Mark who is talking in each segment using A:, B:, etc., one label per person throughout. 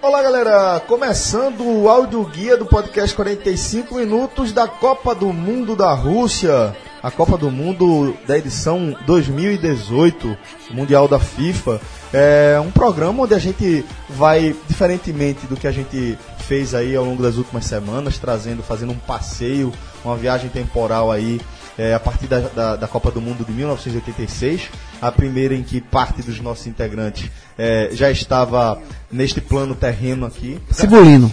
A: Olá, galera! Começando o áudio guia do podcast 45 minutos da Copa do Mundo da Rússia. A Copa do Mundo da edição 2018, Mundial da FIFA. É um programa onde a gente vai, diferentemente do que a gente fez aí ao longo das últimas semanas, trazendo, fazendo um passeio, uma viagem temporal aí é, a partir da, da, da, Copa do Mundo de 1986, a primeira em que parte dos nossos integrantes é, já estava neste plano terreno aqui.
B: Cibulino.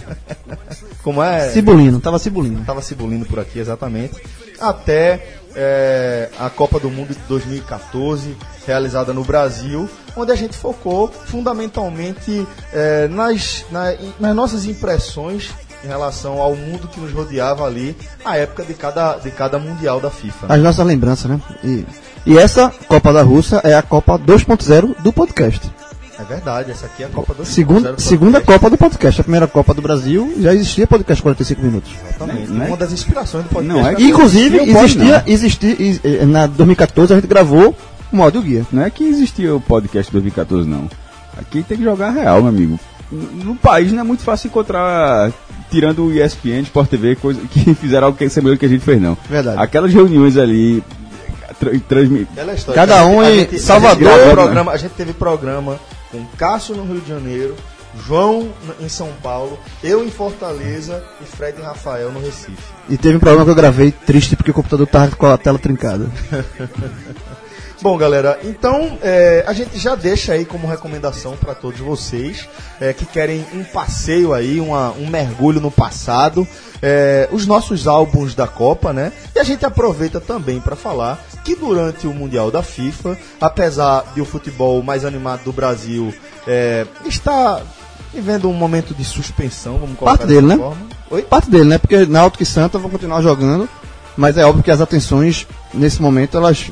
A: Como é?
B: Cibulino, estava Cibulino.
A: Estava Cibulino por aqui, exatamente. Até é, a Copa do Mundo de 2014, realizada no Brasil, onde a gente focou fundamentalmente é, nas, na, nas nossas impressões em relação ao mundo que nos rodeava ali, a época de cada, de cada Mundial da FIFA.
B: As nossas lembranças, né? E, e essa Copa da Rússia é a Copa 2.0 do podcast.
A: É verdade, essa aqui é a Copa 2.0.
B: Segunda, segunda Copa do podcast. A primeira Copa do Brasil já existia podcast 45 minutos.
A: Exatamente. Não, não é? Uma das inspirações do podcast.
B: Não, é, inclusive, existia, existia, existia, na 2014 a gente gravou um áudio guia.
C: Não é que existia o podcast 2014, não. Aqui tem que jogar real, meu amigo no país não é muito fácil encontrar, tirando o ESPN, Sport TV, coisa, que fizeram algo que é semelhante que a gente fez, não.
B: Verdade.
C: Aquelas reuniões ali. Tra, transmi...
A: É
B: Cada um em gente, Salvador. né?
A: A gente, programa, a gente teve programa com Cássio no Rio de Janeiro, João em São Paulo, eu em Fortaleza e Fred e Rafael no Recife.
B: E teve um programa que eu gravei triste porque o computador tava com a tela trincada.
A: Bom, galera, então é, a gente já deixa aí como recomendação para todos vocês é, que querem um passeio aí, uma, um mergulho no passado, é, os nossos álbuns da Copa, né? E a gente aproveita também para falar que durante o Mundial da FIFA, apesar de o futebol mais animado do Brasil é, está vivendo um momento de suspensão, vamos colocar
B: Parte dele, forma. né? Oi? Parte dele, né? Porque Náutico e Santa vão continuar jogando, mas é óbvio que as atenções nesse momento elas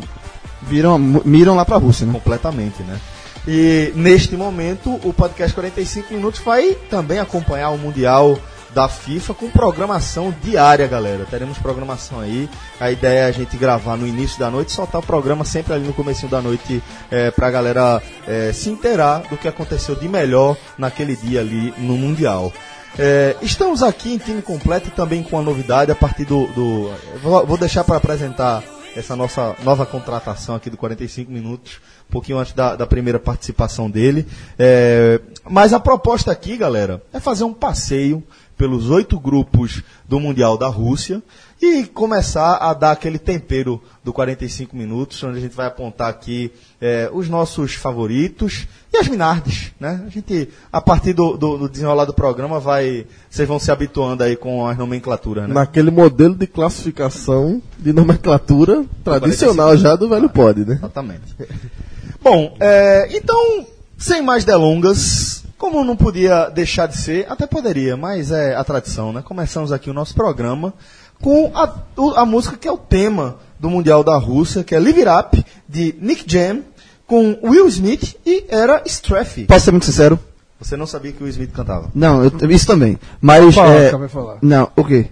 B: viram, miram lá para a Rússia, né?
A: Completamente, né? E neste momento, o podcast 45 minutos vai também acompanhar o Mundial da FIFA com programação diária, galera. Teremos programação aí. A ideia é a gente gravar no início da noite, soltar o programa sempre ali no começo da noite é, para a galera é, se inteirar do que aconteceu de melhor naquele dia ali no Mundial. É, estamos aqui em time completo e também com a novidade a partir do. do vou, vou deixar para apresentar essa nossa nova contratação aqui do 45 Minutos, um pouquinho antes da, da primeira participação dele. É, mas a proposta aqui, galera, é fazer um passeio pelos oito grupos do Mundial da Rússia e começar a dar aquele tempero do 45 minutos, onde a gente vai apontar aqui é, os nossos favoritos e as minardes, né? A gente, a partir do, do, do desenrolar do programa, vai, vocês vão se habituando aí com as nomenclaturas, né?
D: Naquele modelo de classificação de nomenclatura tradicional já do velho pod, né?
A: Exatamente. Bom, é, então, sem mais delongas, como não podia deixar de ser, até poderia, mas é a tradição, né? Começamos aqui o nosso programa com a, a música que é o tema do Mundial da Rússia, que é Live It Up, de Nick Jam, com Will Smith e era Streff.
B: Posso ser muito sincero?
A: Você não sabia que o Will Smith cantava?
B: Não, eu, isso também. Mas. Falar, é, não, o okay. quê?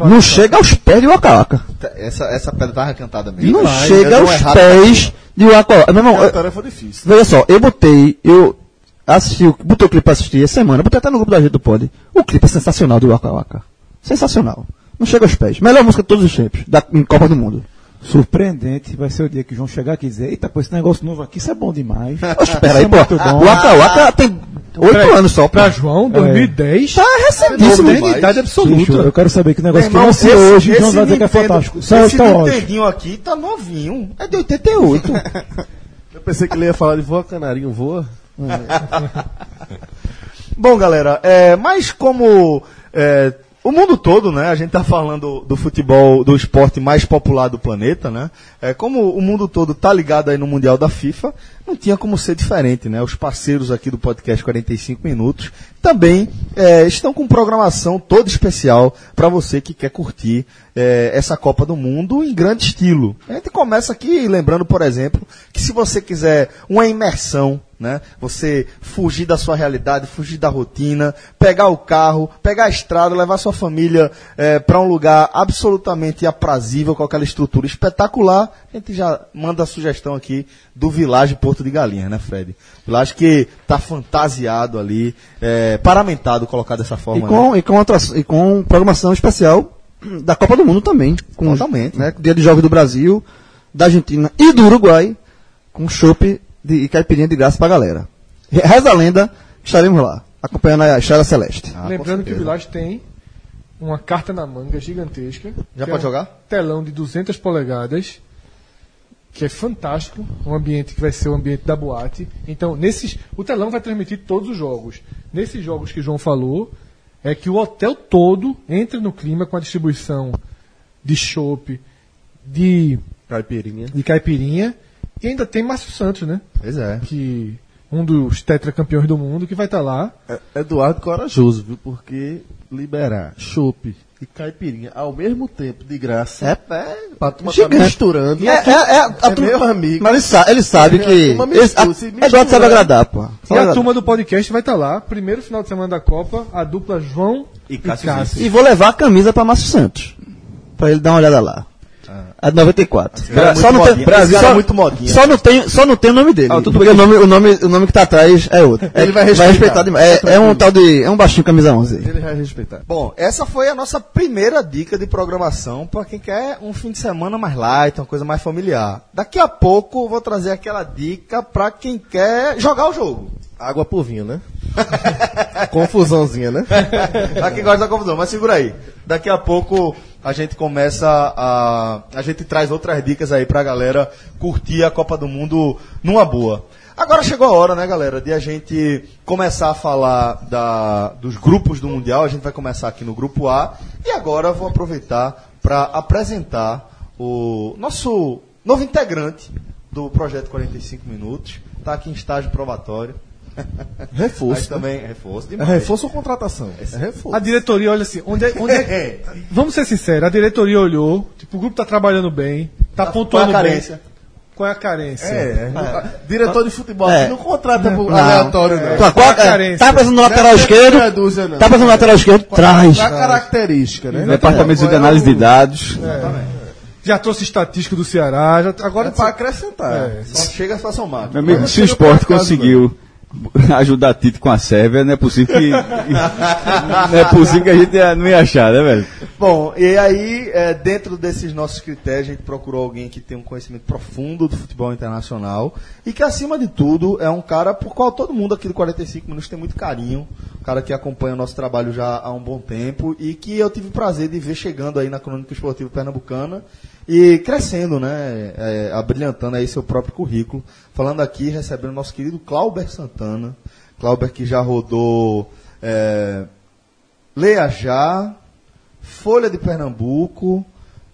B: Não que chega que... aos pés de Wakaaka.
A: Essa, essa pedra tava cantada mesmo.
B: Não Ai, chega aos pés de Wakaaka. Meu irmão,
A: é, tarefa difícil.
B: Veja só, eu botei. Eu, assistiu, botou o clipe pra assistir essa semana, botei até no grupo da gente do Pod. O clipe é sensacional do Waka Waka. Sensacional. Não chega aos pés. Melhor música de todos os tempos, da em Copa do Mundo.
E: Surpreendente, vai ser o dia que vão chegar aqui e dizer, eita, pô, esse negócio novo aqui, isso é bom demais.
B: Espera aí, pô. O Waka Waka tem oito anos só.
E: Pra João, 2010.
B: Tá
D: é
B: recentíssimo.
E: Modernidade absoluta.
B: eu quero saber que negócio
E: é
B: Meu irmão, que nasceu hoje, João vai dizer que é fantástico.
A: Só esse Nintendinho aqui tá novinho.
B: É de 88.
D: eu pensei que ele ia falar de voa, canarinho, voa.
A: Bom, galera, é, mas como é, o mundo todo, né? A gente tá falando do futebol, do esporte mais popular do planeta, né? É, como o mundo todo tá ligado aí no Mundial da FIFA, não tinha como ser diferente, né? Os parceiros aqui do podcast 45 Minutos também é, estão com programação toda especial para você que quer curtir é, essa Copa do Mundo em grande estilo. A gente começa aqui lembrando, por exemplo, que se você quiser uma imersão né? Você fugir da sua realidade, fugir da rotina, pegar o carro, pegar a estrada, levar sua família para um lugar absolutamente aprazível, com aquela estrutura espetacular. A gente já manda a sugestão aqui do Vilage Porto de Galinha, né, Fred? Vilage que está fantasiado ali, é, paramentado, colocar dessa
B: E
A: forma. né?
B: com, e, com atra- e com programação especial da Copa do Mundo também. Com,
A: Totalmente.
B: Né, com dia de jogos do Brasil, da Argentina e do Uruguai, com chopp de- e caipirinha de graça pra galera. Re- Reza a lenda, que estaremos lá, acompanhando a Estrela Celeste.
A: Ah, com
F: Lembrando que o
A: certeza.
F: Village tem uma carta na manga gigantesca.
A: Já
F: que
A: pode
F: é um
A: jogar?
F: Telão de 200 polegadas, que é fantástico. Um ambiente que vai ser o ambiente da boate. Então, nesses, o telão vai transmitir todos os jogos. Nesses jogos que o João falou, é que o hotel todo entra no clima com a distribuição de chopp, de,
D: Caipirinha.
F: de caipirinha. E ainda tem Márcio Santos, né?
A: Pois é.
F: Que um dos tetracampeões do mundo que vai estar lá.
D: É- Eduardo corajoso, viu? Porque liberar chope e caipirinha ao mesmo tempo, de graça. É, pra turma tá
B: gigante.
D: misturando. É
B: turma-
D: meu amigo.
B: Mas ele, sa- ele sabe
D: É,
B: que.
D: a turma mistura, é.
B: ele- a-
D: se mistura.
B: Eduardo sabe agradar, pô.
F: E a turma do podcast vai estar lá, primeiro final de semana da Copa, a dupla João e Cássio.
B: E vou levar a camisa pra Márcio Santos. Pra ele dar uma olhada lá. A de 94.
C: cara é
B: só não
C: muito
B: tem,
C: modinha. Brasil
B: só,
C: era
B: muito modinha. Só não tem, só não tem o nome dele.
C: Ah, tudo
B: porque o nome, o, nome, o nome que tá atrás é outro. É,
D: Ele vai respeitar.
B: demais. É, é um tal de. É um baixinho camisa 11.
A: Tá
B: aí.
D: Ele vai respeitar.
A: Bom, essa foi a nossa primeira dica de programação para quem quer um fim de semana mais light, uma coisa mais familiar. Daqui a pouco eu vou trazer aquela dica para quem quer jogar o jogo.
D: Água por vinho, né? Confusãozinha, né?
A: Pra quem gosta da confusão, mas segura aí. Daqui a pouco a gente começa a. A gente traz outras dicas aí pra galera curtir a Copa do Mundo numa boa. Agora chegou a hora, né, galera, de a gente começar a falar da, dos grupos do Mundial. A gente vai começar aqui no grupo A. E agora eu vou aproveitar para apresentar o nosso novo integrante do projeto 45 Minutos. Está aqui em estágio probatório. Mas
D: Reforço. né?
A: também é reforço
D: É
A: demais.
D: reforço ou contratação? É reforço.
F: A diretoria olha assim, onde é, onde é-
D: tá
F: Vamos ser sinceros, a diretoria olhou, tipo, o grupo tá trabalhando bem, tá pontuando
A: Qual é a carência?
F: bem. Qual é a carência?
D: É, é. Diretor de futebol
B: É.
D: não contrata por
B: Não.
D: aleatório, não.
B: Tá, qual- é,
F: carência.
B: tá pensando no lateral
D: Deve ter
B: esquerdo.
D: meia dúzia, não.
B: Tá pensando no lateral esquerdo? Traz.
D: Qual é a característica, né?
C: Departamento de análise de dados.
F: Já trouxe estatística do Ceará, já- agora
D: É pra acrescentar.
F: É.
A: Só chega só somar.
C: Meu amigo, se o esporte conseguiu ajudar Tite com a Sérvia, não é possível que. não é possível que a gente ia- não ia achar, né, velho?
A: Bom, e aí, é, dentro desses nossos critérios, a gente procurou alguém que tem um conhecimento profundo do futebol internacional e que, acima de tudo, é um cara por qual todo mundo aqui do 45 Minutos tem muito carinho, um cara que acompanha o nosso trabalho já há um bom tempo e que eu tive o prazer de ver chegando aí na Crônica Esportiva Pernambucana e crescendo, né, é, abrilhantando aí seu próprio currículo. Falando aqui, recebendo nosso querido Clauber Santana, Clauber que já rodou... é, Leia já, Folha de Pernambuco.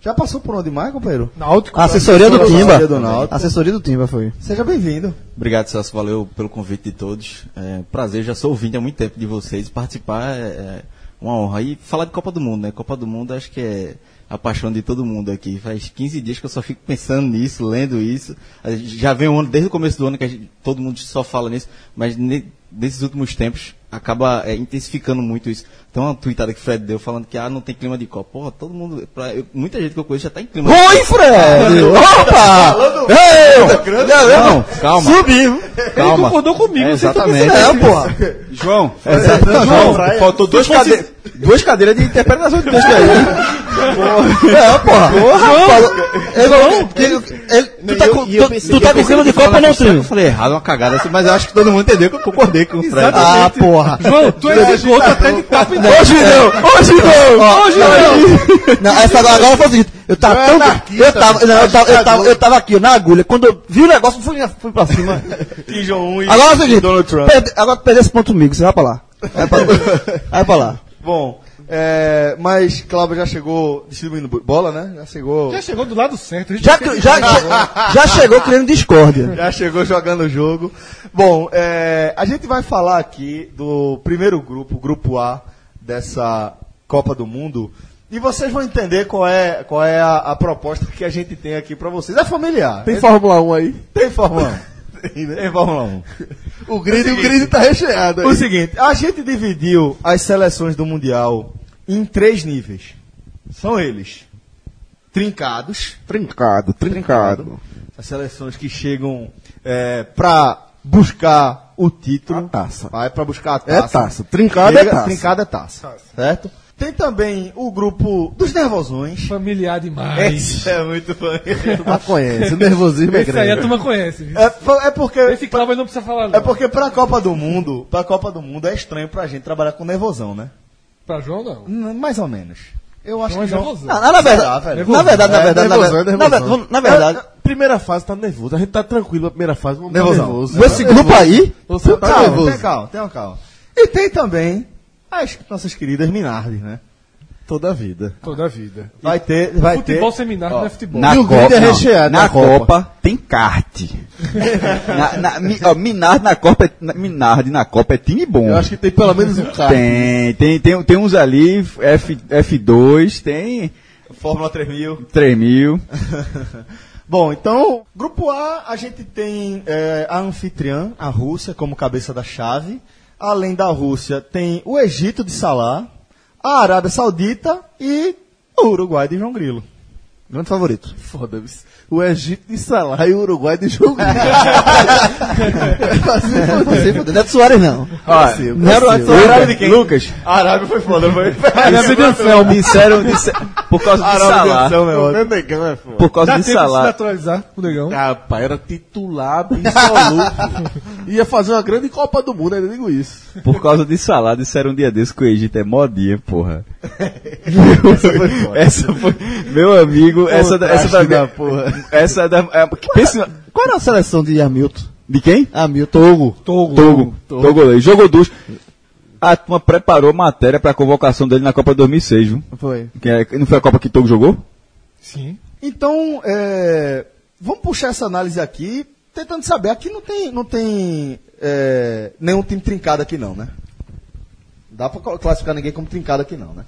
A: Já passou por onde mais, companheiro?
F: Náutico,
B: A assessoria do
A: Assessoria
B: Timba.
A: do Náutico.
B: Assessoria do Timba foi.
A: Seja bem-vindo.
G: Obrigado, Celso. Valeu pelo convite de todos. É, prazer, já sou ouvinte há muito tempo de vocês. Participar é, é uma honra. E falar de Copa do Mundo, né? Copa do Mundo acho que é a paixão de todo mundo aqui. Faz 15 dias que eu só fico pensando nisso, lendo isso. A gente Já vem um ano, desde o começo do ano, que a gente- todo mundo só fala nisso, mas ne- nesses últimos tempos acaba é, intensificando muito isso. Tem uma tweetada que o Fred deu falando que ah, não tem clima de Copa. Porra, todo mundo. pra- eu- muita gente que eu conheço já tá em clima de
B: Oi, Fred! Opa! Ei!
G: Não, calma.
B: Subiu!
G: Calma.
F: concordou
C: É,
F: comigo, você tá
G: exatamente.
B: Não, porra!
C: João,
B: É, João,
C: faltou duas, cade- duas cadeiras de interpretação de texto aí.
B: Não, porra. É, Falou- Ele falou- ele- ele- Tu tá com- tu- tu tá com clima de Copa não,
G: Eu
B: Trio?
G: falei errado, uma cagada assim, mas eu acho que todo mundo entendeu que eu concordei com o Fred.
B: Ah, porra.
F: João, tu é esse outro até de tapa em
B: Hoje não! Hoje não! hoje não! Não, essa agora, agora foi o seguinte, eu tava tão. Eu tava, não, eu, tava, eu, tava, eu tava aqui, na agulha, quando eu vi o negócio, eu fui, fui pra cima.
A: João e
B: Agora é o seguinte,
A: Donald Trump.
B: perde, agora perder esse ponto comigo, você vai pra lá. Vai pra, vai pra lá.
A: Bom, é, mas Cláudio já chegou distribuindo bo- bola, né? Já chegou.
F: Já chegou do lado certo. a gente
B: Já,
F: tem que-
B: já, já, já chegou criando discórdia.
A: Já chegou jogando o jogo. Bom, é, a gente vai falar aqui do primeiro grupo, o grupo A dessa Copa do Mundo. E vocês vão entender qual é, qual é a, a proposta que a gente tem aqui pra vocês. É familiar.
B: um
D: Tem Fórmula 1 aí?
A: Tem Fórmula 1. Tem Fórmula 1.
D: O grid, o grid tá recheado aí.
A: O seguinte, a gente dividiu as seleções do Mundial em três níveis. São eles: trincados,
B: Trincado, trincado.
A: as seleções que chegam é, para buscar o título,
B: A taça.
A: vai para buscar a
B: É
A: taça.
B: taça. Trincado é
A: Chega,
B: taça.
A: Trincado é taça, certo? Tem também o grupo dos nervosões.
F: Familiar demais.
A: Esse é muito fã.
D: Turma conhece, o nervosismo é
F: Esse aí a
D: grande.
F: turma conhece. viu?
A: É, po- é porque
F: Esse Cláudio não precisa falar não.
A: é porque para a Copa do Mundo, para a Copa do Mundo é estranho pra gente trabalhar com nervosão, né?
F: Pra João, não.
A: N- Mais ou menos. Eu acho
F: João é
A: que não.
F: nervosão.
B: Não, na
A: Será,
B: verdade,
A: velho?
B: na verdade, na
D: É,
B: verdade, na
D: nervosão, é
B: verdade, na
D: nervosão.
B: verdade, na verdade,
D: É, primeira fase tá nervoso. A gente tá tranquilo na primeira fase, vamos
A: Nervosão.
D: nervoso.
B: esse grupo aí, é
D: Você tá
A: calma,
D: nervoso.
A: Tem calma, tem calma. E tem também as nossas queridas Minardes, né?
D: Toda a vida.
F: Toda a vida.
A: Vai ter, vai
F: futebol
A: ter.
F: seminário não é futebol.
C: Na
D: E o
C: Copa,
D: grid é
C: não,
D: recheado,
C: na
D: na Copa.
C: Copa. tem kart. na, na, mi- ó, Minardi na Copa é, na- Minardi na Copa é time bom.
D: Eu acho que tem pelo menos um cara.
C: Tem, tem, tem, tem uns ali, F, F2, tem
A: Fórmula 3000.
C: 3000.
A: Bom, então, grupo A, a gente tem eh, a anfitriã, a Rússia, como cabeça da chave. Além da Rússia, tem o Egito de Salah, a Arábia Saudita e o Uruguai de João Grilo.
B: grande favorito.
D: Foda-se. O Egito de Salah e o Uruguai de jogo.
B: Você fudeu, não é de Soares não. Não era o Edson
C: Lucas, Lucas,
A: A Arábia foi foda, foi.
C: disseram, disse- por causa de salário.
D: negão é foda.
C: Por causa
F: Dá
C: de
F: tempo de se
C: salário.
F: naturalizar com o negão.
D: Rapaz, era titular absoluto. Ia fazer uma grande Copa do Mundo, ainda digo isso.
C: Por causa de salário, disseram um dia desse que o Egito é modinha, porra. essa foi. Meu amigo, é- essa, da- essa
D: Contraste
C: da.
D: da porra.
C: Essa da. É, que pensa, na-
B: Qual era a seleção de Hamilton?
C: de quem?
B: Hamilton. Ah, Togo.
F: Togo.
C: Togo. Togo. Jogou duas. A turma preparou matéria pra convocação dele na Copa 2006, viu?
D: Foi.
C: Que é- não foi a Copa que Togo jogou?
F: Sim.
A: Então, é, vamos puxar essa análise aqui, tentando saber. Aqui não tem, não tem é, nenhum time trincado aqui não, né? Dá pra cla- classificar ninguém como trincado aqui não, né?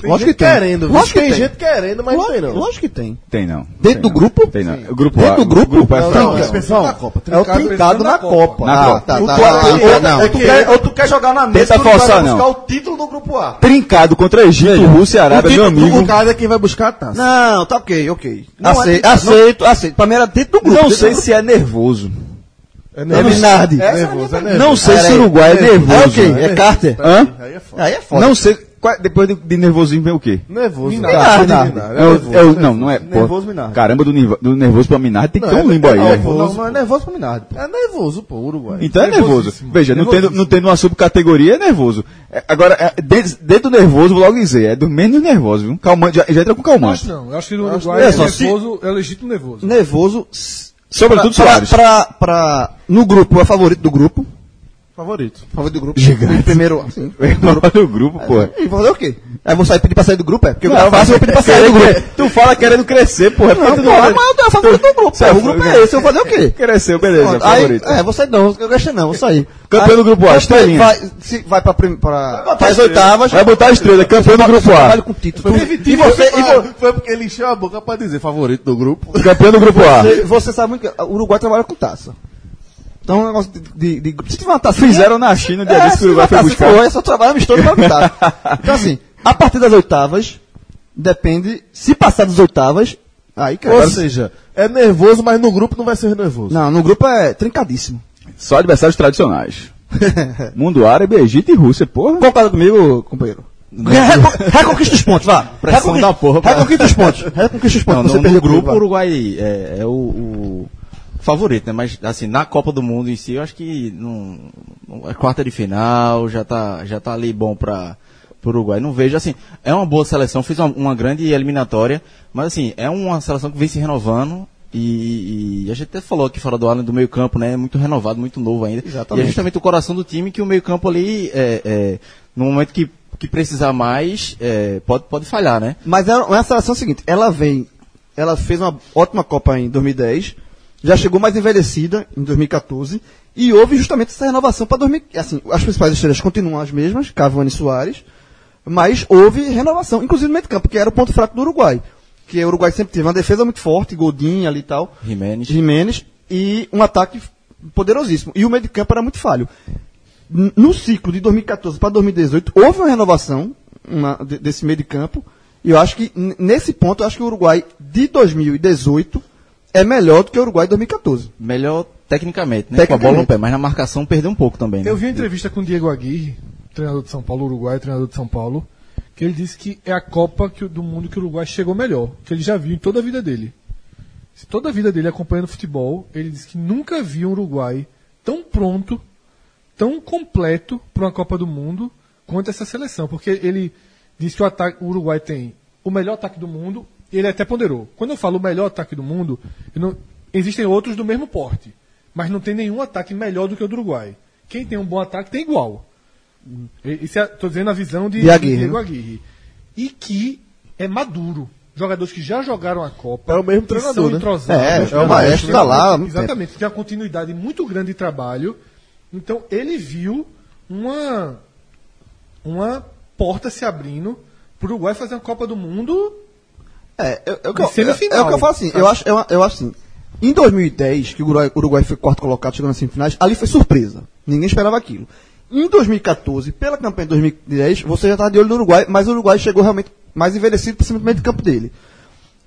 D: Tem
B: Lógico
D: gente
B: que tem.
D: querendo, viu?
B: Lógico que
D: tem
B: tem.
D: gente querendo, mas não tem não.
B: Lógico que tem.
C: Tem não.
B: Dentro
C: Tem
B: do
C: não.
B: grupo?
C: Tem não. O grupo
B: Dentro
C: A-
B: do grupo?
C: grupo é
B: Não,
C: fraco.
B: não,
D: é pensando na Copa.
A: É o
D: Trincado
A: trincado na Copa.
C: Na Copa.
B: tá,
A: O
B: tá,
A: tu- ou-
B: tá, tá,
A: ou-
B: não.
A: ou tu quer- Ou tu quer jogar na mesa
C: Tenta
A: ou tu vai
C: forçar,
A: buscar
C: não.
A: o título do grupo A.
C: Trincado contra Egito, Rússia, Arábia, meu amigo.
D: cara é quem vai buscar a taça.
B: Não, tá ok, ok.
A: Não é
B: aceito,
A: dentro-
B: aceito, aceito. Pra mim era dentro do grupo.
C: Não
B: dentro
C: sei
B: do grupo.
C: se é nervoso.
D: É
B: É Minardi.
A: Essa é a
D: nervoso, é
A: minha
D: nervoso.
C: Não sei se
B: Peraí.
C: o Uruguai é nervoso.
B: É o
A: né?
B: quê? É Carter?
C: Hã?
D: Aí é foda.
B: Aí é foda.
C: Não sei. qual- depois de, de nervosismo vem o quê?
D: Nervoso.
B: Minardi.
D: Minardi,
B: Minardi.
D: Minardi,
C: É o-
D: nervoso.
C: é o- não, não é.
A: Nervoso
C: pô,
A: Minardi.
C: Caramba, do, nivo- do nervoso pra Minardi tem que ter um limbo aí,
D: é
C: né?
D: nervoso.
A: Não, não é nervoso pro Minardi. pô.
D: É nervoso, pô, Uruguai.
C: Então é nervoso.
F: Nervosíssimo.
C: Veja, não tendo, não tendo uma subcategoria, é nervoso. É, agora, é, dentro, dentro do nervoso, vou logo dizer, é do menos nervoso, viu? Calmante, já, já entra com
F: Eu
C: calmante.
F: acho não. Eu acho que no Uruguai
B: Olha
F: é
B: só, se-
F: nervoso, é legítimo nervoso.
B: Nervoso. s-
C: Sobretudo
B: pra,
C: Soares.
B: pra, pra, pra- No grupo, é favorito do grupo.
D: Favorito.
B: Favorito do grupo. Gigante. Primeiro, assim.
C: Olha o grupo, pô.
B: E vou fazer o quê? Aí eu vou sair pedir pra sair do grupo, é? Porque eu tava fácil, eu vou pedir pra sair do
C: Querendo-
B: grupo.
C: Tu fala querendo crescer, é porra.
B: Não, é
C: tu
B: pô, mas eu tava favorito do grupo,
C: Certo.
B: pô. O grupo é esse, eu vou fazer o quê?
C: Cresceu, beleza,
B: Aí,
C: favorito.
B: é, vou sair não, eu gastei não, vou sair.
C: Campeão do grupo A,
B: vai-
C: estrelinha.
B: Vai, se, vai pra, prim, pra faz oitavas,
C: Vai botar a estrela, campeão do grupo
B: trabalho
C: A.
B: com título.
D: E você, e vo- Foi porque ele encheu a boca pra dizer favorito do grupo.
C: Campeão do grupo A.
B: Você, você sabe muito que o Uruguai trabalha com taça. Então é um negócio de, de, de grupo. Se tiver uma taça,
C: Fizeram na China o dia
B: é,
C: desse que o Uruguai foi buscar.
B: Foi, só trabalha mistura para com taça. Então assim, a partir das oitavas, depende, se passar das oitavas, aí cara.
D: Ou seja, é nervoso, mas no grupo não vai ser nervoso.
B: Não, no grupo é trincadíssimo.
C: Só adversários tradicionais. Mundo árabe, Egito e Rússia, porra.
B: Concorda comigo, companheiro? Reco- Reconquista os pontos, vá.
G: Pressão
B: Reconquista-
G: da porra, pá.
B: Reconquista os pontos. Reconquista os
G: Não,
B: pontos.
G: no,
B: Você
G: no
B: perdeu pro
G: grupo o
B: Uruguai.
G: Uruguai é, é o, o favorito, né? Mas assim, na Copa do Mundo em si, eu acho que não, não- é quarta de final, já tá, já tá ali bom para o Uruguai. Não vejo assim, é uma boa seleção, fez uma, uma grande eliminatória, mas assim, é uma seleção que vem se renovando. E, e a gente até falou aqui fora do ar né, do meio campo, né? Muito renovado, muito novo ainda. E é justamente o coração do time que o meio campo ali, é, é, no momento que, que precisar mais, é, pode, pode falhar, né?
B: Mas é uma seleção seguinte, ela vem, ela fez uma ótima Copa em 2010, já chegou mais envelhecida em 2014 e houve justamente essa renovação para 2015. Assim, as principais estrelas continuam as mesmas, Cavani e Soares, mas houve renovação, inclusive no meio-campo, que era o ponto fraco do Uruguai, que o Uruguai sempre teve uma defesa muito forte, Godinho ali e tal,
G: Jimenez.
B: Jimenez e um ataque poderosíssimo. E o meio de campo era muito falho. N- No ciclo de 2014 para 2018, houve uma renovação uma- de- desse meio de campo. E eu acho que, n- nesse ponto, eu acho que o Uruguai de 2018 é melhor do que o Uruguai de 2014.
G: Melhor tecnicamente, né? Com a bola no pé, mas na marcação perdeu um pouco também. né?
F: Eu vi uma entrevista com o Diego Aguirre, treinador de São Paulo, Uruguai, treinador de São Paulo, que ele disse que é a Copa que o- do Mundo que o Uruguai chegou melhor, que ele já viu em toda a vida dele. Se Toda a vida dele acompanhando futebol, ele disse que nunca viu um Uruguai tão pronto, tão completo para uma Copa do Mundo quanto essa seleção. Porque ele disse que o, ataque- o Uruguai tem o melhor ataque do mundo, e ele até ponderou. Quando eu falo o melhor ataque do mundo, eu não- existem outros do mesmo porte, mas não tem nenhum ataque melhor do que o do Uruguai. Quem tem um bom ataque tem igual. E- Isso estou dizendo a visão de,
B: De Aguirre,
F: Diego
B: né?
F: Aguirre. E que é maduro. Jogadores que já jogaram a Copa.
D: É o mesmo
F: que
D: treinador,
F: são
D: né?
F: entrosados.
B: É, é o
F: Tem uma-
B: maestro tá lá há muito
F: Exatamente. Tem uma continuidade muito grande de trabalho. Então, ele viu uma, uma porta se abrindo para o Uruguai fazer uma Copa do Mundo.
B: É, é, é o que
F: E
B: eu, é,
F: semifinal.
B: é o que eu falo assim. Eu acho, eu, eu acho assim. Em 2010, que o Uruguai, o Uruguai foi quarto colocado, chegando nas semifinais, ali foi surpresa. Ninguém esperava aquilo. Em 2014, pela campanha de 2010, você já estava de olho no Uruguai, mas o Uruguai chegou realmente mais envelhecido, principalmente do campo dele.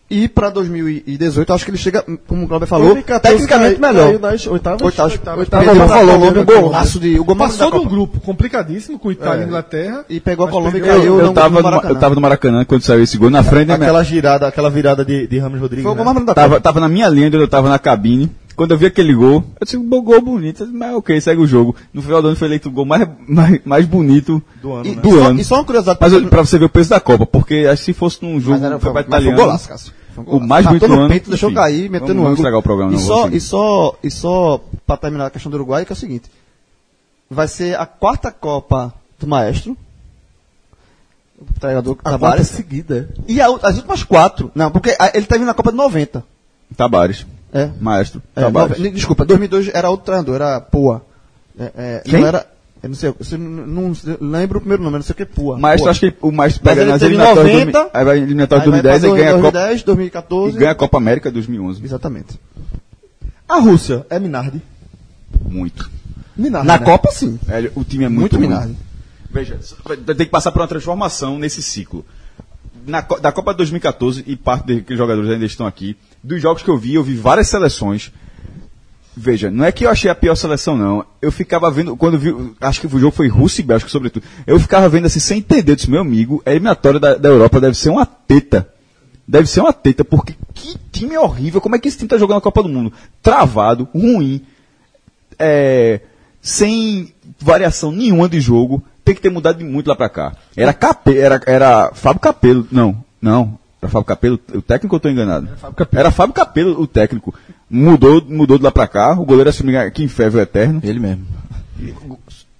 B: E para 2018, acho que ele chega, como o Glauber falou,
D: 2014
B: tecnicamente
D: caiu-
B: melhor.
D: caiu nas oitavas.
B: Oitavas.
D: Oitavas.
B: Pedro
D: Oitavas.
B: falou, houve um
D: Oitavas.
B: golaço de... O gol mais
F: Passou
B: da
F: de um
B: Copa. É.
F: grupo complicadíssimo com Itália e Inglaterra.
B: E pegou a
F: Mas
B: Colômbia e
F: perdeu.
B: caiu
C: Eu,
B: no-
C: tava
B: no
C: no, Ma-
B: Maracanã.
C: eu tava no Maracanã quando saiu esse gol. Na frente né, da minha-
A: Aquela girada, aquela virada de, de Ramos Rodrigues.
B: Foi o
A: né?
B: gol mais bonito da
C: Tava,
B: Copa.
C: tava na minha lenda, eu tava na cabine. Quando eu vi aquele gol, eu disse, "Bom, gol bonito, mas ok, segue o jogo. No final do ano foi eleito o gol mais, mais, mais bonito
A: Do ano,
C: e-
A: né?
C: do
B: E só-
C: ano.
B: E só uma curiosidade.
C: Mas olha, pra você ver o peso da Copa, porque acho que se fosse num jogo
B: Mas era
C: foi pra
B: mas foi um
C: italiano,
B: golaço, Cássio. Foi um
C: o
B: golaço.
C: mais bonito
B: Matou
C: do
B: no
C: ano,
B: peito, deixou
C: enfim,
B: cair, meteu
C: vamos-
B: no
C: vamos
B: ângulo.
C: estragar o programa,
B: e,
C: não,
B: só,
C: vamos
B: e só, e só, pra terminar a questão do Uruguai, que é o seguinte. Vai ser a quarta Copa do Maestro. O treinador
D: A quarta
B: Tabares.
D: seguida.
B: E a u- as últimas quatro. Não, porque a- ele tá vindo na Copa de 90.
C: Tabares,
B: É.
C: maestro,
B: É,
C: Tabares.
B: nove- desculpa, 2002 era outro treinador, era Poa. É, é,
C: Quem?
B: Não era... Eu não sei, eu não, não sei- lembro o primeiro nome, eu não sei o que é Poa.
C: maestro,
B: Poa.
C: acho que o maestro
B: Mas
C: pega
B: ele
C: nas
B: teve
C: eliminatórias,
B: 90,
C: do, aí vai eliminatórias de
B: Aí vai pra
C: 2010 e ganha a Copa,
B: 2010,
C: e
B: 2014.
C: ganha a Copa América 2011.
B: Exatamente.
A: A Rússia é Minardi.
C: Muito.
A: Minardi.
B: Na
A: né?
B: Copa, sim.
C: É, o time é
B: Muito
C: muito, ruim.
B: minado.
C: Veja, vai vai ter que passar por uma transformação nesse ciclo. Na Co- da Copa 2014, e parte daqueles jogadores ainda estão aqui, dos jogos que eu vi, eu vi várias seleções. Veja, não é que eu achei a pior seleção, não. Eu ficava vendo, quando vi, acho que o jogo foi Rússia e Bélgica, sobretudo. Eu ficava vendo assim, sem entender, eu disse, meu amigo, a eliminatória da, da Europa deve ser uma teta. Deve ser uma teta, porque que time horrível. Como é que esse time tá jogando a Copa do Mundo? Travado, ruim, é, sem variação nenhuma de jogo, tem que ter mudado de muito lá pra cá. Era, Cape, era, era Fábio Capelo, não, não, era Fábio Capelo, o técnico ou eu tô enganado? Era Fábio Capelo, o técnico. Mudou, mudou de lá pra cá, o goleiro assumiu que inferno é eterno,
G: Ele mesmo.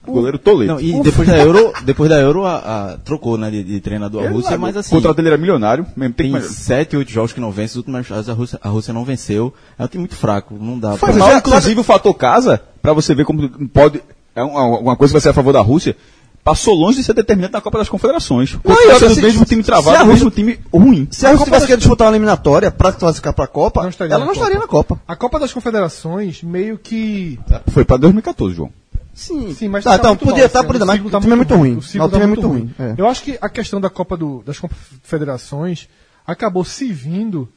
C: o goleiro Toledo.
G: Não, e depois da Euro, depois da Euro a, a- trocou, né, de, de treinador a
C: Ele
G: Rússia,
C: largou.
G: mas assim.
C: é O contrato dele era milionário, mesmo tempo,
G: Tem
C: mas-
G: sete, oito jogos que não vence, os últimos jogos a Rússia, a Rússia não venceu. É um time muito fraco, não dá
C: Faz mal, inclusive, o fator casa, pra você ver como pode. É um- é uma coisa que vai ser a favor da Rússia. Passou longe de ser determinante na Copa das Confederações. O
B: e outra, se-
C: mesmo time
B: se
C: travado,
B: a
C: o mesmo time ruim.
B: Se a Rússia tivesse que disputar uma eliminatória para classificar para a Copa,
F: Não estaria
B: ela
F: na
B: não
F: Copa.
B: estaria na Copa.
F: A Copa das Confederações meio que.
C: Foi pra 2014, João.
B: Sim,
F: Sim, mas
B: tá, então,
F: muito
B: podia
F: mal,
B: estar
F: assim,
B: por ainda,
F: o
B: mas
F: ciclo
B: o
F: tá
B: time é muito ruim.
F: O
B: Não,
F: ciclo
B: O time
F: tá
B: é muito ruim. é.
F: Eu acho que a questão da Copa do- das Confederações acabou servindo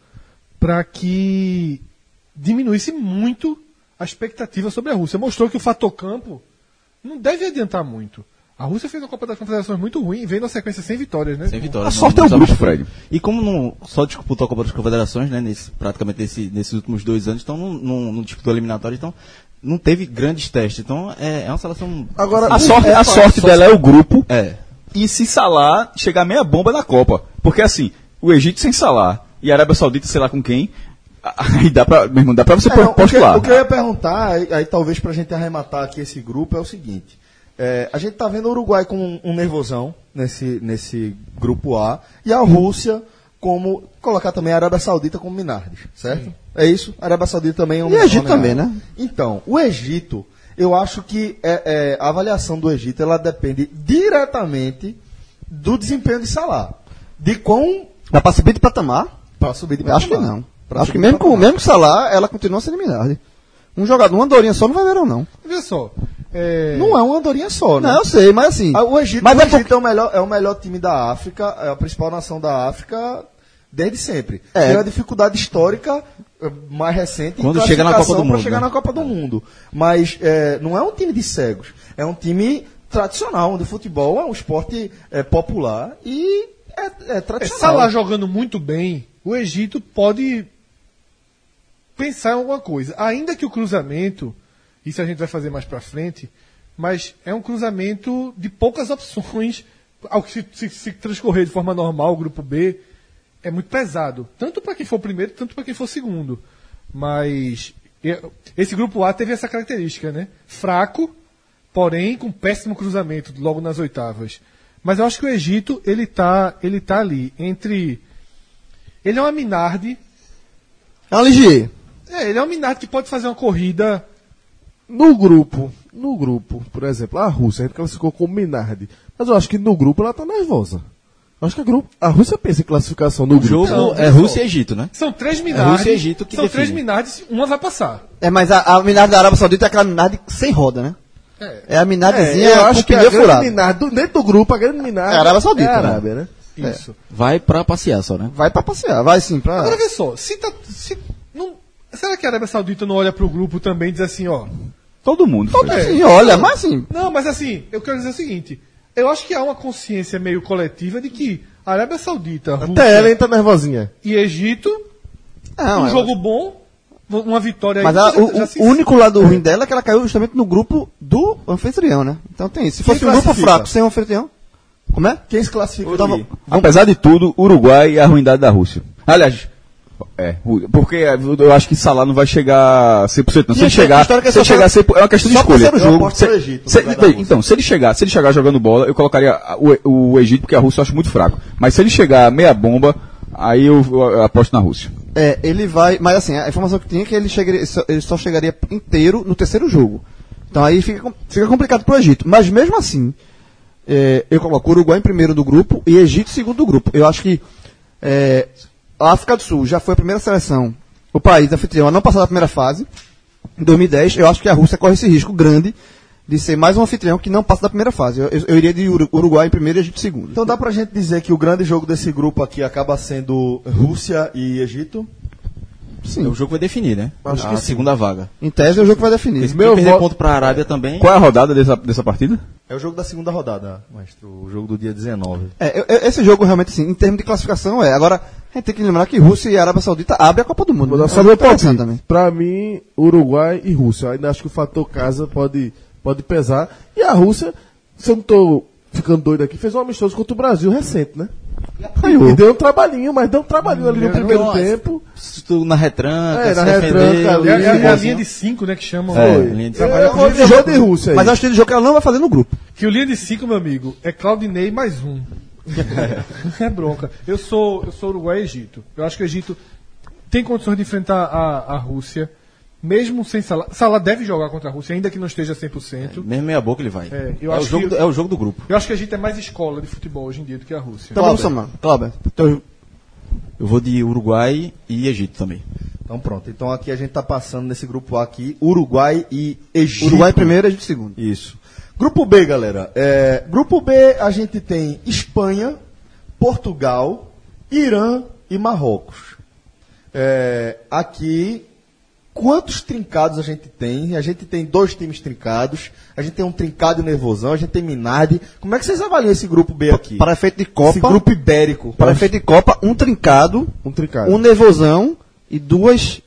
F: para que diminuísse muito a expectativa sobre a Rússia. Mostrou que o fator campo não deve adiantar muito. A Rússia fez uma Copa das Confederações muito ruim e veio na sequência sem vitórias, né?
G: Sem
C: A
G: vitória. não-
C: sorte
G: não
C: é o
G: sabe-
C: grupo, Fred.
G: E como não só disputou a Copa das Confederações, né, nesse, praticamente nesse- nesses últimos dois anos, então não, não, não disputou eliminatória, então não teve grandes testes. Então é, é uma seleção.
D: Agora,
C: A sorte, a sorte dela é o grupo.
G: É.
C: E se Salah chegar meia bomba na Copa. Porque assim, o Egito sem Salah e a Arábia Saudita, sei lá com quem, aí dá pra, meu irmão, dá pra você
B: Então,
A: É, não, o, que,
C: postular.
A: o que eu ia perguntar, aí, aí talvez pra gente arrematar aqui esse grupo, é o seguinte. É, a gente tá vendo o Uruguai como um, um nervosão nesse, nesse grupo A, e a Rússia como. colocar também a Arábia Saudita como Minardes, certo? É isso? A Arábia Saudita também é um
B: E o Egito
A: nervosão,
B: também, né?
A: Então, o Egito, eu acho que é, é, a avaliação do Egito ela depende diretamente do desempenho de Salah. De quão.
B: Dá para subir de patamar?
A: Pra subir de
B: Acho que
A: patamar.
B: não.
A: Pra
B: acho
A: subir
B: que
A: de
B: mesmo com,
A: patamar.
B: mesmo com o Salah, ela continua sendo eliminada. Um jogador, uma andorinha só não vai verão, não.
F: Veja só. É,
A: Não é uma andorinha só, né?
B: Não, eu sei, mas assim.
A: Ah, O Egito,
B: Mas
A: o
B: é
A: Egito é, o melhor, é o melhor time da África, é a principal nação da África desde sempre.
B: É.
A: Tem uma dificuldade histórica eh, mais recente
G: Quando chega na Copa do Mundo,
A: para chegar
G: né?
A: na Copa do Mundo. Mas eh, não é um time de cegos, é um time tradicional, onde o futebol é um esporte eh, popular e é, é
F: é, Salah
A: tradicional.
F: jogando muito bem, o Egito pode pensar em alguma coisa. Ainda que o cruzamento, isso a gente vai fazer mais pra frente, mas é um cruzamento de poucas opções. Ao que se, se- se transcorrer de forma normal, o grupo B é muito pesado. Tanto para quem for primeiro, tanto para quem for segundo. Mas e- esse grupo A teve essa característica, né? Fraco, porém com péssimo cruzamento logo nas oitavas. Mas eu acho que o Egito, ele tá, ele tá ali entre ele é uma Minardi.
B: É um Ligier.
F: É, ele é uma Minardi que pode fazer uma corrida.
D: No grupo, no grupo, por exemplo, a Rússia, a gente classificou como Minardi. Mas eu acho que no grupo ela tá nervosa. Eu acho que a, grupo, a Rússia pensa em classificação no
G: O jogo
D: grupo.
G: é Rússia e Egito, né?
F: São três Minardi.
G: Rússia e Egito que
F: são
G: definem.
F: três Minardi, uma vai passar.
B: É, mas a, a Minardi da Arábia Saudita é aquela Minardi sem roda, né? É, a Minardizinha
D: eu
B: com
D: acho que a
B: pneu
D: grande
B: furado.
D: Minardi, do- dentro do grupo, a grande Minardi
B: É a Arábia Saudita,
D: é a
B: né?
D: Arábia, né?
F: Isso.
G: Vai pra passear só, né?
B: Vai pra passear, vai sim, pra.
F: Agora vê só, se tá, se não, será que a Arábia Saudita não olha pro grupo também e diz assim, ó?
C: Todo mundo. Todo
B: É, sim, olha, mas assim.
F: Não, mas assim, eu quero dizer o seguinte. Eu acho que há uma consciência meio coletiva de que a Arábia Saudita, Rússia
D: Até ela, hein, tá nervosinha.
F: e Egito,
B: então. Não,
F: um
B: é-
F: jogo bom, uma vitória
B: Mas
F: aí,
B: ela-
F: já-
B: o,
F: já
B: o
F: se-
B: único lado ruim dela é que ela caiu justamente no grupo do anfitrião, né? Então tem isso. Se fosse um grupo
A: classifica?
B: fraco sem um anfitrião. Como é?
A: Quem se classifica?
B: Então,
A: Então,
C: Apesar de tudo, Uruguai e a ruindade da Rússia. Aliás, é, Ru- porque eu acho que Salah não vai chegar 100%. Não.
B: E
C: Se ele
B: a
C: chegar,
B: história que é
C: se ele
B: só
C: chegar
B: pra-
C: 100%, é uma questão de
B: só pro
C: escolha.
B: terceiro jogo.
C: Eu aposto no
A: Se-
C: Egito,
A: se-
C: no lugar da
A: bem,
C: então, se ele chegar, se ele chegar jogando bola, eu colocaria a- o, o Egito, porque a Rússia eu acho muito fraco. Mas se ele chegar meia bomba, aí eu, eu aposto na Rússia.
B: É, ele vai. Mas assim, a informação que tinha é que ele, chegaria, só- ele só chegaria inteiro no terceiro jogo. Então aí fica, com- fica complicado pro Egito. Mas mesmo assim, é, eu coloco Uruguai em primeiro do grupo e Egito em segundo do grupo. Eu acho que é, a África do Sul já foi a primeira seleção, o país anfitrião a não passar da primeira fase, em 2010. Eu acho que a Rússia corre esse risco grande de ser mais um anfitrião que não passa da primeira fase. Eu, eu- eu iria de Uru- Uruguai em primeiro e Egito em segundo.
A: então dá pra gente dizer que o grande jogo desse grupo aqui acaba sendo Rússia e Egito?
B: Sim,
G: O jogo vai definir, né?
B: Acho
G: a
B: que sim.
G: segunda vaga.
B: em tese é o jogo que vai definir.
G: Se perder ponto pra Arábia também.
C: Qual é a rodada dessa, dessa partida?
A: É o jogo da segunda rodada, maestro. O jogo do dia 19.
B: É, eu- eu- esse jogo realmente, assim, em termos de classificação, é. Agora, a gente tem que lembrar que Rússia e Arábia Saudita abrem a Copa do Mundo.
D: Vou dar
B: né?
D: só
B: É
D: meu
B: interessante
D: palpite.
B: também.
D: Pra mim, Uruguai e Rússia. Eu ainda acho que o fator casa pode, pode pesar. E a Rússia, se eu não tô ficando doido aqui, fez um amistoso contra o Brasil recente, né? E deu um trabalhinho, mas deu um trabalhinho ali no
F: É,
D: primeiro
G: Nossa.
D: tempo.
G: Se tu na retranca,
D: É,
G: se
D: na
G: defender,
D: retranca ali.
F: É, é, é a linha
D: Igualzinho.
F: de 5, né, que chamam.
G: É,
D: Foi.
G: linha de
D: Eu,
G: trabalho.
D: eu vou de jogo de Rússia aí.
B: Mas acho que ele jogo que ela não vai fazer no grupo.
F: Que o linha de 5, meu amigo, é Claudinei mais um. é bronca. Eu sou, eu sou Uruguai e Egito. Eu acho que o Egito tem condições de enfrentar a, a Rússia, mesmo sem Salah. Salah deve jogar contra a Rússia, ainda que não esteja 100%.
G: mesmo meia boca ele vai.
F: É, eu
G: o
F: acho
G: jogo
F: que-
G: do- é o jogo do grupo.
F: Eu acho que o Egito é mais escola de futebol hoje em dia do que a Rússia.
B: Então vamos somar. Cláudio, teu-
G: Então, Eu vou de Uruguai e Egito também.
A: Então pronto. Então aqui a gente tá passando nesse grupo A aqui, Uruguai e Egito.
B: Uruguai em primeiro e Egito em segundo.
A: Isso. Grupo B, galera. É, grupo B a gente tem Espanha, Portugal, Irã e Marrocos. É, aqui, quantos trincados a gente tem? A gente tem dois times trincados, a gente tem um trincado e nervosão, a gente tem Minardi. Como é que vocês avaliam esse grupo B aqui?
B: Para efeito de
A: esse
B: Copa,
A: grupo ibérico.
B: para efeito de Copa, um trincado,
D: Um trincado.
B: um nervosão e duas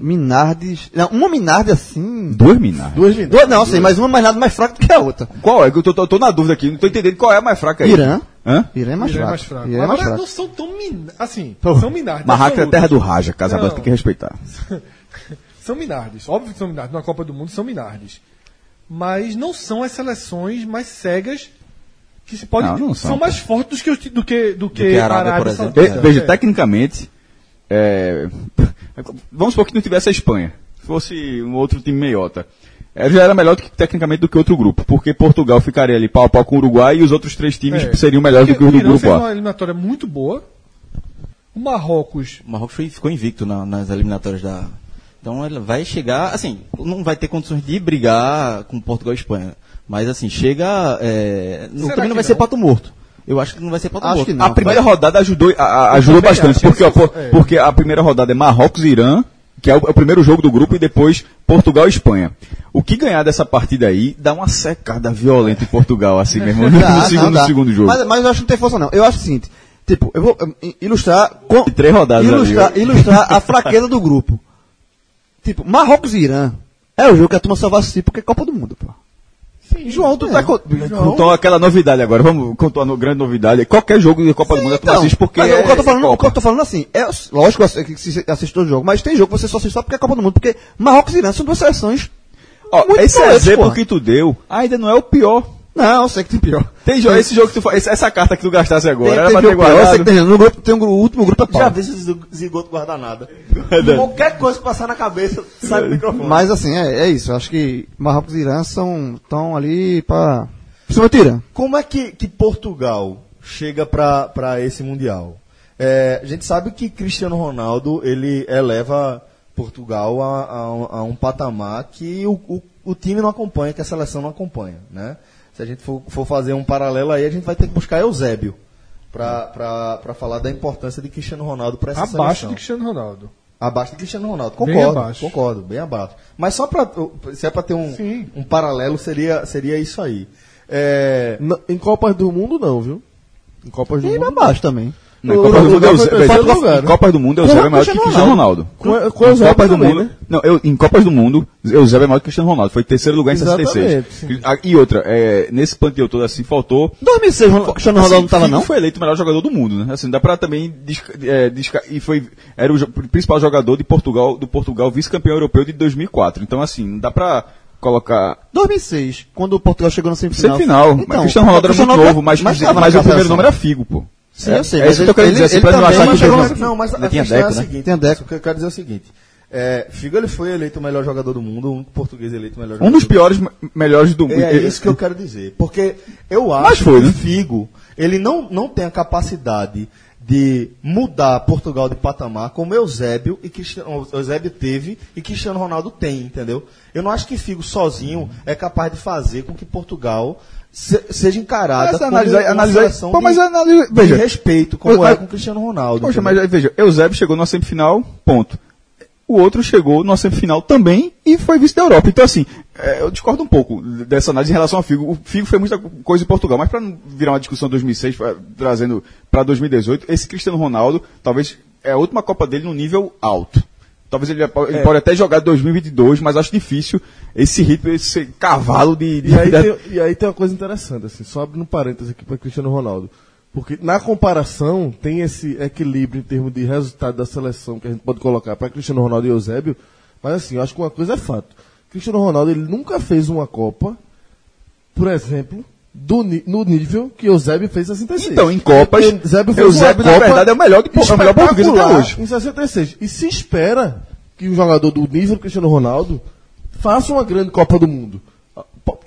B: minardes. Não, uma minarde assim.
C: Duas minas.
D: Duas lindas.
B: Duas, não, assim, mas uma mais nada mais fraca do que a outra.
C: Qual é? Que Eu tô, tô- tô na dúvida aqui, não tô entendendo qual é a mais fraca aí.
B: Irã.
C: Hã?
B: Irã é mais
F: Irã é
B: fraco.
F: mais fraco.
B: Irã é mais
F: Agora
B: fraco.
F: não são tão min... assim,
C: Pô,
F: são minardes.
C: Marracas é
F: absolutas.
C: terra do Raja, Casablanca
F: Não.
C: tem que respeitar.
F: São Minardes, óbvio que são Minardes, na Copa do Mundo são Minardes. Mas não são as seleções mais cegas que se pode.
C: Não, não são,
F: são,
C: pô.
F: mais fortes do que, os ti- do que, do que,
G: que a
F: a
G: Arábia, por
F: Arábia
G: exemplo.
C: Ve-
F: Saudita.
C: Veja,
F: É.
C: tecnicamente, é, vamos supor que não tivesse a Espanha, fosse um outro time meiota. É, já era melhor do que, tecnicamente do que outro grupo, porque Portugal ficaria ali pau a pau com o Uruguai e os outros três times
F: É.
C: seriam melhores do é que o do
F: Irã
C: grupo
F: fez
C: A.
F: uma eliminatória muito boa. O Marrocos
G: O Marrocos foi- ficou invicto na- nas eliminatórias da, Então ela vai chegar, assim, não vai ter condições de brigar com Portugal e Espanha. Mas assim, chega. É, não, também não vai ser pato morto. Eu acho que não vai ser pato
B: Acho
G: morto.
B: que
C: A
B: não. é.
C: primeira rodada ajudou, a- a- ajudou bastante, porque, ó, por- porque a primeira rodada é Marrocos e Irã, que é o, é o primeiro jogo do grupo, e depois Portugal e Espanha. O que ganhar dessa partida aí dá uma secada violenta em Portugal, assim mesmo, no,
B: Dá, não
C: segundo,
B: dá.
C: segundo jogo.
B: Mas, mas eu acho que não tem força, não. Eu acho o seguinte: tipo, eu vou eh, ilustrar. Com,
C: E três rodadas
B: ilustrar,
C: ali,
B: ilustrar a fraqueza do grupo. Tipo, Marrocos e Irã é o jogo que a turma só vai assistir porque é Copa do Mundo, pô.
F: Sim, João,
C: Tu tá con- Contou aquela novidade agora, vamos contar uma grande novidade. Qualquer jogo de Copa do Mundo é tu assiste porque
B: Então, mas
C: é
B: o que eu tô falando, o que
C: Copa.
B: eu tô falando assim, é lógico que você assiste todo jogo, mas tem jogo que você só assiste só porque é Copa do Mundo, porque Marrocos e Irã são duas seleções.
C: Ó,
B: muito
C: esse
B: boas,
C: exemplo
B: porra.
C: que tu deu ainda não é o pior.
B: Não, eu sei que tem pior.
C: Tem jo esse jogo que tu fa- esse- essa carta que tu gastasse agora
B: Tem,
C: era
B: tem
C: pra ter
B: jogo pior, eu sei
C: guardado.
B: que tem, no grupo, tem um, gru- o último grupo é
A: Já
B: pau.
A: vê se o zigoto guardar nada.
B: É
C: Verdade.
A: Qualquer coisa que passar na cabeça, sai do microfone.
B: Mas assim, é, é isso, eu acho que Marrocos e Irã são, estão ali pra... Principalmente Irã.
A: Como é que, que Portugal chega para esse Mundial? É, a gente sabe que Cristiano Ronaldo ele eleva Portugal a, a um- a um patamar que o, o- o time não acompanha, que a seleção não acompanha. Né? Se a gente for, for fazer um paralelo aí, a gente vai ter que buscar Eusébio para falar da importância de Cristiano Ronaldo para essa
F: abaixo
A: seleção.
F: de Cristiano Ronaldo.
A: Abaixo de Cristiano Ronaldo.
F: Bem
A: Concordo,
F: abaixo.
A: concordo, bem abaixo. Mas só para se é para ter um,
F: Sim.
A: um paralelo seria seria isso aí. É,
D: Na- em Copas do Mundo, não, viu? Em Copas do
B: E
D: Mundo.
B: abaixo também.
C: Não,
D: O-
C: em Copa
D: o-
C: do
D: o-
C: Mundo é o
D: o-
C: Zé-
D: o-
C: velho,
D: quarto lugar,
C: em
D: né?
C: Copa do Mundo, Eusébio é maior que Cristiano Ronaldo.
D: Com, com,
C: Em
D: o Zé
C: Copa do
D: também,
C: Mundo,
D: né?
C: não, eu, em Copas do Mundo, Eusébio é maior que Cristiano Ronaldo. Foi terceiro lugar em
D: Exatamente,
C: 66. Ah, E outra, é, nesse panteão todo assim, faltou
B: 2006, Ronaldo- Cristiano Ronaldo
C: Assim,
B: não tava
C: Figo
B: não?
C: foi eleito o melhor jogador do mundo, né? Assim, dá pra também desca- é, desca- e foi era o jo- principal jogador de Portugal, do Portugal vice-campeão europeu de 2004. Então assim, não dá pra colocar
B: 2006, quando o Portugal chegou na semifinal.
C: semifinal. mas Cristiano Ronaldo era muito
B: Então, Ronaldo- é
C: novo, mas, mas,
B: tava na
C: o primeiro
B: classificação.
C: nome era Figo, pô.
B: Sim, eu sei,
C: É isso que eu quero dizer, assim, pra não achar
B: também
C: que
B: chegou
C: o
B: na assim,
A: mas,
C: Deco,
A: não, mas a
G: Ainda tinha
A: questão é a
G: Deco, né?
A: seguinte.
B: Tem a Deco.
A: O que eu quero dizer é o seguinte. É, Figo ele foi eleito o melhor jogador do mundo, o único português eleito o melhor
B: assim.
C: Um
A: jogador do
C: dos
A: mundo.
C: piores me- melhores do mundo.
A: É isso que eu quero dizer. Porque eu
C: Mas
A: acho
C: foi,
A: que
C: né?
A: o Figo ele não, não tem a capacidade de mudar Portugal de patamar como Eusébio e Cristiano, Eusébio teve e Cristiano Ronaldo tem, entendeu? Eu não acho que Figo sozinho é capaz de fazer com que Portugal se- seja encarada
C: Mas
A: como
C: analisar-
A: uma
C: analisar-
A: seleção
C: Pô, mas
A: de,
C: analisa-
A: de
C: veja.
A: respeito como
C: Mas-
A: é com Cristiano Ronaldo.
C: Poxa,
A: entendeu?
C: mas aí, veja, Eusébio chegou na semifinal, ponto. O outro chegou na semifinal também e foi vice da Europa. Então, assim, é, eu discordo um pouco dessa análise em relação ao Figo. O Figo fez muita coisa em Portugal, mas para não virar uma discussão 2006, pra- trazendo para 2018, esse Cristiano Ronaldo, talvez, é a última Copa dele num nível alto. Talvez ele,
D: É.
C: ele pode até jogar 2022, mas acho difícil esse ritmo, esse cavalo de... de-
D: E aí,
C: da-
D: tem, e aí tem uma coisa interessante, assim, só abrindo um parênteses aqui para Cristiano Ronaldo. Porque na comparação tem esse equilíbrio em termos de resultado da seleção que a gente pode colocar para Cristiano Ronaldo e Eusébio, mas assim, eu acho que uma coisa é fato. Cristiano Ronaldo ele nunca fez uma Copa, por exemplo, do, ni- no nível que Eusébio fez em 66.
C: Então, em Copas,
D: Eusébio, fez
C: Eusébio,
D: uma
C: na
D: Copa
C: verdade, é o melhor de- é o melhor português até
D: espetacular
C: hoje.
D: Em 66. E se espera que um jogador do nível do Cristiano Ronaldo faça uma grande Copa do Mundo.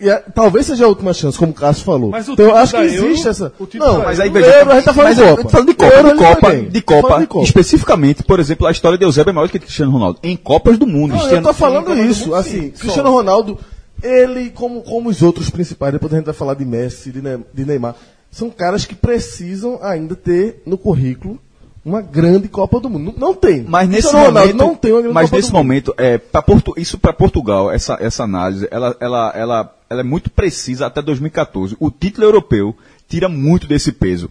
D: E é- talvez seja a última chance, como o Cássio falou.
F: Mas o
D: então eu
F: título
D: acho que
F: da Euro-
D: existe essa.
F: o título
D: Não,
F: da
D: mas
C: Mas
D: aí
C: aí,
D: veja,
C: veja,
D: Euro, a gente tá falando de
C: mas
D: Copa.
C: eu tô falando de Copa,
D: Euro,
C: de
D: ele vai
C: Copa,
D: bem.
C: de
D: Tô falando
C: Copa,
D: de Copa.
C: especificamente, por exemplo, a história de Eusébio é maior que de Cristiano Ronaldo. Em Copas do Mundo.
D: Não,
C: Cristiano-
D: eu tô falando
C: Sim,
D: isso, assim, Cristiano Ronaldo, ele, como, como os outros principais, depois a gente vai falar de Messi, de Ne- de Neymar, são caras que precisam ainda ter no currículo uma grande Copa do Mundo. Não, não tem.
C: Mas nesse
D: Cristiano Ronaldo
C: momento,
D: é não tem uma grande
C: mas
D: Copa
C: nesse
D: do Mundo.
C: momento, é, pra Portu- isso para Portugal, essa, essa análise, ela, ela, ela, ela é muito precisa até 2014. O título europeu tira muito desse peso.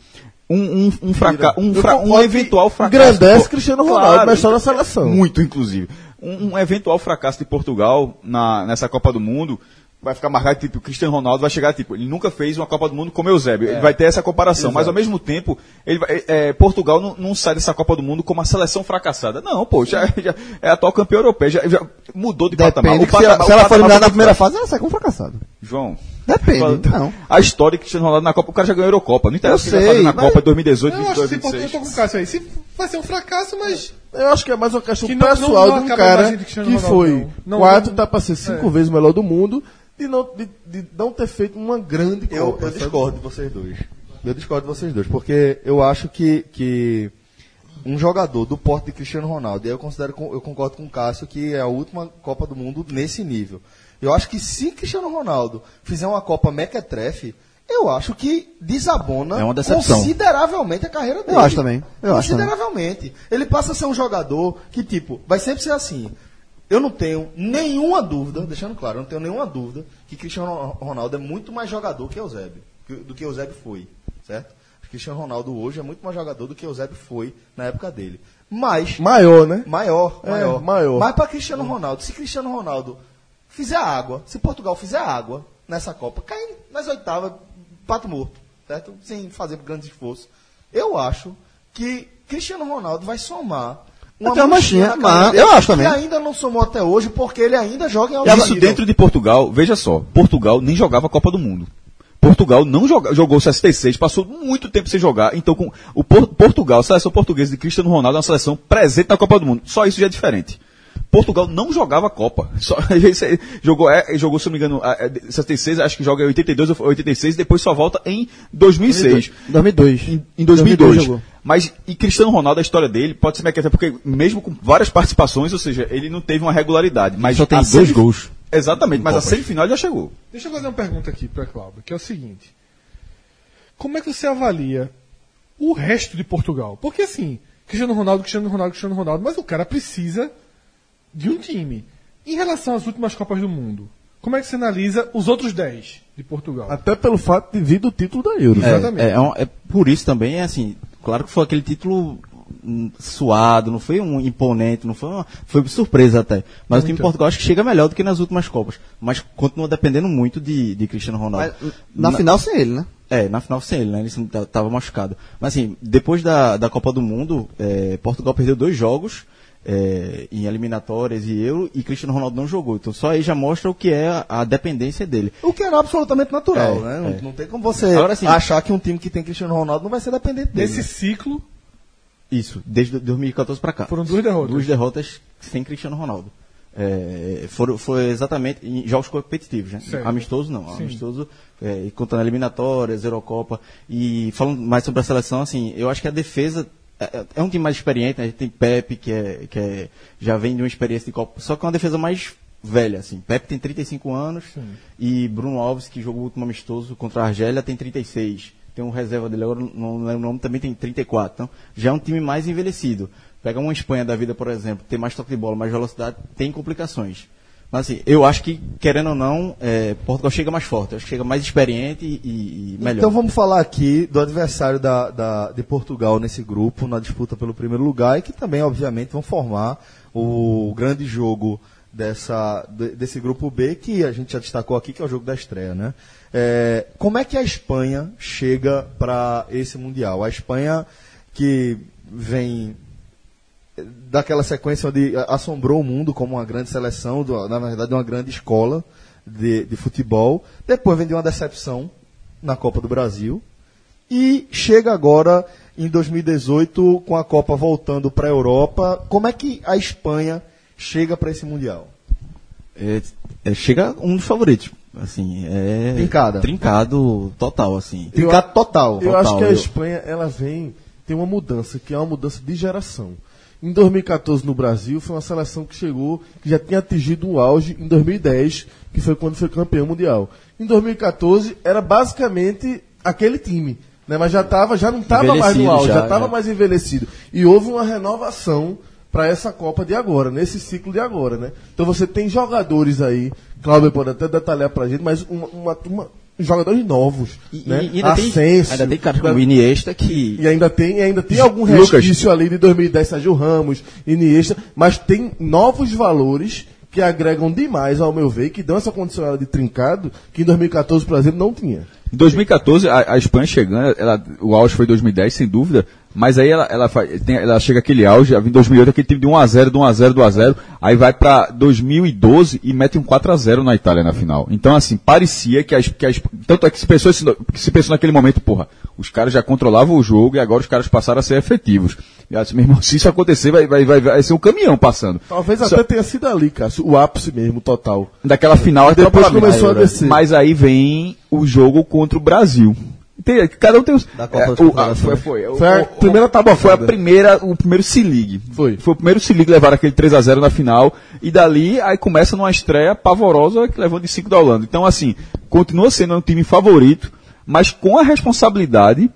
C: Um, um, um, fraca- um, fra- um eventual fracasso.
D: Engrandece Cristiano Ronaldo
C: Claro.
D: na história da seleção.
C: Muito, inclusive. Um, um eventual fracasso de Portugal na, nessa Copa do Mundo vai ficar marcado, tipo, o Cristiano Ronaldo vai chegar, tipo, ele nunca fez uma Copa do Mundo como Eusébio.
B: É.
C: Ele vai ter essa comparação. Mas, ao mesmo tempo, ele vai- é, é, Portugal não, não sai dessa Copa do Mundo como a seleção fracassada. Não, pô, já, já é atual campeão europeu. Já, já mudou de patamar.
B: Depende,
C: O
B: que se ela,
C: patamar-
B: se
C: o
B: ela for
C: patamar
B: eliminada
C: do
B: na primeira
C: Portugal-
B: fase, ela sai como fracassada.
C: João...
B: Depende, não.
C: A história de Cristiano Ronaldo na Copa, o cara já ganhou a Eurocopa. Não interessa o que ele vai
B: sei,
C: fazer na
B: mas-
C: Copa de 2018,
F: Eu acho que é
C: 2022,
F: se Portugal, eu
C: 2026.
F: tô com o Cássio aí. Se vai ser um fracasso, mas
D: Eu acho que é mais uma questão
F: Que não- não-
D: pessoal
F: não
D: de um
F: acaba mais
D: cara
F: de Cristiano
D: que
F: Ronaldo,
D: foi
F: não. Não,
D: quatro,
F: não-
D: tá pra ser cinco
F: é.
D: vezes o melhor do mundo, de não, de, de não ter feito uma grande Copa.
A: Eu, eu
D: sabe?
A: discordo de vocês dois. Eu discordo de vocês dois, porque eu acho que, que um jogador do porte de Cristiano Ronaldo, e aí eu considero, com- eu concordo com o Cássio que é a última Copa do Mundo nesse nível. Eu acho que se Cristiano Ronaldo fizer uma Copa mequetrefe, eu acho que desabona
G: É uma decepção.
A: consideravelmente a carreira dele.
B: acho também, eu acho também.
A: consideravelmente. Ele passa a ser um jogador que, tipo, vai sempre ser assim. Eu não tenho nenhuma dúvida, deixando claro, eu não tenho nenhuma dúvida que Cristiano Ronaldo é muito mais jogador que Eusébio, que- do que Eusébio foi, certo? Cristiano Ronaldo hoje é muito mais jogador do que Eusébio foi na época dele. Mas
D: Maior, né?
A: Maior,
D: É,
A: maior.
D: maior.
A: Mas para Cristiano Ronaldo, se Cristiano Ronaldo fizer água, se Portugal fizer água nessa Copa, cai nas oitavas, pato morto, certo? Sem fazer grande esforço. Eu acho que Cristiano Ronaldo vai somar
B: Até uma manchinha,
A: na cara
B: mas
A: dele
B: eu acho
A: que
B: também.
A: ainda não somou até hoje, porque ele ainda joga em alto
C: Isso
A: nível.
C: é dentro de Portugal, veja só, Portugal nem jogava a Copa do Mundo. Portugal não joga, jogou 66, passou muito tempo sem jogar. Então, com o Por- Portugal, a seleção portuguesa de Cristiano Ronaldo é uma seleção presente na Copa do Mundo. Só isso já é diferente. Portugal não jogava a Copa. Só, isso aí, jogou, é, jogou, se eu não me engano, a- é, 76, acho que joga em 82 ou 86, depois só volta em 2006 em,
B: 2002.
C: em 2002.
B: 2002 jogou.
C: Mas, e Cristiano Ronaldo, a história dele pode ser mequeta, porque mesmo com várias participações, ou seja, ele não teve uma regularidade. Mas
G: Só tem
C: a
G: dois
C: semif-
G: gols.
C: Exatamente, mas
G: Copas.
C: a semifinal ele já chegou.
F: Deixa eu fazer uma pergunta aqui para Cláudio, que é o seguinte: Como é que você avalia o resto de Portugal? Porque assim, Cristiano Ronaldo, Cristiano Ronaldo, Cristiano Ronaldo, mas o cara precisa de um time. Em relação às últimas Copas do Mundo, como é que você analisa os outros 10 de Portugal?
D: Até pelo fato de vir do título da Euro.
G: É,
F: Exatamente.
G: É, é um- é por isso também, é assim, claro que foi aquele título hum, suado, não foi um imponente, não foi uma, foi surpresa até. Mas o time de Portugal acho que chega melhor do que nas últimas Copas. Mas continua dependendo muito de, de Cristiano Ronaldo.
B: Na final sem ele, né?
G: É, na final sem ele, né? Ele se- tá- tava machucado. Mas assim, depois da, da Copa do Mundo, é, Portugal perdeu dois jogos é, em eliminatórias e Euro e Cristiano Ronaldo não jogou. Então só aí já mostra o que é a, a dependência dele.
A: O que era absolutamente natural,
G: É,
A: né?
G: é.
A: Não, não tem como você
G: Agora sim.
A: achar que um time que tem Cristiano Ronaldo não vai ser dependente dele.
F: Nesse
A: né?
F: ciclo,
G: Isso, desde 2014 pra cá.
F: Foram duas derrotas.
G: Duas derrotas sem Cristiano Ronaldo. É, foram, foi exatamente em jogos competitivos, né?
F: Certo.
G: Amistoso não.
F: Sim.
G: Amistoso, é, e contando eliminatórias, Eurocopa. E falando mais sobre a seleção, assim, eu acho que a defesa é, é um time mais experiente, né? A gente tem Pepe, que, é, que é, já vem de uma experiência de Copa, só que é uma defesa mais velha, assim. Pepe tem 35 anos e Bruno Alves, que jogou o último amistoso contra a Argélia, tem 36. Tem um reserva dele, agora não lembro o nome, também tem 34. Então, já é um time mais envelhecido. Pega uma Espanha da vida, por exemplo, tem mais toque de bola, mais velocidade, tem complicações. Mas assim, eu acho que, querendo ou não, é, Portugal chega mais forte, eu acho que chega mais experiente e, e- e melhor.
A: Então vamos falar aqui do adversário da, da- de Portugal nesse grupo, na disputa pelo primeiro lugar, e que também, obviamente, vão formar o grande jogo dessa, de- desse grupo B, que a gente já destacou aqui, que é o jogo da estreia, né? É, como é que a Espanha chega para esse Mundial? A Espanha que vem daquela sequência onde a- assombrou o mundo como uma grande seleção, do- na verdade uma grande escola de, de futebol. Depois vendeu uma decepção na Copa do Brasil e chega agora em 2018 com a Copa voltando para a Europa. Como é que a Espanha chega para esse mundial?
G: É, é, chega um dos favoritos. Assim, é.
A: Trincada.
G: Trincado total, assim.
A: Tem gato total.
D: Eu
G: Total,
D: acho que a
G: eu-
D: Espanha, ela vem, tem uma mudança, que é uma mudança de geração. Em 2014, no Brasil, foi uma seleção que chegou, que já tinha atingido o auge em 2010, que foi quando foi campeão mundial. Em 2014, era basicamente aquele time, né? Mas já tava, já não tava mais no
G: Envelhecido
D: auge, já,
G: já,
D: tava
G: já.
D: mais envelhecido. E houve uma renovação para essa Copa de agora, nesse ciclo de agora, né? Então você tem jogadores aí, Cláudio pode até detalhar pra gente, mas uma, uma turma, um jogadores novos,
G: E,
D: né?
G: e ainda, tem,
D: Ascenso,
G: ainda tem caras como
D: da-
G: o Iniesta que.
D: e ainda tem, ainda tem algum
C: Lucas.
D: resquício ali de 2010, Sérgio Ramos, Iniesta, mas tem novos valores que agregam demais, ao meu ver, que dão essa condicionada de trincado que em 2014, por exemplo, não tinha.
C: Em 2014, a, a Espanha chegando, ela- o auge foi 2010, sem dúvida, mas aí ela, ela, fa- tem- ela chega aquele auge, em 2008 aquele time de 1x0, de 1x0, de 1x0, aí vai pra 2012 e mete um 4x0 na Itália na final. Então, assim, parecia que as, que as tanto é que se pensou, esse no- que se pensou naquele momento, porra, os caras já controlavam o jogo e agora os caras passaram a ser efetivos. E assim, meu irmão, se isso acontecer, vai, vai, vai, vai ser um caminhão passando.
D: Talvez
C: Só-
D: até tenha sido ali, Cássio, o ápice mesmo, total.
C: daquela final até
D: Depois
C: pra-
D: começou a
C: Mas-
D: descer.
C: Mas aí vem o jogo contra o Brasil. Entende? Cada um tem os.
B: Da Copa né?
C: é,
B: das
C: o- ah,
B: Confederações.
C: foi, foi, O-
D: Foi a
C: o-
D: primeira tabocada.
C: Foi a primeira, o primeiro Se Ligue.
D: Foi.
C: Foi o primeiro Se Ligue levar aquele 3x0 na final. E dali, aí começa numa estreia pavorosa que levou de 5 da Holanda. Então, assim, continua sendo um time favorito, mas com a responsabilidade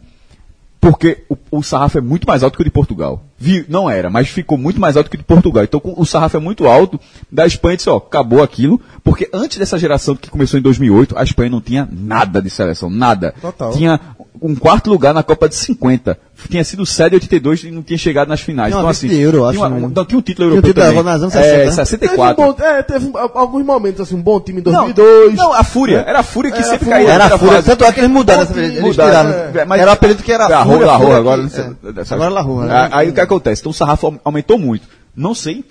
C: porque o, o sarrafo é muito mais alto que o de Portugal. Vi- não era, mas ficou muito mais alto que o de Portugal. Então com- o sarrafo é muito alto. Da Espanha disse, ó, acabou aquilo. Porque antes dessa geração que começou em 2008, a Espanha não tinha nada de seleção, nada.
B: Total.
C: Tinha um quarto lugar na Copa de 50. Tinha sido sede 82 e não tinha chegado nas finais.
B: Tinha uma
C: então
B: vez
C: assim,
B: de Euro, eu acho,
C: tinha, uma-
B: né?
C: não, tinha um
B: Tinha
C: título
B: um
C: europeu
B: título
C: também.
B: na- nos anos
C: é,
B: 60.
D: Teve,
C: 64.
D: um bom- é, teve um- alguns momentos, assim, um bom time em
C: Não,
D: 2002.
C: Não, a Fúria. Era a Fúria que sempre caía. na
B: Era a
C: primeira
B: Fúria.
C: fase.
B: Tanto é que eles mudaram essa
D: Mudaram,
B: vez. Eles
C: Mudaram,
B: tiraram.
C: é, mas-
B: Era o apelido que era
C: É,
B: Fúria,
C: a Rua, a Rua,
B: Fúria,
C: agora.
B: que-
C: não
B: é.
C: sei- sabe?
B: Agora é La Rua, né?
C: Ah, Aí o que acontece? Então o sarrafo au- aumentou muito. Não sei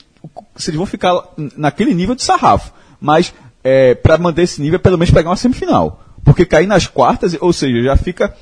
C: se eles vão ficar n- naquele nível de sarrafo, mas é, para manter esse nível é pelo menos pegar uma semifinal. Porque cair nas quartas, ou seja, já fica.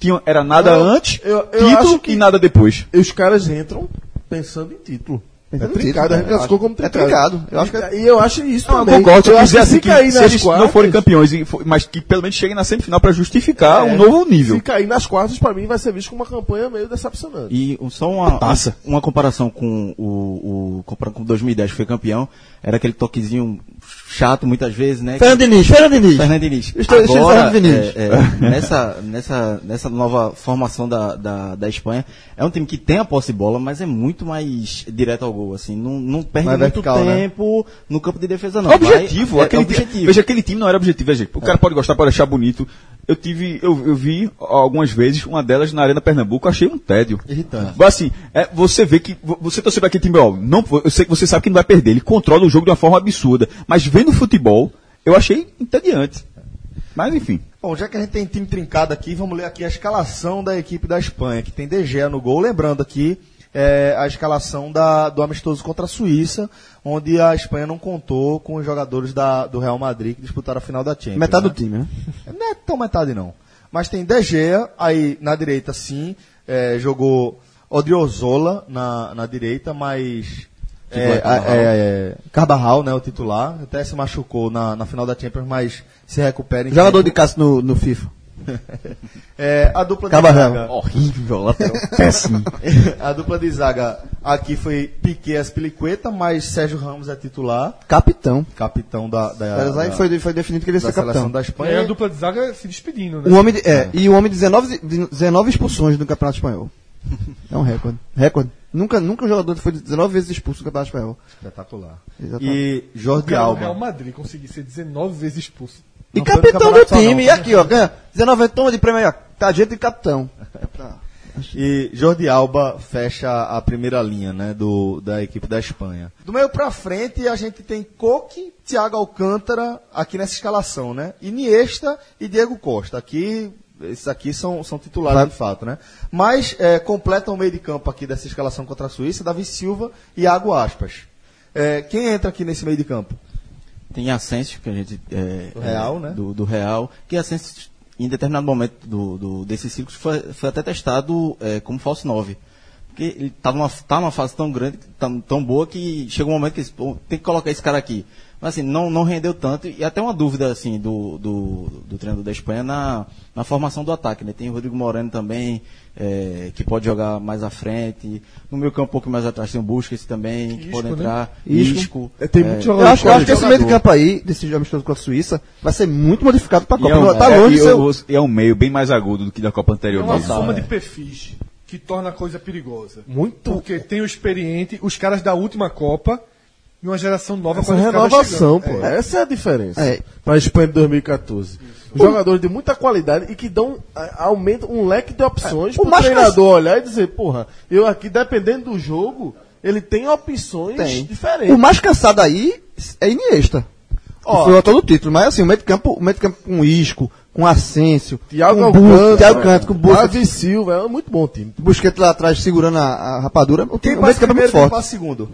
C: tinha- era nada
D: Eu-
C: antes,
D: eu- eu
C: título
D: acho que-
C: e nada depois.
D: E os caras entram pensando em título.
B: Pensando em
D: trincado,
B: título,
D: a
B: é,
D: gente
B: eu
D: classificou
B: acho-
D: como
B: é
D: trincado.
B: trincado, eu acho que é-
D: E eu acho isso
C: Não,
D: também. Então,
C: concordo, eu
D: eu
C: dizer
D: se
C: assim que
D: cair
B: né,
C: se
D: nas
C: eles não
D: quartas-
C: forem campeões, e fo- mas que pelo menos cheguem na semifinal para justificar
D: É.
C: um novo nível.
D: Se cair nas quartas, pra mim, vai ser visto como uma campanha meio decepcionante.
G: E um- só uma,
C: taça.
G: uma comparação com o, o comparando com 2010 que foi campeão, era aquele toquezinho chato muitas vezes, né?
B: Fernando Diniz, Fernando Diniz.
C: É.
G: Fernando Diniz.
B: Estou- estou de
G: Agora,
B: Fernando Diniz.
G: é, é, nessa, nessa, nessa nova formação da, da, da Espanha, é um time que tem a posse de bola, mas é muito mais direto ao gol, assim. Não, não perde
B: Mais
G: muito
B: vertical, né?
G: tempo no campo de defesa, não.
C: objetivo,
G: Vai- é, é
C: aquele Time,
G: objetivo. É.
C: veja, aquele time não era objetivo, veja, o cara pode gostar, pode achar bonito. Eu tive, eu, eu vi algumas vezes, uma delas na Arena Pernambuco, eu achei um tédio.
B: Irritante.
C: Mas, Assim, é, você vê que, vo- você torcer pra aquele time, ó, não, eu sei que você sabe que não vai perder, ele controla o jogo de uma forma absurda, mas vendo futebol, eu achei entediante. Mas enfim.
A: Bom, já que a gente tem time trincado aqui, vamos ler aqui a escalação da equipe da Espanha, que tem De Gea no gol. Lembrando aqui eh, a escalação da- do amistoso contra a Suíça, onde a Espanha não contou com os jogadores da- do Real Madrid que disputaram a final da Champions.
B: Metade
A: né?
B: do time, né?
A: Não é tão metade, não. Mas tem De Gea, aí na direita sim, eh, jogou Odriozola na, na direita, mas. É,
G: Carvajal.
A: é, é, Carvajal, né, o titular, até se machucou na, na final da Champions, mas se recupera. em
B: Jogador
A: tempo.
B: de caça no, no FIFA.
A: É, a dupla de
B: Cabarrão.
A: zaga.
G: Horrível, lateral.
A: A dupla de zaga aqui foi Piquet Aspilicueta, mas Sérgio Ramos é titular,
B: Capitão.
A: capitão da,
D: Ah,
A: da,
B: Era
A: da,
B: aí que foi, foi definido que ele ia
A: da
B: ser
A: seleção
B: capitão.
A: da
F: É a
A: Espanha.
F: dupla de zaga se despedindo, né?
B: Um homem de,
D: Ah.
B: é, E o homem de 19, de 19 expulsões no Campeonato Espanhol. É um recorde. Recorde. Nunca, nunca um jogador foi 19 vezes expulso no Campeonato Espanhol.
A: Espetacular.
B: Exatamente.
A: E
C: é
A: Jordi
F: Cara, o Real
A: Alba.
F: Madrid conseguir ser 19 vezes expulso.
B: E,
A: não foi no
B: capitão do
A: campeonato só não.
B: time. E aqui, ó. Ganha 19 toma de prêmio aí, ó. Tá jeito de capitão. É pra-
A: E Jordi Alba fecha a primeira linha, né, do, da equipe da Espanha. Do meio pra frente, a gente tem Coque, Thiago Alcântara, aqui nessa escalação, né? Iniesta e Diego Costa. Aqui, esses aqui são, são titulares de fato, né? Mas eh, completam o meio de campo aqui dessa escalação contra a Suíça, Davi Silva e Iago Aspas. Eh, quem entra aqui nesse meio de campo?
G: Tem Asensio, que a gente. É,
A: Do Real,
G: é,
A: né?
G: Do, do Real. Que Asensio, em determinado momento do, do, desse ciclo, foi, foi até testado é, como falso 9. Porque ele estava numa, tá numa fase tão grande, tão, tão boa, que chega um momento que esse- pô, tem que colocar esse cara aqui. Mas assim, não, não rendeu tanto. E até uma dúvida assim do, do, do treinador da Espanha na, na formação do ataque. Né? Tem o Rodrigo Moreno também, é, que pode jogar mais à frente. No meio campo, um pouco mais atrás, tem o Busquets também, que
F: Isco,
G: pode
F: né?
G: entrar.
B: Isco.
D: É, tem muito
B: Eu acho,
D: jogador
B: eu acho
D: qualidade.
B: que
G: é um
B: esse meio de campo aí, desse jogo amistoso com a Suíça, vai ser muito modificado pra
C: E
B: Copa.
C: é, um,
B: tá
C: é-
B: longe
C: e
B: de ser o-
C: o- e é um meio bem mais agudo do que da Copa
F: É
C: anterior.
F: uma
C: mesmo.
F: soma de perfis que torna a coisa perigosa.
D: Muito.
F: Porque tem o experiente, os caras da última Copa e uma geração nova
D: Essa
F: qualificada
D: renovação,
F: chegando.
D: pô. Essa é a diferença.
B: É.
D: Pra Espanha de 2014. Jogadores de muita qualidade e que dão, a- aumentam um leque de
A: É,
D: opções
B: O
D: pro
B: mais
D: treinador olhar e dizer, porra, eu aqui, dependendo do jogo, ele tem opções
B: Tem.
D: diferentes.
A: Um
B: O mais cansado aí é Iniesta.
D: Ó.
B: que foi o autor do título, mas assim, o meio de campo, o meio de campo com Isco, com Asensio,
D: Thiago
B: com Busquets, Thiago
D: Alcântara,
B: Canto, com Busquets,
D: Davi Silva, é um muito bom time.
B: Busquets lá atrás segurando a, a rapadura. O, time,
A: Quem
B: o meio
A: passa
B: de campo é muito
A: primeiro, quem
B: forte.
A: passa segundo?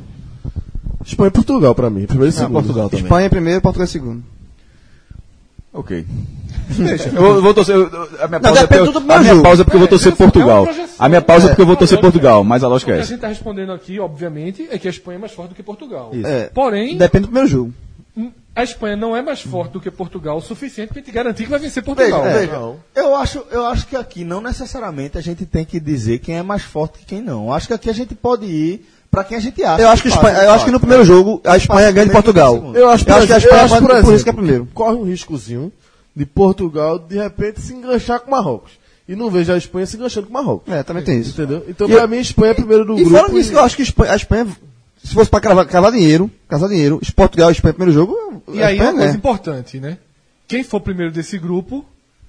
D: Espanha e Portugal pra mim, primeiro e segundo.
G: Portugal também.
B: Espanha em primeiro, Portugal em segundo.
C: Ok. eu vou- vou torcer. eu- eu- a minha
B: Não,
C: pausa é
B: depende
C: porque
B: do
C: eu,
B: meu
C: a minha
B: jogo.
C: pausa é porque eu vou torcer
F: é uma
C: Portugal.
F: projeção.
C: A minha pausa é porque eu vou torcer
F: É.
C: Portugal, mas a
F: O
C: lógica
F: que
C: é
F: a tá
C: essa.
F: gente está respondendo aqui, obviamente, é que a Espanha é mais forte do que Portugal.
B: É.
F: Porém,
B: Depende do primeiro jogo.
F: hum, a Espanha não é mais forte do que Portugal o suficiente para te garantir que vai vencer Portugal.
A: Veja,
F: É.
A: veja, Eu, acho, eu acho que aqui não necessariamente a gente tem que dizer quem é mais forte que quem não. Eu Acho que aqui a gente pode ir para quem a gente acha.
B: Eu acho que, a Espanha-
A: passa,
B: eu acho que no primeiro jogo a Espanha ganha de Portugal.
D: Eu acho,
B: Eu acho que a
D: eu
B: Espanha pode-
D: acho, por
B: por
D: exemplo,
A: assim.
B: isso que é primeiro.
D: Corre um riscozinho de Portugal de repente se enganchar com Marrocos. E não vejo a Espanha se enganchando com Marrocos.
B: É, também tem isso.
D: Entendeu? Então,
B: E
D: pra
B: eu-
D: mim, a Espanha é primeiro do
B: E
D: grupo.
B: fora disso, eu acho que a Espanha, a Espanha, se fosse pra cravar, cravar dinheiro, casar dinheiro, se Portugal e Espanha primeiro jogo,
F: E
B: a
F: aí
B: Espanha
F: é uma coisa
B: ganha.
F: importante, né? Quem for primeiro desse grupo,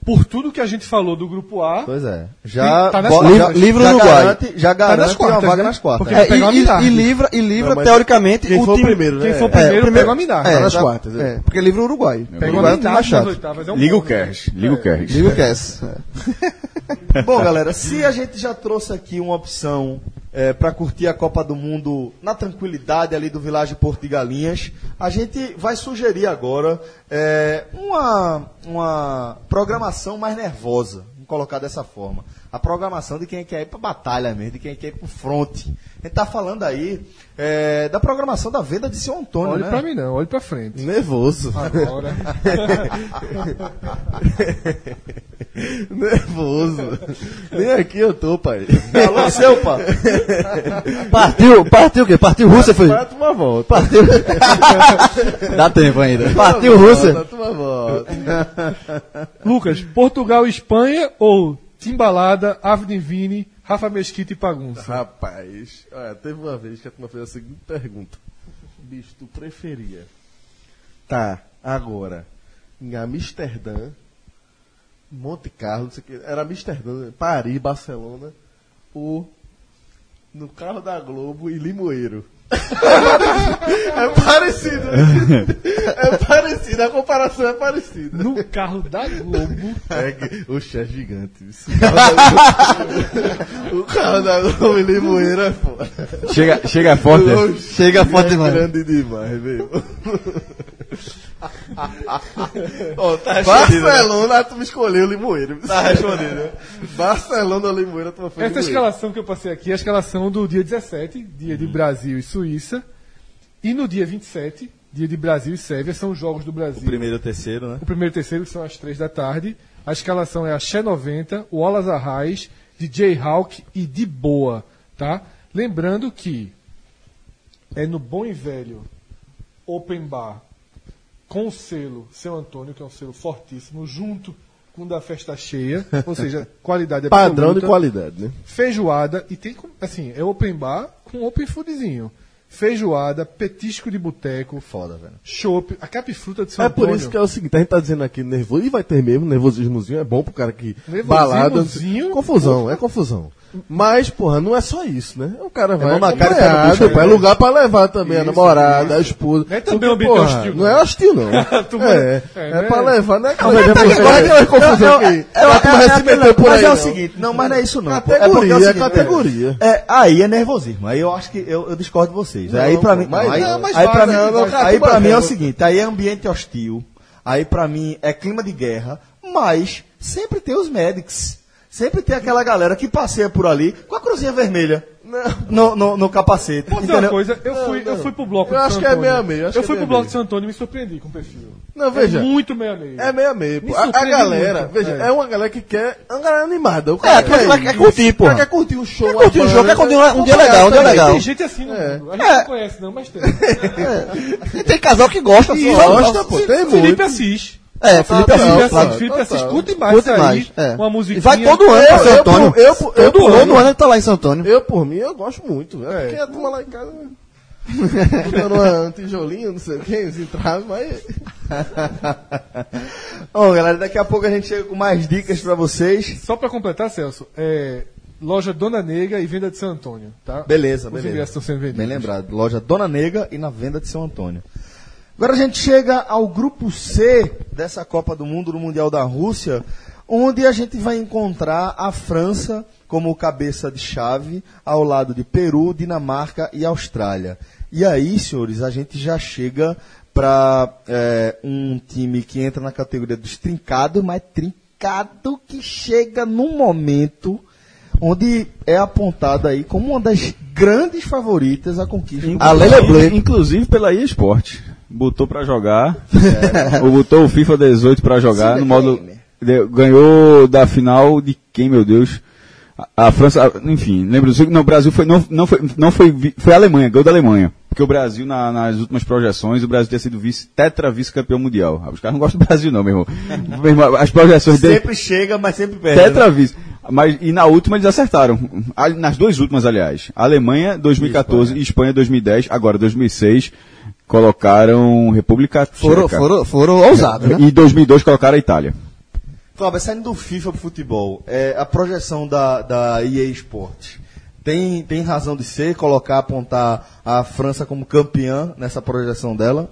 F: por tudo que a gente falou do grupo A,
A: Pois é. Já,
F: Tá nas
A: bo-
F: quartas.
A: já-
B: Livre
A: já
B: Uruguai.
A: garante, já
D: Tá
F: nas
A: garante uma
F: quartas,
A: vaga
F: né?
A: nas quartas.
F: Porque-
A: É.
B: É, e,
F: Pega uma
B: e,
F: milagre.
B: e livra, e livra
D: Não, mas
B: teoricamente,
D: quem
B: o
D: for
B: time...
D: primeiro, né?
F: quem for
D: É,
F: primeiro,
B: o primeiro-
F: pega a Minarca.
B: É,
D: nas
B: nas
D: quartas,
B: quartas.
D: é.
B: É, porque livra o Uruguai.
F: Pega
B: Uruguai
F: uma
B: é o time mais
F: Minarca
B: chato.
F: nas oitavas. É um
C: Liga o
F: bom, né?
C: Kerris. Liga o Kerris.
B: Livra o Cass. É.
A: Bom, galera, se a gente já trouxe aqui uma opção para curtir a Copa do Mundo na tranquilidade ali do Vilagem Porto de Galinhas, a gente vai sugerir agora é, uma, uma programação mais nervosa, vamos colocar dessa forma. A programação de quem quer ir para batalha mesmo, de quem quer ir para front. A gente tá falando aí é, da programação da venda de seu Antônio,
F: Olhe
A: né?
F: pra mim não, olhe pra frente.
D: Nervoso.
F: Agora.
D: Nervoso. Nem aqui eu tô, pai.
A: Alô, seu, pá.
B: Partiu, partiu o quê? Partiu Rússia, foi?
D: Vai tomar volta.
B: Partiu,
G: Dá tempo ainda.
B: partiu Rússia.
D: Vai tomar volta.
F: Lucas, Portugal e Espanha ou Timbalada, Avni Vini, Rafa Mesquita e Pagunça?
D: Rapaz, olha, teve uma vez que a turma fez a seguinte pergunta. Bicho, tu preferia tá agora em Amsterdã, Monte Carlo, não sei o que, era Amsterdã, né? Paris, Barcelona, ou no carro da Globo em Limoeiro. é parecido. É parecido, a comparação é parecida.
F: No carro da Globo.
D: É que, oxe, é gigante. Isso. O carro da Globo em Limoeiro é foda.
C: Chega, chega forte.
D: Oxe,
B: Chega forte
D: é
B: demais.
D: grande demais, velho.
A: Ó, tá respondido, né?
D: Barcelona, tu me escolheu Limoeiro.
A: Tá respondido, né?
D: Barcelona ou Limoeiro, tu foi
F: Essa
D: Limoeiro.
F: escalação que eu passei aqui é a escalação do dia 17, dia de Brasil e Suíça. E no dia 27, dia de Brasil e Sérvia, são os jogos do Brasil.
A: Primeiro e terceiro, né?
F: O primeiro e terceiro que são às três da tarde. A escalação é a Xé 90, o Olas Arraes, DJ Hawk e De Boa, tá? Lembrando que é no bom e velho Open Bar com o selo Seu Antônio, que é um selo fortíssimo, junto com o da festa cheia, ou seja, qualidade é absoluta.
D: Padrão de qualidade, né?
F: Feijoada e tem, com- assim, é open bar com open foodzinho. Feijoada, petisco de boteco,
A: Foda, velho.
F: chopp, a capifruta de São
D: É
F: Antônio.
D: por isso que é o seguinte, a gente tá dizendo aqui nervoso, e vai ter mesmo, nervosismozinho é bom pro cara que
F: Nervosismozinho?
D: balada, confusão, é confusão. Mas, porra, não é só isso, né? O
F: É
D: cara vai
A: mão na cara e
D: acompanhado,
A: pé no
D: pô, é lugar pra levar também a namorada, a esposa.
F: né? Não é também um
D: Porque,
F: ambiente
D: porra,
F: hostil,
D: Não é
F: não.
D: hostil, não.
F: Turma,
D: é,
F: é,
D: é,
F: né?
D: pra levar, não é aquela
B: Mas
D: confusão
B: agora
D: que- confusão
B: eu-
D: que
B: eu-
D: a turma
B: eu-
D: já se meteu por
A: Mas
D: aí,
A: é o
D: não.
A: seguinte, não, mas não é isso não. pô.
D: Categoria,
A: é porque é o seguinte,
D: categoria.
A: É, aí é nervosismo. Aí eu acho que eu, eu discordo de vocês. aí pra mim,
D: mas-
A: aí,
D: não, mas
A: aí pra
D: faz,
A: mim,
D: não, não, cara,
A: aí
D: tudo
A: pra
D: bem.
A: mim é o seguinte, aí é ambiente hostil. Aí pra mim é clima de guerra, mas sempre tem os médicos. Sempre tem aquela galera que passeia por ali com a cruzinha vermelha no, no, no capacete.
F: Posso dizer uma
A: entendeu?
F: coisa? Eu fui, eu fui pro bloco
D: Eu
F: de
D: acho
F: São
D: que é
F: Antônio.
D: meio a meio, acho
F: Eu
D: que
F: fui
D: é
F: pro
D: meio a
F: bloco
D: meio.
F: de Santo Antônio e me surpreendi com o perfil.
D: Não, veja.
F: É muito meio a meio.
D: É meia meia,
F: Me
D: pô. A, a
F: surpreende
D: galera,
F: muito.
D: veja,
F: É.
D: é. uma galera que quer. É uma galera animada. O
B: É, que vai- quer curtir, porra.
D: Quer curtir um show.
B: Quer curtir
D: uma
B: um jogo,
D: banda,
B: quer curtir um- um dia legal, um dia
D: também.
B: legal.
F: Tem gente assim
D: É.
F: no mundo. A gente não conhece, não, mas tem.
B: E tem casal que gosta.
D: E
B: só-
D: gosta, pô. Tem
F: Felipe
D: muito.
F: Assis.
B: É, Felipe
D: Ah,
B: Assis.
F: Felipe
D: não,
B: claro.
F: Assis. Felipe Assis. Curte mais
B: Curte
F: aí.
B: mais, é.
F: Uma
B: E
F: musiquinha.
B: vai todo ano
D: Eu-
B: pra São
D: eu-
B: Antônio.
D: eu- eu-
B: Todo
D: eu-
B: ano ele tá lá em São Antônio.
D: Eu, por mim, eu gosto muito. É, porque a turma lá em casa. né? Botando uma- um tijolinho, não sei o que, se trava, mas.
A: Bom, galera, daqui a pouco a gente chega com mais dicas pra vocês.
F: Só pra completar, Celso, é, loja Dona Negra e venda de São Antônio, tá?
A: Beleza,
F: Os
A: beleza.
F: ingressos estão sendo vendidos.
A: Bem lembrado. Loja Dona Nega e na venda de São Antônio. Agora a gente chega ao grupo C dessa Copa do Mundo, do Mundial da Rússia, onde a gente vai encontrar a França como cabeça de chave, ao lado de Peru, Dinamarca e Austrália. E aí, senhores, a gente já chega para um time que entra na categoria dos trincados, mas trincado que chega num momento onde é apontada aí como uma das grandes favoritas a é conquista. do
B: A Lele Bleu.
C: Inclusive pela EA Sport. botou pra jogar, ou botou o FIFA 18 pra
A: É.
C: jogar,
A: Sim, é
C: no modo
A: DKM.
C: de- ganhou da final de quem, meu Deus? A- A França, a- enfim, lembro, não, o Brasil foi, não, não foi, não foi, vi- foi a Alemanha, ganhou da Alemanha. Porque o Brasil, na- nas últimas projeções, o Brasil tinha sido vice, tetra vice-campeão mundial. Ah, Os caras não gostam do Brasil não, meu irmão. Meu irmão, As projeções dele,
A: Sempre chega, mas sempre perde. né?
C: Tetra vice. Mas, e na última eles acertaram. Ali- Nas duas últimas, aliás. Alemanha 2014 e Espanha, 2010. Agora, 2006, colocaram República
B: Foram,
C: Tcheca.
B: foram, foram ousados, né?
C: E 2002 colocaram a Itália.
A: Cláudio, saindo do FIFA pro futebol, é, a projeção da, da EA Sports tem, tem razão de ser colocar, apontar a França como campeã nessa projeção dela?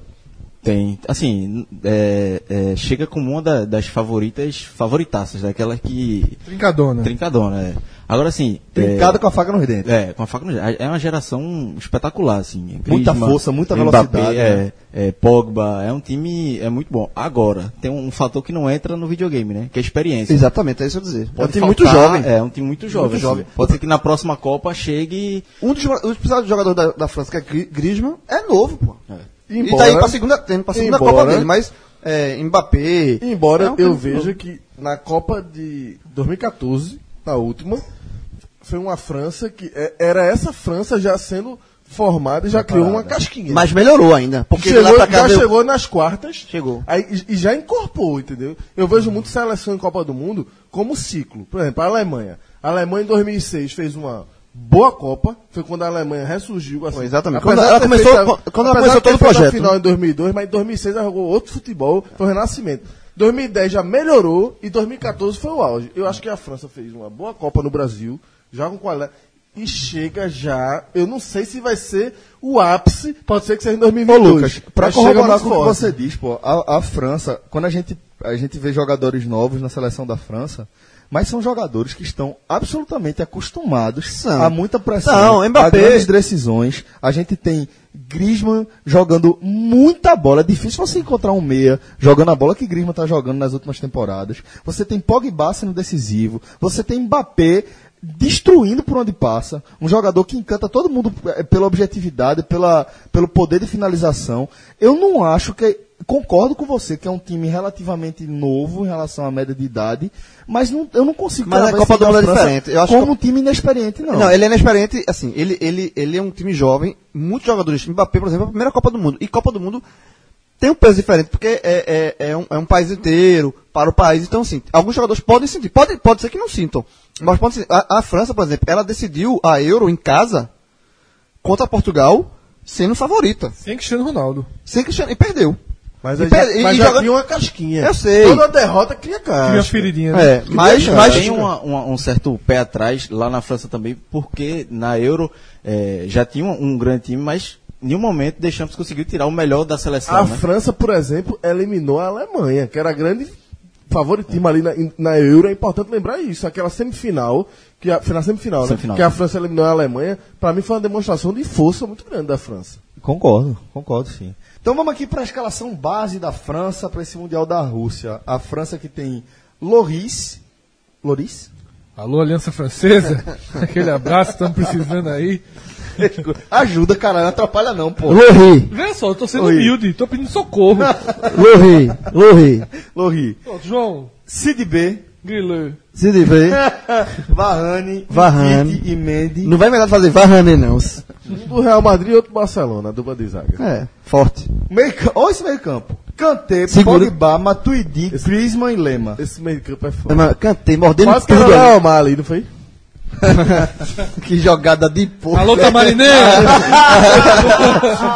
G: Tem. Assim, é, é, chega como uma da- das favoritas, favoritaças, daquelas que.
F: Trincadona.
G: Trincadona, é. Agora assim.
A: Trincada com a faca nos dentes.
G: É, com a faca no ge- É uma geração espetacular, assim.
A: Muita
G: Griezmann,
A: força, muita
G: Mbappé,
A: velocidade,
G: é,
A: né?
G: é, Pogba. É um time é muito bom. Agora, tem um fator que não entra no videogame, né? Que é a experiência.
B: Exatamente, é isso que eu ia dizer. é um
G: Pode
B: time muito
G: faltar-
B: jovem.
G: É, um time muito jovem. assim.
B: jovem.
G: Pode ser que na próxima Copa chegue.
B: Um dos, um dos principais jogadores da, da França, que é Gri- Griezmann, é novo, pô. E
D: Embora-
B: tá indo pra segunda, tá indo pra segunda
D: Embora-
B: Copa dele, mas é, Mbappé...
D: Embora
B: É um time-
D: eu veja que na Copa de 2014, na última, foi uma França que é- era essa França já sendo formada e já criou uma casquinha.
B: Mas melhorou ainda, porque é um
D: chegou,
B: lá pra cá...
D: já
B: veio-
D: chegou nas quartas.
B: Chegou.
D: Aí, e- e já incorporou, entendeu? Eu vejo muito seleção em Copa do Mundo como ciclo. Por exemplo, a Alemanha. A Alemanha em 2006 fez um, uma boa Copa. Foi quando a Alemanha ressurgiu. assim.
B: Foi, exatamente.
D: Apesar
B: Quando
D: de
B: ela
D: ter
B: começou-
D: feito a-
B: quando ela
D: apesar
B: começou
D: de ter
B: todo o
D: feito a
B: projeto,
D: final em 2002, mas em 2006 ela jogou outro futebol. Foi o Renascimento. 2010 já melhorou e 2014 foi o auge. Eu acho que a França fez uma boa Copa no Brasil. Joga com a Ale- e chega já, eu não sei se vai ser o ápice, pode ser que seja em 2022.
A: Lucas, pra
D: mas chega
A: corroborar
D: muito
A: com o que
D: forte.
A: você diz, pô, a, a França, quando a gente, a gente vê jogadores novos na seleção da França, mas são jogadores que estão absolutamente acostumados
B: São.
A: a muita pressão,
B: São, Mbappé.
A: a grandes decisões. A gente tem Griezmann jogando muita bola. É difícil você encontrar um meia jogando a bola que Griezmann está jogando nas últimas temporadas. Você tem Pogba sendo decisivo. Você tem Mbappé destruindo por onde passa. Um jogador que encanta todo mundo eh, pela objetividade, pela, pelo poder de finalização. Eu não acho que Concordo com você que é um time relativamente novo em relação à média de idade, mas não- eu não consigo
B: Mas a
A: cravar
B: Copa
A: esse
B: do Mundo é
A: da França
B: diferente. Eu acho
A: como
B: que-
A: um time inexperiente, não.
B: Não. ele é inexperiente, assim, ele, ele, ele é um time jovem, muitos jogadores, Mbappé, por exemplo, é a primeira Copa do Mundo, e Copa do Mundo tem um peso diferente, porque é, é, é, um, é um país inteiro, para o país, então assim, alguns jogadores podem sentir, pode, pode ser que não sintam, mas pode ser, a, a França, por exemplo, ela decidiu a Euro em casa, contra Portugal, sendo favorita,
F: Sem Cristiano Ronaldo.
B: sem Cristiano, e perdeu.
D: Mas,
B: E
D: aí já-
B: pera- e-
D: mas
B: e
D: já
B: joga-
D: cria uma casquinha.
B: Eu sei.
D: Toda derrota cria
F: Tinha uma
D: casca.
F: feridinha. né?
B: É, mas, mas,
G: tem uma- uma- um certo pé atrás lá na França também, porque na Euro eh, já tinha um, um grande time, mas em nenhum momento deixamos conseguiu tirar o melhor da seleção.
D: A
B: Ah,
G: né?
D: França, por exemplo, eliminou a Alemanha, que era a grande favoritismo ali na, na Euro. É importante lembrar isso. Aquela semifinal, que a, foi na semifinal, né?
G: Semifinal.
D: Que a França eliminou a Alemanha, pra mim foi uma demonstração de força muito grande da França.
A: Concordo, concordo sim. Então vamos aqui para a escalação base da França para esse Mundial da Rússia. A França que tem Loris. Loris?
F: Alô, Aliança Francesa. Aquele abraço, estamos precisando aí.
A: Ajuda, caralho, não atrapalha não, pô.
B: Lorri,
F: Vê só, eu tô sendo humilde, tô pedindo socorro.
B: Lorri, Lorri,
A: Loris.
F: Pronto, João,
A: Sid B,
F: Grilo.
B: se livrei,
A: Varane,
B: Varane.
A: Tite e Mendy.
B: não vai melhor fazer Varane não,
D: Um do Real Madrid e outro do Barcelona, a dupla de zaga.
B: é, forte.
A: Meio ca- Olha esse meio campo. Kanté,
B: Segura.
A: Pogba, Matuidi, Griezmann e Lema.
D: Esse meio campo é foda.
B: Mas, cantei, mordendo
D: Quase que era o
B: tudo ali.
D: Real Madrid, não foi?
B: Que jogada de porra.
F: Alô, Tamarineiro.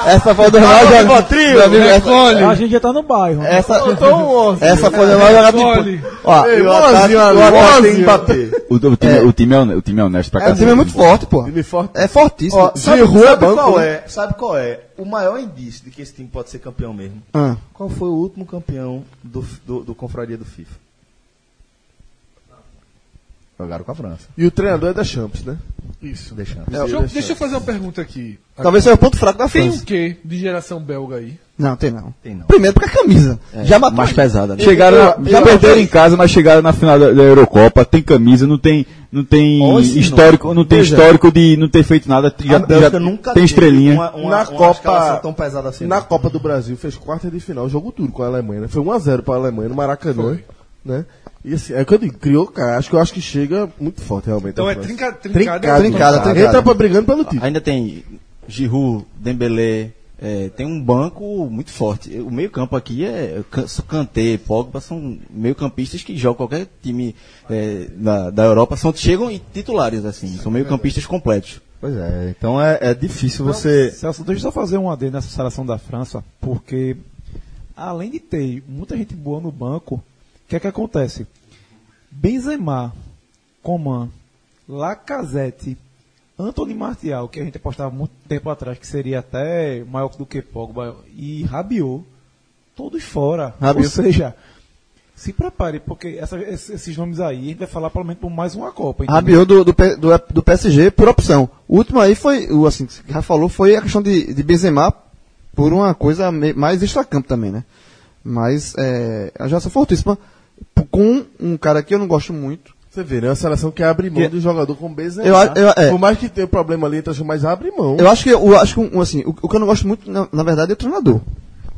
B: Essa foi do Renato. Meu amigo, É, essa,
F: Recolhe.
E: A gente já tá no bairro. né?
B: essa,
A: é
D: Então,
B: essa foi do maior jogada de
F: Recolhe.
B: porra. Ó,
D: Ei,
B: o
D: Boazinho,
B: ataque- o
D: Boazinho.
B: ataque tem
D: Boazinho.
B: Mbappé.
C: O, o time,
B: É.
C: o, time é, hon- o time é honesto pra
B: É, o
C: caramba.
B: time é muito forte, pô.
D: time forte.
B: É fortíssimo.
A: Ó, sabe,
B: Giroud
A: sabe
B: banco,
A: qual
B: né?
A: é? Sabe qual é? O maior indício de que esse time pode ser campeão mesmo.
B: Ah,
A: Qual foi o último campeão do, do, do Confraria do FIFA? Jogaram com a França.
D: E o treinador é da Champs, né?
A: Isso.
B: É,
A: Deixando.
F: João, deixa eu fazer uma pergunta aqui.
B: talvez seja o ponto fraco da
F: Tem o
B: França.
F: quê de geração belga aí?
B: Não, tem não.
G: Tem não.
B: Primeiro porque a camisa. já matou.
G: mais
B: a-
G: pesada, né?
C: Chegaram,
B: Eu-
C: já
B: eu-
C: perderam em casa, mas chegaram na final da, da Eurocopa, tem camisa, não tem, não tem
A: Olha esse
C: histórico, não tem
B: é.
A: Veja.
C: histórico de não ter feito nada, já,
A: A Bélgica
C: já
A: nunca
C: tem
A: teve
C: estrelinha.
A: Uma, uma,
D: Na
A: uma
D: Copa-
A: escalação tão pesada assim.
D: Na
A: né?
D: Copa do Brasil fez quarta de final, jogo duro com a Alemanha, né? Foi 1x0 pra Alemanha no Maracanã, né? E assim, é o que eu digo, criou cara, acho que eu acho que chega muito forte realmente.
F: Então
D: a
F: é
D: França.
F: trinca,
B: Trincada,
F: trincada.
B: trincada, trincada.
D: Entra pra brigando pelo título.
G: Ainda tem Giroud, Dembélé, é, tem um banco muito forte. O meio campo aqui é Can- Kanté, Pogba, são meio campistas que jogam qualquer time é, da, da Europa, são, chegam e titulares assim, são meio campistas completos.
A: Pois é, então é, é difícil você.
E: Celso, deixa eu só fazer um AD nessa seleção da França, porque além de ter muita gente boa no banco, o que é que acontece? Benzema, Coman, Lacazette, Anthony Martial, que a gente apostava muito tempo atrás que seria até maior do que Pogba, e Rabiot, todos fora.
B: Rabiot.
E: Ou seja, se prepare, porque essa- esses, esses nomes aí a gente vai falar pelo menos por mais uma Copa. entendeu?
B: Rabiou do, do, P- do, do PSG por opção. O último aí foi, o assim, que já falou, foi a questão de, de Benzema por uma coisa me- mais extracampo também, né? Mas é, a geração fortíssima p- com um cara que eu não gosto muito.
D: Você vê, né? É uma seleção que abre mão
B: Que-
D: do jogador com Benzema.
B: Eu a- eu a- é.
D: Por mais que tenha problema ali, então, mas abre mão.
B: Eu acho que, eu acho que um, assim, o, o que eu não gosto muito, na, na verdade, é o treinador.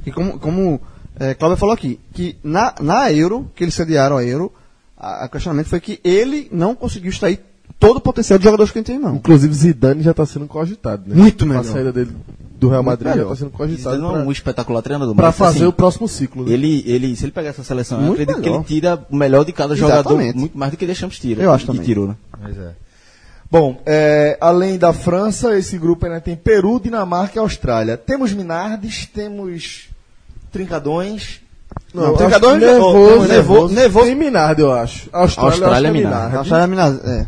B: E como, como é, Cláudio falou aqui, que na, na Euro, que eles sediaram a Euro, a- o questionamento foi que ele não conseguiu extrair todo o potencial de jogadores que ele tem,
A: Um
B: não.
D: Inclusive Zidane já tá sendo cogitado, né?
B: Muito
D: A
B: melhor.
D: saída dele do Real Madrid já
B: melhor.
D: tá sendo
G: Isso
D: cogitado
G: não é
D: pra,
G: um espetacular treinador,
D: pra
G: mas,
D: fazer
G: assim,
D: o próximo ciclo. né?
G: ele, ele, se ele pegar essa seleção, eu
B: Muito
G: acredito que
B: melhor.
G: ele tira o melhor de cada jogador,
B: Exatamente.
G: muito mais do que Deschamps tira.
B: Eu acho
G: e
B: também.
G: tirou, né?
A: Pois é. Bom, é, além da França, esse grupo ainda tem Peru, Dinamarca e Austrália. Temos Minardes, temos Trincadões.
D: Não, eu
B: Trincador
D: acho que
B: é
D: nervoso,
A: né?
B: nervoso,
D: nervoso,
B: nervoso.
D: nervoso. Tem Minardi, eu acho. A Austrália,
G: Austrália
D: eu acho que é
G: é Minardi.
D: Minardi.
B: Acharam a mina- é.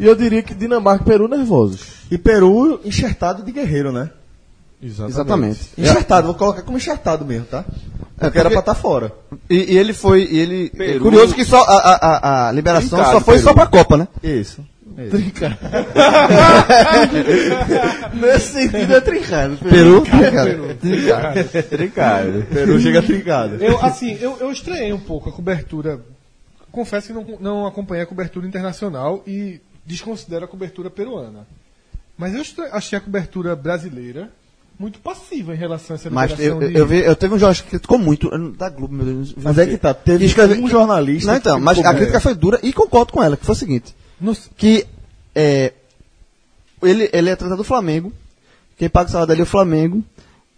D: E eu diria que Dinamarca e Peru nervosos.
A: E Peru enxertado de guerreiro, né?
B: Exatamente.
A: Enxertado, vou colocar como enxertado mesmo, tá?
B: É,
A: Porque era pra
B: porque-
A: estar fora.
B: E, e ele foi. E ele,
C: Peru.
B: é curioso que só a, a- a- a liberação
C: Trincado,
B: só foi
C: Peru.
B: só pra Copa, né?
A: Isso.
D: Nesse sentido é trincado.
B: Peru. Trincado.
C: Trincado.
A: Peru chega trincado.
F: Eu, assim, eu, eu estranhei um pouco a cobertura. Confesso que não, não acompanhei a cobertura internacional e desconsidero a cobertura peruana. Mas eu estra- achei a cobertura brasileira muito passiva em relação a essa
B: Mas eu,
F: liberação
B: eu,
F: de-
B: eu vi, eu teve um jornalista que criticou muito. eu não- Da Globo, meu Deus. não-
A: Mas é que tá, teve
B: Escreve-
A: um jornalista
B: Não, então,
A: que
B: mas
A: ficou
B: a
A: bem.
B: crítica foi dura e concordo com ela, que foi o seguinte.
F: Não-
B: que é, ele, ele é tratado do Flamengo. Quem paga o salário dele é o Flamengo.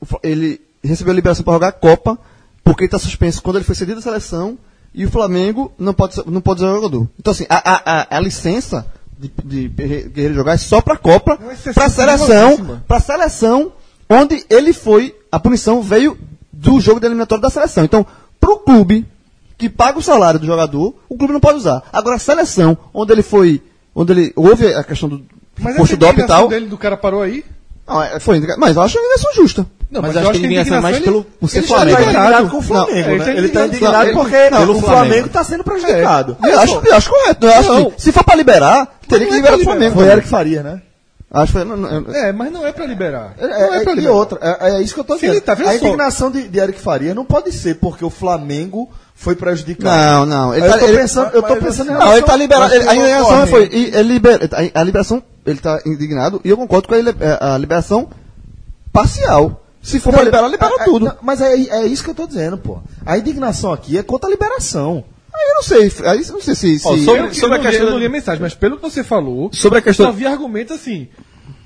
B: O Fla- ele recebeu a liberação para jogar a Copa, porque ele está suspenso quando ele foi cedido à seleção. E o Flamengo não pode, ser- não pode ser jogador. Então, assim, a, a, a, a licença de, de Guerre- Guerreiro jogar é só para a Copa,
F: É uma exceção
B: para a
F: perigosíssima.
B: seleção, para a seleção onde ele foi. A punição veio do jogo de eliminatório da seleção. Então, para o clube que paga o salário do jogador, o clube não pode usar. Agora, a seleção onde ele foi, onde ele houve a questão do
F: Mas essa
B: posto dop e tal.
F: indignação dele do cara parou aí?
B: Não, é- foi, indica- mas eu acho uma indignação justa.
F: Não,
G: mas, eu acho que ele vinha mais pelo por ser
B: ele
A: Ele
B: Flamengo.
A: tá
B: Ele tá
A: indignado com o
B: Não,
A: Flamengo,
F: ele
A: né? Ele tá
F: tá indignado.
A: indignado
F: Ele-
A: porque não,
G: pelo
A: o
G: Flamengo.
A: Flamengo tá sendo prejudicado.
B: é. Eu acho, eu acho
A: né?
B: correto. Eu acho
F: Não.
B: assim, se for para liberar, teria que
F: não é
B: liberar
F: pra
B: o Flamengo.
A: Foi
B: também.
A: Eric Faria, né?
B: Acho que foi- não, não, eu-
F: É, mas não é pra liberar.
A: É,
F: não é pra
A: é, e
F: liberar.
A: outra, é, é isso que eu tô
F: Se
A: dizendo.
F: ele tá, veja
A: a
F: só.
A: indignação de, de Eric Faria não pode ser porque o Flamengo foi prejudicado.
B: Não, não. Ele
A: eu,
B: tá,
A: tô
B: ele-
A: pensando, eu tô
D: mas
A: pensando em
B: Não,
A: relação-
B: ele tá liberado.
A: Mas
B: ele- a
A: tem uma
B: indignação
A: corrente.
B: foi. e- ele libera- a, a liberação, ele tá indignado e eu concordo com a, ele- é, a- a liberação parcial. Se for
A: Não,
B: para liberar, libera
A: é- é-
B: tudo.
A: não, mas é, é isso que eu tô dizendo, pô. A indignação aqui é contra a liberação.
B: Aí eu não sei. Aí eu não sei se. se-
C: Ó,
F: Eu,
C: sobre-
F: eu
C: sobre a
F: não li-
C: questão
F: eu não
C: da-
F: li a mensagem, mas pelo que você falou,
C: Sobre a questão-
F: eu só vi argumento assim.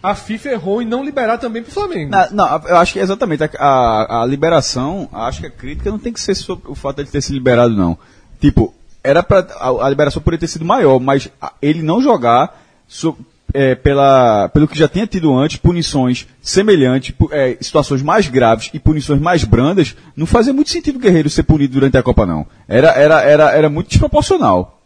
F: A FIFA errou em não liberar também pro Flamengo.
C: Na- Não, eu acho que é exatamente a, a- a liberação, acho que a crítica não tem que ser sobre o fato de ele ter se liberado, não. Tipo, era para a, a liberação poderia ter sido maior, mas a- ele não jogar so- é, pela, pelo que já tinha tido antes, punições semelhantes, pu- é, situações mais graves e punições mais brandas, não fazia muito sentido o Guerreiro ser punido durante a Copa, não. Era, era, era, era muito desproporcional.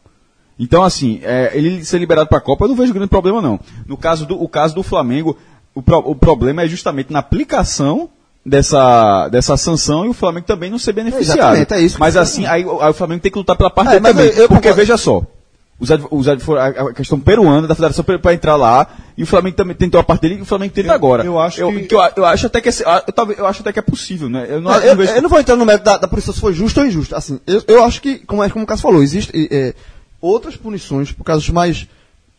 C: Então, assim, é, ele ser liberado para a Copa, eu não vejo grande problema, não. No caso do, o caso do Flamengo, o, pro- o problema é justamente na aplicação dessa, dessa sanção e o Flamengo também não ser beneficiado.
B: Exatamente, é isso que
C: mas,
B: eu-
C: assim, aí, o- aí o Flamengo tem que lutar pela parte
B: É,
C: dele
B: mas
C: também.
B: eu- eu
C: porque,
B: concordo.
C: veja só, o Os adv- os adv- a, a questão peruana da Federação para entrar lá, e o Flamengo também tentou a parte dele, e o Flamengo tenta agora.
E: eu acho
C: eu,
E: que-
C: eu, a- eu acho até que é, se- ah, eu, talvez- eu acho até que é possível, né? Eu não,
B: Não,
C: eu não
B: É, eu,
C: vejo-
B: eu não vou entrar no mérito da, da punição se foi justa ou injusta. Assim, eu, eu acho que, como, é, como o Cássio falou, existem outras punições, por casos mais,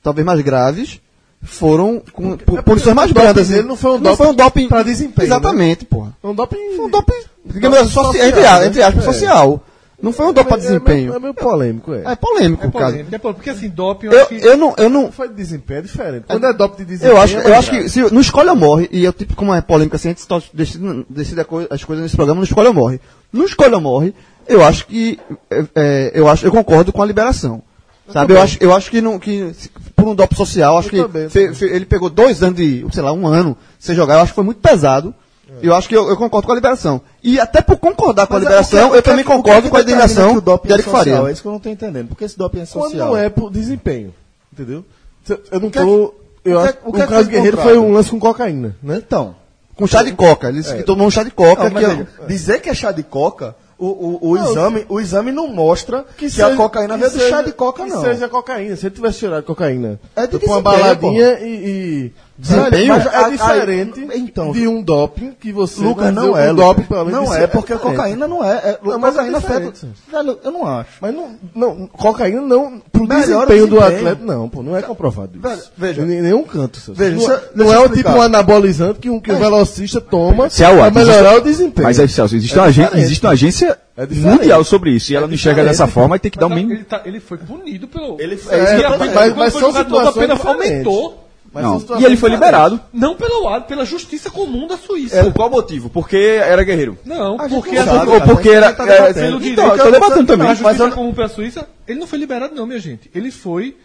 B: talvez mais graves, foram com, por, punições mais
D: é
B: assim.
D: doping
B: brandas.
D: dele não foi um doping pra desempenho,
B: Exatamente, porra.
D: É um doping.
B: Foi um doping, digamos
D: Doping
B: assim, soci-
D: social,
B: entre, a-
D: né?
B: entre aspas,
D: É.
B: social. Não foi um doping para
D: É meio- É
B: desempenho.
D: meio polêmico, é.
B: É, polêmico,
F: É
B: o caso.
F: polêmico. É polêmico, Porque assim, doping, eu,
B: Eu,
F: acho que.
B: eu não, eu não,
D: Foi de desempenho, é diferente. Quando é doping de desempenho.
B: Eu acho,
D: é
B: eu acho que se no escolha ou morre, e é o tipo como é polêmica assim, a gente só decide, decide a coi- as coisas nesse programa, no escolha ou morre. No escolha ou morre, eu acho que é, é, eu acho, eu concordo com a liberação. Sabe, eu acho, eu acho que, não, que se- por um dop social, acho
D: Eu
B: que
D: também,
B: fe- fe- ele pegou dois anos de, sei lá, um ano sem jogar, eu acho que foi muito pesado. Eu acho que eu, eu concordo com a liberação. E até por concordar com a
A: É. Mas é
B: liberação,
A: porque-
B: eu também
A: o que é que
B: concordo com a
A: determina que
B: indignação
A: o doping
B: de Eric
A: é social?
B: Faria.
A: É isso que eu não estou entendendo. Por que esse doping é social?
D: Quando não é por desempenho. Entendeu? Se- Eu não
A: que é
D: tô.
A: que-
D: Eu
A: o que é-
D: acho
A: o
D: o
A: que é que
D: caso
A: foi
D: Guerreiro
A: encontrado?
D: foi um lance com cocaína, né?
A: Então.
B: Com chá de coca. Ele disse
G: É.
B: que tomou um chá de coca.
A: Não, mas
B: que é-
A: veja, Dizer que é chá de coca, o, o, o exame, o exame não mostra que, a
D: seja-
A: cocaína
D: que
A: veio do
D: seja-
A: chá de coca,
D: que
A: não.
D: seja cocaína. Se ele tivesse cheirado cocaína,
A: É de
D: foi uma
A: desempenho,
D: baladinha e, e-
A: Desempenho?
D: Mas
A: Ah, ah,
D: é diferente
A: então.
D: de um doping que você.
A: Lucas
D: vai dizer
A: não
D: que
A: é,
D: o
A: Lucas.
D: doping, pelo menos,
A: não
D: isso
A: é, porque a
D: diferente.
A: cocaína não é. é
D: Não, mas é
A: cocaína
D: diferente.
A: afeta. Velho, eu não acho.
D: Mas não, não, cocaína não, pro
A: Melhora o
D: desempenho do
A: desempenho. Tá.
D: atleta, não, pô, não é comprovado
A: Velho,
D: isso.
A: veja.
D: Em nenhum canto, seu.
A: Veja,
D: não,
A: deixa-
D: não
A: deixa eu
D: é o
A: explicar.
D: tipo um anabolizante que um, que um velocista toma
C: Se é o
D: pra
C: ápice,
D: melhorar o desempenho.
C: Mas é aí, Celso,
A: É
C: existe, uma agência,
D: diferente.
C: existe uma agência
D: É diferente.
C: mundial sobre isso, e ela não
B: É,
C: enxerga
A: É,
C: dessa forma e tem que dar o
F: Mas
C: mínimo.
F: Ele, tá- ele foi punido pelo.
A: Ele- é
F: foi.
A: isso que eu tô dizendo.
F: mas,
D: Mas-
F: mas
D: mas
F: são
D: são
F: jogador, a pena
D: situações diferentes.
F: aumentou.
C: Não.
D: são
C: E ele foi
D: situações
C: liberado.
F: Não pelo ar, pela justiça comum da Suíça.
C: Por É, qual motivo? Porque era guerreiro.
F: Não, porque
A: não
F: a
A: sabe,
C: Ou
A: cara,
C: porque
A: mas
C: era.
A: ele tá
C: é,
A: debatendo.
F: pelo direito.
C: então, eu tô debatendo também.
F: A justiça
A: eu-
F: comum pela Suíça, ele não foi liberado não, minha gente. Ele foi,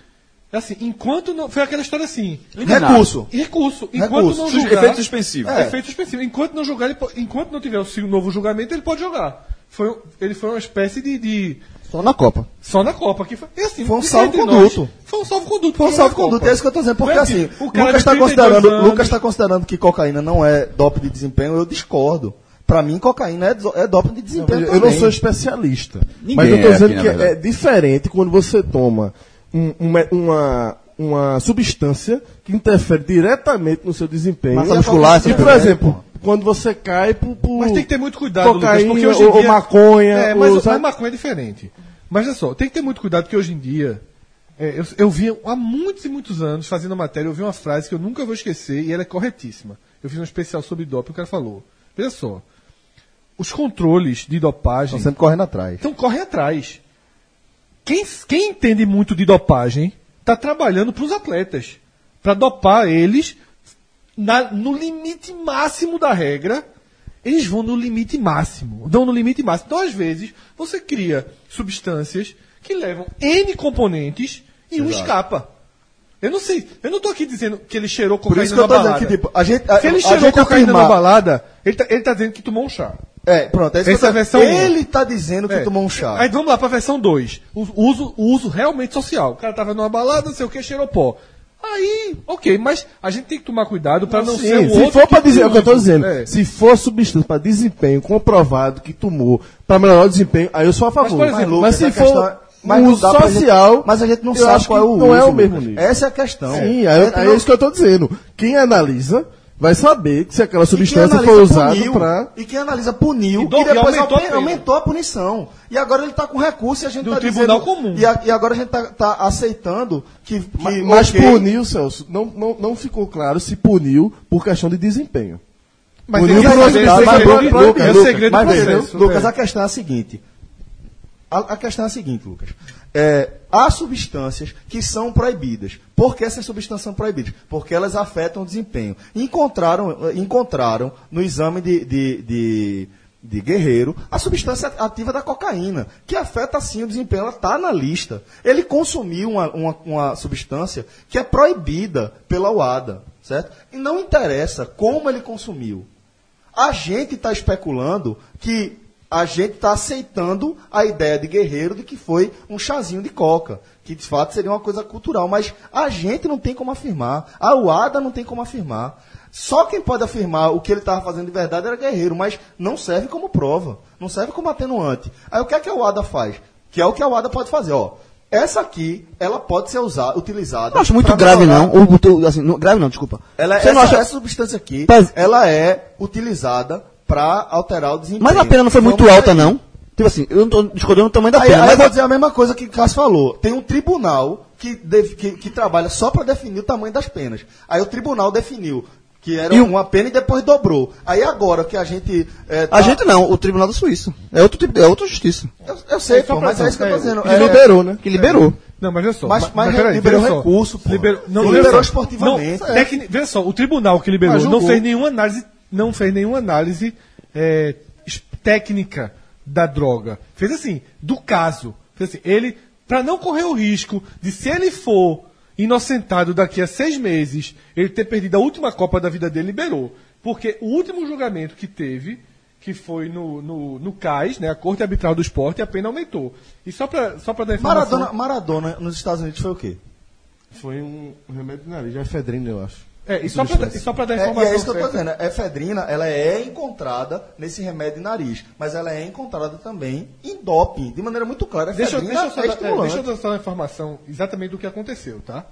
F: assim, enquanto não... Foi aquela história assim...
A: Recurso.
F: Recurso. Enquanto
A: Recurso.
F: não
C: Sus-
F: julgar...
C: efeito suspensivo.
F: É.
C: É.
F: Efeito suspensivo. Enquanto não julgar, ele po- enquanto não tiver o seu novo julgamento, ele pode jogar. Foi, um, ele foi uma espécie de... de-
B: Só na Copa.
F: só na Copa. Que foi, e assim,
A: Foi um
F: fica entre
A: salvo-conduto.
F: nós, Foi um salvo-conduto.
A: Foi um salvo-conduto, é isso que eu tô dizendo. Porque
F: Foi
A: assim,
F: aqui, o cara
A: Lucas
D: é
F: de
A: tá,
F: 32
A: considerando,
F: anos.
A: Lucas tá considerando que cocaína não é doping de desempenho, eu discordo. Pra mim, cocaína é, deso- é doping de
D: Não,
A: desempenho
D: veja,
A: também.
D: eu não sou especialista.
C: Ninguém
D: mas eu tô
C: é
D: dizendo
C: aqui, na
D: que é
C: verdade.
D: diferente quando você toma um- uma, uma, uma substância que interfere diretamente no seu desempenho.
B: Massa muscular,
D: E, é
B: essas
A: tipo
D: por
B: coisas, né?
D: exemplo, quando você cai por. por
F: Mas tem que ter muito cuidado,
D: cocaína,
F: Lucas, porque hoje em
D: ou- ou
F: dia...
D: maconha,
F: É, mas
D: ou,
F: a
D: sabe?
F: maconha é diferente. Mas olha só, tem que ter muito cuidado, porque hoje em dia... é, eu, eu vi há muitos e muitos anos, fazendo a matéria, eu vi uma frase que eu nunca vou esquecer, e ela é corretíssima. Eu fiz um especial sobre doping, o cara falou... Veja só, os controles de dopagem...
A: Estão Tá sempre correndo atrás.
F: Então corre atrás. Quem, quem entende muito de dopagem está trabalhando para os atletas. Para dopar eles na- no limite máximo da regra. Eles vão no limite máximo. Dão no limite máximo. Então, às vezes, você cria substâncias que levam N componentes e um escapa. Eu não sei, eu não tô aqui dizendo que ele cheirou
A: Por
F: cocaína
A: isso que eu
F: na
A: tô dizendo
F: balada.
A: que, tipo, a gente. A,
F: Se ele
A: a
F: cheirou
A: gente
F: cocaína na
A: afirmar-
F: balada, ele tá, ele tá dizendo que tomou um chá.
A: É, pronto, é isso que
F: Essa
A: eu tô-
F: versão um.
A: Ele tá dizendo que
F: É.
A: tomou um chá.
F: Aí vamos lá pra versão 2. O uso, o uso realmente social. O cara tava numa balada, não sei o que, cheirou pó. Aí, ok, mas a gente tem que tomar cuidado pra não
D: Sim,
F: ser o outro.
D: se for pra dizer, é o que eu tô
F: use.
D: dizendo,
F: É.
D: se for substância para desempenho comprovado que tomou para melhorar o desempenho, aí eu sou a favor.
F: por exemplo, é-
D: mas se
A: essa é
D: for
A: questão- mas
D: um
A: não
D: uso
A: dá pra gente-
D: social,
A: mas a gente não
D: eu
A: sabe
D: acho
A: qual é
D: que
A: o
D: não
A: uso,
D: é o mesmo
A: Lucas.
D: nível.
A: Essa é a questão.
D: Sim, aí, aí é isso que eu tô dizendo. Quem analisa vai saber que se aquela
A: E quem
D: substância
A: analisa
D: foi usada
A: puniu,
D: pra.
A: E quem analisa puniu,
F: E
A: e,
F: do- e
A: depois
F: aumentou
A: aumentou,
F: a pena.
A: a aumentou a punição. E agora ele está com recurso e a gente
F: Do
A: está
F: Tribunal
A: dizendo...
F: Comum.
A: E, a- e agora a gente está aceitando que... que
D: Mas, mas
A: ok,
D: puniu, Celso. Não, não, não ficou claro se puniu por questão de desempenho.
F: Mas
D: Puniu
F: ele
D: por
F: vai
D: outro
F: saber,
D: lado,
F: é
D: mas
F: segredo-
D: puniu,
F: Lucas, é
D: Lucas.
F: segredo do
A: Mas veja,
F: processo.
A: Lucas,
F: É.
A: a questão é a seguinte. A, a questão é a seguinte, Lucas. É, há substâncias que são proibidas. Por que essas substâncias são proibidas? Porque elas afetam o desempenho. Encontraram, encontraram no exame de, de, de- de guerreiro a substância ativa da cocaína, que afeta sim o desempenho. Ela está na lista. Ele consumiu uma, uma- uma substância que é proibida pela UADA, certo? E não interessa como ele consumiu. A gente está especulando que a gente está aceitando a ideia de guerreiro de que foi um chazinho de coca, que de fato seria uma coisa cultural, mas a gente não tem como afirmar, a UADA não tem como afirmar. Só quem pode afirmar o que ele estava fazendo de verdade era guerreiro, mas não serve como prova, não serve como atenuante. Aí o que é que a UADA faz? Que é o que a UADA pode fazer, ó. Essa aqui, ela pode ser usada, utilizada.
B: Não acho muito
A: pra
B: grave,
A: melhorar-
B: não. Ou, botou- assim, não- Grave não, desculpa.
A: Ela,
B: Você
A: essa,
B: não acha-
A: essa substância aqui,
B: Mas-
A: ela é utilizada para alterar o desempenho.
B: Mas a pena não foi muito
A: Vamos
B: alta,
A: aí.
B: não. Tipo assim, eu não tô discordando do tamanho da
A: Aí,
B: pena,
A: aí eu
B: mas
A: vou dizer a mesma coisa que o Cássio falou. Tem um tribunal que, def- que, que trabalha só para definir o tamanho das penas. Aí o tribunal definiu que era
B: E o-
A: uma pena e depois dobrou. Aí agora que a gente. é, tá-
B: a gente não, o Tribunal da Suíça. É outro tipo, de- é outra justiça.
A: Eu, eu sei,
F: É, só
A: pô,
F: pra-
A: mas é isso que eu tô
F: é,
A: dizendo.
B: Que liberou, né? Que liberou.
F: Não, mas veja só.
A: Mas- mas
F: peraí,
A: liberou
F: veja só.
A: recurso, pô.
F: Liberou, não,
A: Liberou
F: veja só.
A: esportivamente. É.
F: Não, é tecni- veja só, o tribunal que liberou
D: Mas
F: não
D: julgou.
F: fez nenhuma análise, não fez nenhuma análise é, es- técnica da droga. Fez assim, do caso. Fez assim, ele, para não correr o risco de se ele for inocentado daqui a seis meses, ele ter perdido a última Copa da vida dele, liberou. Porque o último julgamento que teve, que foi no, no, no CAIS, né, a Corte Arbitral do Esporte, a pena aumentou. E só para só pra dar informação...
A: Maradona, Maradona nos Estados Unidos foi o quê?
D: Foi um remédio de nariz, é efedrina, eu acho.
F: É, e só, pra, e só pra dar
A: É, e
F: informação.
A: é isso que eu tô
F: certa.
A: dizendo. A efedrina, ela é encontrada nesse remédio de nariz, mas ela é encontrada também em doping, de maneira muito clara. A
F: Deixa, eu-
A: efedrina
F: deixa eu só
A: é
F: dar, é,
A: estimulante.
F: deixa eu dar só uma informação exatamente do que aconteceu, tá?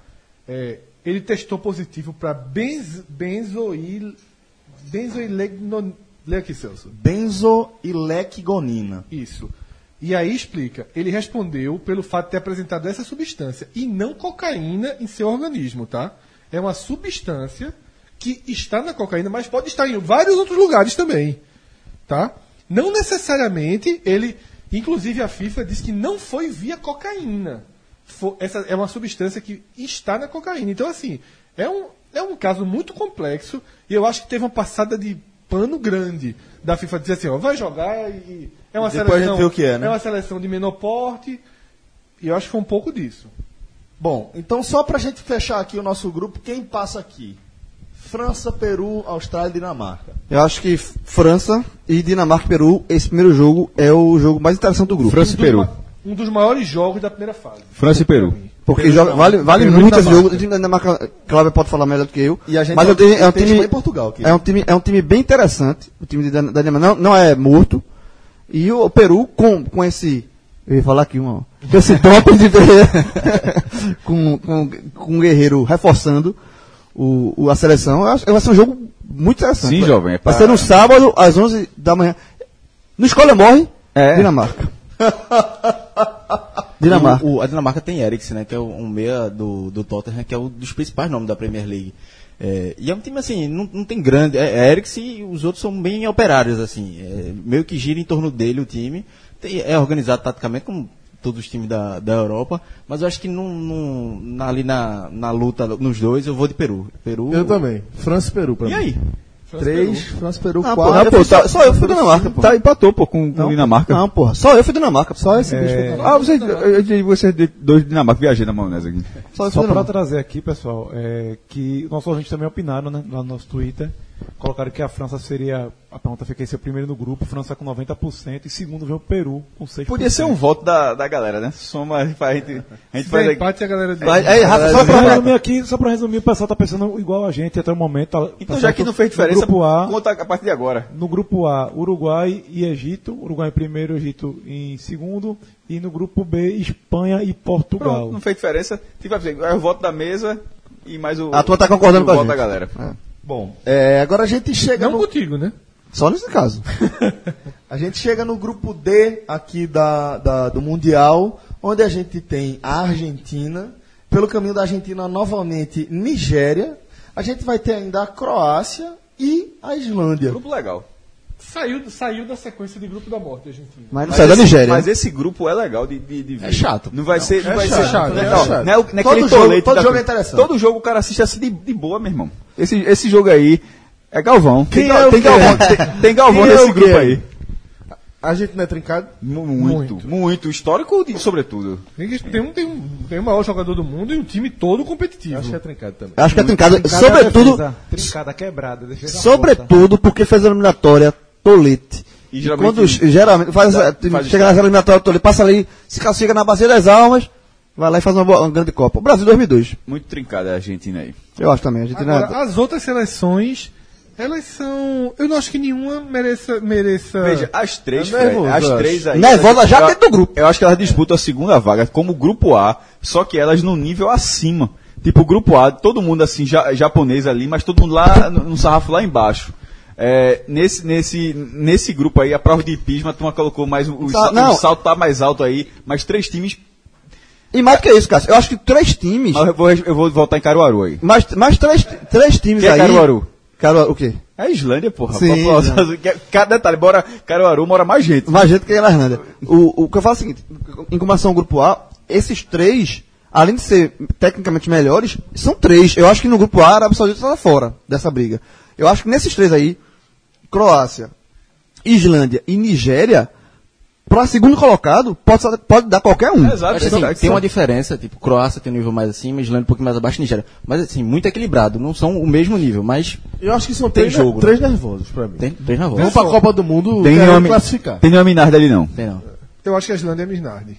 F: É, ele testou positivo para benz, benzoil, benzoilegnon... Lê aqui, Celso.
A: Benzoilecgonina.
F: Isso. E aí explica, ele respondeu pelo fato de ter apresentado essa substância e não cocaína em seu organismo, tá? É uma substância que está na cocaína, mas pode estar em vários outros lugares também, tá? Não necessariamente ele, inclusive a FIFA diz que não foi via cocaína. Fo- essa é uma substância que está na cocaína. Então assim, é um é um caso muito complexo e eu acho que teve uma passada de pano grande da FIFA dizer assim, ó, vai jogar e é uma
A: Depois a gente
F: seleção
A: vê o que é, né?
F: uma seleção de menor porte e eu acho que foi um pouco disso.
A: Bom, então só pra gente fechar aqui o nosso grupo, quem passa aqui? França, Peru, Austrália e Dinamarca.
B: Eu acho que França e Dinamarca e Peru, esse primeiro jogo é o jogo mais interessante do grupo.
C: França e
F: dos
C: Peru.
F: ma- um dos maiores jogos da primeira fase.
C: França e Peru.
B: Porque
A: Peru
B: joga-
A: não.
B: vale, vale
A: Peru e
B: muito esse
A: Dinamarca.
B: jogo. O time da Dinamarca, Cláudio pode falar melhor do que eu.
A: E a gente
B: mas
A: não-
B: eu tenho, é um
A: tem
B: time,
A: Espanha e Portugal aqui.
B: É um time, é um time bem interessante. O time de Dan- da Dinamarca não, não é morto. E o Peru com, com esse. Eu ia falar aqui, uma, com esse top de. com, com, com o Guerreiro reforçando o, o- a seleção. Eu acho- Vai ser um jogo muito interessante.
C: Sim,
B: Vai-
C: jovem, é pra-
B: Vai ser no sábado, às 11 da manhã. No Escola Morre,
C: É.
B: Dinamarca. Dinamarca.
G: O, o- a Dinamarca tem Eriksen, né? Que é o- um meia do, do Tottenham, que é um dos principais nomes da Premier League. É, e é um time assim, não, não tem grande. É, é Eriksen e os outros são bem operários, assim. É, meio que gira em torno dele o time. Tem- é organizado taticamente como todos os times da, da Europa, mas eu acho que não, não- na- ali na, na luta nos dois eu vou de Peru. Peru.
D: Eu também. França e Peru, pra
G: E aí?
A: Três, França, Peru,
B: Ah,
A: quatro.
B: porra,
A: Eu
B: pô,
A: fiz-
B: tá- só eu fui Dinamarca, pô.
C: Tá, empatou, pô, com, com Dinamarca.
B: Não, porra. Só eu fui Dinamarca. Só esse
D: É.
A: tá-
C: Ah, vocês, eu- eu- vocês dois de Dinamarca, viajei na maionese aqui.
B: Só,
E: Só para
B: pra...
E: trazer aqui, pessoal, é, que nossos ouvintes também opinaram né, lá no nosso Twitter. Colocaram que a França seria. A pergunta fica em ser primeiro no grupo, França com 90%, e segundo vem o Peru com 6%.
C: Podia ser um voto da, da galera, né? Soma, a gente, faz- a gente faz
F: Se der
C: aqui.
F: empate, a galera diz.
B: Aí,
G: É,
B: aí, Rafa, só
E: Só pra
B: pra...
E: resumir aqui, só pra resumir, o pessoal tá pensando igual a gente até o momento. tá-
C: Então,
E: tá
C: já
E: certo?
C: que não fez diferença,
E: No grupo A,
C: conta a partir de agora.
E: no grupo A, Uruguai e Egito. Uruguai em primeiro, Egito em segundo. E no grupo B, Espanha e
C: Pronto,
E: Portugal.
C: não fez diferença. Tipo assim, é o voto da mesa e mais o.
B: A tua tá concordando
C: o
B: com a
C: voto
B: gente.
C: da galera.
A: Bom, é, agora a gente chega
F: Não
A: no...
F: contigo, né?
B: Só nesse caso.
A: A gente chega no grupo D aqui da, da- do Mundial, onde a gente tem a Argentina, pelo caminho da Argentina novamente Nigéria, a gente vai ter ainda a Croácia e a Islândia.
C: Grupo legal.
F: Saiu, saiu da sequência de grupo da morte, Argentina.
B: Mas não saiu da
C: esse,
B: Nigéria.
C: Mas esse grupo é legal de, de, de ver.
A: É chato.
C: Não vai ser. Não
F: é
C: vai
F: chato,
C: ser
F: chato,
C: Não,
F: é
C: não,
F: chato.
C: não é o- não é aquele
A: Todo jogo-
C: tolete
A: todo
C: da
A: jogo
C: coisa.
A: é interessante.
C: Todo jogo o cara assiste assim de, de boa, meu irmão. Esse, esse jogo aí é Galvão. Tem,
D: é o
C: tem
D: quê?
C: Galvão, tem, tem Galvão
D: Quem é
C: nesse
D: o
C: grupo
D: quê?
C: aí.
D: A gente não é trincado?
C: Mu- Muito, muito. Histórico, de- sobretudo.
F: Tem, um, tem, um, tem o maior jogador do mundo e um time todo competitivo.
D: Acho que é trincado também.
B: Acho que é trincado. Sobretudo,
E: Trincada, quebrada. defesa morta.
B: sobretudo porque fez a eliminatória Tolete.
C: E
B: E
C: geralmente-
B: quando geralmente faz, essa-
C: faz
B: chega nessa eliminatória Tolete, passa ali, se classifica na bacia das almas, vai lá e faz uma, boa- uma grande Copa. O Brasil 2002.
C: Muito trincada a Argentina aí.
B: Eu acho também. A gente não é
F: Agora, as outras seleções Elas são. Eu não acho que nenhuma mereça. mereça...
C: Veja, as três,
D: Tá
C: Fred,
D: nervoso,
C: as
D: eu
C: três aí. né?
B: Nervosa
C: elas-
B: já dentro do grupo.
C: Eu acho que elas disputam a segunda vaga como grupo A, só que elas no nível acima. Tipo, grupo A, todo mundo assim, ja, japonês ali, mas todo mundo lá no, no sarrafo lá embaixo. É, nesse, nesse, nesse grupo aí, a prova de pisma, a turma colocou mais. O, o
B: Sa-
C: sa-
B: não.
C: o salto tá mais alto aí, mas três times.
B: E mais do que isso, Cássio, eu acho que três times,
C: Mas eu vou, eu vou voltar em Caruaru aí.
B: mais, mais três, três times
C: Quem é
B: aí.
C: Caruaru?
B: Caruaru, o quê?
C: É a Islândia, porra.
B: Sim,
C: Pô, pô, Cada é, detalhe, bora, Caruaru mora mais gente.
B: Mais gente que a Irlanda. O, o que eu falo é o seguinte, em comparação ao grupo A, esses três, além de ser tecnicamente melhores, são três. Eu acho que no grupo A, a Arábia Saudita está fora dessa briga. Eu acho que nesses três aí, Croácia, Islândia e Nigéria, para segundo colocado, pode, sa- pode dar qualquer um.
C: Exato,
G: Mas, assim, tem uma diferença, tipo, Croácia tem um nível mais acima, Islândia um pouquinho mais abaixo, Nigéria. Mas, assim, muito equilibrado. Não são o mesmo nível, mas
D: Eu acho que são
G: Tem
D: três,
G: jogo, né?
D: três nervosos pra mim.
G: tem três na
D: Vamos
G: volta.
D: pra Copa do Mundo
C: Tem
D: querendo
C: nome-
D: classificar.
C: Tem nenhuma Minardi ali não.
G: Tem não.
F: Eu acho que a Islândia é Misnardi.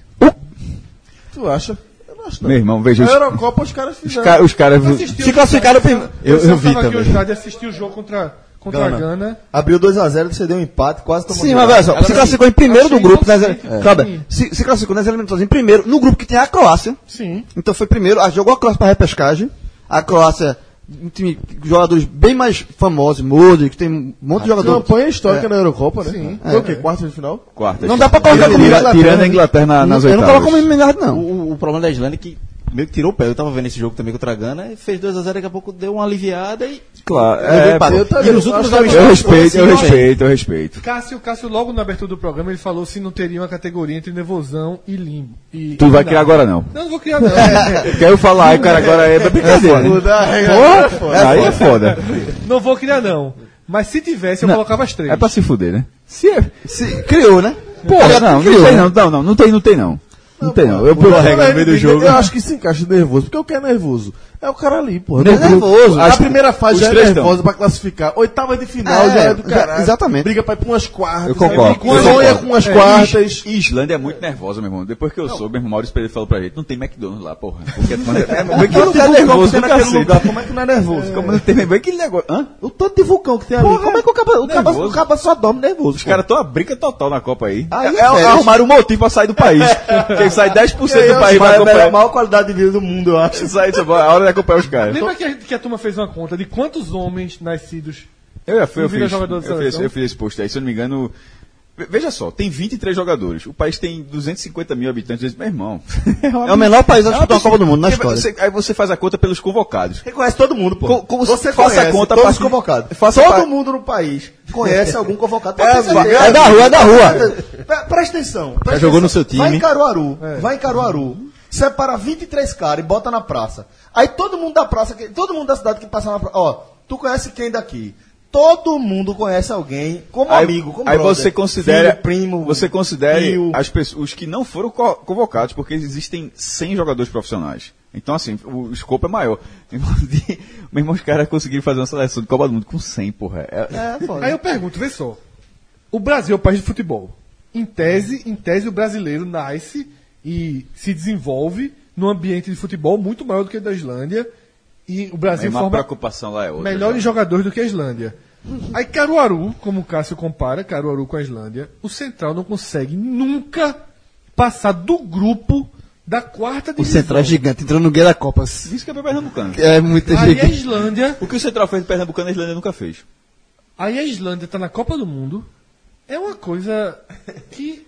D: Tu acha? Eu não acho não.
C: Meu irmão, veja.
D: A
C: Os,
D: Eurocopa os caras
C: os,
D: fizeram.
C: ca- os caras.
B: Se classificaram prim-
F: Eu,
B: eu vi
F: tava aqui
B: também. Ah.
F: hoje tarde e assisti o jogo contra, contra a Gana.
A: Abriu 2x0, cedeu um empate, quase tomou
B: Sim,
A: gol.
B: mas olha só, se classificou em primeiro do
F: achei
B: grupo, nas,
F: inocente,
B: é.
F: é.
B: Calma,
F: Sim.
B: se, se classificou nas eliminatórias em primeiro, no grupo que tem a Croácia,
F: Sim.
B: Então foi primeiro, ah, jogou a Croácia para repescagem. A Croácia, um time com jogadores bem mais famosos, Modric, tem um monte de jogador.
D: Campanha histórica na Eurocopa, né?
F: Sim.
D: Foi o quê? Quarta de final?
C: Quartas.
B: Não dá pra colocar
C: Tira-
B: como
C: tira-
B: Inglaterra,
C: Tirando a
B: né?
C: Inglaterra na- nas
B: eu não
C: oitavas.
B: coloco como Minardi, não.
G: O, o problema da Islândia é que meio que tirou o pé. Eu tava vendo esse jogo também contra a Gana e fez 2x0, daqui a pouco deu uma aliviada e.
C: Claro,
G: levou
C: é,
G: empate.
C: pô.
G: e nos últimos jogos.
C: eu respeito, eu
G: Assim, ó,
C: respeito, eu respeito.
F: Cássio, Cássio, logo na abertura do programa, ele falou se não teria uma categoria entre nervosão e limbo. E,
C: Tu
F: e
C: vai
F: nada.
C: criar agora não.
F: Não, não vou criar, não. É,
C: Quero falar, aí o cara agora é brincadeira. né? Porra, Aí é foda.
F: não vou criar, não. Mas se tivesse, eu
C: Não.
F: colocava as três.
C: É pra se fuder, né?
B: Se, é- se- criou, né?
C: Porra, não, não
B: criou,
C: tem
B: né?
C: não, não, não, não tem, não tem não. Não tem não. Eu pulo a regra no meio do jogo.
D: Eu acho que se encaixa nervoso. Porque o que é nervoso? É o cara ali, porra. é
B: Nervoso.
D: nervoso.
C: Acho
D: A
C: que
D: primeira fase
C: os
D: já é
C: três estão.
D: nervosa pra classificar. Oitava de final
B: É,
D: já é do
B: já-
D: caralho.
B: exatamente.
D: Briga pra ir pra umas quartas.
C: Eu concordo.
D: aí briga-
C: Eu
D: Sonha
C: concordo.
D: com umas
C: É,
D: quartas.
C: Is- Islândia é muito nervosa, meu irmão. Depois que eu soube, meu irmão Maurício Pereira falou pra gente, não tem McDonald's lá, porra. Porque é, é, é, é que não tá nervoso do cacete.
D: Como é que não é nervoso?
C: Como não tem bem aquele negócio. Hã?
D: O tanto de vulcão que tem ali. Como é que o cara, o cara,
C: Nervoso.
D: o cara só dorme nervoso?
C: Os caras estão a briga total na Copa aí.
B: Aí
C: aí
B: é sério.
C: arrumaram um motivo pra sair do país. Quem sai 10% do
A: Mas
C: país vai
A: é a melhor-
C: acompanhar.
A: maior qualidade de vida do mundo, eu acho.
C: Sai, a hora de acompanhar os caras.
F: Lembra que a, que a turma fez uma conta de quantos homens nascidos
C: Eu já fui, eu
F: Não vira
C: fiz,
F: jogador
C: eu,
F: de
C: fiz,
F: seleção.
C: eu fiz esse post aí, se eu não me engano. ve- Veja só, tem 23 jogadores. O país tem 250 mil habitantes. Meu irmão.
B: É o menor país a disputar a Copa do Mundo na
C: Porque
B: história.
C: você- aí você faz a conta pelos convocados.
A: Reconhece todo mundo, pô.
C: Co- como se
A: você
C: faça
A: conhece
C: a conta
A: todos
C: pra-
A: os convocados.
C: faça
A: todo
C: pra-
A: mundo no país conhece algum convocado.
C: É,
A: Pode ter
C: vai-
A: certeza.
B: é da rua, é da rua.
A: Pre- Presta atenção. presta
G: jogou
A: atenção.
G: no seu time.
A: Vai em Caruaru.
B: É.
A: Vai em Caruaru. Separa 23 caras e bota na praça. Aí todo mundo da praça, que- todo mundo da cidade que passa na praça. Ó, tu conhece quem daqui? Todo mundo conhece alguém como
C: aí,
A: amigo, como
C: aí
A: brother,
C: você considera
A: filho, primo,
C: você considera
A: tio.
C: as pessoas os que não foram co- convocados porque existem 100 jogadores profissionais então assim o escopo é maior meu irmão, de- meu irmão, os caras conseguiram fazer uma seleção de Copa do Mundo com 100 porra É-
F: Aí eu pergunto, vê só. O Brasil é o país de futebol. Em tese, em tese o brasileiro nasce e se desenvolve num ambiente de futebol muito maior do que o da Islândia. E o
C: é,
F: Brasil
C: uma
F: assim, forma
C: preocupação lá é outra
F: melhores
C: já.
F: jogadores do que a Islândia. Aí Caruaru, como o Cássio compara, Caruaru com a Islândia, o Central não consegue nunca passar do grupo da quarta
B: O
F: divisão.
B: Central é gigante, entrando no Guia da Copa. assim.
C: isso que é pra Pernambucano
B: É muito
F: Aí a
B: gigante.
F: Islândia
C: o que o Central fez no Pernambucano a Islândia nunca fez
F: Aí a Islândia tá na Copa do Mundo. É uma coisa que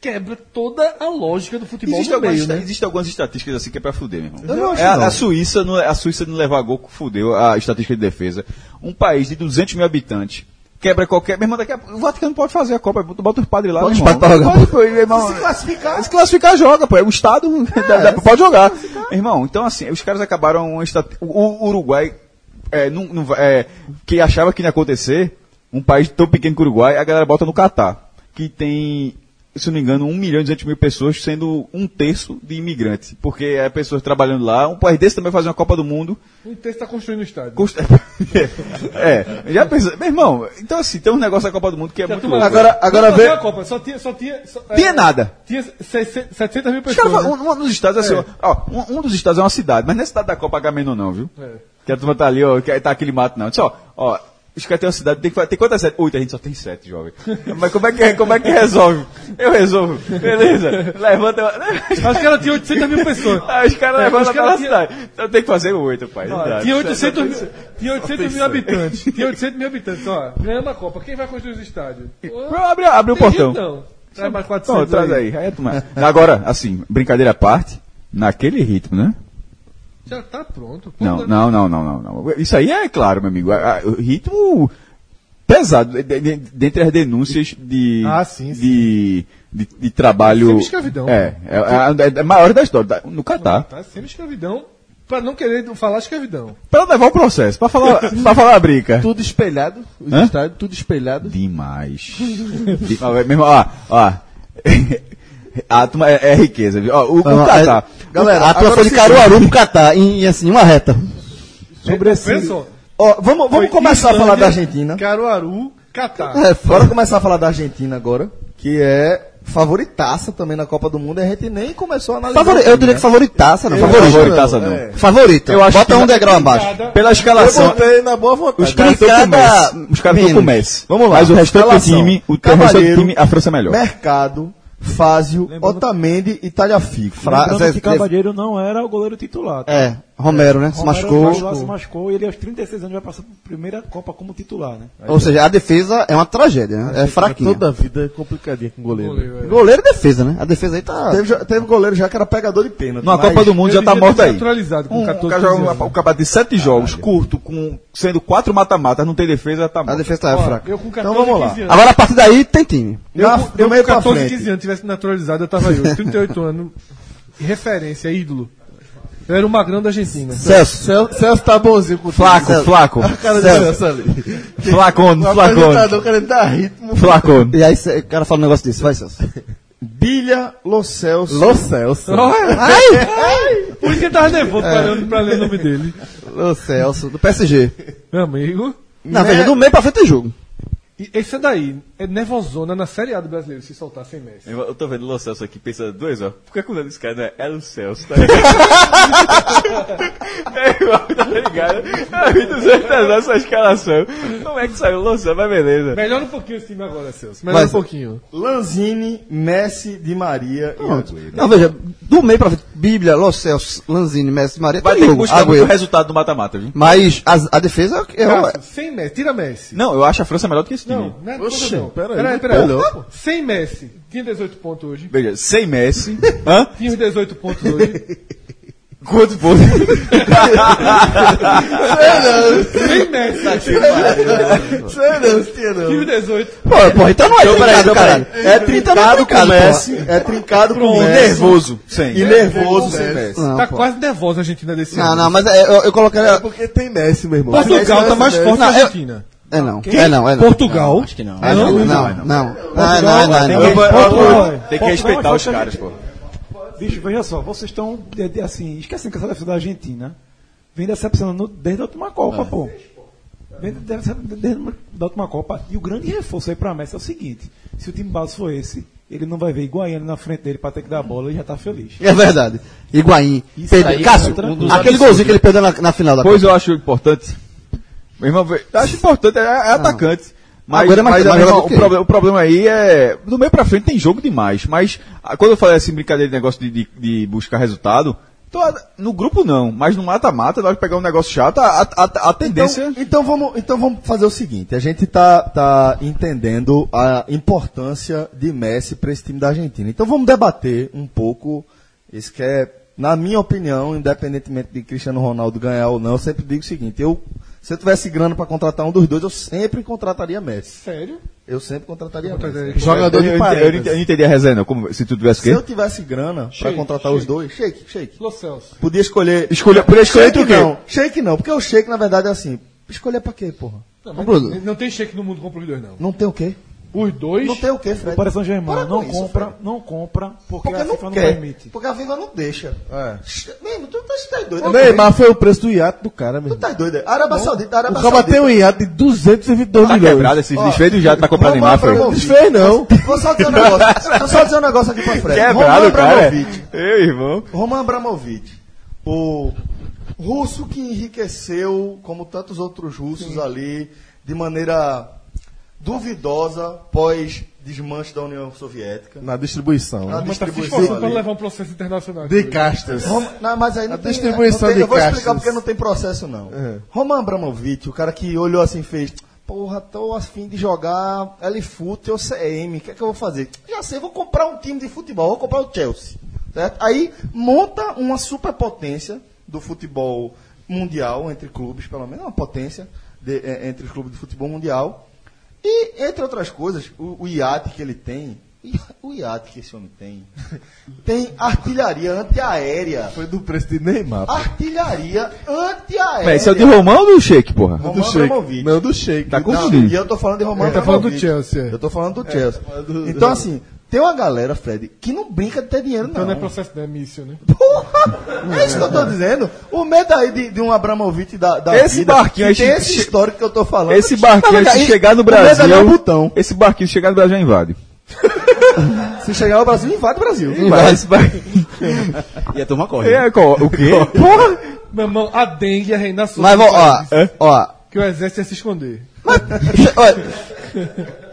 F: quebra toda a lógica do futebol
C: Existe
F: no
C: algumas,
F: meio,
C: esta-
F: né?
C: existe algumas estatísticas assim que é pra fuder, meu irmão.
B: Eu não acho
C: é, a-
B: não.
C: A, Suíça não, a Suíça não levar gol, fudeu a estatística de defesa. Um país de 200 mil habitantes quebra qualquer. Meu irmão, daqui a, o Vaticano pode fazer a Copa, bota os padres lá.
B: Bota
C: meu
B: os
C: irmão.
B: padres pra jogar,
C: Pode, pô, meu irmão. Se classificar. Se classificar, joga, pô. É O Estado dá- dá- pode jogar. Meu irmão, então assim, os caras acabaram. uma estat- O, o Uruguai, é, não, não vai- é, que achava que não ia acontecer, um país tão pequeno que o Uruguai, a galera bota no Catar, que tem se eu não me engano, 1 milhão e 200 mil pessoas, sendo um terço de imigrantes. Porque é pessoas trabalhando lá. Um país desse também vai fazer uma Copa do Mundo.
F: Um texto tá construindo o estádio.
C: Custa... é, já pensou. Meu irmão, então assim, tem um negócio da Copa do Mundo que é
F: Que a
C: muito
F: turma-
C: louco.
B: Agora- agora
F: Não, não
B: vê-
F: é a Copa, só tinha, só tinha, só- é,
C: Tinha nada.
F: Tinha 600 700 mil
C: Os caras
F: pessoas.
C: falam,
F: né?
C: um, um dos estados é assim,
F: É.
C: ó, um, um dos estados é uma cidade, mas não é cidade da Copa H não, viu?
F: É.
C: Que a turma tá ali, ó, que aí tá aquele mato não. Diz, ó, ó, Os caras têm uma cidade, tem, que fa- tem quantas sete? Oito, a gente só tem sete, jovem. Mas como é que, como é que resolve? Eu resolvo. Beleza. Levanta.
F: Acho que ela tinha 800 mil pessoas.
C: Aí os caras
F: É, os
C: levantam
F: caras
C: pela
F: tinha-
C: cidade. Então tem que fazer oito, pai. não
F: Ó,
C: dá.
F: tinha 800 mil, tinha 800 mil habitantes. Tinha 800 mil habitantes, ó. Ganhando a Copa. Quem vai construir os estádios?
C: Pô, Abre, abre o
F: Tem
C: portão.
F: jeito não. Traz mais
C: Não,
F: 400
C: traz aí. Aí é tu mais. Agora, assim, brincadeira à parte, naquele ritmo, né?
F: Já tá pronto. Pô,
C: Não, não, não, não, não, não. Isso aí é claro, meu amigo. A- a- o ritmo pesado. de- de- Dentre as denúncias de.
F: Ah, sim, sim.
C: De, de, de trabalho.
F: Sempre escravidão.
C: É, é, é, é a maior da história. da- No Catar.
F: Tá sendo escravidão. Pra não querer falar escravidão.
C: Pra levar o processo, pra falar, pra falar a briga.
D: Tudo espelhado, os
C: Hã?
D: estádios, tudo espelhado.
C: Demais. De- ó, meu irmão, ó, ó. A turma é, é riqueza, viu? Ó, o, o
B: Não,
C: Catar.
B: é- galera, a tua foi de Caruaru pro Catar, em, em, assim, uma reta.
F: Sobre esse. Pensou?
A: Ó, vamos vamos começar a falar da Argentina.
F: Caruaru, Catar.
A: É, bora começar a falar da Argentina agora, que é favoritaça também na Copa do Mundo. e A gente nem começou a analisar.
B: Favori,
A: o time,
B: eu diria
A: né?
B: que favoritaça, não.
A: Eu
B: Favorita.
A: acho-
C: Favoritaça não.
A: é.
B: Favorita.
C: Eu acho
B: Bota
C: que-
B: um degrau abaixo.
C: Pela
A: Eu
C: escalação.
A: botei na boa vontade.
C: Os caras estão com o Messi.
B: Trincada,
C: Os caras estão com o
B: menos.
C: Messi.
A: Vamos lá.
C: Mas o restante do
A: Escalação.
C: time, o, o restante do
A: Cavalheiro,
C: time, a França é melhor.
A: Mercado, Fázio, Otamendi e Talhafico.
B: Fra-
E: Lembrando
B: Zé-
E: que Cavalheiro não era o goleiro titular. tá?
B: É, Romero, né? Se
E: Romero
B: machucou.
E: Se machucou e ele aos 36 anos vai passar a primeira Copa como titular, né?
B: Ou seja, a defesa é uma tragédia, né? É fraquinha.
D: Toda a vida é complicadinha com goleiro.
F: Goleiro, é.
B: Goleiro e defesa, né? A defesa aí tá.
A: Teve, já- teve goleiro já que era pegador de pênalti.
C: Numa
A: mas-
C: Copa do Mundo já
F: Eu
C: tá
F: devia
C: morto
F: ter
C: aí.
F: naturalizado com
C: Um,
F: 14,
C: o cara joga
F: 15 anos.
C: uma- o cara de sete jogos, curto, com, sendo quatro mata-matas, não tem defesa, tá
B: A
C: morto.
B: defesa tá
F: Ó,
B: fraca.
F: Eu com
A: Então
F: 14,
A: vamos lá.
F: 15 anos.
B: Agora a partir daí tem time.
F: É Eu,
A: Na-
F: com-
A: do
F: eu
A: meio
F: com
A: pra
F: 14,
A: frente.
F: 15 anos tivesse naturalizado, eu tava eu, 38 anos, referência, ídolo. Eu era o magrão da Argentina.
B: Celso.
D: Celso, Celso tá bonzinho com o
C: Flaco,
B: Celso.
C: flaco.
D: cara do
B: Celso.
D: Celso ali.
C: Flacone,
B: um
D: O
C: flacone.
D: apresentador querendo dar ritmo.
C: Flacone.
B: tá E aí cê- o cara fala um negócio desse, vai, Celso.
A: Bilha, Lo Celso,
D: Los Celso.
F: Por isso que ele tava nervoso
B: É.
F: pra, ler, pra ler o nome dele.
B: Ô Celso, do PSG.
F: Meu amigo.
B: Não,
A: Né?
B: veja, do meio pra frente tem jogo.
F: E esse daí é nervosona na Série A do brasileiro se soltar sem Messi.
C: Eu tô vendo o Lo Celso aqui, pensando, dois, ó. Por que a coluna desse cara não é? É o Celso, tá É, ligado? É muito certeza essa escalação. Como é que saiu o Lo Celso? Mas beleza.
F: Melhora um pouquinho esse time agora, Celso. Melhora
B: Mas-
F: um pouquinho.
A: Lanzini, Messi, Di Maria e Agüero.
B: Não, veja, do meio pra frente, Bíblia, Los Celso, Lanzini, Messi, Maria,
C: Vai
B: tem
C: ter que
B: jogo.
C: buscar muito o
B: Agüero.
C: resultado do mata-mata, viu?
B: Mas a, a defesa é,
F: Cássio,
B: é,
F: sem Messi, tira Messi.
C: Não, eu acho a França melhor do que esse time.
F: Não, não é
D: Oxi,
F: toda não.
D: peraí,
F: Peraí,
D: peraí.
F: peraí. Sem Messi, tinha 18 pontos hoje.
C: Veja, sem Messi. Hã?
F: Tinha os 18 pontos hoje.
C: Quanto pontos?
F: sem Messi,
B: Tá
F: tinha os 18.
B: Pô, porra, então não é trincado, caralho. Tá
A: É trincado com
B: cara,
A: Messi, é trincado com Messi.
C: Nervoso. Sem.
A: E nervoso sem Messi.
B: Não,
F: tá
B: pô.
F: quase nervosa a Argentina desse
B: Não,
F: ano.
B: não, mas é, eu, eu colocaria...
D: Porque tem Messi, meu irmão.
F: Portugal tá mais forte que a
B: Não, eu-
F: Argentina.
B: É não, é não, é não.
F: Portugal?
G: Acho que não.
B: É não, não, não. Não, não, não, não, não.
C: Eu vou- eu vou-
E: Portugal,
C: Tem que
E: Portugal
C: respeitar
E: é
C: os
E: forte
C: caras, pô.
E: Bicho, veja só, vocês estão, de- de- assim, esquecendo que essa defesa da Argentina vem decepcionando desde a última
C: É.
E: Copa, pô. Vem decepcionando desde a última Copa. E o grande reforço aí pra Messi é o seguinte: se o time base for esse, ele não vai ver Iguaiano na frente dele pra ter que dar a bola e já tá feliz.
B: É verdade. Higuaín.
E: Isso
B: Perdeu-
E: aí é
B: Cássio,
E: outra coisa.
B: aquele golzinho que ele perdeu na, na final da
C: Pois eu acho importante. Meu irmão, ve- acho importante, é, é atacante. Mas,
B: Agora é mais-
C: mas,
B: mais
C: meu irmão,
B: jogador
C: o,
B: que
C: problema, o problema aí é. Do meio pra frente tem jogo demais. Mas ah, quando eu falei assim, brincadeira de negócio de, de- de buscar resultado. tô a- no grupo não, mas no mata-mata, na hora de pegar um negócio chato, a, a- a- a tendência.
A: Então, então vamos, então vamos fazer o seguinte: a gente tá, tá entendendo a importância de Messi para esse time da Argentina. Então vamos debater um pouco isso que é, na minha opinião, independentemente de Cristiano Ronaldo ganhar ou não, eu sempre digo o seguinte: eu, se eu tivesse grana para contratar um dos dois, eu sempre contrataria Messi.
F: Sério?
A: Eu sempre contrataria
F: Contrataria.
A: Messi.
D: Jogador
C: É, eu, eu,
D: de
C: eu, eu, não
D: parede.
C: ent- eu não entendi a resenha, não, como, se tu tivesse o
A: Se
C: quê?
A: eu tivesse grana para
F: Shake,
A: contratar os
F: shake.
A: dois, shake, shake.
F: Los Celso.
A: Podia escolher.
C: Escolher- podia escolher
A: shake
C: entre o quê?
A: não. Shake não, porque o shake na verdade é assim. Escolher pra quê, porra?
F: Não,
B: Ô, Bruno.
F: mas não tem cheque no mundo compra os dois, não.
A: Não tem o quê?
F: Os dois.
A: Não tem o quê, Fred?
E: O Paris Saint-Germain
A: Para
E: não
A: com isso,
E: compra,
A: Fred.
E: não compra, porque,
A: Porque
E: a
A: não
E: FIFA não,
A: quer.
E: permite.
A: porque a FIFA não deixa. É. Mesmo, tu tá, tu tá doido. né?
D: Neymar foi o preço do iate do cara, meu
A: Tu
D: irmão.
A: tá doido. Arábia Saudita, Arábia
D: O cara
A: Saudita.
D: tem um iate de 222
C: Tá
D: milhões.
C: quebrado esse
A: Ó,
C: desfeio do jato pra comprar
A: Roman
C: Neymar, foi.
A: Abramovich.
D: Desfez não.
A: Vou só dizer um negócio. Vou só dizer um negócio aqui pra Fred.
C: Quebrado,
A: Roman
C: cara.
A: Abramovich.
C: Ei, irmão.
A: Roman Abramovich, o russo que enriqueceu, como tantos outros russos ali, de maneira duvidosa pós desmanche da União Soviética.
D: Na distribuição.
A: Na
D: né?
F: Mas tá se
A: distribuição
F: esforçando para
A: ali.
F: levar um processo internacional.
D: De Casters.
A: Roman- não, mas aí não
D: A
A: tem,
D: distribuição
A: não tem-
D: de
A: Eu vou explicar
D: castas.
A: porque não tem processo, não.
D: É.
A: Roman Abramovich, o cara que olhou assim e fez. Porra, tô afim de jogar L-Foot ou CM. O que é que eu vou fazer? Já sei, vou comprar um time de futebol, vou comprar o Chelsea. certo? Aí monta uma superpotência do futebol mundial, entre clubes, pelo menos, é uma potência de- é, entre os clubes de futebol mundial. E, entre outras coisas, o, o iate que ele tem, o iate que esse homem tem, tem artilharia antiaérea.
D: Foi do preço de Neymar.
A: Ah,
D: pô.
A: Artilharia antiaérea.
C: Pera, esse é o de Romão ou do Shake, porra?
A: Roman
D: do Sheik.
A: Abramovich.
D: Não, do Sheik.
C: Tá
A: Não,
C: confundindo.
A: e eu tô falando de Roman
F: Ele tá falando do
A: Abramovich.
F: Chelsea, é.
A: Eu tô falando do Chelsea.
D: falando do-
A: Então, assim, tem uma galera, Fred, que não brinca de ter dinheiro,
F: Então
A: não.
F: não é processo, não é míssil, né?
A: Porra! É isso que eu tô dizendo. O medo aí de, de um Abramovich da, da
C: Esse
A: vida,
C: barquinho
A: que tem
C: aí-
A: esse histórico que eu tô falando.
C: Esse barquinho,
A: Mas,
C: se
A: aí,
C: chegar no
A: o medo ali
C: Brasil.
A: é o botão.
C: Esse barquinho, se chegar no Brasil, já invade.
A: Se chegar no Brasil, invade o Brasil.
C: Esse barquinho.
G: E a turma corre.
C: É, qual? O quê? porra!
F: Meu irmão, a dengue ia reinar sobre
B: Mas,
F: o
B: ó, ó,
F: país,
D: É?
B: ó,
F: Que o exército ia se esconder.
B: Olha,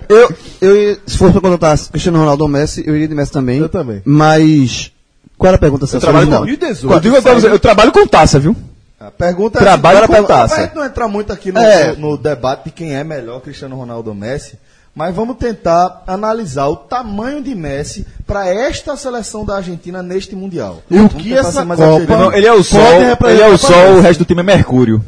B: eu, eu, ia- se fosse pra contratar Cristiano Ronaldo ou Messi, eu iria de Messi também.
D: Eu também.
B: Mas. Qual era a pergunta? Eu
C: trabalho com- Eu digo agora, eu trabalho com taça, viu?
A: A pergunta
C: Trabalho
A: agora
C: com
A: pergunta-
C: taça.
A: Pra gente não entrar muito aqui no,
B: É.
A: no- no debate de quem é melhor, Cristiano Ronaldo ou Messi, mas vamos tentar analisar o tamanho de Messi para esta seleção da Argentina neste Mundial.
D: E o
A: Vamos
D: que
A: tentar
D: essa
A: ser mais
D: Copa-
A: objetivo.
C: Não, ele é o sol,
D: representar
C: ele é o
D: pra
C: sol, o resto do time é Mercúrio.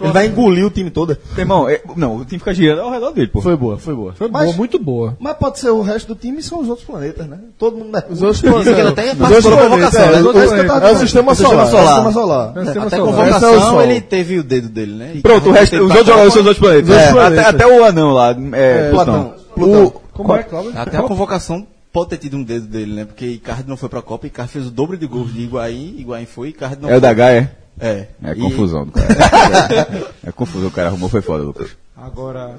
A: Ele vai engolir o time todo.
C: Irmão, é- não, o time fica girando ao redor dele, pô.
D: Foi boa, foi boa.
F: Foi
A: Mas-
F: boa, muito boa.
A: Mas pode ser o resto do time e são os outros planetas, né? Todo mundo é
D: Os outros planetas.
G: ele até
D: Os
G: participou
D: outros
G: da
D: planetas,
G: convocação,
D: é,
G: né?
D: os outros-
A: que eu tava
D: É o
A: dizendo.
D: sistema solar.
A: É o sistema solar.
F: Deve ser uma
G: Até a
F: solar.
G: convocação
D: Esse é o sol.
G: ele teve o dedo dele, né? E
C: Pronto, o resto, os
G: tentar-
C: outros jogadores são os outros planetas.
D: É,
C: É,
D: planetas.
C: Até, até o anão lá, é, Plutão.
D: Plutão.
F: Como é, Cláudio?
G: Até a convocação pode ter tido um dedo dele, né? Porque Icardi não foi pra Copa, Icardi fez o dobro de gols de Higuaín, Higuaín foi, Icardi não
C: É o
G: foi.
C: da Gaia?
G: É.
C: É
G: E-
C: confusão do cara. é confusão, o cara arrumou, foi foda, Lucas.
E: Agora,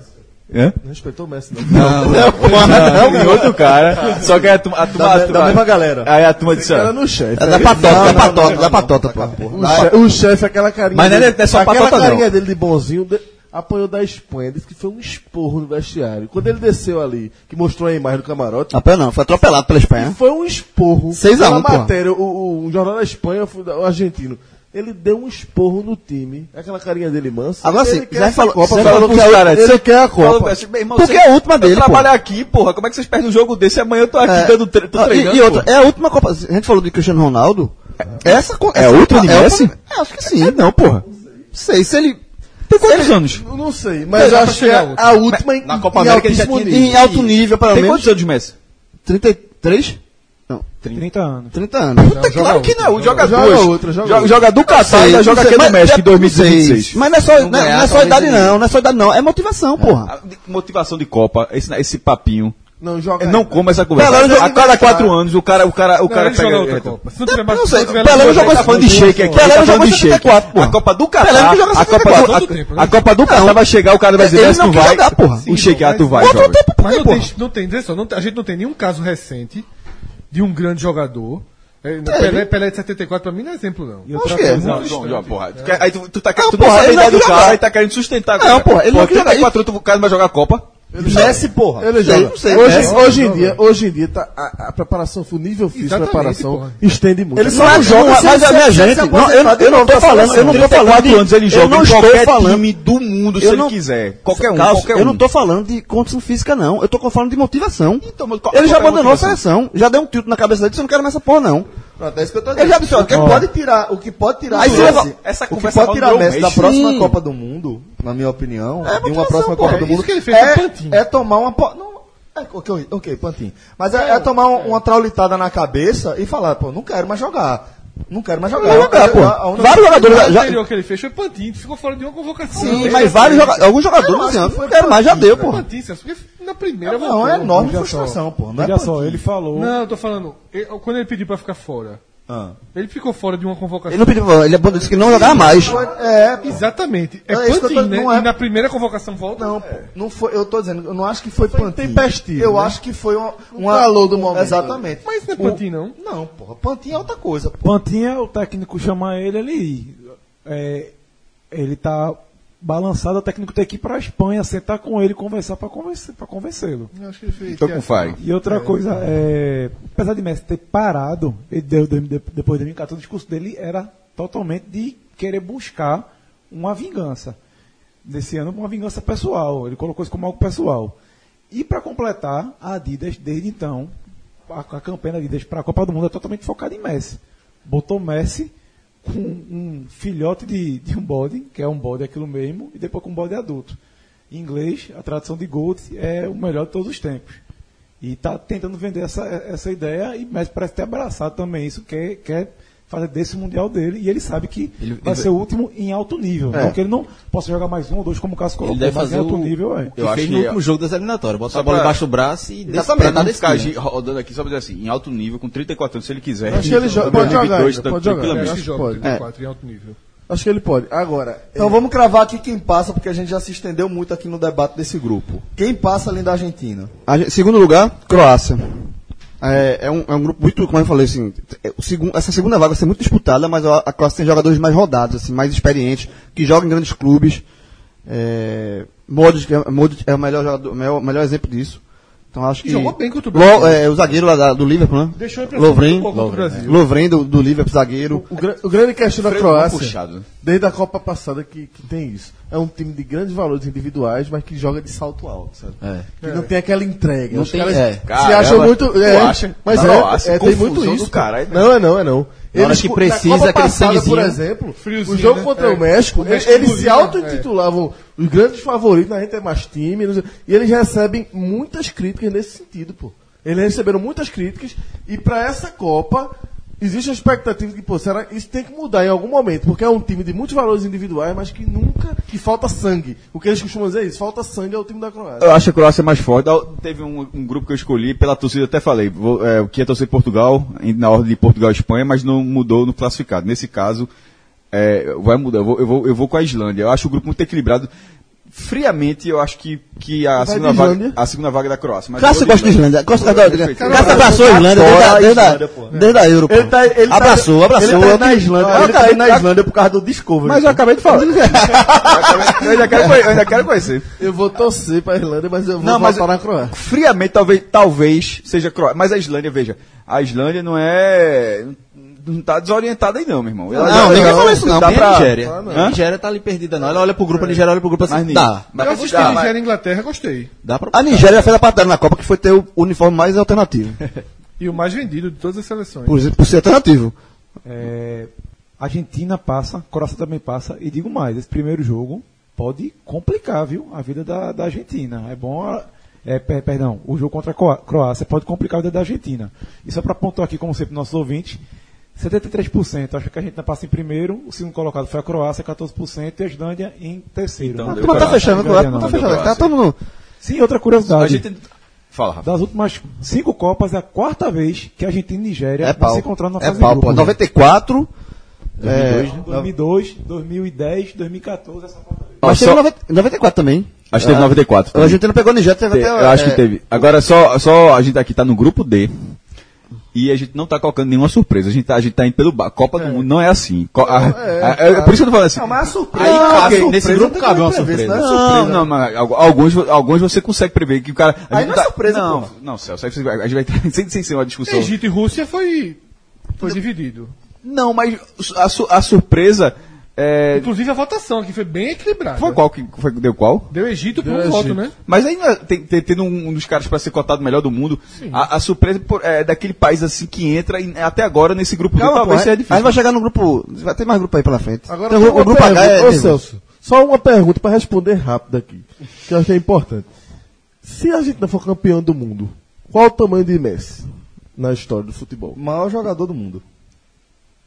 C: Hã?
D: Não respeitou o Messi, não.
C: Não, e outro cara, só que é a turma... A turma, a
D: tá
C: turma-
A: galera.
C: Aí a turma disse,
D: Era
C: ó,
D: no chefe.
B: É da patota, da patota, da patota, pô.
D: O, che- o chefe, aquela carinha.
C: Mas não é-
D: dele,
C: não é só
D: aquela
C: patota,
D: carinha
C: não.
D: dele de bonzinho de- apanhou da Espanha. Disse que foi um esporro no vestiário. Quando ele desceu ali, que mostrou a imagem do camarote,
B: Apanhou não, foi atropelado pela Espanha.
D: foi um esporro.
B: Seis a
D: Pela
B: um, pô.
D: matéria, o, o- um jornal da Espanha, fu- da- o argentino. Ele deu um esporro no time. É Aquela carinha dele mansa.
B: Agora
D: Ele
B: sim,
D: quer
B: já
D: essa
B: falou-
D: Copa,
B: já
D: falou
B: falou é
D: que
B: pros
D: a-
B: caras,
D: ele
B: você-
D: quer a
C: Fala,
D: Copa.
C: Messi, meu irmão,
B: Porque
C: você-
B: é a última
C: Eu
B: dele, pô.
C: trabalho aqui, porra. Como é que vocês perdem um jogo desse? e Amanhã eu tô aqui
B: É.
C: dando tre tô
B: Ah, e-
C: treinando.
B: e, outra,
C: pô.
B: é a última Copa. A gente falou de Cristiano Ronaldo. Essa Copa.
C: É outra de Messi?
B: É, acho que sim.
C: É não, porra.
B: Sei, se ele.
C: Tem quantos anos?
D: Eu Não sei, mas
F: Dá
D: eu
F: pra
D: acho que é
F: chegar outra.
D: a última em,
G: Na Copa
D: em
G: América ele já
D: altíssimo
G: tinha-
D: nível.
B: Em alto nível, pelo
C: Tem
B: menos.
C: quantos anos, Messi?
B: 33? Não,
E: 30 anos.
B: 30 anos.
C: Puta, claro que não. Joga,
D: joga
C: duas.
D: outra, joga
C: joga,
D: outra.
C: joga do Catar
B: Sei,
C: e
B: não
C: joga
B: sei,
C: aqui
B: mas
C: no México em
B: deve- não sei.
C: 2016.
B: Mas não é só,
G: Não
B: não é-
G: ganhar,
B: não é só
G: talvez
B: idade,
G: ele-
B: não. Não é só idade, não. É motivação, porra.
C: A- de- Motivação de Copa, esse, esse papinho.
D: Não joga.
C: É, Não
D: ainda.
C: come essa conversa.
B: Pelo menos
C: a
B: ele
C: cada quatro anos, o cara, o cara, o
F: Não,
C: cara
F: ele joga outra
C: é, então.
F: Copa. Se não tiver mais-
B: não
F: se
B: sei,
F: tiver
B: Pelé
F: mais-
B: não
C: Ele
B: jogou
C: tá falando de shake aqui.
B: Pelé
C: ele tá
B: não jogou
C: falando de shake.
B: 74, porra.
C: A Copa do
B: Pelé
C: Catar.
B: não joga
C: A Copa do,
B: 74
C: a,
F: todo tempo, né?
C: a Copa do Catar vai chegar, o cara vai dizer,
B: Ele
C: Messi
B: não
C: não
B: quer
C: vai.
B: jogar, porra.
C: O shake, ah, tu vai.
B: Bota
C: joga.
B: o tempo pra
F: Mas
B: ele,
F: não
B: porra.
F: tem, não tem, vê só, não tem- a gente não tem nenhum caso recente de um grande jogador. É, não,
B: Teve.
F: Pelé, Pelé de 74 pra mim não é exemplo, não.
E: E
B: Acho
E: outra
B: que é.
E: coisa,
C: Não, João, João, porra. Tu, quer- aí tu, tu tá
B: Não,
C: tu não
B: porra,
C: sabe a
B: ele não
C: idade do
B: quer
C: cara
B: jogar.
C: e tá querendo sustentar.
B: Não,
C: cara.
B: porra, ele não quer jogar.
C: 34 anos, o cara não vai jogar a Copa.
A: Messi, porra.
D: Ele
B: Sei,
D: joga.
B: não sei. né?
D: hoje,
B: Messi
D: hoje em dia, hoje em dia tá a, a preparação, o nível físico da
F: Exatamente,
D: preparação
F: porra.
D: estende muito.
B: Ele só não joga,
C: é
B: mas a minha gente. Não, eu, não- eu não tô falando, eu não tô falando.
C: 34
B: de-
C: anos, ele
B: eu
C: joga
B: não
C: em
B: estou
C: qualquer
B: falando-
C: time do mundo, se
B: eu
C: ele
B: não-
C: quiser. Qualquer um,
B: Cássio,
C: qualquer um.
B: Eu não tô falando de condição física, não. Eu tô falando de motivação.
C: Então, mas qual-
B: ele já
C: qual é a
B: abandonou a
C: motivação?
B: seleção, já deu um tilt na cabeça dele, disse, eu não quero mais essa porra, não.
A: Pronto, é isso que eu tô
B: Eu já disse, ó,
A: o que
B: ó.
A: pode tirar, o que pode tirar
B: Aí
A: o
B: você
A: Messi-
B: leva-
C: essa
A: o que
C: conversa
A: pode tirar
C: rodou um
A: Messi da
C: mês.
A: próxima
B: Sim.
A: Copa do Mundo, na minha opinião, de uma
B: motivação,
A: próxima
B: pô.
A: Copa
B: É
A: do
F: isso
A: Mundo,
F: que ele fez
A: é,
F: com o Pantinho.
A: é tomar uma... po- não, é, ok, ok, Pantinho. Mas é, é tomar um- uma traulitada na cabeça e falar, pô, não quero mais jogar. Não quero mais jogar.
B: Vai jogar,
A: quero
B: pô.
A: jogar a única-
B: Vários
F: O
B: jogadores já- já-
F: anterior que ele fez foi Pantinho, que ficou fora de uma convocação.
B: Sim,
F: Não,
B: mas
F: ele-
B: vários jogadores, alguns
A: Eu
B: jogadores
A: acho
B: assim,
A: que
B: ó,
A: foi
B: não quero mais, já deu,
F: Foi
B: porra.
F: Pantinho, Celso, porque na primeira
A: Não,
F: voltou.
A: é enorme
E: veja só.
A: frustração, pô. Não é
E: Olha só,
A: Pantinho.
E: ele falou.
F: Não, eu tô falando, eu- quando ele pediu pra ficar fora,
A: Ah.
F: ele ficou fora de uma
B: Ele
F: convocação.
B: não pediu, ele abandonou, disse que não jogava mais.
A: É, pô.
F: Exatamente. É,
A: É isso que eu tô-
F: Pantinho, né?
A: não é-
F: E na primeira convocação volta.
A: Não, pô, não foi, eu tô dizendo, eu não acho que É. foi, Pantinho.
D: tempestivo,
A: Eu
D: né?
A: acho que foi uma,
D: Um
A: uma
D: calor do momento.
A: Exatamente.
F: Mas não é Pantinho, não.
A: Não, porra, Pantinho é outra coisa, pô.
E: Pantinha, o técnico chama ele, ele. É, ele tá balançada, o técnico tem que ir para a Espanha, sentar com ele, conversar para convencer, pra convencê-lo.
F: Eu acho que ele fez.
C: Tô com o Fag.
E: E outra coisa, é, apesar de Messi ter parado, ele deu, deu- depois de 2014, o discurso dele era totalmente de querer buscar uma vingança. Nesse ano, uma vingança pessoal. Ele colocou isso como algo pessoal. E para completar, a Adidas, desde então, a, a campanha da Adidas para a Copa do Mundo é totalmente focada em Messi. Botou Messi com um filhote de, de um bode, que é um bode aquilo mesmo, e depois com um bode adulto. Em inglês, a tradução de Gold é o melhor de todos os tempos. E está tentando vender essa, essa ideia, e mas parece ter abraçado também isso, quer, quer é fazer desse Mundial dele, e ele sabe que
G: Ele-
E: vai
G: ele-
E: ser o último em alto nível. Não que ele não possa jogar mais um ou dois, como o Cássio colocou,
G: Ele deve
E: mas
G: fazer
E: em alto
G: o,
E: nível é.
G: o que
C: Eu
G: fez
C: acho
G: no
C: que-
G: último jogo das eliminatórias. Bota
C: Só
G: a bola
C: pra-
G: debaixo do braço e desce
C: Exatamente,
G: pra
C: não
G: nada
C: ficar
G: esquina.
C: gi- rodando aqui, só pra dizer assim, em alto nível, com 34 anos, se ele quiser.
D: Acho que ele jo- pode jogar,
C: 2022,
D: ainda, pode
C: tá-
D: jogar.
F: É,
C: tranquilamente.
D: Acho que pode.
F: 34 em alto nível.
D: Acho que ele pode. Agora,
A: Então vamos cravar aqui quem passa, porque a gente já se estendeu muito aqui no debate desse grupo. Quem passa além da Argentina?
B: A gente- segundo lugar, Croácia. É, é um, é um grupo muito, como eu falei, assim, é o segun- essa segunda vaga vai ser muito disputada, mas a, a Croácia tem jogadores mais rodados, assim, mais experientes, que jogam em grandes clubes. É, Modric, é- Modric é o melhor, jogador, o melhor, o melhor exemplo disso. Então acho que.
F: jogou bem contra o
B: Lo-
F: Brasil.
B: é, o zagueiro lá da- do Liverpool, né?
F: Deixou a impressão
B: Lovren,
A: um
F: muito boa um contra o
B: Lovren,
F: Brasil.
B: é. Lovren do, do Liverpool, zagueiro.
D: o, gra- o grande questão da
C: Freio mal
D: Croácia,
C: puxado, né?
D: desde a Copa passada que, que tem isso, é um time de grandes valores individuais, mas que joga de salto alto, sabe?
G: É.
D: Que não tem aquela entrega.
G: Não
D: Os
G: tem-
D: caras
G: é.
D: se
C: Caramba,
D: acham muito.
C: tu
D: É,
C: acha?
D: Mas
C: Não,
D: é,
C: acho
D: é, tem
C: confusão
D: muito
C: do
D: isso.
C: cara, é-
D: Não é não, é não.
G: Na hora que
D: co-
G: precisa,
D: na Copa
G: aquele
D: passada, por
G: sanguezinho.
D: exemplo,
F: Friozinho,
D: o jogo
F: né?
D: contra
F: É.
D: o México,
F: O México né? É.
D: eles se
F: cozinha,
D: auto-intitulavam os grandes favoritos, a gente é mais time, não sei- e eles recebem muitas críticas nesse sentido, pô. Eles receberam muitas críticas, e pra essa Copa, existe a expectativa de que, pô, será que isso tem que mudar em algum momento, porque é um time de muitos valores individuais, mas que nunca, que falta sangue. O que eles costumam dizer é isso, falta sangue ao time da Croácia.
C: Eu acho a Croácia mais forte. Ah, Teve um, um grupo que eu escolhi pela torcida, eu até falei, vou, é, o que ia torcer Portugal, em- na ordem de Portugal e Espanha, mas não mudou no classificado. Nesse caso, é, vai mudar. Eu vou, eu, vou, eu vou com a Islândia. Eu acho o grupo muito equilibrado. Friamente, eu acho que, que a,
D: de
C: segunda vaga,
D: Islândia?
C: a segunda vaga é da Croácia. Mas
B: Cássio
C: eu vou
B: gosta de Islândia. Gosta, adora,
C: Perfeito.
B: Cássio
A: tá
B: abraçou a Islândia desde a, desde a, desde a Euro. pô.
A: Ele tá- ele tá-
B: abraçou, abraçou.
A: ele tá na Islândia.
B: Ah,
A: ele tá aí na Islândia por causa do Discovery.
C: Mas eu acabei de falar. eu, ainda quero, conhe- eu ainda quero conhecer.
D: Eu vou torcer pra Irlanda, mas eu vou
C: Não, mas-
D: votar na Croácia.
C: Friamente, talvez, talvez seja Croácia. Mas a Islândia, veja, a Islândia não é. Não tá desorientada aí, não, meu irmão. Ela-
B: Não,
C: ela-
B: ninguém
C: ela-
B: falou isso, não.
C: dá
B: Nem a
C: pra-
G: Nigéria.
C: Hã?
G: A Nigéria tá ali perdida, não. Ela olha pro grupo, a Nigéria olha pro grupo
C: Mas
G: assim.
C: nem-
G: Dá.
C: mas-
F: Eu assisti
C: dá,
F: a
C: mas-
F: Nigéria e Inglaterra, gostei.
G: Dá pra...
B: Tá. A Nigéria fez a parte dela na Copa, que foi ter o uniforme mais alternativo.
F: E o mais vendido de todas as seleções.
B: Por, exemplo, por ser alternativo.
E: É, Argentina passa, Croácia também passa. E digo mais, esse primeiro jogo pode complicar, viu, a vida da, da Argentina. É bom, a- é, per- perdão, o jogo contra a Croá- Croácia pode complicar a vida da Argentina. E só para pontuar aqui, como sempre, nossos ouvintes, 73% acha que a Argentina passa em primeiro, o segundo colocado foi a Croácia, 14%, e a Islândia em terceiro.
C: Então,
E: Não,
C: deu
B: Tu não tá
C: Croácia.
E: Não,
B: fechando, tu não tá
E: não,
B: fechando.
C: não,
B: Tá
A: assim.
B: todo mundo.
E: Sim, outra
C: A
E: curiosidade.
C: gente. Fala, Rafa.
E: Das últimas cinco Copas, é a quarta vez que a Argentina e Nigéria
B: É
E: vão
B: pau.
E: se encontrar na
B: É
E: fase de
B: pau,
E: grupo.
B: pô. 94. É,
E: 2002, 2010, 2014, essa Copa.
B: mas
C: Ó,
B: teve
C: só-
B: 90 94 também.
C: Acho
E: É.
C: que teve 94.
B: A Argentina pegou a Nigéria, teve
C: Te-
B: até.
C: eu acho
B: é,
C: que teve. Agora, só, só a gente aqui tá no grupo D. E a gente não tá colocando nenhuma surpresa. A gente tá, a gente tá indo pelo bar. Copa do Mundo não é assim. Co- a- a- é, por isso que eu tô falando assim.
A: mas a
C: Aí
A: surpresa.
C: cabe-
A: ok,
C: nesse grupo cabe uma surpresa.
A: Não, é
C: Não,
A: surpresa.
C: não, mas al- alguns, vo- alguns você consegue prever que o cara. a
A: Aí
C: gente tá-
A: não é surpresa,
C: Não,
A: pô.
C: não, Celso. Aí você vai- a gente vai entrar sem, sem ser uma discussão.
F: Egito e Rússia foi, foi dividido.
C: Não, mas a, su- a surpresa. É,
F: Inclusive a votação aqui foi bem equilibrada.
C: foi qual que foi, deu qual?
F: Deu Egito por um voto, né?
C: Mas ainda tem, tem- tendo um, um dos caras para ser cotado melhor do mundo, a, a surpresa por- é daquele país assim que entra e, até agora nesse grupo D,
B: Calma, pô,
C: talvez
A: é
B: aí-
C: seja
B: aí
C: é difícil.
B: vai chegar no grupo. Vai ter mais grupo aí pela frente.
D: Agora
B: Tem
D: só
B: o, o
D: uma
B: grupo H
D: pergunta,
B: é.
D: ô,
B: nervoso.
D: Celso, só uma pergunta para responder rápido aqui, que eu acho que é importante. Se a gente não for campeão do mundo, qual o tamanho de Messi na história do futebol?
A: Maior jogador do mundo.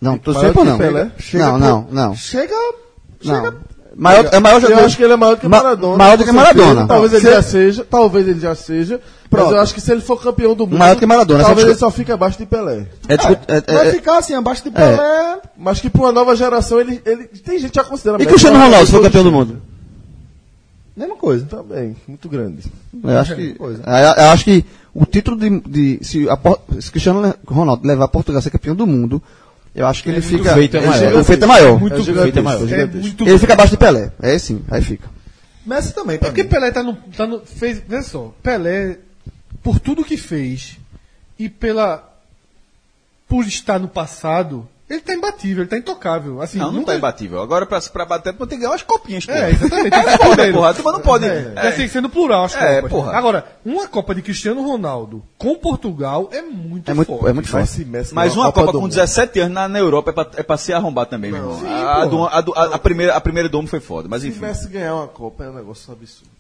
B: Não, tô
D: Maior
B: sempre
D: que
B: não.
D: Pelé.
B: Não,
A: Chega
B: não, não.
A: Chega.
B: Não. Maior, é maior
D: Eu
B: jogador.
D: acho que ele é maior do que
B: Ma-
D: Maradona.
B: maior do que
D: com certeza.
B: Maradona.
D: Talvez ele
B: Se- é-
D: já seja, talvez ele já seja, mas
A: Pronto.
D: eu acho que se ele for campeão do mundo,
B: Maior do que Maradona,
D: talvez
B: essa
D: ele só fique abaixo de Pelé.
B: É, discu- é- é-
A: Vai
B: é-
A: ficar assim, abaixo de Pelé.
D: Mas que para uma nova geração ele, ele tem gente que já considera
B: E
D: Messi um
B: Cristiano
D: maior
B: Ronaldo,
D: que
B: se for
D: todos
B: campeão do mundo?
A: Mesma coisa.
D: também, Tá muito grande.
B: Eu acho que,
A: Coisa.
B: eu- eu acho que o título de. de- se, a Por- se Cristiano Le- Ronaldo levar Portugal a ser campeão do mundo, Eu acho que ele,
F: muito
B: fica.
G: feito, é
B: ele
G: maior.
B: chega- o feito é maior.
F: Muito
B: Ele
F: grande.
B: fica-
G: é maior.
F: É muito
B: Ele fica abaixo de Pelé. É sim, aí fica.
A: Messi também,
F: É
A: pra
F: porque
A: mim.
F: Pelé tá no, tá no- fez, vê só, Pelé, por tudo que fez e pela por estar no passado, ele tá imbatível, ele tá intocável. Assim,
C: Não, não
F: nunca-
C: tá imbatível. Agora, pra, pra bater, tem que ganhar umas copinhas, pô.
F: É, exatamente. Tem que ser
C: Porra,
F: porteiro.
C: porra, a turma não pode.
F: É, assim, sendo plural as
C: É,
F: Copas.
C: porra.
F: Agora, uma Copa de Cristiano Ronaldo com Portugal é muito
B: É muito-
F: forte.
B: é muito forte.
D: Messi, Messi,
C: Mas
D: não,
C: uma Copa,
D: do
C: com
D: Mundo.
C: 17 anos na, na Europa é pra, é pra se arrombar também, meu irmão. a, do- a do- a- a primeira, a primeira do homem foi foda, mas
D: Se
C: enfim.
D: Messi ganhar uma Copa é um negócio absurdo.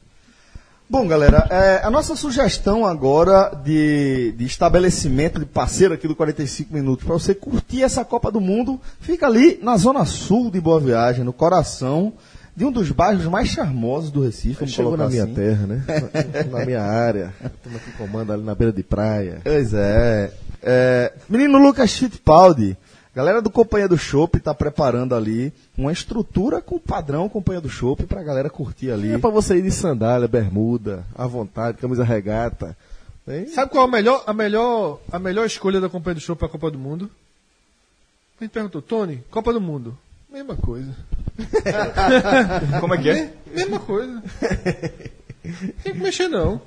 A: Bom, galera, é, a nossa sugestão agora de, de estabelecimento de parceiro aqui do 45 Minutos, para você curtir essa Copa do Mundo, fica ali na Zona Sul de Boa Viagem, no coração de um dos bairros mais charmosos do Recife. Vamos
D: Chegou
A: colocar
D: na minha
A: assim.
D: terra, né? Na, na minha área. A turma que comanda ali na beira de praia.
A: Pois é. É, Menino Lucas Fittipaldi, galera do Companhia do Chopp tá preparando ali uma estrutura com padrão Companhia do Chopp pra galera curtir ali.
D: É pra você ir de sandália, bermuda, à vontade, camisa regata. Hein?
F: Sabe qual é a melhor, a melhor, a melhor escolha da Companhia do Show pra Copa do Mundo? A gente perguntou, Tony, Copa do Mundo. Mesma coisa.
C: Como é que é?
F: Mesma coisa. Tem que mexer não.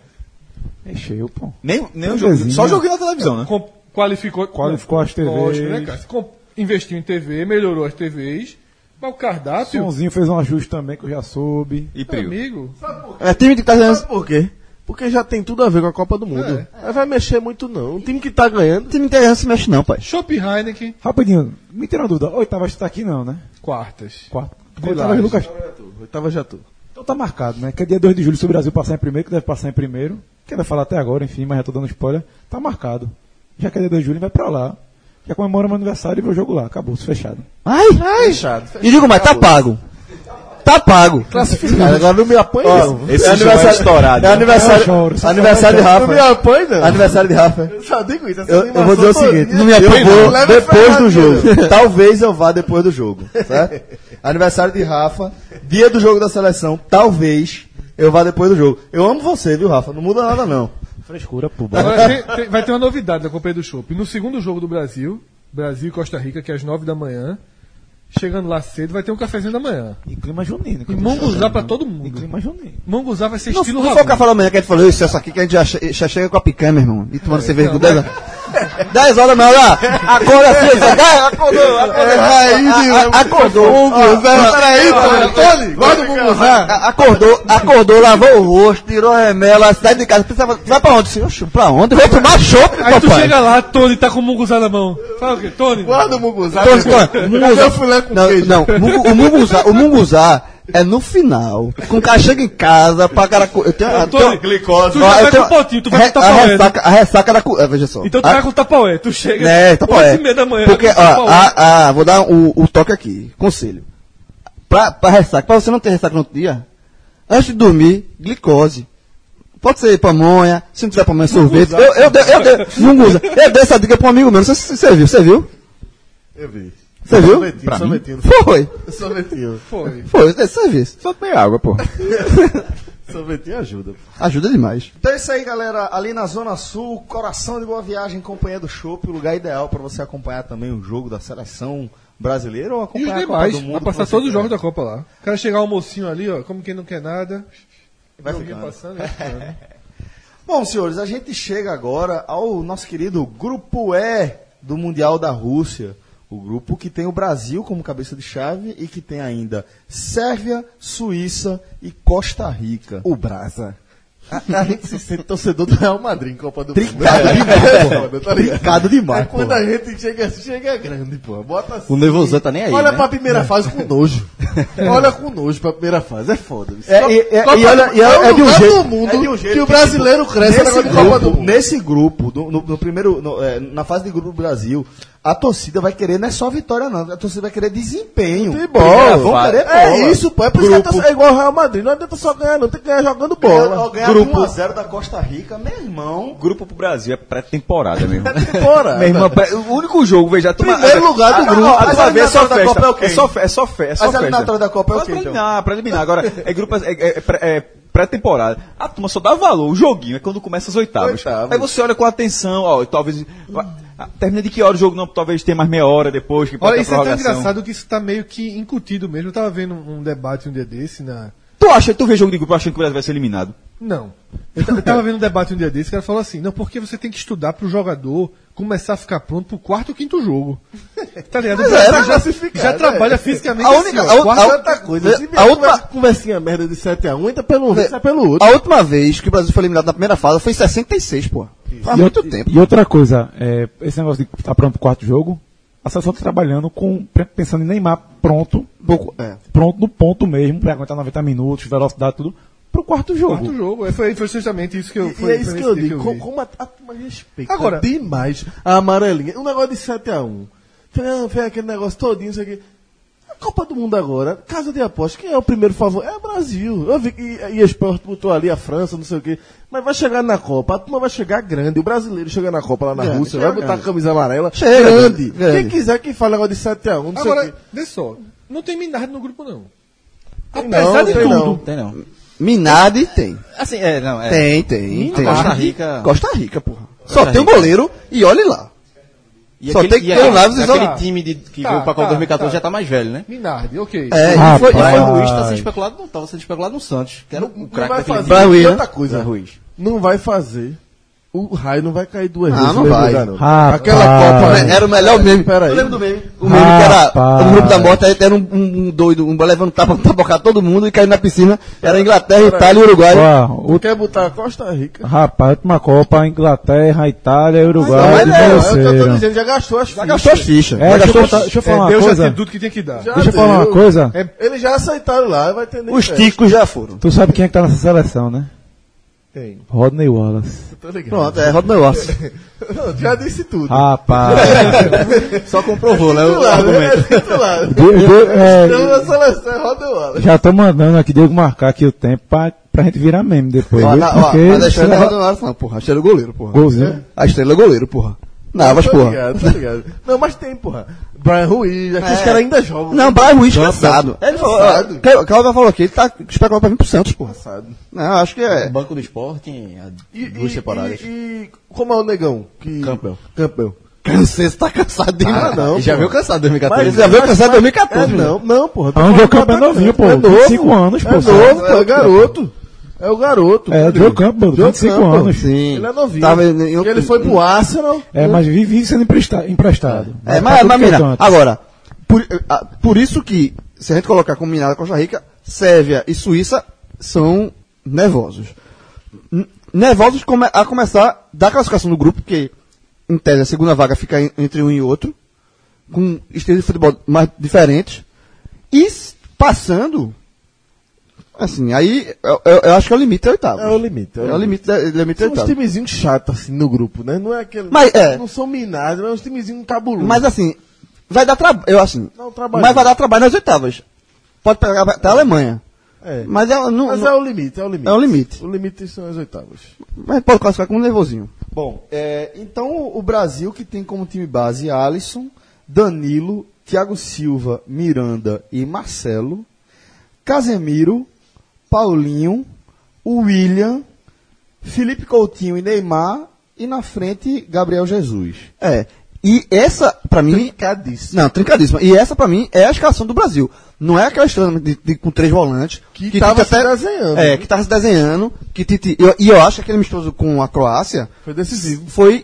E: Encheu, pô.
C: Nem, nem um jogo, só joguei na televisão, né?
F: Com- qualificou,
E: Qualificou as TVs.
F: Lógico, né, cara? Com- investiu em TV, melhorou as TVs, mas o cardápio,
E: Sonzinho fez um ajuste também que eu já soube.
C: E
F: meu
C: Prio.
F: amigo,
B: É time que tá ganhando.
D: Sabe por quê? Porque já tem tudo a ver com a Copa do Mundo.
F: É.
D: Aí vai mexer muito não. O time que tá
B: O
D: ganhando.
B: time que tá ganhando se mexe, não, pai.
F: Chopp Heineken,
E: Rapidinho, me tira uma dúvida. Oitavas tu tá aqui não, né?
F: quartas.
E: Quarto.
F: Oitavas,
E: Oitavas Lucas.
D: Oitava já é tu.
E: Então tá marcado, né? Que é dia 2 de julho, se o Brasil passar em primeiro, que deve passar em primeiro. Quem vai falar até agora, enfim, mas já tô dando spoiler. Tá marcado. Já que é dia 2 de julho, vai pra lá. Já comemora meu aniversário e vou jogo lá. Acabou, fechado.
B: Ai!
D: Fechado.
B: E digo mais, tá pago. Tá pago.
D: Cara, agora não me apanha. não.
C: Esse aniversário estourado.
A: É
E: Eu choro,
A: aniversário,
E: só
A: aniversário de
D: né? Não me
A: Rafa.
D: apanha, não.
A: Aniversário de Rafa.
D: Eu só digo isso. essa
A: Eu, eu vou dizer o
D: animação
A: seguinte,
D: todinha.
A: não me apoio,
D: Eu
A: vou
D: levo
A: depois do
D: ferradinha.
A: jogo. Talvez eu vá depois do jogo, certo? Aniversário de Rafa, dia do jogo da seleção, talvez eu vá depois do jogo. Eu amo você, viu, Rafa? Não muda nada, não.
E: Frescura, pô.
F: Agora, tem- tem- vai ter uma novidade da Copa do Chopp. No segundo jogo do Brasil, Brasil e Costa Rica, que é às 9 da manhã, chegando lá cedo, vai ter um cafezinho da manhã.
E: E clima junino. que
F: E
E: eu tô
F: manguzá
E: chorando.
F: pra todo mundo.
E: E clima junino.
F: Manguzá vai ser
B: Não,
F: estilo
B: não foi o
F: Rabu.
B: cara falou amanhã que a gente falou isso, essa aqui que a gente já, che- já chega com a picanha, meu irmão. E tomando cerveja
F: então,
B: com 10 horas. 10 horas não, olha. Acorda assim, você vai, acordou, acordou. A- a- Acordou. Munguzá. Peraí, Tony, guarda o Munguzá. Acordou, acordou, lavou o rosto, tirou a remela, sai de casa. Pensava, tu vai pra onde? Sim, oxe, pra onde? Vou tomar chopp,
F: Aí tu
B: papai.
F: chega lá, Tony tá com o munguzá na mão. Fala o quê? Tony?
D: Guarda o Muguzá.
B: Tô- tô- Munguzá-
D: filé com
B: Não,
D: queijo.
B: não, Mungu- o Munguzá, o Munguzá é no final. Quando o cara chega em casa, pra cara. co- Eu tenho, eu
F: Tony,
B: tenho-
F: glicose. Tu
B: Ó,
F: já
B: eu
F: vai
B: tenho-
F: com o potinho, tu vai
B: re-
F: com o
B: a
F: tapaué. né?
B: ressaca, a ressaca da. cu- ah, Veja só.
F: Então tu
B: a,
F: vai com o tapaué. Tu chega
B: né, tapaué.
F: 8 É, e meia da manhã.
B: Porque, ó,
F: com o tapaué.
B: a, a- vou dar o, o toque aqui. Conselho. Pra, pra ressaca, pra você não ter ressaca no outro dia, antes de dormir, glicose. Pode ser pamonha, se não tiver pamonha, sorvete. Eu, eu, dei- eu, dei- Munguza, eu dei essa dica pra um amigo meu, não sei se você viu, você viu?
D: Eu vi.
B: Você viu?
D: Sorvetinho, sorvetinho.
B: Foi,
D: Sorvetinho.
F: Foi.
B: foi, você viu.
C: Só tomei água, pô.
D: Sorvetinho ajuda.
B: Ajuda demais.
A: Então é isso aí, galera. Ali na Zona Sul, coração de Boa Viagem, companhia do Chopp, o lugar ideal para você acompanhar também o jogo da seleção brasileira ou
F: E os
A: acompanhar a Copa
F: demais,
A: do Mundo.
F: vai passar
A: que você
F: todos os
A: quer.
F: jogos da Copa lá. O cara chegar um mocinho ali, ó, como quem não quer nada.
A: Vai
F: Joguinho
A: ficando.
F: passando, né? vai ficando.
A: Bom, senhores, a gente chega agora ao nosso querido Grupo E do Mundial da Rússia. O grupo que tem o Brasil como cabeça de chave e que tem ainda Sérvia, Suíça e Costa Rica.
D: O Brasa. A, a gente se sente torcedor do Real Madrid em Copa do
A: Trincado
D: Mundo.
A: demais,
D: É,
A: pô.
D: foda, tá ligado?
A: Trincado demais,
D: É quando
A: pô.
D: a gente chega, chega grande, pô. Bota assim.
G: O nervosão tá nem aí,
D: Olha
G: né?
D: pra primeira fase com nojo. Olha com nojo pra primeira fase. É foda. isso.
A: É, e- e-
D: Copa
A: e olha-
D: do-
A: e olha-
D: o
A: é de um
D: lugar
A: jeito-
D: do mundo
A: é de um jeito
D: que o
A: que,
D: brasileiro cresce
A: Nesse
D: agora de Copa do
A: grupo,
D: Mundo.
A: nesse grupo do- no, no primeiro, no, eh, na fase de grupo do Brasil, a torcida vai querer não é só vitória, não. A torcida vai querer desempenho.
D: Futebol.
A: Vão querer bola.
D: É isso, pô. É por isso que a
A: Grupo.
D: torcida é igual ao Real Madrid. Não adianta só ganhar, não. Tem que ganhar jogando
A: Ganhar,
D: bola.
A: ganhar de 1 a 0 da Costa Rica, meu irmão.
C: Grupo pro Brasil é pré-temporada mesmo.
D: Fora.
C: Meu irmão, pré- o único jogo, veja, a turma-
A: Primeiro lugar do
C: Ah,
A: grupo.
C: não, A
A: Mas
C: tua
A: a
C: vez é só
A: eliminatória da
C: festa.
A: Copa é o quê?
C: É só fe- é só fe- é só
A: Mas a
C: festa.
A: eliminatória da Copa é o
C: Pra
A: quê, então?
C: eliminar, pra eliminar. Agora, é grupo, é, é- é pré- é pré-temporada. A turma só dá valor, o joguinho é quando começa as oitavas.
D: Oitavas.
C: Aí você olha com atenção, ó, e talvez... Ah, Termina de que hora o jogo não, talvez tenha mais meia hora depois que pode
F: Olha,
C: ter
F: isso é tão
C: prorrogação.
F: engraçado que isso tá meio que incutido mesmo. Eu tava vendo um debate um dia desse na.
C: Tu acha, tu vê jogo de grupo achando que o Brasil vai ser eliminado?
F: Não. Eu, ta- eu tava vendo um debate um dia desse, o cara falou assim, não, porque você tem que estudar pro jogador começar a ficar pronto pro quarto ou quinto jogo. Tá ligado? O
B: é, era
F: Brasil já,
B: classificado,
F: já trabalha fisicamente
B: A
F: assim,
B: única-
F: ó,
B: a u-
F: quarto-
B: a u-
D: Outra coisa, se
B: a última,
D: conversinha merda de 7x1, entra pelo um, sai pelo outro.
B: a última vez que o Brasil foi eliminado na primeira fase foi em 66, pô. Há
E: E
B: muito
E: outra-
B: tempo.
E: E outra coisa, é, esse negócio de estar pronto pro quarto jogo, a seleção tá trabalhando com, pre- pensando em Neymar pronto,
B: Pouco, é.
E: pronto no ponto mesmo, pra aguentar 90 minutos, velocidade, tudo, pro quarto jogo.
F: quarto jogo. É, Foi, foi justamente isso que eu
D: E-
F: foi,
D: e é isso
F: foi
D: que eu
F: esse dia
D: digo.
F: vi.
D: Como, como a, a turma respeita
F: Agora-
D: demais a amarelinha. Um negócio de 7x1. Foi ah, aquele negócio todinho, isso aqui. A Copa do Mundo agora, casa de aposta, quem é o primeiro favor? É o Brasil. Eu vi que e Sport botou ali a França, não sei o quê. Mas vai chegar na Copa, a turma vai chegar grande. O brasileiro chega na Copa lá na
B: Grande,
D: Rússia,
B: chega
D: vai botar
B: grande.
D: a camisa amarela.
B: Chega,
D: grande.
B: grande.
D: Quem quiser que fale negócio de 7x1, não sei o
F: Agora,
D: quê.
F: vê só, não tem Minardi no grupo não.
D: não,
F: Apesar de
D: tem
F: tudo,
D: não.
G: Tem não.
B: Minardi tem.
G: Assim, é, não, é.
B: Tem,
A: Hum,
B: tem, tem.
G: Costa Rica.
B: Costa Rica, porra. Só
G: Costa
B: tem o
G: Rica.
B: goleiro e olhe lá.
G: E
B: Só tem que ter um Laves
G: e
B: isolado.
G: Aquele time de, que
F: Tá,
G: veio pra Copa
F: tá,
G: 2014
F: tá.
G: já tá mais velho, né?
F: Minardi, ok.
B: É,
G: E foi, e
B: rapaz.
G: foi o Ruiz tá sendo especulado, não tava sendo especulado no Santos, que era o craque
D: vai
G: daquele
D: fazer
G: time.
B: Vai, Ruiz,
D: tanta
B: né?
D: coisa.
G: Vai, Ruiz.
D: Não vai fazer. O raio não vai cair duas
B: Ah,
D: vezes.
B: não
D: no mesmo
B: vai.
D: lugar, não.
E: Rapaz.
D: Aquela Copa
B: né? Era o melhor meme.
D: Peraí.
B: Eu lembro do meme. O meme que era
E: Rapaz.
B: o grupo da morte, aí era um, um- um doido, um levando tapa, tabocar todo mundo e caindo na piscina. Era Inglaterra, Itália e Uruguai.
E: Ó, o-
D: Quer botar a Costa Rica?
E: rapaz, última Copa, Inglaterra, Itália, Uruguai,
B: Mas não, mas
D: eu tô- tô
E: desvaneceram.
D: dizendo, já gastou as
B: Já
D: fichas.
B: gastou as fichas.
E: É,
B: Mas
E: deixa eu,
B: eu-
E: deixa eu falar
F: É,
E: uma
F: Deus já
E: coisa.
F: tem tudo que tinha que dar.
D: Já
E: Deixa eu falar uma
D: deu.
E: coisa.
F: É,
D: Eles já aceitaram lá, vai ter nem
B: Os
D: teste.
B: ticos já foram.
E: Tu sabe quem é que tá nessa seleção, né?
F: tem.
E: Rodney Wallace.
D: Tô ligado.
B: Pronto, é, Rodney Wallace.
D: Não, já disse tudo.
E: Rapaz.
G: Só comprovou, né? O
D: Titular, né?
G: argumento.
D: É titular.
E: De- de- é,
D: Então, a seleção é roda o Wallace.
E: já tô mandando aqui, Diego marcar aqui o tempo pra, pra gente virar meme depois.
B: Ó,
E: viu?
B: na- ó,
E: Porque
B: mas a estrela é
E: será-
B: Rodney Wallace, não, porra. A estrela é goleiro, porra.
E: golzinho.
B: A estrela é goleiro, porra. Navas,
D: Tô
B: porra.
D: tá ligado, tô ligado. Não, mas tem, porra. Brian
B: É.
D: Ruiz, aqueles caras ainda jogam.
B: Não, Brian Ruiz cansado.
D: Ele falou, ó,
B: é, Cláudio falou que ele tá especulado pra vir pro Santos, porra.
D: Passado.
B: Não, acho que é.
G: Banco do Esporte em há
D: E,
G: duas
D: e,
G: temporadas.
D: e, e como é o negão? Que...
G: Campbell.
D: Campbell.
B: Cansei, você tá cansado de
D: Ah,
B: nada.
D: não,
G: E já
D: pô.
G: veio cansado em 2014.
B: Mas já veio cansado em
D: É,
B: 2014. né?
D: não, não, porra.
E: Ah, o Campo é novinho, pô.
D: É novo.
E: 25 anos, pô.
D: É novo, pô, é o garoto. É o garoto.
E: É,
D: entendeu?
E: Joe Campbell,
D: Joe
E: 25
D: Campbell.
E: anos.
B: Sim.
D: Ele é novinho.
B: Tava em- em outro-
D: Ele foi pro Arsenal.
E: É, mas vive sendo empresta- emprestado.
B: É,
E: Vai
B: mas,
E: pra
B: mas
E: tudo que é
B: mira,
E: canto.
B: agora, por, ah, por isso que, se a gente colocar como minada Costa Rica, Sérvia e Suíça são nervosos. N- Nervosos come- a começar da classificação do grupo, porque, em tese, a segunda vaga fica en- entre um e outro, com estilos de futebol mais diferentes, e s- passando, assim, aí eu, eu- eu acho que é o limite da oitava.
D: É o limite.
B: É o limite da, limite da
D: São uns
B: oitava.
D: timezinhos chatos, assim, no grupo, né? Não é aquele...
B: Mas, é.
D: Não são minados, mas é uns timezinhos cabulosos.
B: Mas assim, vai dar trabalho. Eu assim.
D: Dá um trabalho.
B: Mas vai dar trabalho nas oitavas. Pode pegar até a Alemanha.
D: é. Mas,
B: Mas ela não. não-
D: é o limite, é o limite.
B: É o limite.
D: O limite são as oitavas.
B: Mas pode classificar como um nervosinho.
A: Bom, é, então o Brasil que tem como time base Alisson, Danilo, Thiago Silva, Miranda e Marcelo, Casemiro, Paulinho, William, Felipe Coutinho e Neymar e na frente Gabriel Jesus.
B: É. E essa, pra mim.
D: Trincadíssimo.
B: Não, trincadíssima. E essa, pra mim, é a escalação do Brasil. Não é aquela estrela de- de- com três volantes.
D: Que
B: Tite
D: tava se desenhando.
B: É, que tava se desenhando. Que Tite, eu- e eu acho que aquele amistoso com a Croácia
D: Foi decisivo.
B: foi,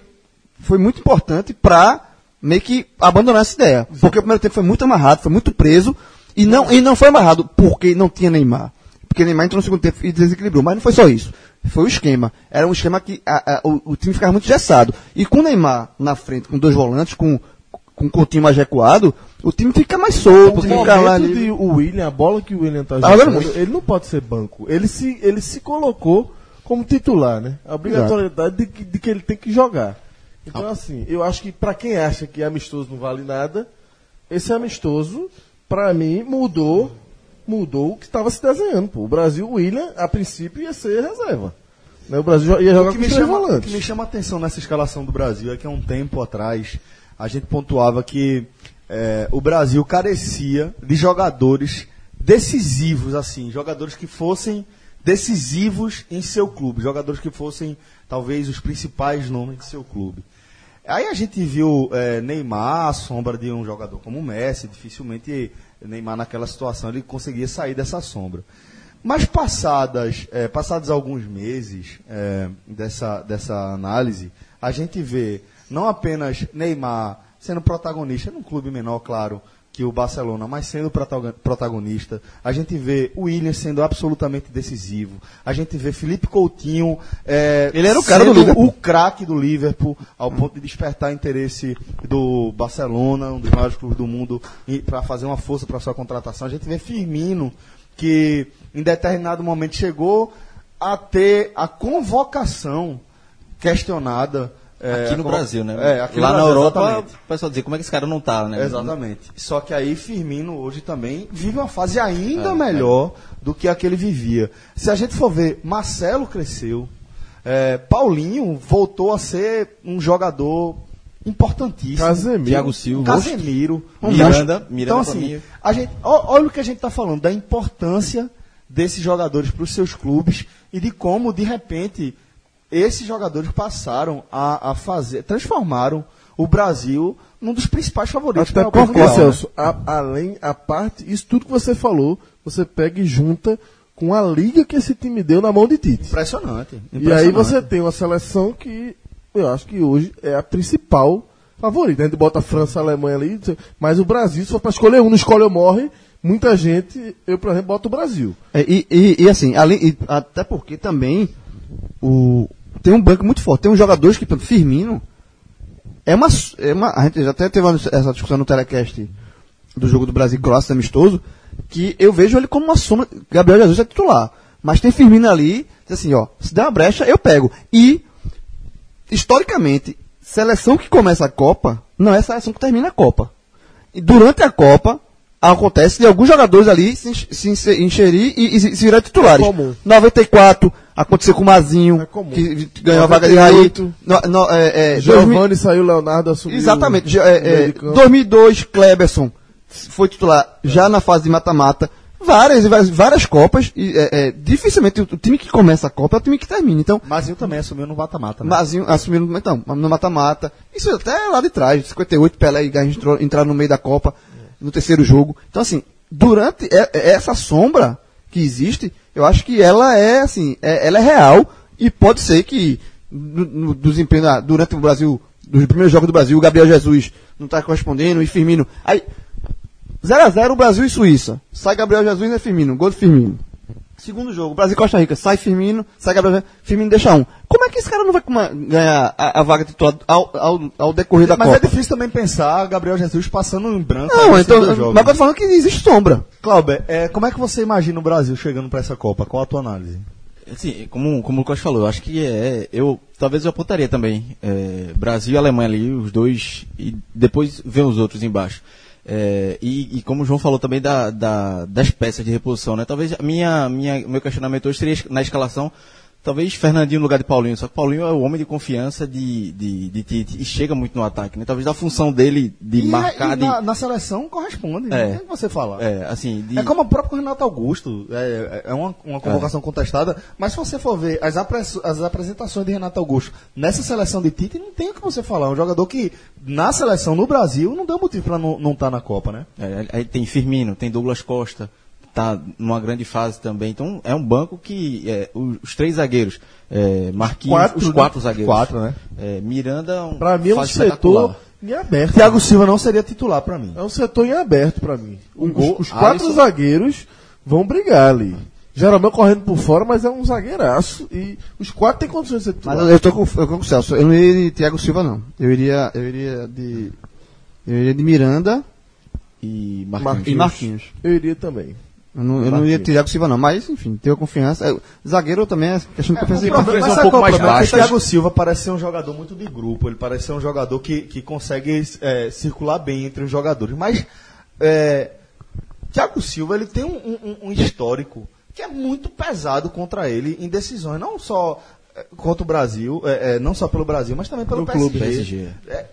B: foi muito importante pra meio que abandonar essa ideia. Porque o primeiro tempo foi muito amarrado, foi muito preso. E não, e não foi amarrado porque não tinha Neymar. Porque Neymar entrou no segundo tempo e desequilibrou. Mas não foi só isso. Foi o esquema. Era um esquema que a- a- o, o time ficava muito engessado. E com o Neymar na frente, com dois volantes, com, com o Coutinho mais recuado, o time fica mais solto, o
D: É o
B: time
A: um
B: fica lá
D: momento
A: né?
B: ali.
D: de o William, a bola que o William tá
B: Tá
A: Ah,
D: jogando,
B: jogando muito.
D: ele não pode ser banco. Ele se, ele se colocou como titular, né? A obrigatoriedade de que, de que ele tem que jogar. Então,
A: Ah.
D: assim, eu acho que pra quem acha que amistoso não vale nada, esse amistoso, pra mim, mudou mudou o que estava se desenhando. Pô. O Brasil, o William, a princípio, ia ser reserva. Né? O Brasil jo- ia
A: É
D: jogar
A: O
D: com
A: que,
D: os
A: me
D: três
A: chama, o que
D: volantes.
A: me chama a atenção nessa escalação do Brasil é que há um tempo atrás a gente pontuava que eh, o Brasil carecia de jogadores decisivos, assim, jogadores que fossem decisivos em seu clube, jogadores que fossem talvez os principais nomes de seu clube. Aí a gente viu é, Neymar à sombra de um jogador como o Messi, dificilmente Neymar naquela situação ele conseguia sair dessa sombra. Mas passadas, é, passados alguns meses é, dessa, dessa análise, a gente vê não apenas Neymar sendo protagonista num clube menor, claro, que o Barcelona, mas sendo protago- protagonista, a gente vê o William sendo absolutamente decisivo, a gente vê Felipe Coutinho é,
B: Ele era o cara do
A: sendo
B: Liverpool.
A: o craque do Liverpool, ao ponto de despertar interesse do Barcelona, um dos maiores clubes do mundo, para fazer uma força para sua contratação. A gente vê Firmino, que em determinado momento chegou a ter a convocação questionada. é,
G: aqui no
A: a convo-
G: Brasil, né?
A: É, aqui
G: Lá
A: no
G: na
A: Brasil,
G: Europa,
A: exatamente.
G: o pessoal dizia, como é que esse cara não tá, né?
A: Exatamente. Só que aí Firmino hoje também vive uma fase ainda
G: É,
A: melhor do que a que ele vivia. Se a gente for ver, Marcelo cresceu, é, Paulinho voltou a ser um jogador importantíssimo.
D: Casemiro.
G: Thiago Silva.
A: Casemiro. Um
G: Miranda,
A: monstro.
G: Miranda
A: Então
G: pra
A: assim,
G: mim.
A: a gente, ó- olha o que a gente está falando, da importância desses jogadores para os seus clubes e de como, de repente, esses jogadores passaram a, a fazer, transformaram o Brasil num dos principais favoritos
D: Até
A: pra Copa
D: porque,
A: Mundial, né?
D: Celso, a- além, a parte, isso tudo que você falou, você pega e junta com a liga que esse time deu na mão de Tite.
A: Impressionante.
D: E aí
A: impressionante.
D: você tem uma seleção que eu acho que hoje é a principal favorita. A gente bota a França, a Alemanha ali, mas o Brasil, se for para escolher um, não escolhe ou morre, muita gente, eu, por exemplo, boto o Brasil.
B: É, e, e- e, assim, além, e até porque também o, tem um banco muito forte. Tem uns jogadores que, por exemplo, Firmino, é uma, s- é uma. A gente já até teve uma- essa discussão no telecast do jogo do Brasil e Croácia amistoso, que eu vejo ele como uma sombra. Gabriel Jesus é titular. Mas tem Firmino ali, diz assim, ó, se der uma brecha, eu pego. E, historicamente, seleção que começa a Copa não é a seleção que termina a Copa. E durante a Copa, acontece de alguns jogadores ali se, enx- se enx- enxerir e, e se se virar titulares.
D: É comum.
B: 94, aconteceu com o Mazinho,
D: É comum.
B: que ganhou a vaga de Raí.
D: 98.
B: No- no- é, é,
D: Giovanni
B: 2000
D: saiu, Leonardo assumiu.
B: Exatamente. Já,
D: o meio
B: é, é,
D: de campo.
B: 2002, Kleberson foi titular já na fase de mata-mata. Várias, e várias, várias Copas. E, é, é, dificilmente o, o time que começa a Copa é o time que termina. Então,
A: Mazinho também assumiu no mata-mata. né?
B: Mazinho assumiu no- então, no mata-mata. Isso é até lá de trás, 58, Pelé e Garrincha entrou- entraram no meio da Copa, no terceiro jogo. Então, assim, durante é- é essa sombra que existe, eu acho que ela é, assim, é- ela é real e pode ser que no, no desempenho da- durante o Brasil, dos primeiros jogos do Brasil, o Gabriel Jesus não está correspondendo e Firmino. Aí, 0x0 Brasil e Suíça. Sai Gabriel Jesus e é Firmino. Gol de Firmino. Segundo jogo, Brasil e Costa Rica. Sai Firmino, sai Gabriel Jesus, Firmino deixa um. Como é que esse cara não vai com- ganhar a, a vaga titular ao, ao, ao decorrer da
A: Mas é
B: Copa?
A: difícil também pensar Gabriel Jesus passando em branco.
B: não,
A: nesses
B: então,
A: dois
B: mas
A: jogos.
B: eu tô falando que existe sombra.
A: Clauber, é, como é que você imagina o Brasil chegando para essa Copa? Qual a tua análise?
G: Assim, como, como o Lucas falou, eu acho que é. Eu talvez eu apontaria também. é, Brasil e Alemanha ali, os dois, e depois vem os outros embaixo. É, e, e como o João falou também da, da- das peças de reposição, né? Talvez a minha, minha, meu questionamento hoje seria na escalação. Talvez Fernandinho no lugar de Paulinho, só que Paulinho é o homem de confiança de, de, de Tite e chega muito no ataque, né? Talvez da função dele de marcar, de.
A: na, na seleção corresponde,
G: É.
A: não tem o que você falar.
G: É, assim, de-
A: É como o próprio Renato Augusto, é, é uma, uma convocação contestada, mas se você for ver as, apres- as apresentações de Renato Augusto nessa seleção de Tite, não tem o que você falar. É um jogador que, na seleção no Brasil, não deu motivo para não estar na Copa, né?
G: É, aí tem Firmino, tem Douglas Costa, tá numa grande fase também. Então é um banco que é, os, os três zagueiros, é, Marquinhos,
D: Quatro,
G: os
D: né?
G: quatro zagueiros.
A: Quatro, né?
G: É, Miranda, um,
D: Pra mim é um
G: fase
D: setor
G: espetacular.
D: em aberto.
A: Thiago Silva não seria titular para mim.
D: É um setor em aberto pra mim. os,
A: gol,
D: os quatro
A: Alisson.
D: zagueiros vão brigar ali. Geralmente correndo por fora, mas é um zagueiraço. E os quatro têm condições de ser
B: Mas
D: titular.
B: eu, eu tô com, eu tô com o Celso. Eu não iria de Thiago Silva, não. Eu iria, eu iria de. Eu iria de Miranda
G: e
B: e
G: Marquinhos.
B: Marquinhos.
D: Eu iria também.
B: Eu não, eu não iria tirar com Silva, não. Mas, enfim, tenho confiança. Eu- zagueiro também é questão de confiança.
A: O problema-
C: um
A: sabe
C: pouco
A: qual é o
C: mais
A: problema? É que o
C: baixas.
A: Thiago Silva parece ser um jogador muito de grupo, ele parece ser um jogador que, que consegue é, circular bem entre os jogadores, mas é, Thiago Silva ele tem um, um- um histórico que é muito pesado contra ele em decisões, não só é, contra o Brasil, é, é, não só pelo Brasil, mas também pelo
G: No clube.
A: PSG.
G: PSG.
A: É,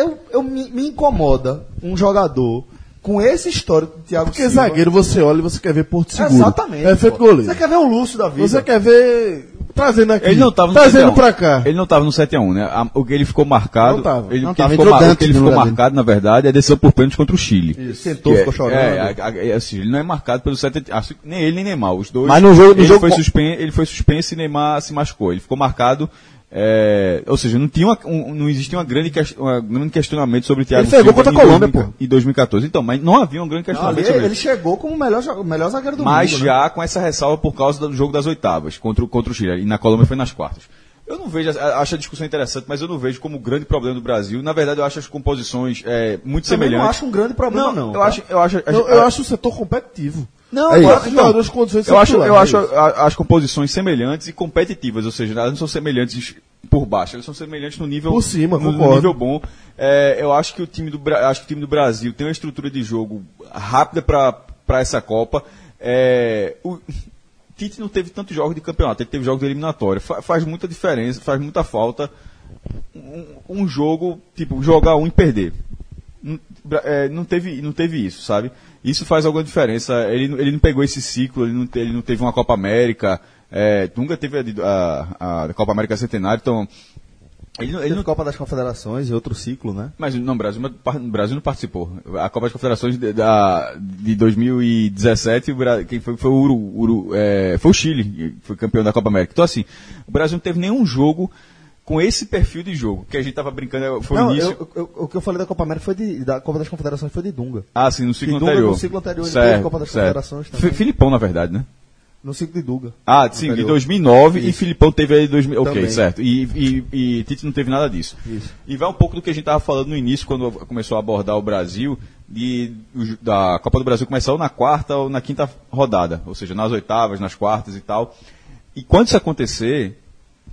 A: eu, eu me, me incomoda um jogador com esse histórico de Thiago
D: Porque
A: Silva.
D: zagueiro você olha e você quer ver Porto Seguro.
A: Exatamente.
D: É feito
A: pô.
D: goleiro.
A: Você quer ver o Lúcio um da vida.
D: Você quer ver trazendo aqui.
C: Ele não tava no
D: Trazendo
C: 7x1.
D: pra cá.
C: Ele não tava no 7x1, né? A- o que ele ficou marcado.
D: Não tava.
C: Ele,
B: É. Não
C: o que
B: tava,
C: ele ficou,
B: entrou
C: mar- o
B: Dante
C: que ele
B: no
C: ficou
B: lugar dele.
C: marcado, na verdade, é a decisão por pênalti contra o Chile.
B: Isso. Sentou,
C: Que
B: ficou
C: é-
B: chorando.
C: É, a- a- assim, ele não é marcado pelo 7 assim, Nem ele, nem Neymar. Os dois.
B: Mas no jogo- no
C: ele,
B: jogo
C: foi
B: com-
C: suspen, ele foi suspenso e Neymar se machucou. Ele ficou marcado. é, ou seja, não, tinha uma- um, não existia uma grande ques- uma- um grande questionamento sobre o Thiago
B: fez gol
C: Silva
B: contra a
C: em
B: Colômbia,
C: 2000
B: pô.
C: Em 2014. Então, mas não havia um grande
A: Não,
C: questionamento
A: ali
C: sobre
A: ele chegou como o melhor, jo- o melhor zagueiro do
C: mas
A: mundo. né?
C: já com essa ressalva por causa do jogo das oitavas contra, o- contra o Chile. E na Colômbia foi nas quartas. Eu não vejo, a- acho a discussão interessante, mas eu não vejo como o grande problema do Brasil. Na verdade, eu acho as composições é, muito
A: Também
C: semelhantes.
A: não acho um grande problema, não.
C: eu
A: tá?
C: acho, é eu acho,
D: Eu, eu acho o setor competitivo.
A: Não,
C: Aí,
A: agora-
D: Quatro jogadores com condições de
C: eu
D: ser
C: acho, eu
D: titular,
C: acho
D: é isso.
C: a- as composições semelhantes e competitivas, ou seja, elas não são semelhantes por baixo, elas são semelhantes no nível
D: Por cima,
C: no,
D: concordo.
C: nível bom. É, eu acho que o time do Bra- acho que o time do Brasil tem uma estrutura de jogo rápida para essa Copa. É, o Tite não teve tantos jogos de campeonato, ele teve jogos de eliminatória. Fa- faz muita diferença, faz muita falta um, um jogo, tipo, jogar um e perder. Não, é, não teve, não teve isso, sabe? Isso faz alguma diferença. Ele, não- ele não pegou esse ciclo, ele não, te- ele não teve uma Copa América, é, nunca teve a de- a, a Copa América Centenário, então. Ele, não- ele
A: Teve
C: não,
A: Copa das Confederações e outro ciclo, né?
C: mas não, o Brasil, o Brasil não participou. A Copa das Confederações de, da, de 2017, o Bra- quem foi, foi, o Uru, Uru- é, foi o Chile, que foi campeão da Copa América. Então, assim, o Brasil não teve nenhum jogo com esse perfil de jogo, que a gente tava brincando, foi
A: não,
C: o início.
A: eu- eu- o que eu falei da Copa América foi de, da Copa das Confederações foi de Dunga.
C: Ah, sim, no ciclo
A: Dunga é no
C: anterior.
A: ciclo anterior, ele
C: Certo,
A: teve Copa das
C: certo.
A: Confederações também.
C: Fi- Filipão, na verdade, né?
A: No ciclo de Dunga.
C: Ah, sim, de
A: Anterior.
C: 2009 e Filipão teve aí 2000. Ok,
A: Também.
C: certo. E, e- e Tite não teve nada disso.
A: Isso.
C: E vai um pouco do que a gente estava falando no início, quando começou a abordar o Brasil, de, o ju- da Copa do Brasil começou na quarta ou na quinta rodada, ou seja, nas oitavas, nas quartas e tal. E quando isso acontecer,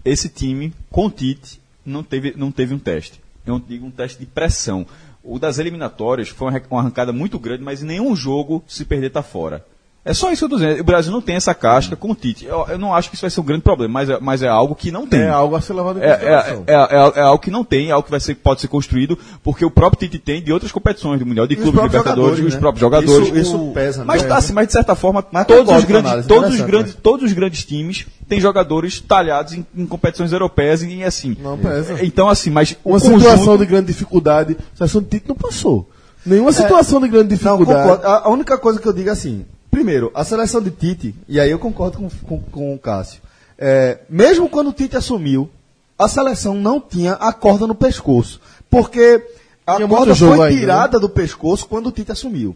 C: esse time, com o Tite, não teve, não teve um teste. Eu digo um teste de pressão. O das eliminatórias foi uma arran- uma arrancada muito grande, mas em nenhum jogo se perder está fora. É só isso que eu tô dizendo. O Brasil não tem essa casca com o Tite. Eu, eu não acho que isso vai ser um grande problema, mas é, mas é algo que não tem.
D: É algo a ser levado em
C: É, é,
D: consideração.
C: é, é- é algo que não tem, é algo que vai ser, pode ser construído, porque o próprio Tite tem de outras competições, do Mundial de
A: os
C: Clubes,
A: próprios
C: Libertadores,
A: jogadores,
C: os
A: né?
C: próprios jogadores.
A: Isso- isso pesa,
C: mas,
A: né?
C: tá, assim, mas de certa forma,
A: Mas
C: todos,
A: concordo
C: os
A: com a
C: grandes,
A: análise,
C: todos, os
A: interessante, né?
C: grandes, todos os grandes times têm jogadores talhados em, em competições europeias e assim.
D: Não pesa.
C: Então, assim, mas o
D: Uma
C: conjunto-
D: situação de grande dificuldade. A situação de Tite não passou. Nenhuma situação de grande
A: Não,
D: dificuldade.
A: concordo. A, a única coisa que eu digo é assim: primeiro, a seleção de Tite, e aí eu concordo com, com, com o Cássio, é, mesmo quando o Tite assumiu, a seleção não tinha a corda no pescoço. Porque a
D: Tinha muito
A: corda
D: jogo
A: foi
C: né?
D: ainda,
A: tirada do pescoço quando o Tite assumiu.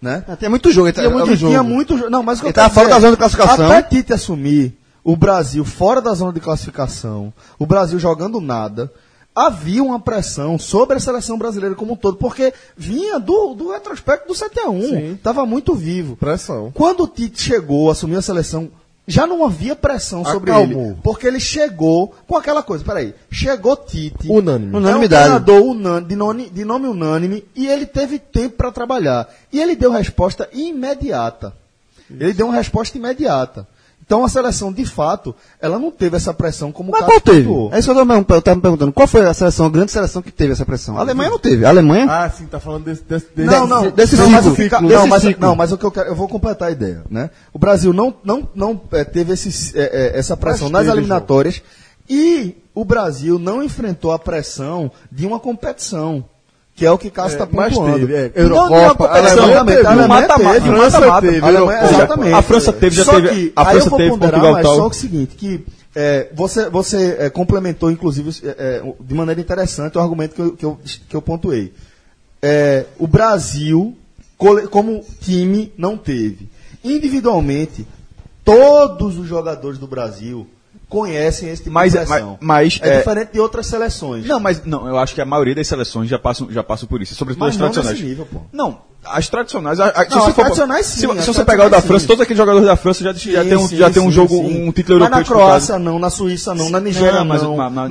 A: Né?
B: Tem muito jogo. Ele tá-
A: Tinha muito
B: ele
A: jogo. é Tinha muito jo- Não, mas o que
B: Ele
A: eu quero
B: tava fora
A: dizer
B: da
A: é,
B: zona de classificação.
A: Até Tite assumir o Brasil fora da zona de classificação, o Brasil jogando nada, havia uma pressão sobre a seleção brasileira como um todo, porque vinha do, do retrospecto do 7x1. Estava muito vivo.
D: Pressão.
A: Quando o Tite chegou, assumiu a seleção, já não havia pressão sobre
D: Acalmou.
A: ele. Porque ele chegou com aquela coisa, peraí, chegou Tite.
D: Unânime.
B: Unanimidade.
A: É um treinador unânime, de, noni- de nome unânime, e ele teve tempo para trabalhar. E ele deu resposta imediata. Ele deu uma resposta imediata. Então a seleção, de fato, ela não teve essa pressão como
B: Mas
A: o
B: qual
A: Cássio
B: teve?
A: pontuou.
B: É isso que eu tava me perguntando. Eu tava me perguntando. Qual foi a seleção, a grande seleção que teve essa pressão? A Alemanha não teve. A Alemanha?
D: Ah, sim, tá falando desse. desse, desse
A: Não, não,
B: desse
A: não, mas, o
B: ciclo.
A: fica-
B: Desse
A: não, mas,
B: ciclo.
A: não, mas o que eu quero, eu vou completar a ideia, né? O Brasil não, não, não eh, teve esse, eh, eh, essa pressão
D: Mas
A: nas
D: teve,
A: eliminatórias e o Brasil não enfrentou a pressão de uma competição, que é o que Cássio está
D: mas
A: pontuando.
D: teve, é,
A: Não de uma
D: Eurocopa,
A: competição,
D: Alemanha
A: exatamente,
D: teve, um
A: a Alemanha
D: mata-mata, né?
A: teve,
D: França
A: mata-mata,
D: teve,
A: a Alemanha-
D: Eurocopa.
A: exatamente.
C: A França teve, já
A: Só
C: teve-
A: que,
C: a
A: aí
C: França
A: eu vou
C: teve,
A: ponderar,
C: Portugal
A: mas
C: tal.
A: só o seguinte, que eh, você, você eh, complementou, inclusive, eh, eh, de maneira interessante o argumento que eu, que eu, que eu pontuei é, o Brasil, cole- como time, não teve. Individualmente, todos os jogadores do Brasil conhecem esse tipo
C: Mas-
A: de pressão.
C: mas- mas,
A: é,
C: é-
A: diferente de outras seleções.
C: Não, mas não, eu acho que a maioria das seleções já passam, já passam por isso, sobretudo
A: Mas
C: as
A: não
C: tradicionais.
A: nesse nível, pô.
C: Não, as tradicionais. a- a- se
A: Não,
C: você
A: as tradicionais sim,
C: Se, vo-
A: as
C: se você pegar o da
A: tradicionais
C: França,
A: sim.
C: todos aqueles jogadores da França já, já
A: Sim,
C: tem um,
A: sim,
C: já tem um
A: sim,
C: jogo,
A: sim.
C: um título europeu.
A: Mas na
C: disputado.
A: Croácia não, na Suíça não, na Nigéria não, no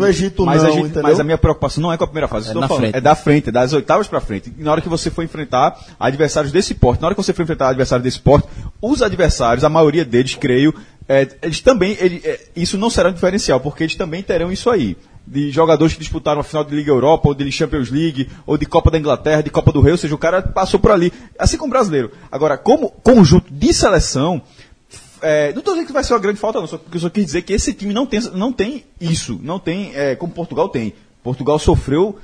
A: Egito
C: mas
A: não,
C: A gente-
A: entendeu?
C: mas a minha preocupação não é com a primeira fase, é,
G: na
C: falando,
G: frente.
C: é da frente, é das oitavas pra frente. E na hora que você for enfrentar adversários desse porte, na hora que você for enfrentar adversários desse porte, os adversários, a maioria deles, creio, é, eles também, ele- é, isso não será um diferencial, porque eles também terão isso aí. De jogadores que disputaram a final de Liga Europa, ou de Champions League, ou de Copa da Inglaterra, de Copa do Rei, ou seja, o cara passou por ali. Assim como o brasileiro. Agora, como conjunto de seleção, É, não tô dizendo que vai ser uma grande falta, não, só porque eu só quis dizer que esse time não tem, não tem isso, não tem é, como Portugal tem. Portugal sofreu,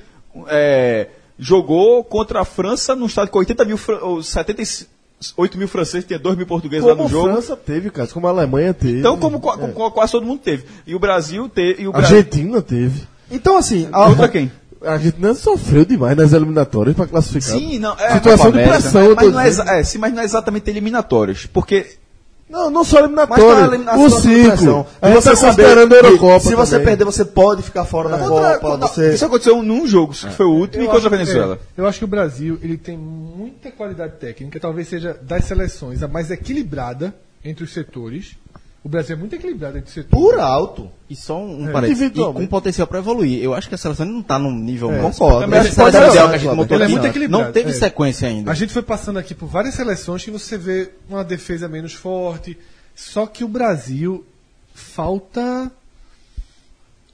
C: é, jogou contra a França num estado com 80 mil, fran- ou 78 mil franceses, tinha 2 mil portugueses lá
D: Como
C: no
D: a
C: jogo.
D: França teve, cara. Como a Alemanha teve.
C: Então, como qua- qua- quase todo mundo teve. E o Brasil teve. E o
D: a
C: Brasil,
D: Argentina teve.
A: Então, assim, a-
C: contra quem?
D: A Argentina sofreu demais nas eliminatórias pra classificar.
C: Sim, não. É,
D: Situação de
C: Copa América.
D: pressão, eu
C: Mas
D: tô
C: não, é,
D: dizendo.
C: exa- é, sim, mas não é exatamente eliminatórias. Porque é
D: Não, não só
A: Mas tá
D: eliminatória.
A: eliminação
D: o
A: da seleção.
D: ciclo.
A: A
D: E
A: gente
D: você
A: tá
D: está esperando a Eurocopa.
A: Se você
D: também. É.
A: perder, você pode ficar fora da
C: Contra-
A: Copa.
C: não,
A: você-
C: Isso aconteceu num jogo, que foi o último, e
F: Eu
C: contra a
F: acho-
C: Venezuela.
F: é, eu acho que o Brasil ele tem muita qualidade técnica, talvez seja das seleções a mais equilibrada entre os setores. O Brasil é muito equilibrado entre os setores.
A: Por alto.
G: E só um
F: É.
G: parênteses. E
D: Individualmente. É.
G: com potencial para evoluir. Eu acho que a seleção não está num nível bom.
A: Concordo.
G: Mas
A: Mas
G: essa
A: pode
G: ideia
A: ser,
G: que a gente
A: Cláudio.
G: montou
F: Ele é
G: aqui
F: muito equilibrado,
G: não teve
F: é.
G: sequência ainda.
F: A gente foi passando aqui por várias seleções que você vê uma defesa menos forte. Só que o Brasil falta.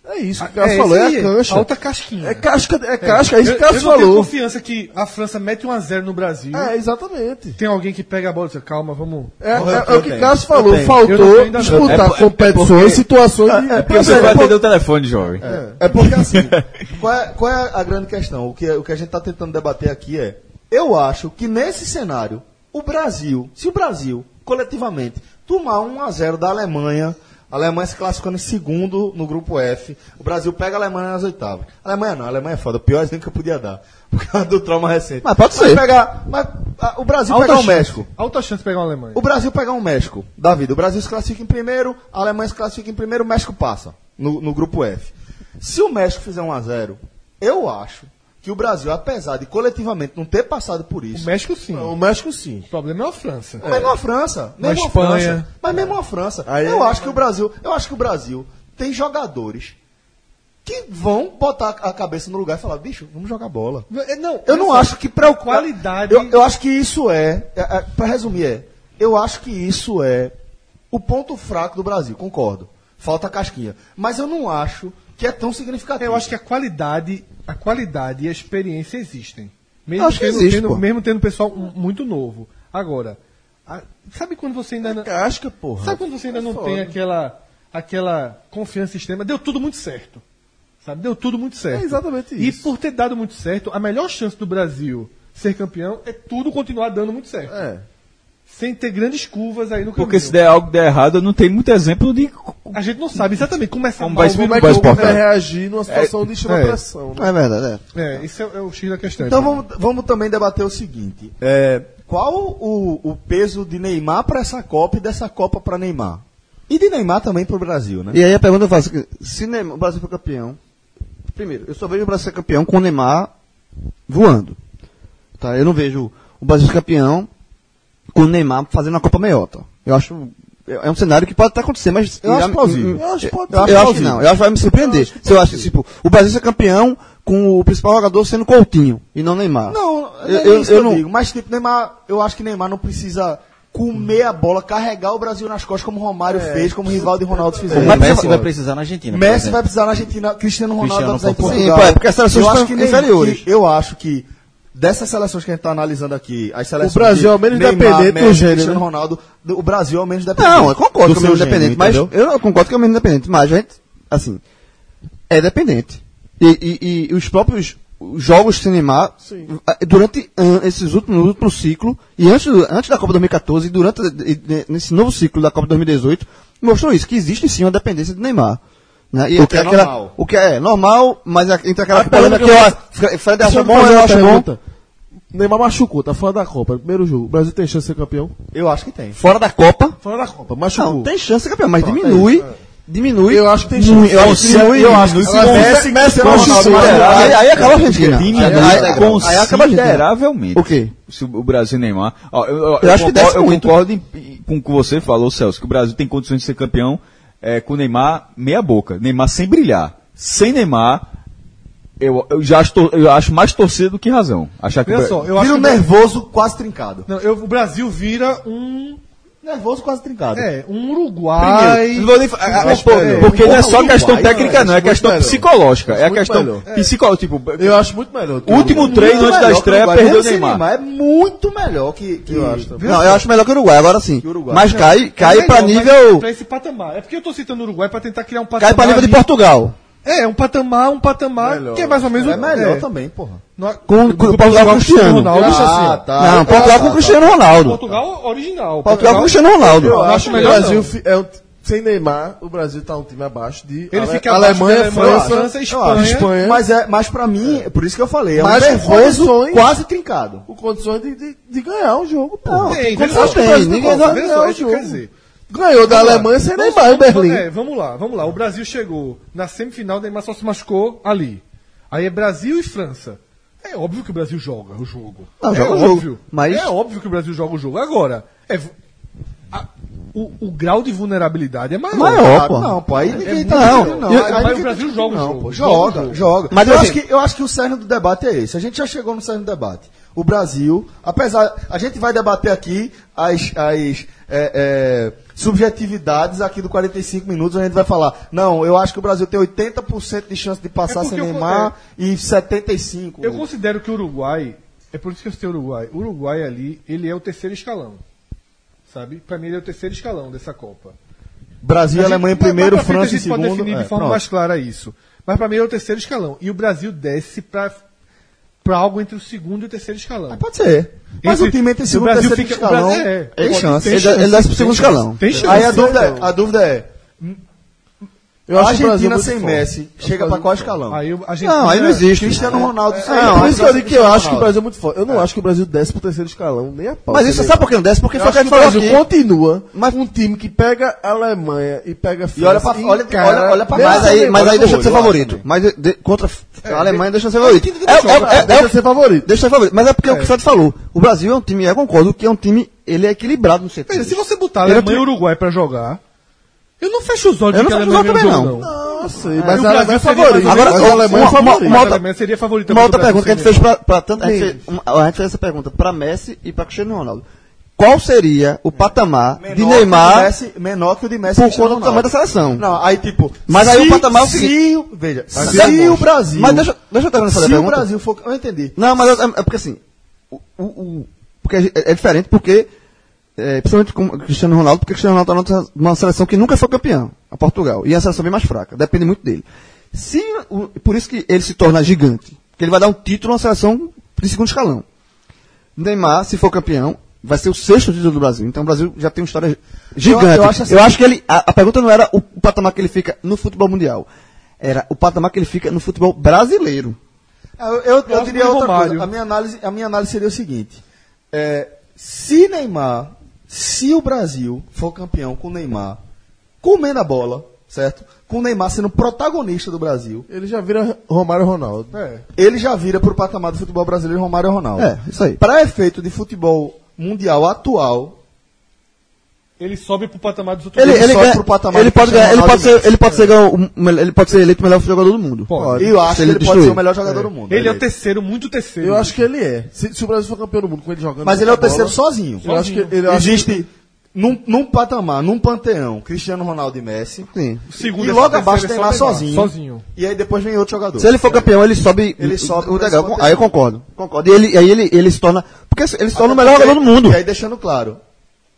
D: É isso que o Cássio falou,
F: esse
D: é a
F: aí,
D: cancha.
F: Alta casquinha.
D: É casca, é casca, é, isso que o
F: eu, eu
D: Cássio
F: não tenho
D: falou.
F: confiança que a França mete um a zero no Brasil.
D: É, exatamente.
F: Tem alguém que pega a bola e diz, calma, vamos.
D: É, é-
A: Eu
D: é
A: tenho.
D: o que o Cássio
A: Eu
D: falou,
A: tenho.
F: Eu não tenho
D: faltou
F: ainda não.
D: disputar
C: É por- é
D: competições,
C: porque-
D: situações de...
A: é porque
D: Pois
A: você
D: é,
A: vai
D: pô-
C: o telefone, jovem.
A: É porque assim, qual é, qual é a grande questão? O que, o que a gente está tentando debater aqui é: eu acho que nesse cenário, o Brasil, se o Brasil, coletivamente, tomar 1 a 0 da Alemanha, a Alemanha se classificando em segundo no grupo F, o Brasil pega a Alemanha nas oitavas. A Alemanha não, a Alemanha é foda, o pior exemplo que eu podia dar, por causa do trauma recente.
B: Mas pode ser.
A: pegar, mas, ah, o Brasil
F: Alta
A: pegar o
F: chance.
A: México.
F: Alta chance de pegar uma Alemanha.
A: O Brasil pegar um México, da vida. O Brasil se classifica em primeiro, a Alemanha se classifica em primeiro, o México passa no, no grupo F. Se o México fizer 1 a 0 eu acho que o Brasil, apesar de coletivamente não ter passado por
F: O
A: isso,
F: México sim.
D: O
F: O
D: México sim.
F: problema é a França.
A: mesmo a França, mesmo a,
F: A Espanha.
A: França, mas mesmo a França,
D: Aí-
A: eu acho que o Brasil, eu acho que o Brasil tem jogadores que vão botar a cabeça no lugar e falar, bicho, vamos jogar bola.
F: É, Não,
A: Eu não acho que preocupa.
F: Qualidade.
A: Eu, eu acho que isso é. é, é para resumir, é. Eu acho que isso é o ponto fraco do Brasil, concordo. Falta casquinha. Mas eu não acho que é tão significativo.
F: Eu acho que a qualidade, a qualidade e a experiência existem. Mesmo
B: Eu acho que
F: tendo,
B: existe,
F: tendo-
B: pô.
F: mesmo tendo pessoal mu- muito novo. Agora, a- sabe quando você ainda não,
D: Casca, porra.
F: sabe quando você ainda não tem aquela aquela confiança extrema? Deu tudo muito certo. Sabe? Deu tudo muito certo.
D: É exatamente
F: E
D: isso.
F: por ter dado muito certo, a melhor chance do Brasil ser campeão é tudo continuar dando muito certo.
D: É.
F: Sem ter grandes curvas aí no caminho.
C: Porque se der algo der errado, não tem muito exemplo de.
F: A gente não sabe exatamente como essa
C: Como vai se-
F: mal-
D: Como é que
C: vai
D: o povo
C: exportar.
D: vai reagir numa situação de extrema
F: é.
D: pressão, né?
B: É verdade, é.
F: É, isso é, é o X da questão.
A: Então vamos, vamos também debater o seguinte: é, qual o, o peso de Neymar para essa Copa e dessa Copa para Neymar? E de Neymar também para o Brasil, né?
B: E aí a pergunta eu faço, se Neymar- o Brasil for campeão, primeiro, eu só vejo o Brasil ser campeão com o Neymar voando. Tá? Eu não vejo o Brasil ser campeão com o Neymar fazendo a Copa meiota. Eu acho. É é um cenário que pode até acontecer, mas.
A: Eu acho
B: irá-
A: plausível.
B: Eu acho,
A: Eu acho
B: eu acho que
A: plausível.
B: não. Eu acho que vai me surpreender.
A: Tá
B: Se eu acho, tipo, o Brasil ser campeão com o principal jogador sendo Coutinho e não Neymar.
A: Não,
B: eu,
A: eu,
B: eu,
A: isso que
B: eu
A: eu
B: não.
A: digo. Mas tipo, Neymar, eu acho que Neymar não precisa comer a bola, carregar o Brasil nas costas como Romário fez, como Rivaldo e Ronaldo
G: O
A: fizeram.
G: Messi vai precisar na Argentina. por
A: Messi
G: exemplo.
A: vai precisar na Argentina, Cristiano Ronaldo vai
G: Cristiano
A: precisar em Portugal.
G: Portugal.
B: Sim, pô, é porque as seleções
A: Eu acho
B: estão
A: que nem-
B: inferiores.
A: que- eu acho que dessas seleções que a gente está analisando aqui, as seleções
D: O Brasil
A: de
D: é o menos
A: Neymar,
D: dependente do
A: Messi,
D: gênero,
A: Cristiano
D: né?
A: Ronaldo, do- o Brasil é o menos dependente.
B: Não, eu concordo
A: do
B: que é menos
A: seu
B: dependente,
A: gênio,
B: mas
A: entendeu?
B: eu não concordo que é menos dependente, mas a gente, assim, é dependente. E, e- e os próprios jogos de cinema, ah, durante ah, esses últimos, no último ciclo, e antes, do- antes da Copa 2014, e durante e- e- nesse novo ciclo da Copa 2018, mostrou isso, que existe sim uma dependência do Neymar. né? E
A: O que é
B: aquela-
A: normal.
B: O que é normal, mas a- entre aquela
D: A
B: polêmica é que eu
D: polêmica-
B: acho. Fre- Fred
D: Deixa
A: é
B: acha
D: eu
B: bom,
D: fazer
B: eu
D: uma
B: acho bom.
D: pergunta. Neymar machucou, tá fora da Copa, no primeiro jogo. O Brasil tem chance de ser campeão?
A: Eu acho que tem.
B: Fora da Copa,
D: Fora da Copa,
B: não,
D: machucou.
B: tem chance de ser campeão, mas
A: É,
B: diminui. Diminui.
D: Eu acho que tem
B: muito,
D: chance.
B: Eu acho que diminui.
C: eu acho que
B: muito.
C: se
B: Agora,
C: Messi-
B: Messi- Messi
C: Ronaldo
B: machucou,
C: machucou.
B: aí- Aí acaba a Argentina.
C: Diminui
B: é Aí acaba a Argentina.
C: é consideravelmente.
B: O quê?
C: Se o Brasil e Neymar. Ó, eu, eu-
B: Eu acho que
C: eu
B: desce
C: concordo, eu
B: muito.
C: concordo em- em- com o que você falou, Celso, que o Brasil tem condições de ser campeão é, com o Neymar meia boca. Neymar sem brilhar. Sem Neymar, eu, eu já acho, tor- eu acho mais torcida do que razão. Achar que o
F: Olha
C: Bra-
F: só,
A: Vira
F: eu acho
A: um
F: que-
A: nervoso quase trincado.
F: Não, eu- o Brasil vira um
A: Nervoso quase trincado.
F: É, um Uruguai.
C: Não vou nem fa- a- a- pô, porque não é só questão técnica, não, é questão psicológica. É a
D: Muito
C: questão
D: melhor.
C: psicológica. Tipo,
D: Eu acho muito melhor.
C: o último
B: né?
C: treino antes da estreia perdeu o Neymar.
A: É muito melhor que, que eu acho.
B: Não, eu acho melhor que o Uruguai, agora sim. Mas cai, cai
F: É Melhor,
B: pra
F: mas
B: nível.
F: Pra esse patamar. É porque eu tô citando o Uruguai pra tentar criar um patamar.
B: Cai pra nível de
F: ali.
B: Portugal.
F: É, um patamar, um patamar que é mais ou menos
A: É
F: o-
A: melhor também, porra.
F: No-
B: Com, com, com Portugal com
D: tá
B: o Cristiano.
F: Ronaldo, deixa assim, ó.
A: tá.
B: não, Portugal com o Cristiano Ronaldo.
F: Portugal original.
B: Portugal com o Cristiano Ronaldo.
D: Eu
F: acho
D: acho que o
F: melhor
D: Brasil
F: não.
D: fi- é um, sem Neymar, o Brasil tá um time abaixo de
F: Ele
D: Ale-
F: fica abaixo
D: Alemanha,
F: de Alemanha,
D: França,
F: França,
D: Espanha.
F: Espanha.
A: Mas, é, mas pra mim, por isso que eu falei, é um
D: Mas com
A: nervoso
D: condições-
A: quase trincado.
D: com condições de, de, de ganhar um jogo, pô.
F: Tem,
D: Como
F: tem,
D: acho que o
F: tem,
D: Brasil
F: ninguém
D: não
F: dá-
D: vai ganhar
F: não,
D: o
F: isso
D: jogo.
F: quer dizer.
D: Ganhou da Alemanha sem
F: Vamos-
D: Neymar em
F: vamos-
D: Berlim.
F: é, vamos lá, vamos lá. O Brasil chegou na semifinal, o Neymar só se machucou ali. Aí é Brasil e França. É óbvio que o Brasil joga o jogo.
B: Não,
F: é
B: joga o jogo,
F: óbvio.
B: mas-
F: É óbvio que o Brasil joga o jogo. Agora, é v- a- o, o grau de vulnerabilidade é maior.
B: Maior, pô.
A: Ah, Não, pô, aí ninguém
F: É
A: tá
B: muito-
A: discutindo,
F: E-
A: Aí
F: mas
A: ninguém
F: o Brasil
A: tá
F: joga
A: discutindo,
F: o jogo,
A: pô.
F: joga o
A: Joga,
F: jogo.
A: joga.
B: Mas
A: Mas eu,
B: assim-
A: acho que, eu acho que o cerne do debate é esse. A gente já chegou no cerne do debate. O Brasil, apesar. A gente vai debater aqui as, as é, é, subjetividades aqui do 45 minutos, onde a gente vai falar. Não, eu acho que o Brasil tem 80% de chance de passar
F: É
A: sem
F: porque eu-
A: Neymar e 75%.
B: Uhum.
F: Eu considero que o Uruguai, é por isso que eu citei o Uruguai, o Uruguai ali, ele é o terceiro escalão. Sabe? Pra mim ele é o terceiro escalão dessa Copa.
A: Brasil e
F: A gente-
A: Alemanha em
F: mas
A: primeiro,
F: pra frente
A: França
F: a
A: em
F: gente pode
A: segundo.
F: definir
A: É,
F: de forma
A: pronto.
F: mais clara isso. Mas pra mim é o terceiro escalão. E o Brasil desce pra, pra algo entre o segundo e o terceiro escalão.
A: Pode ser. Mas
F: Entre-
A: o time entre
F: o
A: segundo e
F: Brasil
A: terceiro
F: fica- o
A: escalão
F: Brasil- é,
A: tem
F: pode-
A: chance.
B: Ele, ele desce pro segundo escalão.
F: Tem chance.
A: Aí a dúvida, é, a dúvida é,
D: Eu
A: a
D: acho que o Brasil é
A: Argentina
D: muito
A: sem
D: forte.
A: Messi chega pra qual escalão?
F: Aí o- a gente
B: Não, aí não existe.
A: Cristiano Ronaldo sem
D: Não, por isso que eu digo que eu acho que o Brasil é muito forte. Eu não acho que o Brasil desce pro terceiro escalão, nem a pau.
B: Mas
A: é
B: isso
D: entendeu?
B: sabe por que não desce? Porque
D: Eu
B: foi o que a
D: acho
B: gente
D: que o
B: falou
D: Brasil
B: aqui.
D: continua, mas um time que pega a Alemanha e pega a França.
A: olha pra- olha-
D: encara-
A: olha- olha pra
D: Mesmo
B: Mas aí,
D: sem
B: mas
D: Neymar,
B: aí deixa de ser
D: eu acho
B: favorito.
D: também.
B: Mas de- de- contra É, a Alemanha deixa de ser favorito. É, é,
D: joga,
B: é, é,
D: deixa de ser favorito.
B: Deixa de ser favorito. Mas é porque é o que o Fred falou. O Brasil é um time, eu concordo, que é um time, ele é equilibrado no setor.
F: Veja, se você botar a tá Alemanha e o Uruguai pra jogar, eu não fecho os olhos
B: Eu não
F: de que a
B: fecho os
F: Alemanha
B: olhos também,
F: vem jogo, não.
D: Não, eu sei, mas
F: E o
D: a
F: Brasil
D: Alemanha é
F: seria
D: favorita.
F: mais ou
B: Agora,
D: mas
F: menos
D: a
B: uma,
D: Alemanha é
B: uma,
D: favorita.
B: uma
F: Mas a
B: outra,
F: Alemanha seria favorita
B: uma
F: contra
B: outra
F: o Brasil
B: pergunta que a gente
F: sem
B: fez pra, pra tanto, a, gente fez, uma- a gente fez essa pergunta pra Messi e pra Cristiano Ronaldo. Qual seria o patamar de
A: que o
B: Neymar
A: Messi, menor que o de Messi
B: por
A: Cristiano
B: conta do tamanho da
A: Ronaldo.
B: seleção?
A: Não, aí tipo.
B: Mas aí
A: se-
B: o patamar é o
A: Se,
B: seguinte-
A: o- veja,
B: Mas
A: se
B: é bom.
A: o Brasil.
B: Mas deixa, deixa eu terminar de fazer a
A: se o
B: pergunta.
A: Brasil for. Eu entendi.
B: Não, mas é, é porque assim. O, o, o- porque é, é diferente porque. É, principalmente com o Cristiano Ronaldo, porque o Cristiano Ronaldo está numa seleção que nunca foi campeão, a Portugal. E é uma seleção bem mais fraca, depende muito dele. Se, o- por isso que ele se torna gigante, porque ele vai dar um título a uma seleção de segundo escalão. Neymar, se for campeão, vai ser o sexto título do Brasil. Então o Brasil já tem uma história gigante. Eu,
A: Eu- eu
B: acho,
A: acho assim-
B: que ele. A, a pergunta não era o, o patamar que ele fica no futebol mundial. Era o patamar que ele fica no futebol brasileiro.
A: Eu, eu- eu
F: Próximo
A: diria
F: de
A: outra
F: Romário.
A: coisa. A minha análise, a minha análise seria o seguinte: É, se Neymar, se o Brasil for campeão com Neymar, comendo a bola, certo? Com Neymar sendo protagonista do Brasil,
D: Ele já vira Romário Ronaldo.
A: ele já vira para o patamar do futebol brasileiro Romário Ronaldo.
B: É, isso aí.
A: Para efeito de futebol mundial atual,
F: Ele sobe pro patamar dos outros
B: Ele,
A: Ele
B: ele,
A: sobe
B: ganha-
A: pro patamar
B: ele
A: do
B: pode ganhar,
A: Cristiano
B: ele pode
A: Ronaldo
B: ser, ele pode ser, ganhar o- o- ele pode ser eleito o melhor jogador do mundo.
F: Pode.
A: eu acho
B: Se
A: que ele
B: ele
A: pode ser
B: destruir.
A: o melhor jogador do mundo.
F: Ele é o
A: Beleza.
F: terceiro, muito terceiro.
D: Eu acho que ele é. Se, se o Brasil for campeão do mundo com ele jogando.
A: Mas ele é o
D: essa bola,
A: terceiro sozinho.
D: Eu acho que ele eu acho que-
A: Existe num, num patamar, num panteão, Cristiano Ronaldo e Messi.
B: Sim.
F: O segundo
A: e
F: é só
A: logo
F: terceiro,
A: abaixo
F: é
A: tem
F: só
A: lá
F: pegar.
A: sozinho.
F: Sozinho.
A: E aí depois vem outro jogador.
B: Se ele for campeão, ele sobe.
A: Ele sobe
B: O
A: pro
B: legal,
A: Brasil.
B: aí eu concordo. concordo. E ele, aí ele, ele se torna. Porque ele se torna o melhor
A: Porque-
B: jogador do mundo.
A: E aí deixando claro,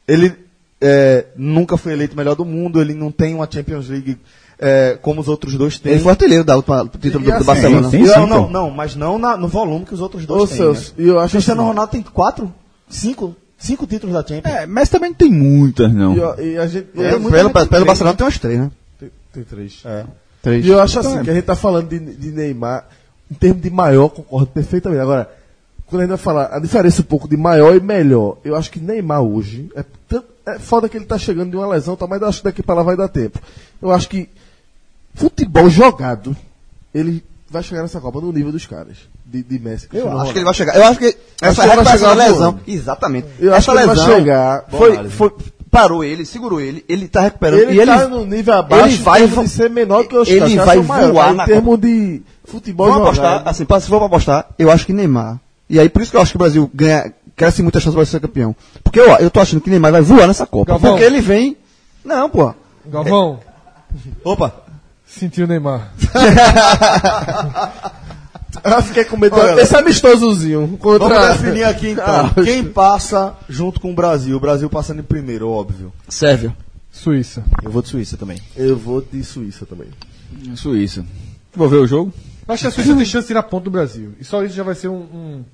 A: ele é, nunca foi eleito o melhor do mundo, ele não tem uma Champions League é, como os outros dois têm.
B: Ele foi artilheiro da última título do, do Barcelona.
A: não, não, não, mas não na- no volume que os outros dois
D: Ô,
A: têm.
D: Celso,
A: né?
D: e eu acho
A: Cristiano
D: assim-
A: Ronaldo tem quatro, cinco, cinco títulos da Champions.
C: É, mas também não tem muitas,
D: E,
C: não.
D: ó, e a gente.
B: Pelo-
D: é muito-
B: pelo, pelo Barcelona tem umas três, né?
D: Tem- Tem três.
B: Três.
D: E eu acho assim, que a gente tá falando de, de Neymar, em termos de maior, concordo perfeitamente. Agora, quando a gente vai falar a diferença um pouco de maior e melhor, eu acho que Neymar hoje, é, tan- é foda que ele tá chegando de uma lesão, e tal, mas eu acho que daqui pra lá vai dar tempo. Eu acho que futebol jogado, ele vai chegar nessa Copa no nível dos caras, de, de Messi.
B: Eu
D: Cristiano
B: acho que
D: Ronaldo.
B: ele vai chegar. Eu acho que essa
D: que ele vai
B: recuperação da
D: É chegar
B: lesão.
G: É.
D: voando.
B: Exatamente.
D: Eu acho
B: essa
D: que ele vai
B: lesão
D: chegar-
B: Foi, foi, parou ele, segurou ele, ele tá recuperando.
D: Ele,
B: e ele
D: tá no nível abaixo
B: ele vai
D: em termos
B: vo-
D: de ser menor que os
B: ele
D: caras, os caras
B: vai
D: são maiores,
B: voar
D: mas
B: na
D: em termos de futebol
B: Vamos
D: jogado.
B: assim, apostar, assim, pra- se for pra apostar, eu acho que Neymar. E aí, por isso que eu acho que o Brasil ganha, cresce muita chance para ser campeão. Porque ó, eu tô achando que Neymar vai voar nessa Copa.
F: Galvão.
B: Porque ele vem. Não, pô.
F: Galvão,
B: Opa.
F: sentiu o Neymar.
A: Eu fiquei com medo
D: Olha,
A: dela.
D: Esse amistosozinho
A: Vamos
D: contra
A: definir aqui
B: Ah,
A: então. Quem passa junto com o Brasil? O Brasil passando em primeiro, óbvio.
B: Sérvio.
F: Suíça.
G: Eu vou de Suíça também.
D: Eu vou de Suíça também.
C: Suíça. Vou ver o jogo.
F: Eu Acho que a Suíça tem chance de tirar ponto do Brasil. E só isso já vai ser um, um,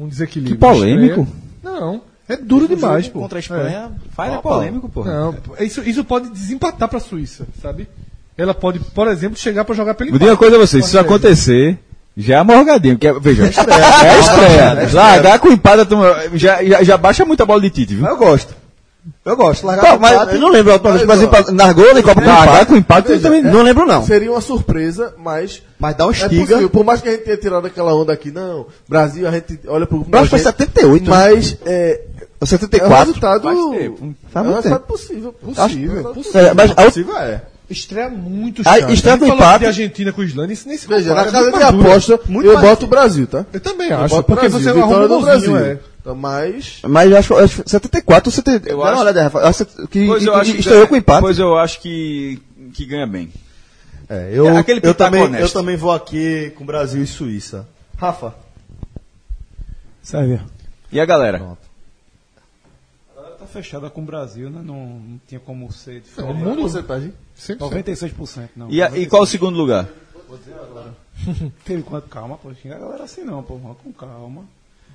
F: um desequilíbrio.
C: Que polêmico.
F: Estreia. Não, é duro demais, pô. É.
G: Contra a Espanha,
C: Faz
G: pau a pau.
C: polêmico, porra.
F: Não, isso, isso pode desempatar pra Suíça, sabe? Ela pode, por exemplo, chegar pra jogar pelo
C: Vou dizer uma coisa a vocês, se isso acontecer, já é morgadinho, porque, é- veja, é estreia, é estreia. Largar com empada, toma- já, já, já baixa muito a bola de Tite, viu?
B: Eu gosto. Eu gosto.
A: Largar com empate-
B: eu não lembro a última vez que o
A: Mas,
B: Brasil pa- largou na Copa do
C: Largar
B: Empate.
C: com empate, ele também
B: Não lembro, não.
D: Seria uma surpresa, mas.
A: Mas dá um
D: É
A: estiga.
D: possível. Por mais que a gente tenha tirado aquela onda aqui, não. Brasil, a gente olha pro.
B: Eu acho que foi
D: pra gente,
B: 78.
D: Mas é.
B: Ou
D: É um
B: 74.
D: resultado.
C: Faz tempo.
D: É
B: Faz
D: um
B: muito
D: resultado
B: tempo.
D: possível.
B: Acho-
D: Possível.
B: É, mas a última-
A: Possível é.
F: Estreia muito
B: Ah, estreia
F: chata. A gente
B: com
F: falou aqui
B: empate.
F: de Argentina com Islândia, isso nem se
D: Veja,
F: compara.
D: na casa
F: Muito
D: de
F: maduro.
D: aposta,
A: muito
D: eu
A: mais-
D: boto o Brasil, tá?
F: Eu também
D: Eu
F: acho,
D: boto
F: porque
D: Brasil,
F: você
D: vitória
F: arruma um
D: do Brasil.
F: golzinho, é.
D: Então, Mas.
B: Mas eu acho, eu acho 74 ou 70.
C: Eu
B: Dá uma
C: acho-
B: olhada, Rafa. Eu acho que,
C: Pois
B: que,
C: eu acho
B: que
C: que
B: estourou
C: ganha-
B: com empate.
C: Pois eu acho que, que ganha bem.
A: É, eu,
C: É aquele
A: eu,
C: pitaco
A: também,
C: honesto.
A: eu também vou aqui com Brasil e Suíça. Rafa.
E: Sérvia.
C: E a galera?
H: Tá fechada com o Brasil, né? Não, não tinha como ser
D: É um
F: O
H: diferente.
F: mundo é
D: Porcentagem?
H: 96%, não.
C: E, a- e qual o segundo lugar?
H: Teve quanto? Calma, pô. Xinga a galera assim não, pô. Vamos Com calma.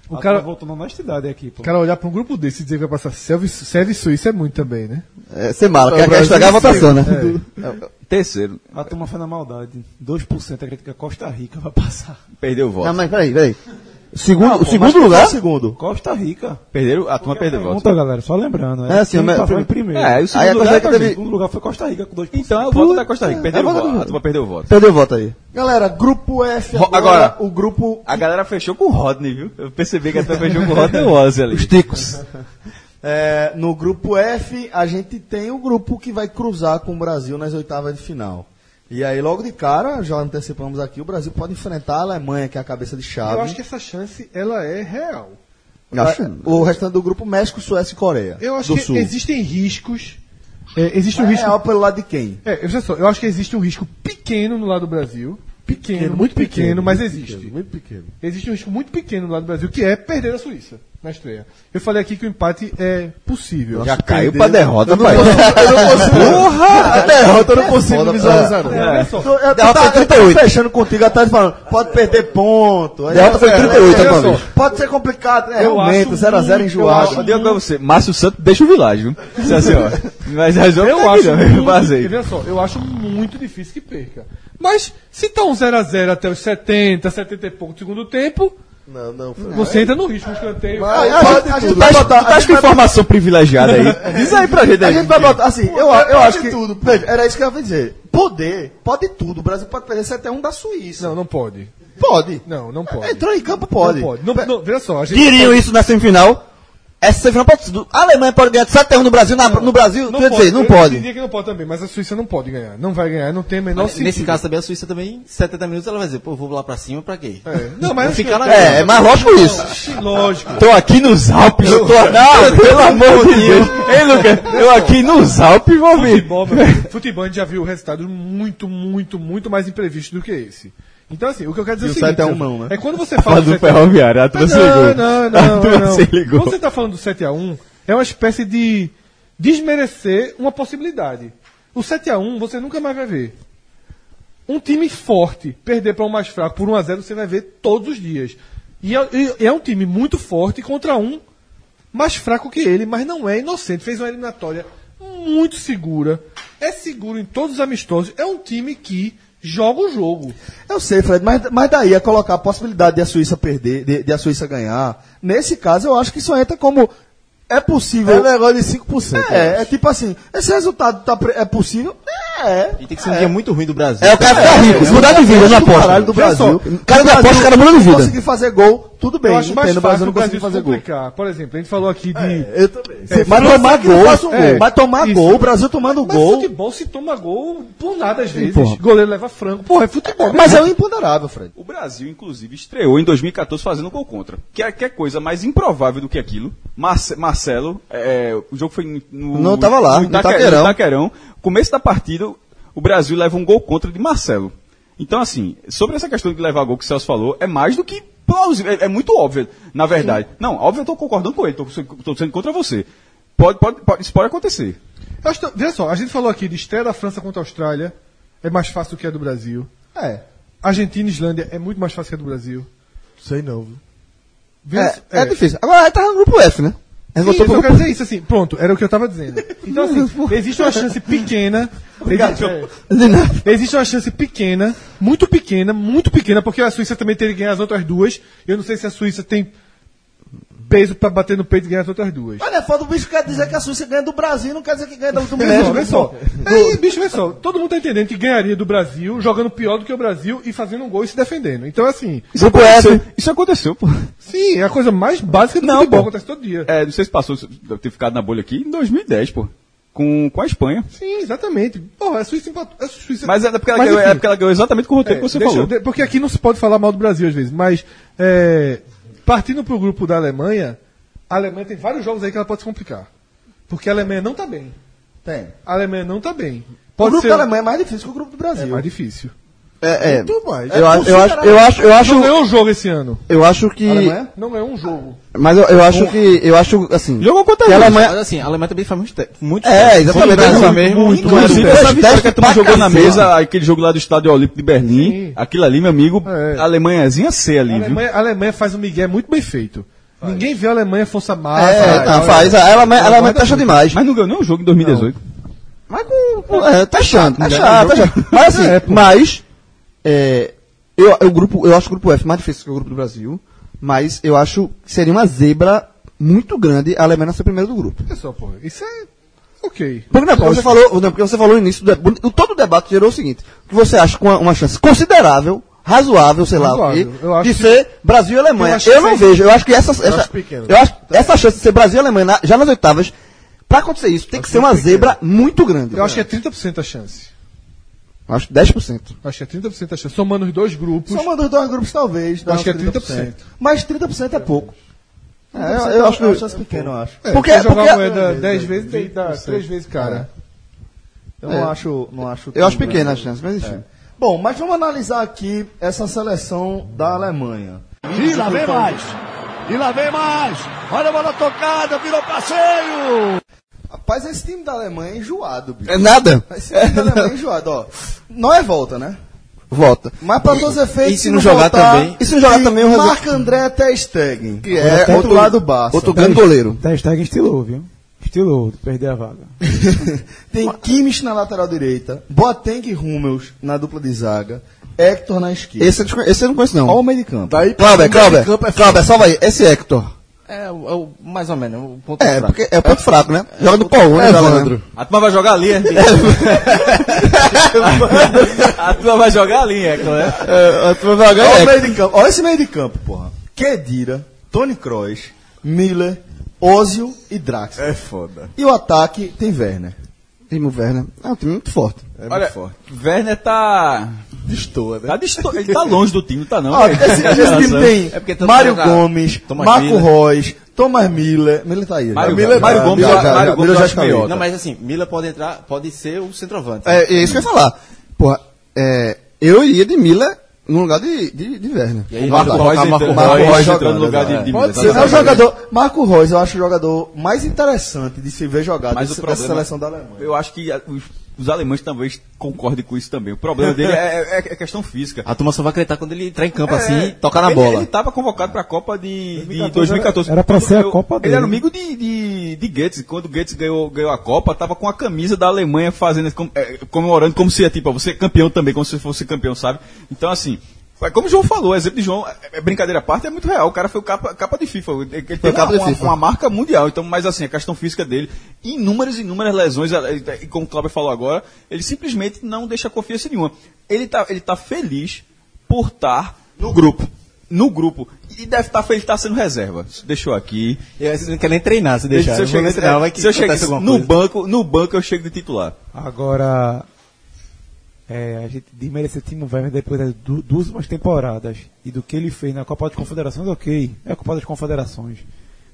F: O
H: O
F: cara-
H: cara voltou na honestidade aqui, pô.
F: O cara olhar pra um grupo desse e dizer que vai passar Sérvia Sérvia e Suíça é muito também, né?
B: É, sem mala, quer, quer estragar a votação, né?
C: Terceiro.
H: A turma foi na maldade. 2% acredita que a é Costa Rica vai passar.
C: Perdeu o voto.
B: Não, mas peraí, peraí. Segundo,
H: Não, pô,
B: o segundo lugar?
A: Segundo.
H: Costa Rica.
C: Perderam, a turma perdeu o voto.
H: Pergunta, galera, só lembrando.
B: É, assim,
H: quem
B: mas-
H: passou em primeiro.
C: É, tá aí o segundo
B: Aí a Costa
C: lugar
B: Rica
C: também.
B: teve-
H: O segundo um lugar foi Costa Rica com 2%.
C: Então é o voto da Costa Rica. Perdeu o voto. A turma perdeu o voto.
B: Perdeu o voto aí.
A: Galera, grupo F
C: Ro-
A: agora,
C: agora.
A: o grupo
C: A galera fechou com o Rodney, viu? Eu percebi que a turma fechou com o Rodney Ozzy ali.
B: Os ticos.
A: é, no grupo F a gente tem o grupo que vai cruzar com o Brasil nas oitavas de final. E aí logo de cara, já antecipamos aqui, o Brasil pode enfrentar a Alemanha, que é a cabeça de chave.
F: Eu acho que essa chance, ela é real.
B: Acho-
A: É, O restante do grupo México, Suécia e Coreia.
F: Eu acho
A: do
F: que
A: Sul.
F: existem riscos. É, existe um
A: É
F: risco.
A: real pelo lado de quem?
F: É, veja só, eu acho que existe um risco pequeno no lado do Brasil. Pequeno, muito pequeno, mas existe.
D: Muito pequeno.
F: Existe um risco muito pequeno no lado do Brasil, que é perder a Suíça na estreia. Eu falei aqui que o empate é possível.
C: Já caiu pra derrota, pai.
B: Porra!
D: Eu não consigo visualizar, não.
F: É, olha só.
A: Eu, eu
B: Derrota
A: tava- eu tava
B: foi 38.
A: tá- fechando contigo, atrás falando, pode perder ponto. Aí
B: Derrota
A: eu-
B: foi
A: é, é,
B: 38
A: olha
B: a tua
A: só,
B: vez.
A: Pode ser complicado, é, realmente, 0x0 enjoado.
C: Eu digo pra você, Márcio Santos deixa o világio. Isso é assim, ó. Mas a jogo tá
F: Eu acho muito,
C: Vazei.
F: veja só, eu acho muito difícil que perca. Mas se tá um 0x0 até os 70, 70 e pouco do segundo tempo,
D: Não, não. foi.
F: você entra no risco no escanteio.
A: A gente- a gente
C: Tá,
A: vai botar-
C: tu tá
A: a gente
C: com
A: vai-
C: informação privilegiada aí. Diz aí pra gente
A: a
C: aí.
A: gente vai botar, assim, eu, eu
D: pode
A: acho que.
D: tudo, pô.
A: veja, era isso que eu ia dizer. Poder, pode tudo. O Brasil pode perder 7 a 1 da Suíça.
F: Não, não pode.
A: Pode.
F: Não,
D: É,
F: não pode.
D: então
A: Entrou em campo, pode.
F: Não pode. Não, não, veja só, a gente
B: Diriam isso na semifinal. Essa semifinal pode ser. do- A Alemanha pode ganhar de 7x1 no Brasil. na- no Brasil, quer dizer, não
F: eu
B: pode.
F: entendi que não pode também, mas a Suíça não pode ganhar. Não vai ganhar, não tem o menor sentido.
G: Nesse caso também, a Suíça também, 70 minutos, ela vai dizer, pô, vou lá pra cima, pra quê?
F: É. Não, mas assim,
G: Vou ficar na
B: É, é mais lógico isso.
F: Lógico.
C: Tô aqui nos Alpes. Eu tô... Não, pelo amor de Deus. Ei, Lucas, eu aqui nos Alpes vou vir.
F: Futebol, meu amigo, futebol a gente já viu resultados muito, muito, muito mais imprevistos do que esse. Então, assim, o que eu quero dizer
A: E
F: é o
A: o
F: seguinte:
A: 7 a 1 não, né?
F: é quando você fala
C: Fala do
F: do 7 a 1,
C: ferroviário, a tua se ligou.
F: Não, não,
C: A
F: não.
C: tua
F: não.
C: se ligou.
F: Quando você está falando do 7x1, é uma espécie de desmerecer uma possibilidade. O 7x1 você nunca mais vai ver. Um time forte perder para um mais fraco por 1x0 você vai ver todos os dias. E é, e é um time muito forte contra um mais fraco que ele, mas não é inocente. Fez uma eliminatória muito segura. É seguro em todos os amistosos. É um time que joga o jogo.
A: Eu sei, Fred, mas, mas daí é colocar a possibilidade de a Suíça perder, de, de a Suíça ganhar. Nesse caso, eu acho que isso entra como. É possível.
D: É um negócio de 5%.
A: É, é tipo assim, esse resultado tá pre- é possível? É. um
G: E tem que ser um dia muito ruim do Brasil.
B: É o cara ficar rico, se mudar de vida, eu não aposto.
A: do
B: Vê
A: Brasil.
B: só, Cara da aposta, o cara muda de vida.
A: Conseguir fazer gol, tudo bem.
F: Eu acho mais
A: entendo, mas eu
F: fácil o
A: não consegui
F: Brasil
A: fazer
F: se
A: gol.
F: complicar. Por exemplo, a gente falou aqui de.
A: Eu também.
F: É,
A: mas
F: futebol
A: tomar
F: que não
A: gol,
F: faça um
A: é,
F: gol.
A: mas tomar
F: Isso.
A: gol, o Brasil tomando
F: Mas
A: gol.
F: futebol se toma gol por nada às vezes.
B: porra.
F: Goleiro leva frango. Porra, é futebol.
A: Mas é um imponderável, Fred.
C: O Brasil, inclusive, estreou em 2014 fazendo gol contra. Que é, que é coisa mais improvável do que aquilo. Marce- Marcelo, é, o jogo foi no.
B: Não, tava lá,
C: no
B: no
C: Itaque- no Itaquerão.
B: Itaquerão.
C: Começo da partida, o Brasil leva um gol contra de Marcelo. Então, assim, sobre essa questão de levar gol que o Celso falou, é mais do que plausível. É, é muito óbvio, na verdade. Não, óbvio, eu tô concordando com ele, tô, tô sendo contra você. Pode, pode, pode- isso pode acontecer.
F: Eu acho que- Veja só, a gente falou aqui de estreia da França contra a Austrália. É mais fácil do que a do Brasil.
A: É.
F: Argentina e Islândia é muito mais fácil que a do Brasil.
D: Sei não, viu?
F: Veja-
B: É, é difícil. Agora ele tava no grupo F, né? Ele
F: Sim,
B: voltou
F: eu
C: Tipo,
B: pro
F: só
B: grupo
F: quero dizer isso, assim, pronto, era o que eu tava dizendo. Então, assim, existe uma chance pequena. existe, é, existe uma chance pequena, muito pequena, muito pequena, porque a Suíça também teria que ganhar as outras duas. Eu não sei se a Suíça tem peso pra bater no peito e ganhar as outras duas.
C: Ah,
A: Olha, é foda, o bicho quer dizer que a Suíça ganha do Brasil, não quer dizer que ganha do
C: é.
F: Vê só,
A: México.
F: vê só. Aí, bicho, vê só. Todo mundo tá entendendo que ganharia do Brasil, jogando pior do que o Brasil e fazendo um gol e se defendendo. Então, assim,
C: Isso aconteceu, isso aconteceu, pô.
F: sim, é a coisa mais básica do
C: Não,
F: futebol,
C: pô.
F: acontece todo dia.
C: É, não sei se passou, se deve ter ficado na bolha aqui, em 2010, pô. Com, com a Espanha.
F: Sim, exatamente. Porra, a Suíça empatou. A Suíça...
C: Mas é porque ela,
F: Mas,
C: ganhou, é
F: enfim.
C: porque ela ganhou exatamente com o roteiro
F: É,
C: que você
F: deixa
C: falou.
F: eu- de- porque aqui não se pode falar mal do Brasil às vezes, mas é, partindo pro grupo da Alemanha, a Alemanha tem vários jogos aí que ela pode se complicar. Porque a Alemanha não tá bem.
A: Tem.
F: A Alemanha não tá bem.
A: O
F: Pode
A: grupo
F: ser
A: da Alemanha é mais difícil que o grupo do
F: é
A: Brasil.
F: mais difícil.
B: É, é.
F: Muito mais.
B: Eu acho, eu acho, eu acho, eu acho,
F: Não ganhou um jogo esse ano.
B: eu acho que,
A: Alemanha?
F: Não ganhou um jogo.
B: mas eu, eu acho que, eu acho assim.
C: Jogou contra
B: Que a
C: a Rússia.
B: Alemanha,
G: Mas assim, a Alemanha também faz muito tempo. Muito
B: é,
G: tempo.
B: exatamente.
G: Contra
B: muito,
G: ela mesmo,
B: muito,
G: muito
B: muito,
C: Inclusive,
B: muito.
C: essa vitória que a turma
B: Pra
C: jogou na
B: cacete.
C: mesa, aquele jogo lá do Estádio Olímpico de Berlim,
F: Sim.
C: aquilo ali, meu amigo,
F: É.
C: Alemanhazinha C
F: A
C: ali, viu?
F: Alemanha, a Alemanha faz um migué muito bem feito. Ninguém vê a Alemanha força massa.
B: É,
F: olha,
B: tá, faz. A Alemanha, a Alemanha taxa demais.
C: Mas não ganhou nenhum jogo em 2018.
B: Mas com. com- É, tá achando. Tá
C: né?
B: achando, tá achando. Mas assim,
F: É, pô.
B: mas. É, eu, eu, grupo, eu acho o grupo F mais difícil que o grupo do Brasil. Mas eu acho que seria uma zebra muito grande a Alemanha ser primeira do grupo.
F: olha só, pô. Isso é ok. Então,
B: Porque, não, é porque você falou, não, porque você falou no início, do deba- o- todo o debate gerou o seguinte: que você acha com uma, uma chance considerável, razoável, sei lá, o quê,
F: Razoável. Eu acho
B: de
F: que-
B: ser Brasil e Alemanha.
F: eu
B: Eu,
F: acho que
B: não
F: sem-
B: vejo, eu acho que essa, essa,
F: acho pequeno.
B: eu acho que essa chance de ser Brasil e Alemanha na- já nas oitavas, pra acontecer isso, tem que ser uma zebra muito grande.
F: é Eu acho que é 30% a chance.
B: Eu acho 10%.
F: Eu Acho que é 30% a chance. Somando os dois grupos.
A: Soma dos dois grupos, talvez. dá
F: Acho que é
A: uns
F: 30%.
A: Mas 30% é pouco.
B: É, eu, eu acho
A: uma
B: que.
A: chance pequena, eu acho.
F: É,
B: Porque-
F: se jogar
B: porque-
F: a moeda
G: é,
F: 10 vezes, tem dá 3 vezes, cara.
A: Eu
B: É.
A: não acho. Não acho
B: Eu acho
A: tão
B: pequena a
A: grande. É.
B: chance, mas enfim.
A: Bom, mas vamos analisar aqui essa seleção da Alemanha.
I: E lá vem mais. E lá vem mais. Olha a bola tocada, virou passeio.
A: Rapaz, esse time da Alemanha é enjoado, bicho.
B: É nada?
A: Esse time da Alemanha é enjoado, ó. Não é volta, né?
B: Volta.
A: Mas pra todos os efeitos.
G: E se não jogar também?
B: E se não jogar também, o resu-
A: Marca André Ter Stegen. Que
B: é
A: outro,
B: outro-
A: lado Barça. tá?
B: Outro grande goleiro.
E: Ter Stegen estilou, viu? Estilou de perder a vaga.
A: Tem Kimmich na lateral direita, Boateng e Hummels na dupla de zaga, Hector na esquerda.
B: Esse, eu desconhe- esse eu não conheço,
A: Olha o
B: não.
A: meio de
F: tá
A: campo.
B: Clauber, Clauber,
F: é
B: Clauber, salva aí. Esse Hector.
G: É, o- é o- mais ou menos, o ponto
B: É,
G: fraco.
B: porque é o ponto fraco, né? Joga no Paulo,
G: É,
B: né? Evandro?
G: A turma vai jogar ali, é? a turma vai jogar ali, é claro.
B: É, tu vai jogar
A: Olha, o
B: Hector.
A: meio de campo. Olha esse meio de campo, porra. Kedira, Tony Kroos, Miller, Ozil e Draxler. É foda. E o ataque tem Werner.
B: Timo Werner. É um time muito forte.
C: Olha, Werner tá.
A: Destoa, né?
C: tá disto- Ele tá longe do time, não tá não.
A: Ó,
C: velho?
A: esse, esse time tem
G: É porque todo
A: Mário
G: mundo joga
A: Gomes,
G: Thomas
A: Marco
G: Miller.
A: Reus, Thomas Miller. Miller tá aí.
C: Mário,
A: já. Miller,
C: Mário
A: já,
C: Gomes,
A: já,
C: eu-
A: já,
C: Mário
A: já.
C: Gomes,
A: Miller
C: eu
A: já
C: acho melhor.
A: escalou.
G: Não, mas assim, Mila pode entrar, pode ser o centroavante.
B: É, é isso que eu ia falar. Porra, é, eu iria de Miller no lugar de, de, de Werner.
G: E aí,
C: Marco
G: vai
C: Reus
G: colocar
C: entrando-
G: Marco
C: Marco
G: Reus.
C: Reus
A: jogando,
C: entrando no lugar de,
A: é.
C: de
A: Pode
C: tá
A: ser, é o
C: jogando.
A: jogador. Marco Reus, eu acho o jogador mais interessante de se ver jogar
C: Mas
A: desse-
C: o
A: dessa
C: problema-
A: seleção da Alemanha.
C: Eu acho que ah, os, os alemães talvez concordem com isso também. O problema dele é, é- é questão física.
G: A turma só vai acreditar quando ele entrar em campo assim
C: É,
G: e tocar na
C: ele,
G: bola.
C: Ele estava convocado para a Copa de, de 2014.
E: era pra ser a
C: Eu-
E: Copa
C: Ele
E: dele.
C: era amigo de, de, de Goetz. Quando Goetz ganhou, ganhou a Copa, estava com a camisa da é Alemanha fazendo, esse com- eh, comemorando como se, tipo, você é campeão também, como se fosse campeão, sabe? Então, assim, É Como o João falou, o exemplo de João, é- é brincadeira à parte, é muito real. O cara foi o capa, capa de FIFA. Ele ele tem
B: capa
C: uma,
B: de
C: uma-
B: FIFA.
C: uma marca mundial. Então, mas assim, a questão física dele, inúmeras e inúmeras lesões, eh, eh, e como o Cláudio falou agora, ele simplesmente não deixa confiança nenhuma. Ele tá, ele tá feliz por estar no grupo. No grupo. E deve estar feliz, tá sendo reserva. Deixou aqui.
G: Eu, você não quer nem treinar, se deixar.
C: se eu
G: Eu vou
C: chego, é,
G: nem treinar, vai que
C: se eu chego
G: acontece alguma
C: no
G: coisa.
C: banco, no banco eu chego de titular.
E: Agora, é, a gente desmerecer Timo Werner depois das du- duas últimas temporadas e do que ele fez na Copa das Confederações, ok. É a Copa das Confederações.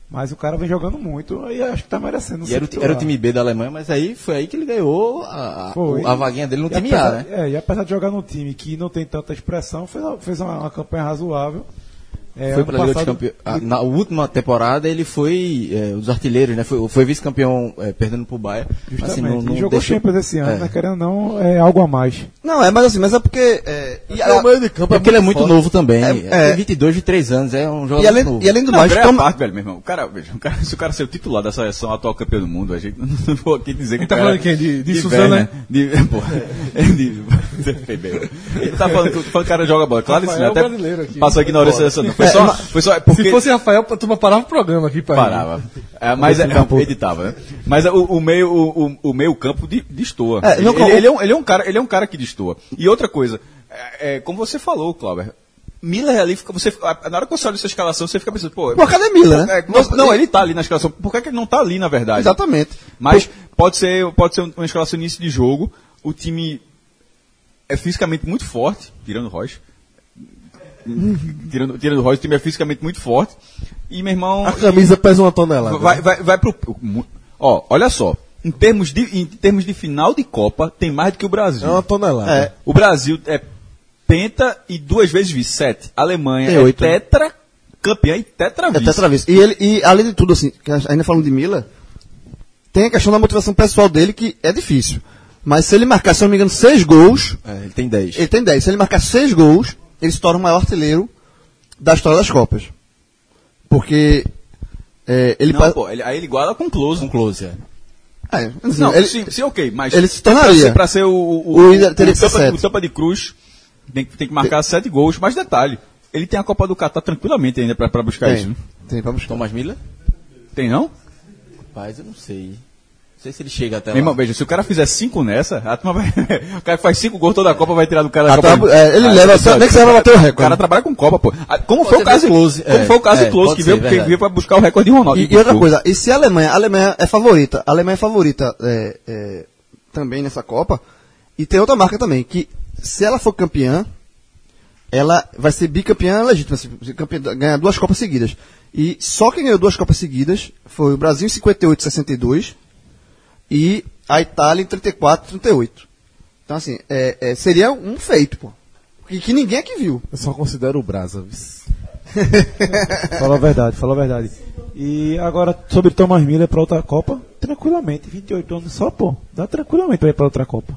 E: Mas o cara vem jogando muito e acho que tá merecendo.
G: E
E: ser
G: era o, ti-
E: titular.
G: era o time B da Alemanha, mas aí foi aí que ele ganhou a, a,
E: Foi.
G: a vaguinha dele no
E: E
G: time A,
E: apesar-
G: né?
E: É, e apesar de jogar num time que não tem tanta expressão, fez, uma- fez uma, uma campanha razoável. É,
G: foi
E: ano
G: para Liga dos
E: passado-
G: Campeões. Ah, Na última temporada ele foi é, um dos artilheiros, né? Foi, foi vice-campeão é, perdendo pro Bayern.
E: Justamente.
G: Assim, não, não
E: e jogou
G: deixou-
E: Champions esse ano,
G: É.
E: né? querendo ou não, é algo a mais.
B: Não, é, mas assim, mas é porque. É, e,
G: É,
B: a-
G: é porque ele é muito
B: forte.
G: novo também.
B: É,
G: Ele
B: é.
G: Tem 22, 23 anos, é um jogador
B: E além,
G: novo.
B: e além do
C: Não,
B: mais,
C: André
B: toma-
C: parte, velho, meu irmão. O cara, veja, o cara- se o cara ser o titular da seleção atual campeão do mundo, a gente não, não vou aqui dizer que
F: Ele tá
C: o cara-
F: falando de quem? De- né? de
C: Werner,
F: Suzana?
C: De, porra, de, de- ele tá falando que o falando que o cara joga bola. Claro isso, né?
F: Rafael
C: Até
F: brasileiro aqui.
C: passou a ignorância dessa não. Foi só, foi só é porque
F: Se fosse Rafael, a turma parava o programa aqui, pai.
C: parava. É, mas é, é, editava, né? Mas é, o, o meio, o, o- o meio campo de, destoa.
B: É,
C: ele,
B: não,
C: ele-
B: o-
C: ele é um, ele é um cara, ele é um cara que destoa. E outra coisa, é, é, como você falou, Cláudio, Miller ali, fica- você, a- na hora que você olha essa escalação, você fica pensando, pô,
B: Pô, cadê Miller, né?
C: é, não, não, ele tá ali na escalação. Por que, que ele não tá ali, na verdade?
B: Exatamente.
C: Mas pode ser, pode ser uma escalação início de jogo. O time é fisicamente muito forte, tirando o Rocha. Tirando, tirando o Rocha, o time é fisicamente muito forte. E, meu irmão,
B: Ah,
D: A camisa pesa uma tonelada.
C: vai, vai, vai pro. Ó, olha só. Em termos, de, em termos de final de Copa, tem mais do que o Brasil.
D: É
B: tá.
D: uma tonelada.
C: É, o Brasil é penta e duas vezes vice. Sete. A Alemanha
B: Tem
C: é
B: oito. né?
C: tetra campeã e tetra
B: É
C: vice.
B: tetravice. E, ele, e além de tudo, assim, que ainda falando de Miller, tem a questão da motivação pessoal dele, que é difícil. Mas se ele marcar, se eu não me engano, seis gols,
G: É, ele tem 10.
B: ele tem dez. Se ele marcar seis gols, ele se torna o maior artilheiro da história das Copas. Porque é, ele,
C: Não,
B: pa-
C: pô, ele- aí ele iguala com o Close.
G: Um close, é.
B: é, assim,
C: Não,
B: ele-
C: sim, sim, ok, mas.
B: ele se é.
C: pra
B: tornaria.
C: ser, pra ser o, o,
B: O
C: o,
B: líder teria que ser
C: tampa,
B: sete.
C: o tampa de cruz, tem, que- tem que marcar sete gols, mas detalhe, ele tem a Copa do Catar tranquilamente ainda pra, pra buscar isso. né?
B: tem, tem pra buscar.
G: Thomas Miller?
C: Tem não?
G: Rapaz, eu não sei. Não sei se ele chega até
C: Meu irmão,
G: lá.
C: veja, se o cara fizer cinco nessa, a turma vai. o cara que faz cinco gols toda a Copa vai tirar do cara da
B: Ah,
C: Copa.
B: tá,
C: do-
B: é, ele leva, só- nem que você vai bater o
C: O cara tá-
B: recorde.
C: trabalha com Copa, pô. Ah, Como
G: Pode
C: foi o
G: ser
C: caso
G: do Klose,
C: Como
G: é,
C: foi o caso
G: é,
C: de Close,
G: pode
C: que
G: ser,
C: veio, que
G: verdade.
C: veio pra buscar o recorde de Ronaldo.
B: E, e outra coisa, e se a Alemanha, a Alemanha é favorita, a Alemanha é favorita é, é, também nessa Copa, e tem outra marca também, que se ela for campeã, ela vai ser bicampeã legítima, assim, campeã, ganhar duas Copas seguidas. E só quem ganhou duas Copas seguidas foi o Brasil em 58 62 e a Itália em 34 38. Então, assim, é, é, seria um feito, pô. E que ninguém aqui viu.
D: Eu só considero o Brasa. viu?
E: Falou a verdade, falou a verdade. E agora, sobre Thomas Miller pra outra Copa, tranquilamente, 28 anos só, pô. Dá tranquilamente pra ir pra outra Copa.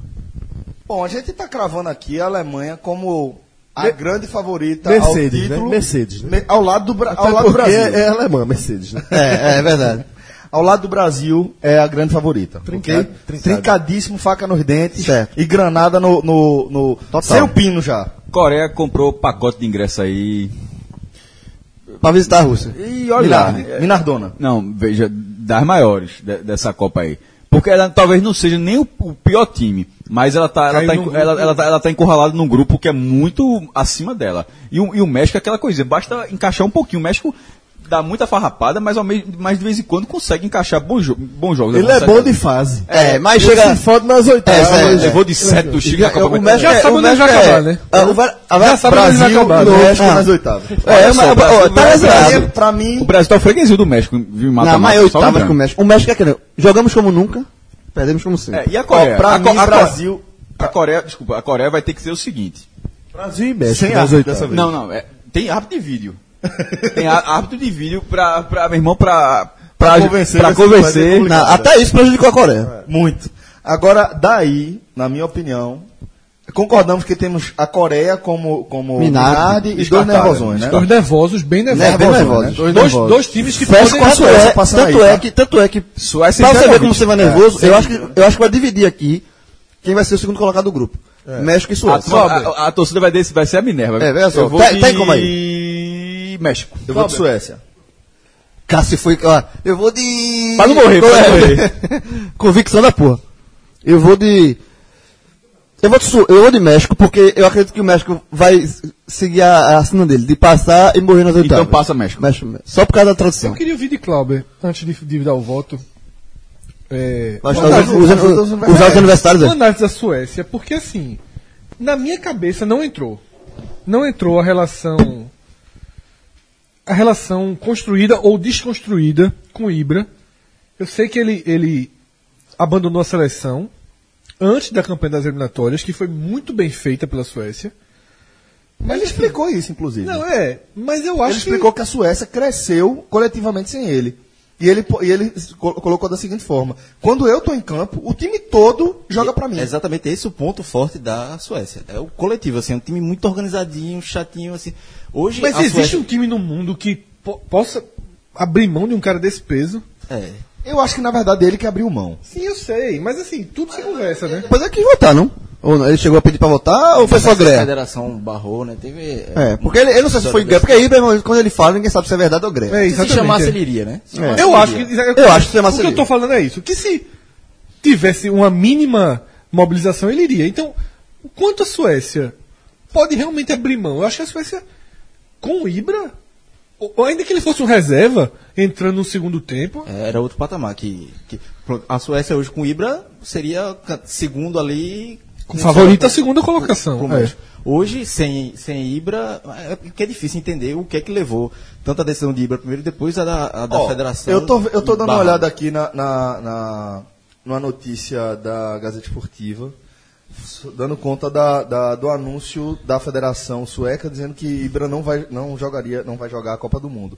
A: Bom, a gente tá cravando aqui a Alemanha como a grande favorita
D: Mercedes,
A: ao título.
D: né? Mercedes, né?
A: Me- Ao lado do, Bra-
D: Até
A: ao lado do
D: porque
A: Brasil.
D: É, é alemã, Mercedes, né?
A: É, é verdade. Ao lado do Brasil é a grande favorita.
D: Trincado,
A: ok?
D: trincado.
A: Trincadíssimo, faca nos dentes
B: Certo.
A: e granada no. no, no- Sem o pino já.
C: Coreia comprou pacote de ingresso aí.
B: Pra visitar a Rússia.
C: E
A: Minar- Minardona.
C: Não, veja, das maiores de- dessa Copa aí. Porque ela talvez não seja nem o, o pior time, mas ela tá, ela,
F: Caiu
C: tá,
F: num
C: encu-
F: grupo-
C: ela, ela tá, ela tá encurralada num grupo que é muito acima dela. E o, e o México é aquela coisa, basta encaixar um pouquinho. O México dá muita farrapada, mas, ao mesmo, mas de vez em quando consegue encaixar bons, jo bons jogos.
D: Ele é
C: Consegue-
D: bom de fase.
B: É, mas
D: Ele
B: chega.
D: se fode nas oitavas.
B: É, é,
C: Levou de 7 do Chile
B: Já-
C: na Copa
B: o
C: América.
B: México é-
F: sabe
B: o
F: onde ele
B: México
F: vai acabar,
B: é-
F: né?
B: é, o Var- a Var-
F: sabe onde ele vai
B: Brasil,
F: acabar,
B: no-
F: né?
B: México
A: Ah.
B: nas oito.
A: oitavas.
B: É,
C: só,
B: mas-
C: Brasil-
B: ó, tá
C: Brasil-
B: exagerado.
A: Pra mim,
C: O Brasil tá o freguesinho do México, viu?
B: Na
C: Mata,
B: maior
C: mata, só
B: oitava
C: lembrando.
B: com o México. O México é aquele. Jogamos como nunca, perdemos como
C: É,
B: sempre.
C: e a Coreia?
A: Ó, pra
C: a,
A: mim,
C: a,
A: Brasil-
C: A Coreia, desculpa, a Coreia vai ter que ser o seguinte.
D: Brasil e México
A: Sem
D: nas
A: árbitro
D: oitavas.
A: Tá, dessa vez.
C: Não, não, é, tem árbitro de vídeo. tem á- árbitro de vídeo pra, pra meu irmão, pra, pra,
A: Pra convencer,
C: pra
A: vai
B: tipo
A: ser- vai ser
C: convencer.
A: complicado.
B: Na- até isso prejudicou a Coreia.
A: muito. Agora, daí, na minha opinião, concordamos que temos a Coreia como, como
B: Minardi.
A: Minardi, e dois
C: Descartável,
A: nervosões, né?
F: Os nervosos, bem nervosos.
B: bem
F: Dois-
B: nervosos.
A: É, Dois
F: Dois,
A: nervosos.
F: dois times que
B: Fecha
F: podem-
B: com a
A: Suécia
B: Suécia.
A: passando
B: tanto,
A: aí,
B: é
A: tá?
B: que, tanto é que.
C: Suécia e
B: pra você ver
C: Ibrahimovic.
B: como você vai nervoso, eu, acho que, eu acho que vai dividir aqui quem vai ser o segundo colocado do grupo.
A: É.
B: México e
C: A,
A: Ah,
B: Suécia.
C: turma- Ah, a- a torcida vai, desse, vai ser a Minerva.
B: É, veja só.
C: Eu vou
B: Tem-
C: de...
B: tem como
C: México.
A: Eu vou de Suécia.
B: Cássio foi. Ó, eu vou de.
C: Pra não morrer, pra não morrer.
B: Convicção da porra. Eu vou de. Eu vou de, Su- eu vou de México, porque eu acredito que o México vai s- seguir a, a assina dele, de passar e morrer nas oitavas.
C: Então passa México.
B: México. Só por causa da tradução.
F: Eu queria ouvir de Clauber, antes de, de dar o voto. É,
B: Mas
F: uma
B: tá-
F: análise-
B: usa- usa- usar os universitários,
F: uma
B: é.
F: análise da Suécia, porque assim, na minha cabeça não entrou. Não entrou a relação. A relação construída ou desconstruída com o Ibra. Eu sei que ele, ele abandonou a seleção antes da campanha das eliminatórias, que foi muito bem feita pela Suécia.
A: Mas ele explicou isso, inclusive.
F: Não, é, mas eu acho
A: ele explicou que... a Suécia cresceu coletivamente sem ele. E ele, po- e ele co- colocou da seguinte forma: quando eu tô em campo, o time todo joga pra mim.
G: É exatamente esse o ponto forte da Suécia. É o coletivo, assim, é um time muito organizadinho, chatinho, assim. Hoje
F: Mas
G: a
F: existe
G: Suécia-
F: um time no mundo que po- possa abrir mão de um cara desse peso?
B: um
G: É.
A: Eu acho que na verdade é ele que abriu mão.
F: Sim, eu sei, mas assim, tudo se conversa, né?
B: Mas é que votar, não? Ou não? Ele chegou a pedir pra votar ou foi só
G: Essa
B: greia?
G: federação barrou, né? Teve.
B: É, porque ele, eu é não sei se foi greia, porque aí, meu irmão, quando ele fala, ninguém sabe se é verdade ou greia.
F: É,
G: Se
F: exatamente.
G: chamasse, ele iria, né?
B: É.
G: Se chamasse,
F: Eu
G: ele
F: acho que.
G: iria.
B: Eu acho que seria
F: O que eu
B: Marcelinho.
F: tô falando é isso. Que se tivesse uma mínima mobilização, ele iria. Então, o quanto a Suécia pode realmente abrir mão? Eu acho que a Suécia, com o Ibra, ou ou ainda que ele fosse um reserva, entrando no segundo tempo.
G: É, Era outro patamar. Que, que- a Suécia hoje com o Ibra seria ca- segundo ali.
F: Com favorito a segunda colocação.
G: Pro
B: é.
G: México. Hoje, sem, sem Ibra, é porque é difícil entender o que é que levou tanto a decisão de Ibra primeiro e depois a da, a da
A: Ó,
G: federação.
A: Eu tô, eu tô dando
G: Barra.
A: uma olhada aqui na, na, na- numa notícia da Gazeta Esportiva, s- dando conta da, da- do anúncio da Federação Sueca dizendo que Ibra não vai, não jogaria, não vai jogar a Copa do Mundo.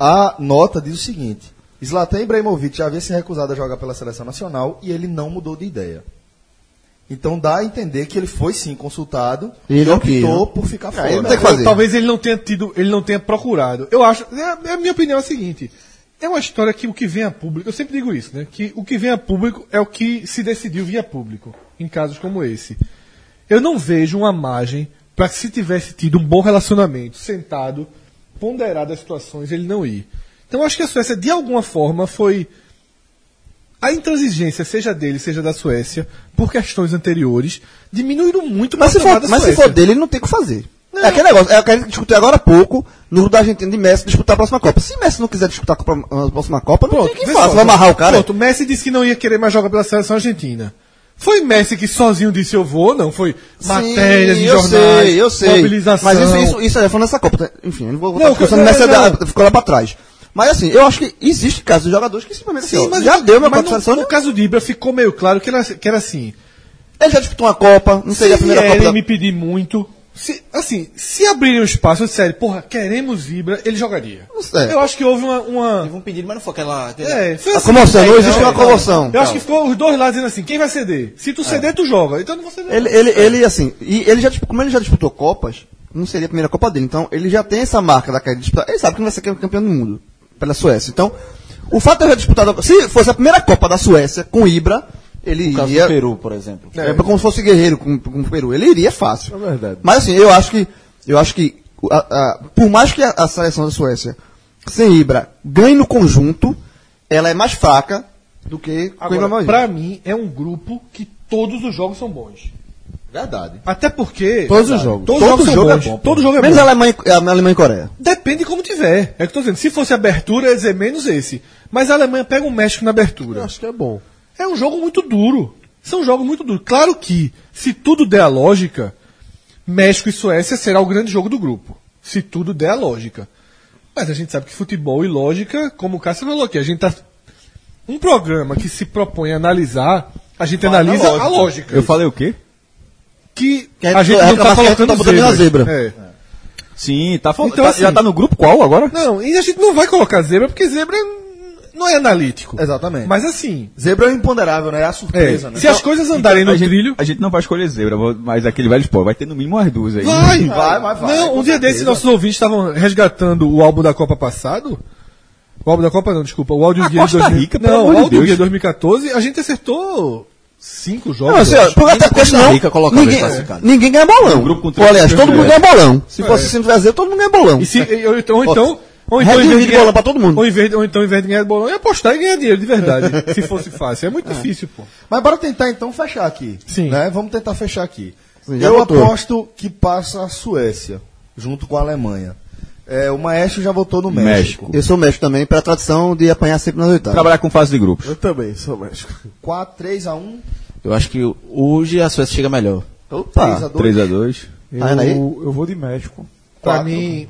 A: A nota diz o seguinte: Zlatan Ibrahimovic já havia se recusado a jogar pela seleção nacional e ele não mudou de ideia. Então dá a entender que ele foi sim consultado
B: Ele
A: e
B: não
A: optou
B: quis, né?
A: por ficar fora.
B: Aí não tem o que fazer.
F: Talvez ele não tenha tido, ele não tenha procurado. Eu acho, é, é a minha opinião é a seguinte, é uma história que o que vem a público, eu sempre digo isso, né? Que o que vem a público é o que se decidiu vir a público, em casos como esse. Eu não vejo uma margem para que se tivesse tido um bom relacionamento, sentado, ponderado as situações, ele não ir. Então eu acho que a Suécia, de alguma forma, foi a intransigência, seja dele, seja da Suécia, por questões anteriores, diminuíram muito o
B: Mas, se
F: patamar
B: for,
F: da
B: mas se
F: Suécia.
B: for dele, ele não tem o que fazer. É aquele negócio, é o que a gente discutiu agora há pouco, no grupo da Argentina de Messi disputar a próxima Copa. Se Messi não quiser disputar a, Copa- a próxima Copa, não tem
F: vê
B: quem faça,
F: só.
B: vai amarrar o cara.
F: Pronto, Messi disse que não ia querer mais jogar pela seleção argentina. Foi Messi que sozinho disse eu vou, não? Foi matérias de
B: eu
F: jornais,
B: sei, eu sei.
F: mobilização.
B: Mas isso, isso, isso é falando dessa Copa. tá? Enfim, eu não vou voltar
F: Não,
B: discussão,
F: não,
B: Messi é da-
F: não.
B: ficou lá pra trás. Mas assim, eu acho que existe casos de jogadores que simplesmente assim,
F: Sim,
B: ó,
F: mas
B: já deu minha
F: mas
B: Copa
F: no,
B: de seleção,
F: no caso do Ibra ficou meio claro que era, que era assim.
B: ele já disputou uma Copa, não seria a
F: se
B: primeira
A: é,
B: Copa
F: vierem
B: da...
F: me pedir muito, se, assim, se abrirem um espaço, eu disserem, porra, queremos Ibra, ele jogaria.
B: Não sei.
F: Eu acho que houve uma... uma-
G: Teve um pedido, mas não foi aquela. aquela-
F: É, foi
B: A
F: assim,
B: comoção, não
F: então,
B: existe uma comoção. É.
F: Eu acho que ficou os dois lados dizendo assim, quem vai ceder? Se tu ceder, tu joga. Então eu não vou ceder.
B: Ele, ele, ele, assim, e ele já, dispu- como ele já disputou Copas, não seria a primeira Copa dele. Então, ele já tem essa marca da cara de disputar. Ele sabe que não vai ser campeão do mundo pela Suécia. Então, o fato de ele já disputar. Se fosse a primeira Copa da Suécia com Ibra, ele
G: No caso
B: iria.
G: do Peru, por exemplo.
B: É, como se fosse guerreiro com, com o Peru. Ele iria fácil.
D: É verdade.
B: Mas assim, eu acho que. Eu acho que. a- a- por mais que a, a seleção da Suécia, sem Ibra, ganhe no conjunto, ela é mais fraca do que com Ibra
F: Agora,
B: Maia.
F: pra mim, é um grupo que todos os jogos são bons.
A: Verdade.
F: Até porque.
D: Todos os jogos.
F: Todos os
B: Todo
F: jogos são
B: jogo é
F: bons.
B: bom. pô.
F: Todo jogo é
B: Menos
F: bom.
B: Alemanha, e- a Alemanha e Coreia.
F: Depende de como tiver. É o que eu tô dizendo. Se fosse abertura, eu ia dizer menos esse. Mas a Alemanha pega o México na abertura.
D: Acho que é bom.
F: É um jogo muito duro. São jogos muito duros. Claro que, se tudo der a lógica, México e Suécia será o grande jogo do grupo. Se tudo der a lógica. Mas a gente sabe que futebol e lógica, como o Cássio falou aqui, a gente tá. Um programa que se propõe a analisar, a gente analisa a lógica.
C: Eu falei o quê?
F: que
B: Que
F: a gente
B: é,
F: não tá
B: mas que
F: colocando
B: tá botando
F: zebras.
B: zebra.
F: É.
C: Sim, tá faltando.
F: Então, assim-
C: já tá no grupo qual agora?
F: Não, e a gente não vai colocar zebra porque zebra hum, não é analítico.
A: Exatamente.
F: Mas assim,
A: Zebra é
B: um
A: o imponderável, né? É a
F: é,
A: surpresa, né?
F: se as coisas andarem
C: então, a
F: tá no
C: gente,
F: trilho,
C: A gente não vai escolher zebra, vou- mas aquele velho spoiler. Vai ter no mínimo umas duas aí.
F: vai,
A: vai, vai, vai,
F: Não,
A: com
F: um dia
A: certeza.
F: desses nossos ouvintes estavam resgatando o álbum da Copa passado. O álbum da Copa não, desculpa, o áudio
C: A
F: guia de
C: Costa
F: 2000
C: Rica, pelo
F: Não,
C: amor
F: o
C: de
F: áudio
C: Deus.
F: guia 2014, a gente acertou cinco
B: Não,
F: jogos.
B: assim,
F: eu
B: ó,
F: acho.
B: porque até porque
G: Costa
B: senão
G: Rica coloca
B: ninguém,
G: alguém classificado.
B: ninguém ganha bolão.
C: grupo com três
B: Ou, aliás, todo
C: times
B: mundo ganha bolão. Se fosse
A: é.
B: assim no Brasil, todo mundo ganha bolão.
F: E se, e- ou então, ou então, ou então,
B: Rede
F: em vez
B: de
F: de ganhar-
B: bolão pra todo mundo.
F: ou em vez de- ou então, em vez de ganhar bolão, ia apostar e ganhar dinheiro de verdade. se fosse fácil. É muito difícil, pô.
A: Mas bora tentar então fechar aqui.
F: Sim.
A: né? Vamos tentar fechar aqui.
B: Sim, já
A: Eu
B: votou.
A: aposto que passa a Suécia, junto com a Alemanha. É, o Maestro já votou no México.
C: México.
B: Eu sou México também, pela tradição de apanhar sempre nas oitavas.
C: Trabalhar com fase de grupos.
D: Eu também sou México.
A: 4, 3 a 1
G: Eu acho que hoje a Suécia chega melhor.
A: Ah, três a dois.
C: 3x2,
B: Tá vendo aí?
E: Eu, eu vou de México.
F: Pra
A: Quatro.
F: mim,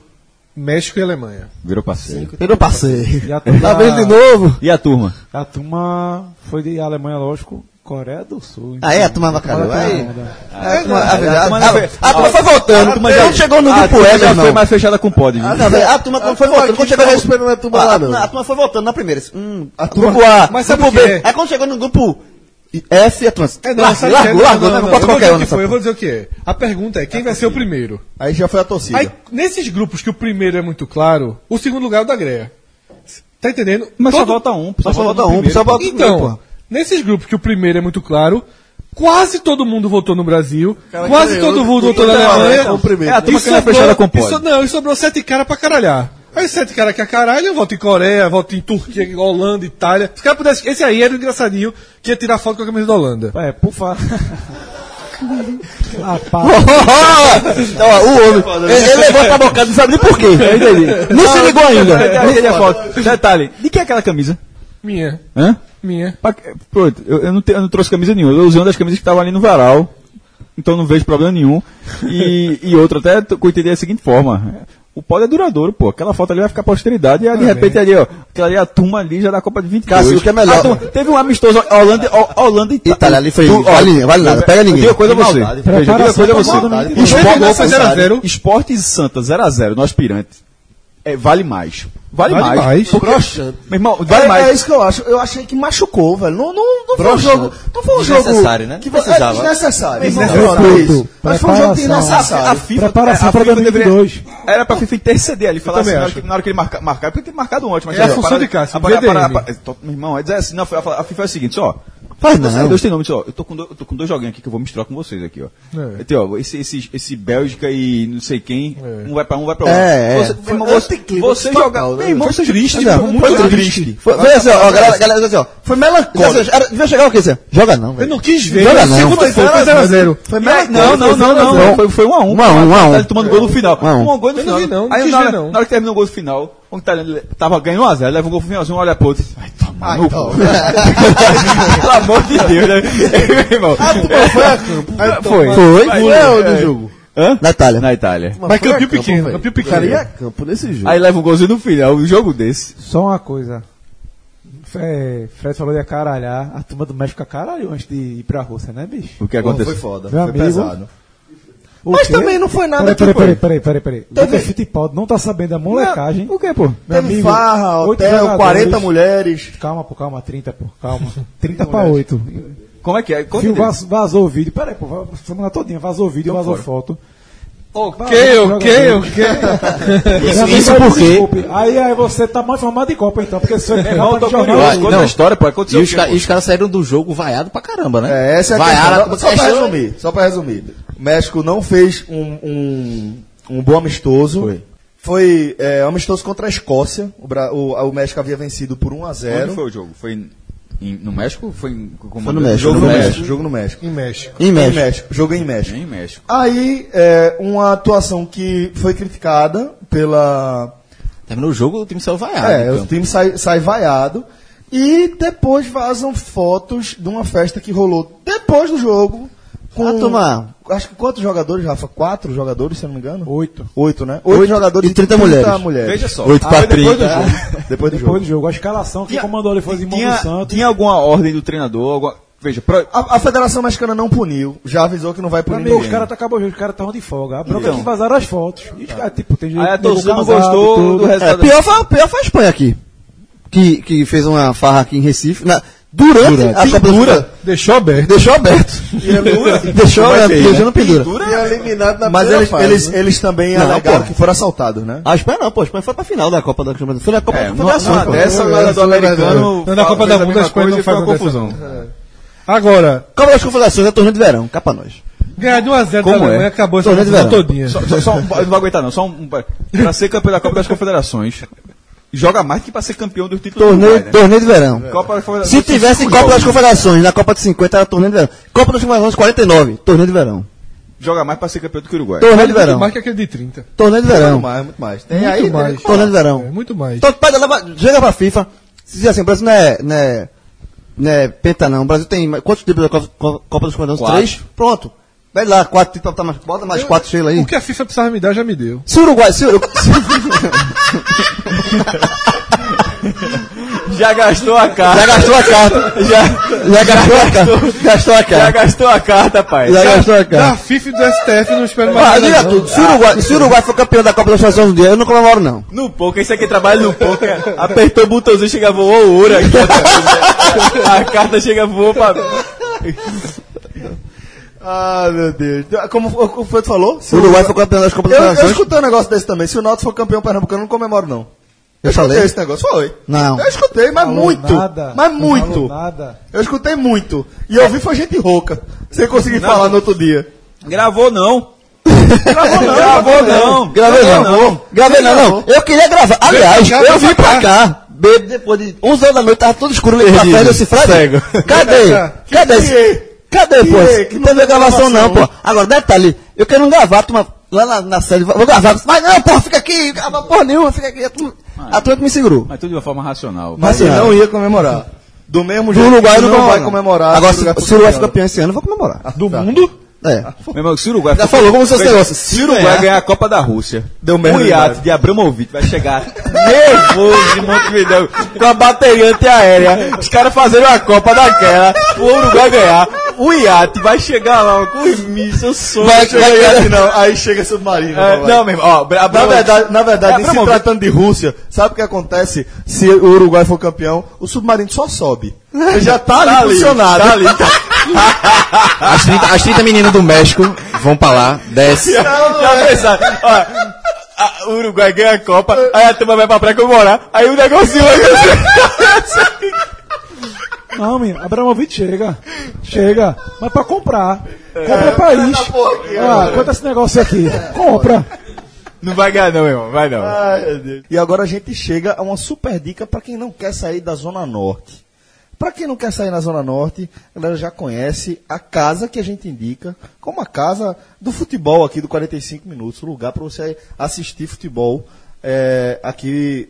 F: México e Alemanha.
C: virou parceiro.
B: Eu passei.
E: E a
B: Tá vendo
E: turma,
B: de novo?
C: E a turma?
E: a turma foi de Alemanha, lógico, Coreia do
F: É
E: Sul.
B: Aí a turma vacalhou.
E: Olha,
B: Aí.
E: cara,
B: aí A turma- a-
C: a turma não
B: a-
C: foi-
B: a turma foi voltando. Quando chegou no
C: a
B: grupo
C: turma
B: E, meu
C: já foi
B: irmão.
C: mais fechada com o pod, viu?
B: Ah, não, velho, a turma quando foi voltando, quando chegou no grupo
A: Ah,
B: a turma, a, turma, foi voltando na primeira. assim, Hum, a turma, grupo A,
F: Mas sabe
B: grupo
F: o que
B: B.
F: é?
B: Aí quando chegou no grupo F, a turma.
F: É, não,
B: largou,
F: sabe o que é?
B: largou,
F: Não,
B: largou,
F: não,
B: né?
F: não,
B: Não
F: eu
B: bota
F: vou
B: qualquer
F: dizer
B: um
F: o que
B: nessa
F: foi,
B: porra.
F: eu vou dizer o que é. A pergunta é quem vai ser o primeiro.
A: Aí já foi a torcida.
F: Aí, nesses grupos que o primeiro é muito claro, o segundo lugar é o da greia. Tá entendendo?
C: Mas só
F: Todo-
C: volta um.
B: Só falta um, só falta um.
F: Então,
B: porra.
F: nesses grupos que o primeiro é muito claro, quase todo mundo votou no Brasil, quase todo mundo votou na Alemanha.
D: o primeiro.
C: É a turma
F: E
C: que não é fechada com o
F: e so-
C: pod.
F: Não, e sobrou sete caras pra caralhar. Aí sete caras que é caralho, vota em Coreia, vota em Turquia, Holanda, Itália. Se o cara pudesse. Esse aí era o engraçadinho que ia tirar foto com a camisa da Holanda.
E: É, por favor.
B: Então, ó, o homem, ele, ele levou essa bocada, não sabe nem por quê. Não se ligou ainda.
C: Aí, aí, a foto. Detalhe, de que é aquela camisa?
F: Minha,
C: Hã?
F: minha.
C: Pa- Pronto, eu, eu não te- eu não trouxe camisa nenhuma. Eu usei uma das camisas que estavam ali no varal. Então não vejo problema nenhum. E, e outra, até t- coitei da seguinte forma. O pódio é duradouro, pô. Aquela foto ali vai ficar pra posteridade. E aí, de repente ali, ó. Aquela ali, a turma ali já da Copa de 20
B: Cássio, o que é melhor?
C: teve um amistoso Holanda, Ho- Holanda e Ita-
B: Itália ali foi.
C: Tu- ó,
B: Vale, vale nada, pega
C: eu
B: ninguém.
C: digo uma coisa a você. Veja, eu digo uma coisa a você.
B: tomada,
C: Esporte-
F: Fluminense a 0 a 0.
C: Esporte e Santa 0x0 no aspirante. É, vale mais. Vale,
F: Vale
C: mais.
F: mais.
C: Porque, meu irmão, vale
A: é,
C: mais.
A: é isso que eu acho. Eu achei que machucou, velho. Não, não, não foi um
G: Broxa.
A: jogo. Não foi um jogo.
G: Desnecessário, né?
A: Que
G: Precisava.
A: é desnecessário.
E: Desnecessário.
A: Desnecessário. Mas foi um jogo
E: Preparação.
F: Ah,
A: desnecessário.
C: A, a FIFA, é,
E: Preparação
C: a
E: pra
C: FIFA
E: 2022.
C: deveria- Era pra FIFA interceder ali, falar assim,
F: também
C: na hora,
F: acho.
C: que, na hora que ele marcar, marcar porque tem marcado ontem. Mas
F: É a função de Cássio,
C: a parada- a
F: VDM.
C: parada- a parada- meu irmão, é dizer assim, não, foi- a, a FIFA é o seguinte, ó.
B: Faz
C: Você-
B: não.
C: Deus tem nome, diz, ó, eu tô, com dois, eu tô com dois joguinhos aqui que eu vou misturar com vocês aqui, ó.
F: É.
C: Tem, ó, esse, esse, esse Bélgica e não sei quem,
F: É.
C: um vai pra um, vai pra outro.
B: É, é.
C: Você,
B: Foi
C: irmão, você,
B: anticlima,
C: você
B: fatal,
C: jogar,
B: né?
C: meu irmão,
B: Foi
C: foi triste,
A: Tipo,
B: Não,
C: foi muito
B: foi triste. Foi, foi assim, ó, ó, galera, galera, assim, ó, foi melancólico. Assim, era- devia chegar o quê? Assim, ó, joga não,
F: Eu
B: velho.
F: não quis ver.
B: Joga
F: o
B: não.
F: segundo
B: Foi é
F: foi 0x0.
B: Foi
C: E aí- Não, não, não, não, não. Foi, foi um a um.
B: Um a um, um a um.
C: Tá tomando gol no final.
B: Um a um.
C: Um gol no
F: Eu não
C: final.
F: vi, não. Não
C: Aí
F: quis
C: na hora,
F: ver, não.
C: na hora que termina o gol no final, o Itália tava ganhando 1x0, leva um gol pro finalzinho, olha pro outro. Ai, toma no cu. Pelo amor de Deus, né? Meu irmão.
B: Ah, Foi. Foi.
C: Vai,
B: Foi. do
C: vai, vai.
B: jogo.
C: Hã?
B: Na Itália.
C: Na Itália.
F: Mas campeão pequeno, campeão pequeno.
D: Ficaria a campo nesse jogo.
C: Aí leva um golzinho no final, um jogo desse.
E: Só uma coisa. Fe- Fred falou de acaralhar. A turma do México acaralhou antes de ir pra Rússia, né, bicho?
C: O
A: Foi
C: que aconteceu?
A: foda.
E: Meu
A: Foi
E: amigo.
A: pesado.
E: O
A: Mas
E: quê?
A: também não foi nada
E: Peraí, peraí,
A: tipo-
E: peraí, peraí, peraí, peraí.
A: Teve-
E: Lucas Fittipaldi não tá sabendo da molecagem.
C: O que, pô?
E: Meu
A: Teve
E: amigo,
A: farra,
E: oito
A: hotel,
E: jogadores.
A: 40 mulheres.
E: Calma, pô, calma, 30, pô, calma. 30 pra 8.
C: Como é que é? Conta
E: Fio,
C: dele.
E: vaz- vazou o vídeo. Peraí, pô, va- semana todinha, vazou o vídeo, vazou foto.
F: Ok, ok, ok.
E: Isso,
B: isso por quê?
E: Aí, aí você tá mal informado de Copa, então, porque você é
C: Não,
E: capa
C: tô
E: de jornal.
C: curioso. Conta
G: não.
C: a história, pô.
G: E
C: Aconteceu
G: os,
C: o quê,
G: ca-
C: pô?
G: e os caras saíram do jogo vaiado pra caramba, né?
A: É, essa é a
G: Vaiaram-
A: questão. Só pra
G: é,
A: resumir, só pra resumir. O México não fez um, um, um bom amistoso. Foi. é, amistoso contra a Escócia. O, Bra- o- o México havia vencido por 1 a
C: Onde
A: 0
C: foi o jogo? Foi em- em- no México? ou Foi, em, como-
B: Foi no México,
C: Jogo
B: foi
A: Jogo
C: no
A: no
B: México.
A: México. Jogo no México.
F: Em México.
B: Em
A: Em
B: México.
A: México. Jogo em México.
C: Em México.
A: Aí, é, uma atuação que foi criticada pela.
G: Terminou o jogo, o time saiu
B: Ah,
G: vaiado.
A: É,
G: então.
A: o time sai, sai vaiado. E depois vazam fotos de uma festa que rolou depois do jogo. Com,
B: Ah, turma.
A: Acho que quantos jogadores, Rafa? Quatro jogadores, se eu não me engano?
E: Oito.
A: Oito, né? Oito,
B: Oito
A: jogadores
B: e 30 mulheres.
C: Veja só.
B: É. Oito pra
C: foi depois do
B: 30.
C: jogo.
A: Depois do
E: Depois
A: jogo.
E: do jogo, a escalação, quem
C: Tinha-
E: comandou ali foi o irmão do
C: tinha,
E: Santos.
C: tinha alguma ordem do treinador? alguma- Veja, pro-
A: A, a Federação Mexicana não puniu, já avisou que não vai
E: Pra
A: punir
E: mim, os
A: ninguém.
E: caras tá acabou o jogo, os caras estavam de folga. A bronca é
C: Então.
E: que vazaram as fotos. E os
F: ah,
E: caras, tipo, tem gente
C: aí a
E: que pegou
C: torcida não
E: casado,
C: gostou
E: tudo.
C: do
B: É,
C: resultado.
B: pior, foi, pior foi a Espanha aqui. Que, que fez uma farra aqui em Recife. na- durante, a Copa dura.
F: Deixou aberto.
B: Deixou aberto. Deixou né? aberto. Deixou no pendura.
A: é
B: né?
D: E eliminado na
A: Mas
D: primeira
A: eles,
D: fase,
A: eles,
D: né?
A: eles também
B: Não, é um
A: alegaram
B: pô.
A: que foram assaltados, né?
B: A Espanha Ah, não, pô. A Espanha foi pra final da Copa da Câmara. Foi na Copa
C: É,
B: da
C: numa,
B: Confederações,
C: numa
B: pô.
C: dessa, o do americano.
F: Não, na
C: fala-
F: Copa
C: É. fez
F: da
C: a
F: Mundo
C: mesma
F: as coisas
C: coisa
F: não
C: e foi uma
F: fazem
C: confusão.
F: Agora,
B: Copa das Confederações é torneio de verão, cá pra nós.
F: ganhar de 1x0 da
B: Como é?
F: Alemanha acabou essa
B: Torneio de
F: confusão
B: verão.
F: todinha.
C: Só, só- só um- eu não vou aguentar, não. Só um. Pra ser campeão da Copa das Confederações, joga mais do que pra ser campeão do título do
B: Torneio,
C: Uruguai, né?
B: torneio de verão.
C: Copa das Confederações.
B: Se tivesse
C: cinco
B: Copa das
C: jogos.
B: Confederações, na Copa de 50 era torneio de verão. Copa das Confederações 49, torneio de verão.
C: Joga mais pra ser campeão do que o Uruguai.
B: Torneio de
F: Muito
B: verão.
F: mais que aquele de 30.
B: Torneio de verão.
A: Muito mais, muito mais. Tem
F: Muito
A: aí,
F: mais.
B: Torneio de
F: É,
B: verão.
F: muito mais.
B: Então, pai, leva, chega pra FIFA. Se diz assim, o Brasil não é, não é, não é penta, não. O Brasil tem mais- quantos títulos da Copa, Co- Copa dos Confederações? Três? Pronto. Vai lá, quatro títulos, botar mais- bota mais quatro Sheila aí.
F: O que a FIFA precisava me dar já me deu.
B: Se o Uruguai, se o Uruguai,
C: Já gastou a carta.
B: já gastou a carta. Já, já gastou a carta. Gastou a
C: Já
B: carta.
C: gastou a carta, pai.
B: Já gastou a
F: Da
B: carta.
F: FIFA e do STF não espero mais
B: Ah,
F: nada.
B: diga
F: não.
B: tudo. Se o Uruguai, se o Uruguai for campeão da Copa das Confederações um dia, eu não comemoro, não.
C: No pouco, esse aqui trabalha no pouco. Apertou o botãozinho, chega voou ouro aqui. a carta chega voou pra.
A: Ah, meu Deus. Como o o Fred falou? se
B: Se o Uruguai for campeão das Copas das
A: Eu, eu
B: Confederações,
A: escutei um negócio desse também. Se o Náutico for campeão pernambucano, eu não comemoro, não.
B: eu falei.
A: Escutei esse negócio, foi.
B: Não.
A: Eu escutei, mas
E: Falou
A: muito.
E: nada,
A: mas
E: não
A: muito.
E: falou Nada.
A: Eu escutei muito. E eu vi foi gente rouca. Sem conseguir falar no outro dia.
C: Gravou não.
A: Gravou
C: não.
B: Gravei não. Gravei não, não. Eu queria gravar. Aliás, eu vim pra cá. Bebo depois de 11 horas da noite, tava tudo escuro ali pra
A: Perdido.
B: frente. Eu disse, Fred,
A: Cego.
B: cadê? Cadê? esse- Cadê, pô?
A: Tirei, que
B: Não teve gravação não, pô. Agora, detalhe, eu quero não gravar, turma, lá na, na série, vou gravar. Mas não, porra, fica aqui, grava porra nenhuma, fica aqui. A turma, a turma que me segurou.
C: Mas tudo de uma forma racional.
A: Mas eu
B: Mas
A: não ia comemorar. Do mesmo
B: Do
A: jeito
B: Uruguai
A: que
B: eu não,
A: não vai
B: não.
A: comemorar.
B: Agora, se,
A: Uruguai
B: se o
A: campeão. Ah,
B: Uruguai for
A: tá.
B: campeão esse ano, eu vou comemorar.
A: Do
F: mundo?
B: É.
C: Meu irmão, se o Uruguai.
B: Já falou, vamos ser negócio.
C: Se o Uruguai ganhar a Copa da Rússia,
A: Deu merda
C: o iate
A: demais.
C: de Abramovic vai chegar nervoso de Montevideo com a bateria antiaérea. Os caras fazendo a Copa daquela, o Uruguai ganhar. O iate vai chegar lá com os mísseis, sonho.
B: Vai-
A: Chega
B: vai-
A: aí, assim, não. Aí chega submarino.
C: É,
A: papai.
C: não, meu irmão, ó, Abra-
A: Na verdade, na
C: É,
A: verdade se
C: Abramovic.
A: tratando de Rússia, sabe o que acontece se o Uruguai for campeão? O submarino só sobe. Ele já tá ali funcionado.
C: Tá ali, tá
G: As 30, as 30 meninas do México vão pra lá, desce.
C: Já pensaram, ó, a- o Uruguai ganha a Copa, aí a turma vai pra praia comemorar, aí o negocinho vai
E: Não, menino, Abramovic chega. Chega. Mas pra comprar. Compra país. Ah, quanto é esse negócio aqui? Compra.
C: Não vai ganhar não, meu irmão, vai não.
A: E agora a gente chega a uma super dica para quem não quer sair da Zona Norte. Para quem não quer sair na Zona Norte, a galera já conhece a casa que a gente indica como a casa do futebol aqui do 45 Minutos, o lugar para você assistir futebol é, aqui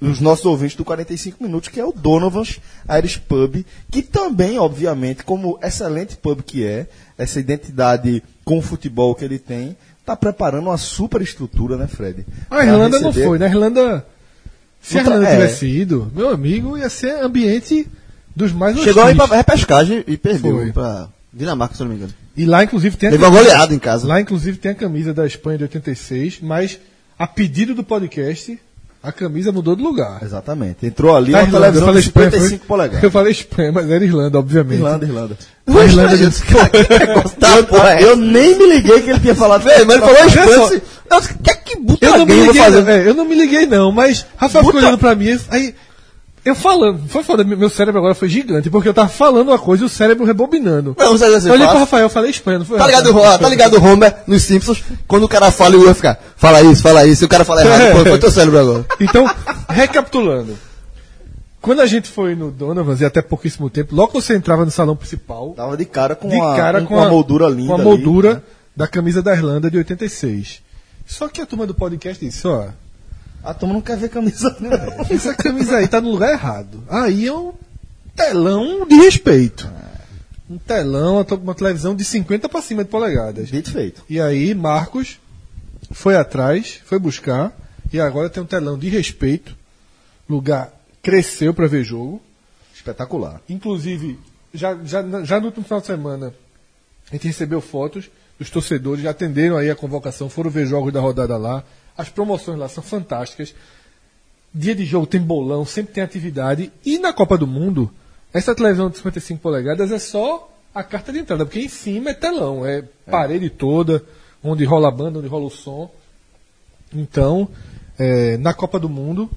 A: os nossos ouvintes do 45 Minutos, que é o Donovan's Irish Pub, que também, obviamente, como excelente pub que é, essa identidade com o futebol que ele tem, está preparando uma super estrutura, né, Fred?
F: Ah, A
A: Pra
F: Irlanda não
A: receber-
F: foi, né? A Irlanda. Se a
B: tá-
A: Puta,
F: Irlanda
A: é.
F: tivesse ido, meu amigo, ia ser ambiente dos mais
B: Chegou aí pra
F: hostis.
B: repescagem e perdeu
F: né? Foi.
B: pra Dinamarca, se eu não me engano.
F: E lá, inclusive, tem a
B: Levou uma goleada em casa.
F: Lá, inclusive, tem a camisa da Espanha de 86, mas a pedido do podcast, a camisa mudou de lugar.
A: Exatamente. Entrou ali
F: Da
A: uma
F: Irlanda,
A: televisão de
F: Espanha,
A: 55
F: foi-
A: polegadas.
F: Eu falei Espanha, mas era Irlanda, obviamente.
A: Irlanda, Irlanda.
F: A Irlanda disse,
B: Tá, porra, é.
A: Eu nem me liguei que ele tinha falado.
B: Velho, mas ele falou
F: Olha só.
B: espanhol. Eu disse, que é que buta
F: Eu não, me
B: alguém vou
F: liguei,
B: fazer?
F: não, é, eu não me liguei, não, mas Rafael ficou olhando pra mim, aí. Eu falando, foi foda, meu meu cérebro agora foi gigante, porque eu tava falando uma coisa e o cérebro rebobinando.
B: Não, sabe assim,
F: Eu olhei pro
B: fala-
F: Rafael, eu falei Espanha, não foi?
B: Tá ligado,
F: Rafael?
B: o Ho- tá ligado o Homer nos Simpsons? Quando o cara fala e o outro fica, fala isso, fala isso, e o cara fala errado. Pô, foi teu cérebro agora.
F: Então, recapitulando. Quando a gente foi no Donovan's, e até pouquíssimo tempo, logo que você entrava no salão principal,
A: Tava de cara Tá com,
F: de
A: uma,
F: cara
A: com,
F: com,
A: com uma
F: a-
A: moldura linda.
F: Com a
A: ali. né?
F: moldura da camisa da Irlanda de 86. Só que a turma do podcast disse, ó,
A: A turma não quer ver camisa. não, velho.
F: essa camisa aí tá no lugar errado. Aí é um telão de respeito.
A: É.
F: Um telão, uma te- uma televisão de 50 para cima de polegadas.
A: Dito feito.
F: E aí, Marcos foi atrás, foi buscar, e agora tem um telão de respeito. Lugar cresceu para ver jogo.
A: Espetacular.
F: Inclusive, já, já, já no último final de semana, a gente recebeu fotos dos torcedores, já atenderam aí a convocação, foram ver jogos da rodada lá. As promoções lá são fantásticas. Dia de jogo tem bolão, sempre tem atividade. E na Copa do Mundo, essa televisão de 55 polegadas é só a carta de entrada, porque em cima é telão, é parede toda, onde rola a banda, onde rola o som. Então, eh, na Copa do Mundo,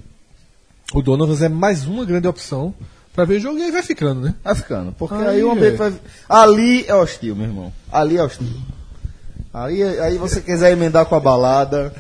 F: o Donovan é mais uma é grande opção pra ver o jogo e aí vai ficando, né?
A: Vai Tá ficando. Porque aí,
F: Aí,
A: o ambiente
F: é.
A: vai. Ali é hostil, meu irmão. Ali é hostil. Aí, aí você quiser emendar com a balada.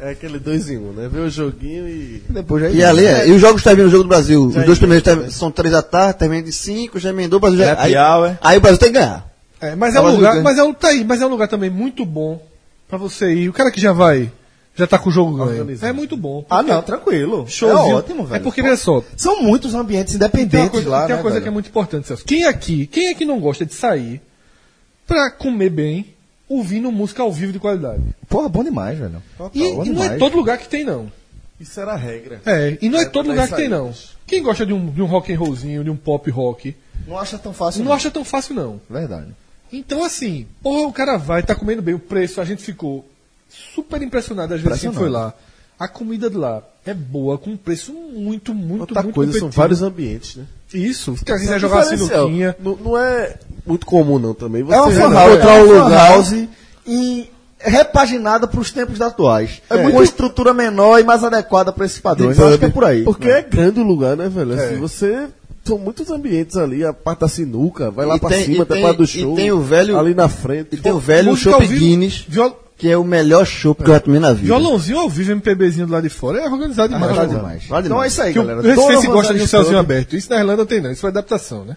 D: É aquele dois em um, né? Vê o joguinho e.
A: Depois já
B: E ali é. E os jogos terminam no Jogo do Brasil.
D: Já
B: os dois
D: emenda,
B: primeiros ter-
D: né?
B: são três da tarde, termina de cinco, já emendou o Brasil.
C: É
B: Já,
A: Happy
B: aí,
A: hour.
B: aí o Brasil tem que ganhar.
F: É, mas é
B: Ela
F: um lugar,
B: julga.
F: mas é um, tá aí, mas é um lugar também muito bom pra você ir. O cara que já vai, já tá com o jogo ganho.
D: Organizado.
F: É muito bom.
A: Ah, não, tranquilo.
F: Showzinho.
A: É ótimo, velho.
F: É porque, veja só,
A: São muitos ambientes
F: tem uma
A: independentes
F: coisa,
A: lá.
F: tem uma
A: né,
F: coisa
A: velho?
F: que é muito importante, Celso. Quem aqui, quem aqui não gosta de sair pra comer bem, ouvindo música ao vivo de qualidade?
A: Porra, bom demais, velho.
F: E, e não é todo lugar que tem, não.
D: Isso era a regra.
F: É, e não é,
D: É,
F: todo
D: mas
F: lugar que tem,
D: aí-
F: não. Quem gosta de um, de um rock and rollzinho, de um pop rock,
A: Não acha tão fácil.
F: não acha tão fácil, não.
A: Verdade.
F: Então, assim, porra, o cara vai, tá comendo bem o preço, a gente ficou super impressionado às vezes que foi lá. A comida de lá é boa, com um preço muito, muito,
D: Outra
F: assim, muito
D: coisa, são
F: competitivo.
D: vários ambientes, né?
F: Isso, se quiser jogar uma sinuquinha.
D: Não, não é muito comum, não, também. Você
A: É uma
D: vai
A: fan house,
D: encontrar
A: é
D: um
A: uma fan
D: lugar.
A: house em- repaginada para os tempos atuais. É, com uma estrutura menor e mais adequada para esses padrões. Eu acho que é por aí.
D: Porque é grande o lugar, né, velho?
F: É.
D: Assim, você. São muitos ambientes ali, a parte da sinuca, vai lá
B: E
D: pra
B: tem- e
D: cima, até
B: tem-
D: pra do
B: e
D: show.
B: tem o velho-
D: Ali na frente.
B: E tem o velho
F: música
B: Chopp
F: ao vivo,
B: Guinness,
F: viol-
B: que é o melhor chopp que eu já tomei na vida.
F: violãozinho ao vivo, MPBzinho do lado de fora, é organizado
D: Ah,
F: demais.
A: Vale
F: pô.
A: demais.
B: Vale
A: então é
B: demais.
A: isso aí,
F: Que
A: galera.
F: o Recife
A: Todas
F: gosta de um
A: as
F: céuzinho
A: histórias-
F: aberto. Isso na Irlanda não tem, não. Isso foi adaptação, né?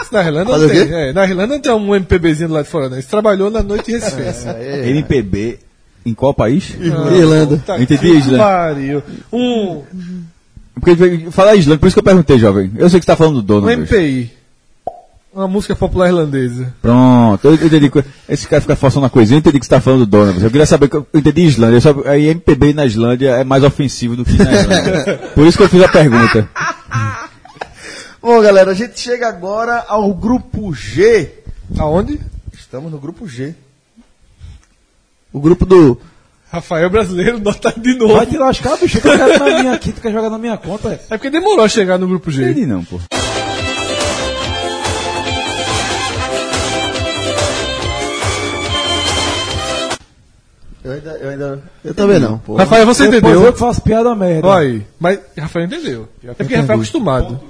F: Isso na Irlanda
B: Fazer
F: não
B: o
F: tem.
B: quê?
F: É, na Irlanda não tem um MPBzinho do lado de fora, não. Isso trabalhou na noite em Recife.
C: É. MPB em qual país?
B: É,
C: Ah.
B: Irlanda.
F: Puta
C: Entendi,
F: que
C: Islã.
F: tá pariu. Um,
C: Porque veio falar Islândia, por isso que eu perguntei, jovem. Eu sei que você tá falando do
F: um
C: dono. bicho.
F: MPI. Uma música popular irlandesa.
C: Pronto, eu eu entendi. que- Esse cara fica forçando a coisinha, eu entendi que você tá falando do dono. bicho. Eu queria saber, que eu eu entendi Islândia. eu só- aí MPB na Islândia é mais ofensivo do que na Irlanda. por isso que eu fiz a pergunta.
A: Bom, galera, a gente chega agora ao grupo G.
F: Aonde?
A: Estamos no grupo G.
B: O grupo do.
F: Rafael Brasileiro, nota de novo.
E: Vai te lascar, bicho, tu quer jogar na minha aqui, tu quer jogar na minha conta. é.
F: É porque demorou a chegar no grupo G.
C: Entendi não, pô.
A: Eu ainda. Eu ainda...
B: Eu também não. Pô.
F: Rafael, você
E: Depois
F: entendeu?
E: eu que faço piada merda.
F: Olha aí. Mas Rafael entendeu. É porque Rafael é acostumado.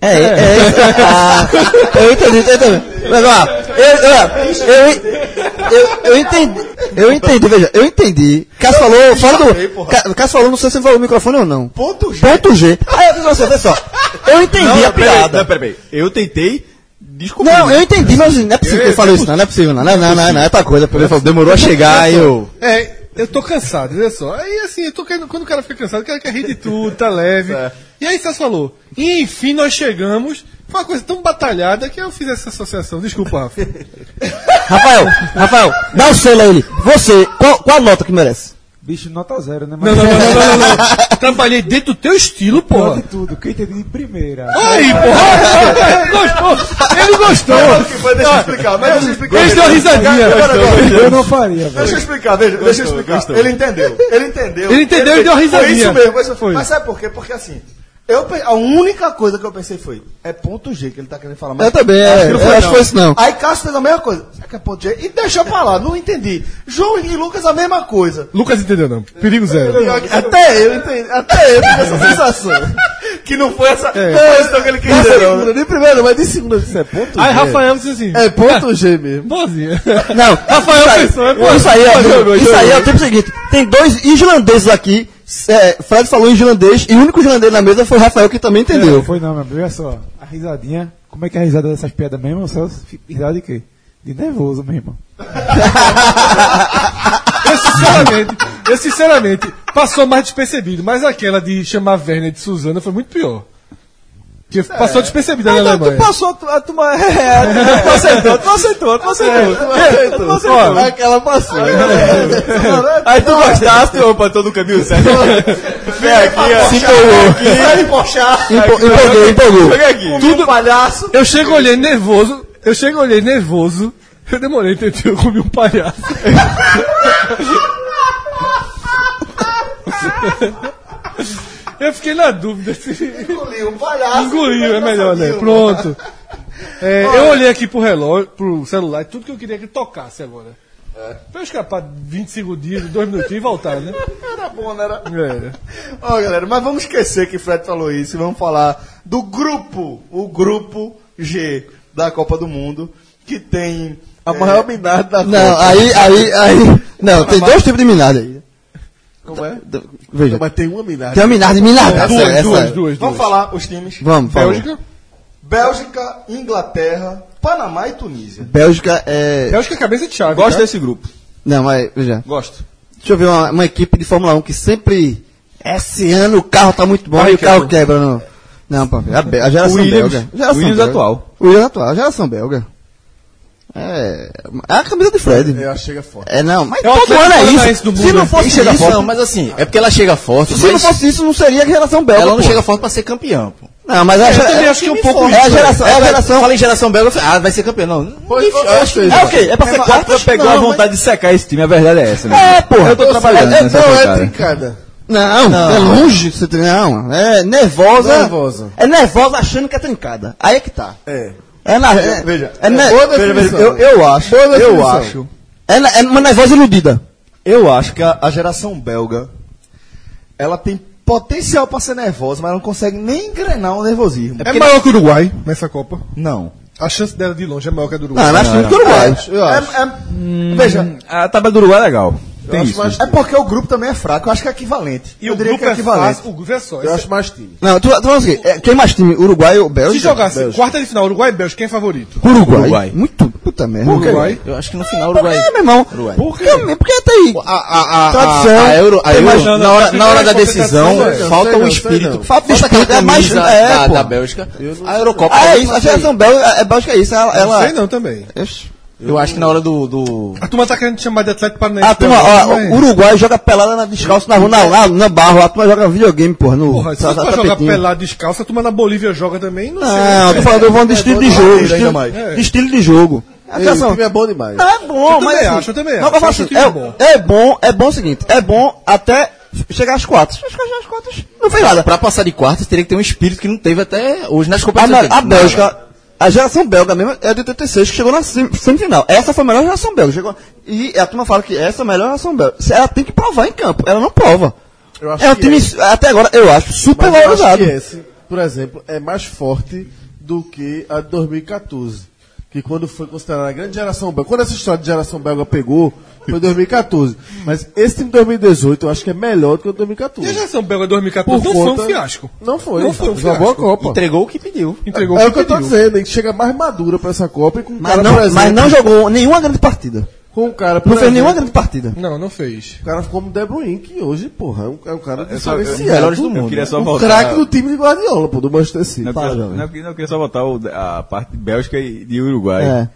B: É, é, é isso. Ah, eu entendi, eu entendi. Mas, ó, eu, eu, eu, eu entendi, eu entendi, veja, eu entendi. Cássio falou, fora do. Ca- Cássio falou, não sei se ele falou o microfone ou não.
A: Ponto G.
B: Ponto G. Aí eu fiz assim, olha só, eu entendi a
A: é
B: piada.
C: peraí. Eu tentei descobrir.
B: Não, eu entendi, mas assim, não é possível que ele falou isso, não, não é possível, não, não, não, não, não é outra coisa, porque ele falou, demorou a chegar, aí eu...
F: É, eu tô cansado, olha só. Aí assim, eu tô querendo, quando o cara fica cansado, o cara quer rir de tudo, tá leve. E aí Celso falou, enfim, nós chegamos. Foi uma coisa tão batalhada que eu fiz essa associação. Desculpa, Rafa.
B: Rafael, Rafael, dá o selo a ele, você, qual, qual a nota que merece?
E: Bicho, nota zero, né?
F: Não,
E: Mas
F: não, não, não, não, não, não. Trabalhei dentro do teu estilo,
E: Pior
F: porra.
E: de tudo, que eu entendi de primeira.
F: Aí, porra! Gostou! Ele gostou!
A: Deixa eu explicar, mas deixa eu explicar.
F: Ele deu uma risadinha.
E: Eu não faria, velho.
A: Deixa eu explicar, veja, deixa eu explicar. Ele entendeu, ele entendeu.
F: Ele entendeu e deu uma
A: Foi
F: risadinha.
A: isso mesmo, isso foi.
F: Foi.
A: Mas sabe por quê? Porque assim, eu, pe- a única coisa que eu pensei foi, é ponto G que ele tá querendo falar. Mas
B: Eu também, é, eu acho que foi isso não.
A: Aí Cássio fez a mesma coisa. Será que é ponto G? E deixou pra lá, não entendi. João e Lucas a mesma coisa.
F: Lucas entendeu, não. Perigo zero.
A: Até eu entendi, até eu tive essa sensação. que não foi essa questão que ele quis dizer, não.
D: Segunda, nem primeiro, mas de segunda isso é ponto
F: É. Aí
D: G.
F: Rafael disse assim,
D: É ponto G mesmo.
F: bozinha.
B: Não, Rafael
F: pensou, é
B: isso aí, é, isso aí é o tempo seguinte. Tem dois islandeses aqui. É, Fred falou em islandês e o único islandês na mesa foi Rafael que também
E: Não
B: entendeu.
E: foi não, meu amigo. Olha só, a risadinha. Como é que é a risada dessas piadas mesmo, Celso? Fi- Risada de quê? De nervoso, meu irmão.
F: Eu sinceramente, eu sinceramente, passou mais despercebido, mas aquela de chamar Werner de Suzana foi muito pior. Que passou despercebida na Alemanha.
B: passou a, É. Então, tu- a tua. É, tu aceitou, tu aceitou, tu aceitou.
F: É,
B: Tu aceitou. Aquela passou.
A: É.
C: Aí tu gostaste, opa, todo o caminho certo. Vem
B: Se
C: aqui,
B: empolgou.
A: Sai de pochar.
B: Empo- Empolgou, empolgou.
C: aqui.
A: Tudo palhaço.
F: Eu chego olhei nervoso, eu chego olhei nervoso, eu demorei, tentei, eu comi um palhaço. Eu fiquei na dúvida se
A: Engoliu um
G: Ah,
A: palhaço.
F: engoliu, é melhor, né? Pronto. É, eu olhei aqui pro relógio, pro celular, e tudo que eu queria que tocasse agora. Pra eu escapar 25 dias, 2 minutinhos e voltar, né?
A: Era bom, não era? Ó, galera, mas vamos esquecer que Fred falou isso e vamos falar do grupo, o grupo G da Copa do Mundo, que tem é,
D: A maior minada da
B: Não, aí, aí, aí. Não, tem dois tipos de minada aí.
D: Como é?
B: Veja.
D: Mas tem uma minada.
B: Tem uma minada e minada.
F: duas,
B: essa-
F: duas,
B: essa-
F: duas,
A: Vamos
F: duas.
A: falar os times.
B: Vamos,
C: é
B: fala.
F: Bélgica?
A: Bélgica, Inglaterra, Panamá e Tunísia.
B: Bélgica é.
F: Bélgica é cabeça de chave.
C: Gosto
F: tá?
C: desse grupo.
B: Não, mas veja.
C: Gosto.
B: Deixa eu ver uma, uma equipe de Fórmula 1 que sempre. Esse ano o carro tá muito bom e o carro quebra, não. Não, pô, a, Bé- a geração
C: Williams.
B: belga.
F: é
B: Geração
C: Williams
B: belga.
C: atual.
B: Williams atual, a geração belga. É. É a camisa de Fred.
D: É, ela chega forte.
B: É, não, mas
F: É o
B: todo
F: Atlético
B: ano é
F: Paranaense
B: isso.
F: do
B: Se
F: mundo,
B: não
F: né?
B: fosse
G: chega
B: isso,
G: forte. Não, mas assim, é porque ela chega forte,
B: se não
G: mas
B: fosse isso, não seria a geração belga.
G: ela não
B: pô.
G: chega forte pra ser campeã, pô.
B: Não, mas a
G: Eu também
B: é-
G: acho que um pouco
B: É a
G: isso,
B: geração. É a
G: Ela-
B: geração.
G: Fala em geração belga, eu falei, ah, vai ser campeã. Não,
D: Pois
G: Enfim,
D: você
G: eu acho que-
D: seja.
G: É o quê? É pra ser quarta?
C: Eu pegou a
G: Não,
C: vontade de secar esse time, a verdade é essa.
B: É, porra.
C: Eu tô trabalhando.
B: É,
C: nessa
B: não, é
C: sacada.
D: Trincada.
B: Não, é longe. Você tem, não, é nervosa.
D: Nervosa.
B: É nervosa achando que é trincada. Aí é que tá.
D: É.
B: É na. É,
A: Veja,
B: é, ne-
D: boa
B: veja,
D: definição.
B: veja, eu, eu acho.
D: Boa
B: Eu
D: definição.
B: acho. É, na- é uma nervosa iludida.
A: Eu acho que a, a geração belga, ela tem potencial pra ser nervosa, mas não consegue nem engrenar o nervosismo.
F: É maior que o Uruguai nessa Copa.
A: Não.
F: A chance dela de longe é maior que a do Uruguai. Hum,
B: Não, eu acho muito que o Uruguai.
A: Eu acho. É, veja,
C: A tabela do Uruguai é legal. Tem isso.
A: é porque o grupo também é fraco. Eu acho que é equivalente.
F: E
A: eu
F: o
A: diria
F: grupo
A: que é
F: é
A: equivalente.
F: fácil. O grupo é só.
D: Eu
F: Esse-
D: acho mais time.
B: Não, tu, tu fala o seguinte, é, quem mais time? Uruguai ou Bélgica?
F: Se jogasse quarta de final, Uruguai e Bélgica, quem é favorito?
B: Uruguai.
G: Uruguai.
B: Muito, puta merda.
A: né?
F: Uruguai.
G: Eu acho que no final o
B: Uruguai.
G: Uruguai.
B: É, meu irmão.
G: Uruguai.
B: Por quê? Porque até aí.
G: A, a, a,
B: Tradição.
G: a, a Euro, a
B: Tem
G: Euro
B: mais-
G: na,
F: não,
G: hora,
F: não,
G: na hora da
F: não,
G: decisão,
F: não, não,
G: falta
D: sei
G: o
D: não, sei
G: espírito.
D: não.
G: Falta aquela
B: Espírito é
G: camisa
B: mais- é,
G: da,
B: pô.
G: da Bélgica. A Eurocopa.
B: Ah, é isso. A geração belga, é Bélgica é isso. Ela.
F: Não
B: ela
F: sei não também.
B: Ixi.
G: Eu acho que na hora do. do...
F: A turma tá querendo te chamar de Atlético Paranaense.
B: A
G: é
B: turma,
F: também,
B: ó,
F: mas-
B: o Uruguai joga pelada na descalço na rua, na, na, na barro. A turma joga videogame, porra. No,
F: Porra, se
B: tá-
G: é
F: você
B: tá-
F: vai jogar
B: tapetinho.
F: pelado descalço, a turma na Bolívia joga também, não, sei.
E: Ah,
F: né?
B: Não, tô falando, eu vou
G: É,
B: de estilo de jogo.
A: maneira, ainda
B: estilo-
A: mais.
B: de estilo de jogo. A
D: Ei, o
B: geração-
D: time é bom demais.
B: Não, é bom, mas.
F: Eu também
B: assim,
F: acho, eu também
B: não,
F: acho.
B: eu falo assim,
F: Acho um time
B: é,
F: bom.
B: é bom, é bom o seguinte, é bom até chegar às quartas. Mas chegar às quartas, não fez nada.
G: Pra passar de quartas, teria que ter um espírito que não teve até hoje nas
B: A,
G: competições.
B: Ah, a Bélgica, a geração belga mesmo é de 86 que chegou na sem- semifinal. Essa foi a melhor geração belga. Chegou, e a turma fala que essa é a melhor geração belga. Se Ela tem que provar em campo, ela não prova.
D: Eu acho
B: É um
D: que
B: time, até agora, eu acho, super
D: Mas eu acho
B: valorizado.
D: que é. esse, por exemplo, é mais forte do que a de 2014. Que quando foi considerada a grande geração belga. Quando essa história de geração belga pegou, foi em 2014. Mas esse time de 2018 eu acho que é melhor do que o de
F: E a
D: 2014.
F: geração belga 2014
D: Por
C: então
F: não
D: conta-
F: foi um fiasco.
D: Não foi.
F: Não foi um
D: Jogou a
F: fiasco.
D: Copa.
G: Entregou o que pediu.
F: Entregou
D: é
F: o
D: o que eu tô
F: pediu.
D: dizendo, é que chega mais madura pra essa Copa e com um
B: Mas,
D: cara,
B: não,
D: por exemplo,
B: mas não jogou nenhuma grande partida.
D: com um cara, por
B: Não fez
D: exemplo,
B: nenhuma grande partida.
F: Não, não fez.
D: O cara ficou como De Bruyne, que hoje, porra, é um, é um cara
C: só- eu-
D: diferenciado.
G: melhores do mundo.
C: Eu queria só
D: um
C: voltar-
D: craque do time de Guardiola, pô, do Manchester City.
C: Não,
D: Fala,
C: eu queria-
D: jovem.
C: não, eu queria- não, eu queria só botar o- a parte de Bélgica e de Uruguai.
B: É.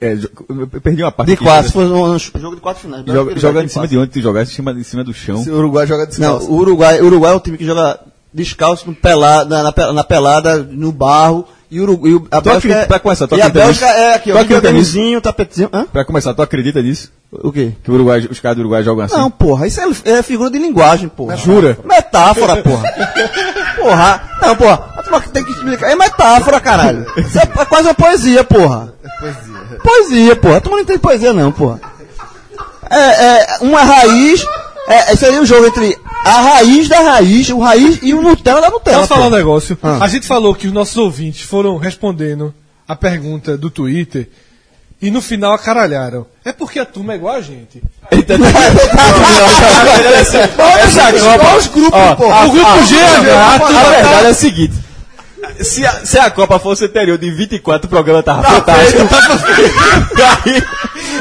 C: É, jo- eu perdi uma parte.
B: De
C: aqui, né?
B: quatro, foi um, um jogo de quatro finais.
C: Joga, joga, em cima de onde tu jogasse, em cima, em cima do chão.
A: Se o Uruguai joga
B: Não,
A: descalço.
B: o Uruguai, o Uruguai é um time que joga descalço no pelada, na, na pe- na pelada, no barro. E, o Urugu- e o- a
C: Tô
B: Bélgica.
C: acreditando-
B: é-
C: pra começar, tô
B: e a
C: acreditando
B: Bélgica
C: nisso.
B: é aqui,
C: Tô
B: ó.
C: acreditando
B: Videogamezinho, tapetezinho. Hã?
C: Pra começar, tu acredita nisso?
B: O quê?
C: Que o Uruguai, os caras do Uruguai jogam assim?
B: Não, porra, isso é, é figura de linguagem, porra.
C: Jura?
B: Metáfora, porra. porra. Não, porra. A turma que tem que explicar. É metáfora, caralho. Isso é, é quase uma poesia, porra. Poesia. Poesia, porra. A turma não entende poesia, não, porra. É, é uma raiz. É, isso aí é um jogo entre a raiz da raiz, o raiz e o Nutella da Nutella.
F: Posso falar um
B: porra.
F: negócio?
B: Ah.
F: A gente falou que os nossos ouvintes foram respondendo a pergunta do Twitter e no final acaralharam. É porque a turma é igual a gente.
C: é assim.
B: os grupos, porra.
F: o grupo G é a,
C: A
F: turma tá-
C: verdade é a seguinte. Se a, se a Copa fosse anterior de 24, o programa tava fantástico. Tava feito.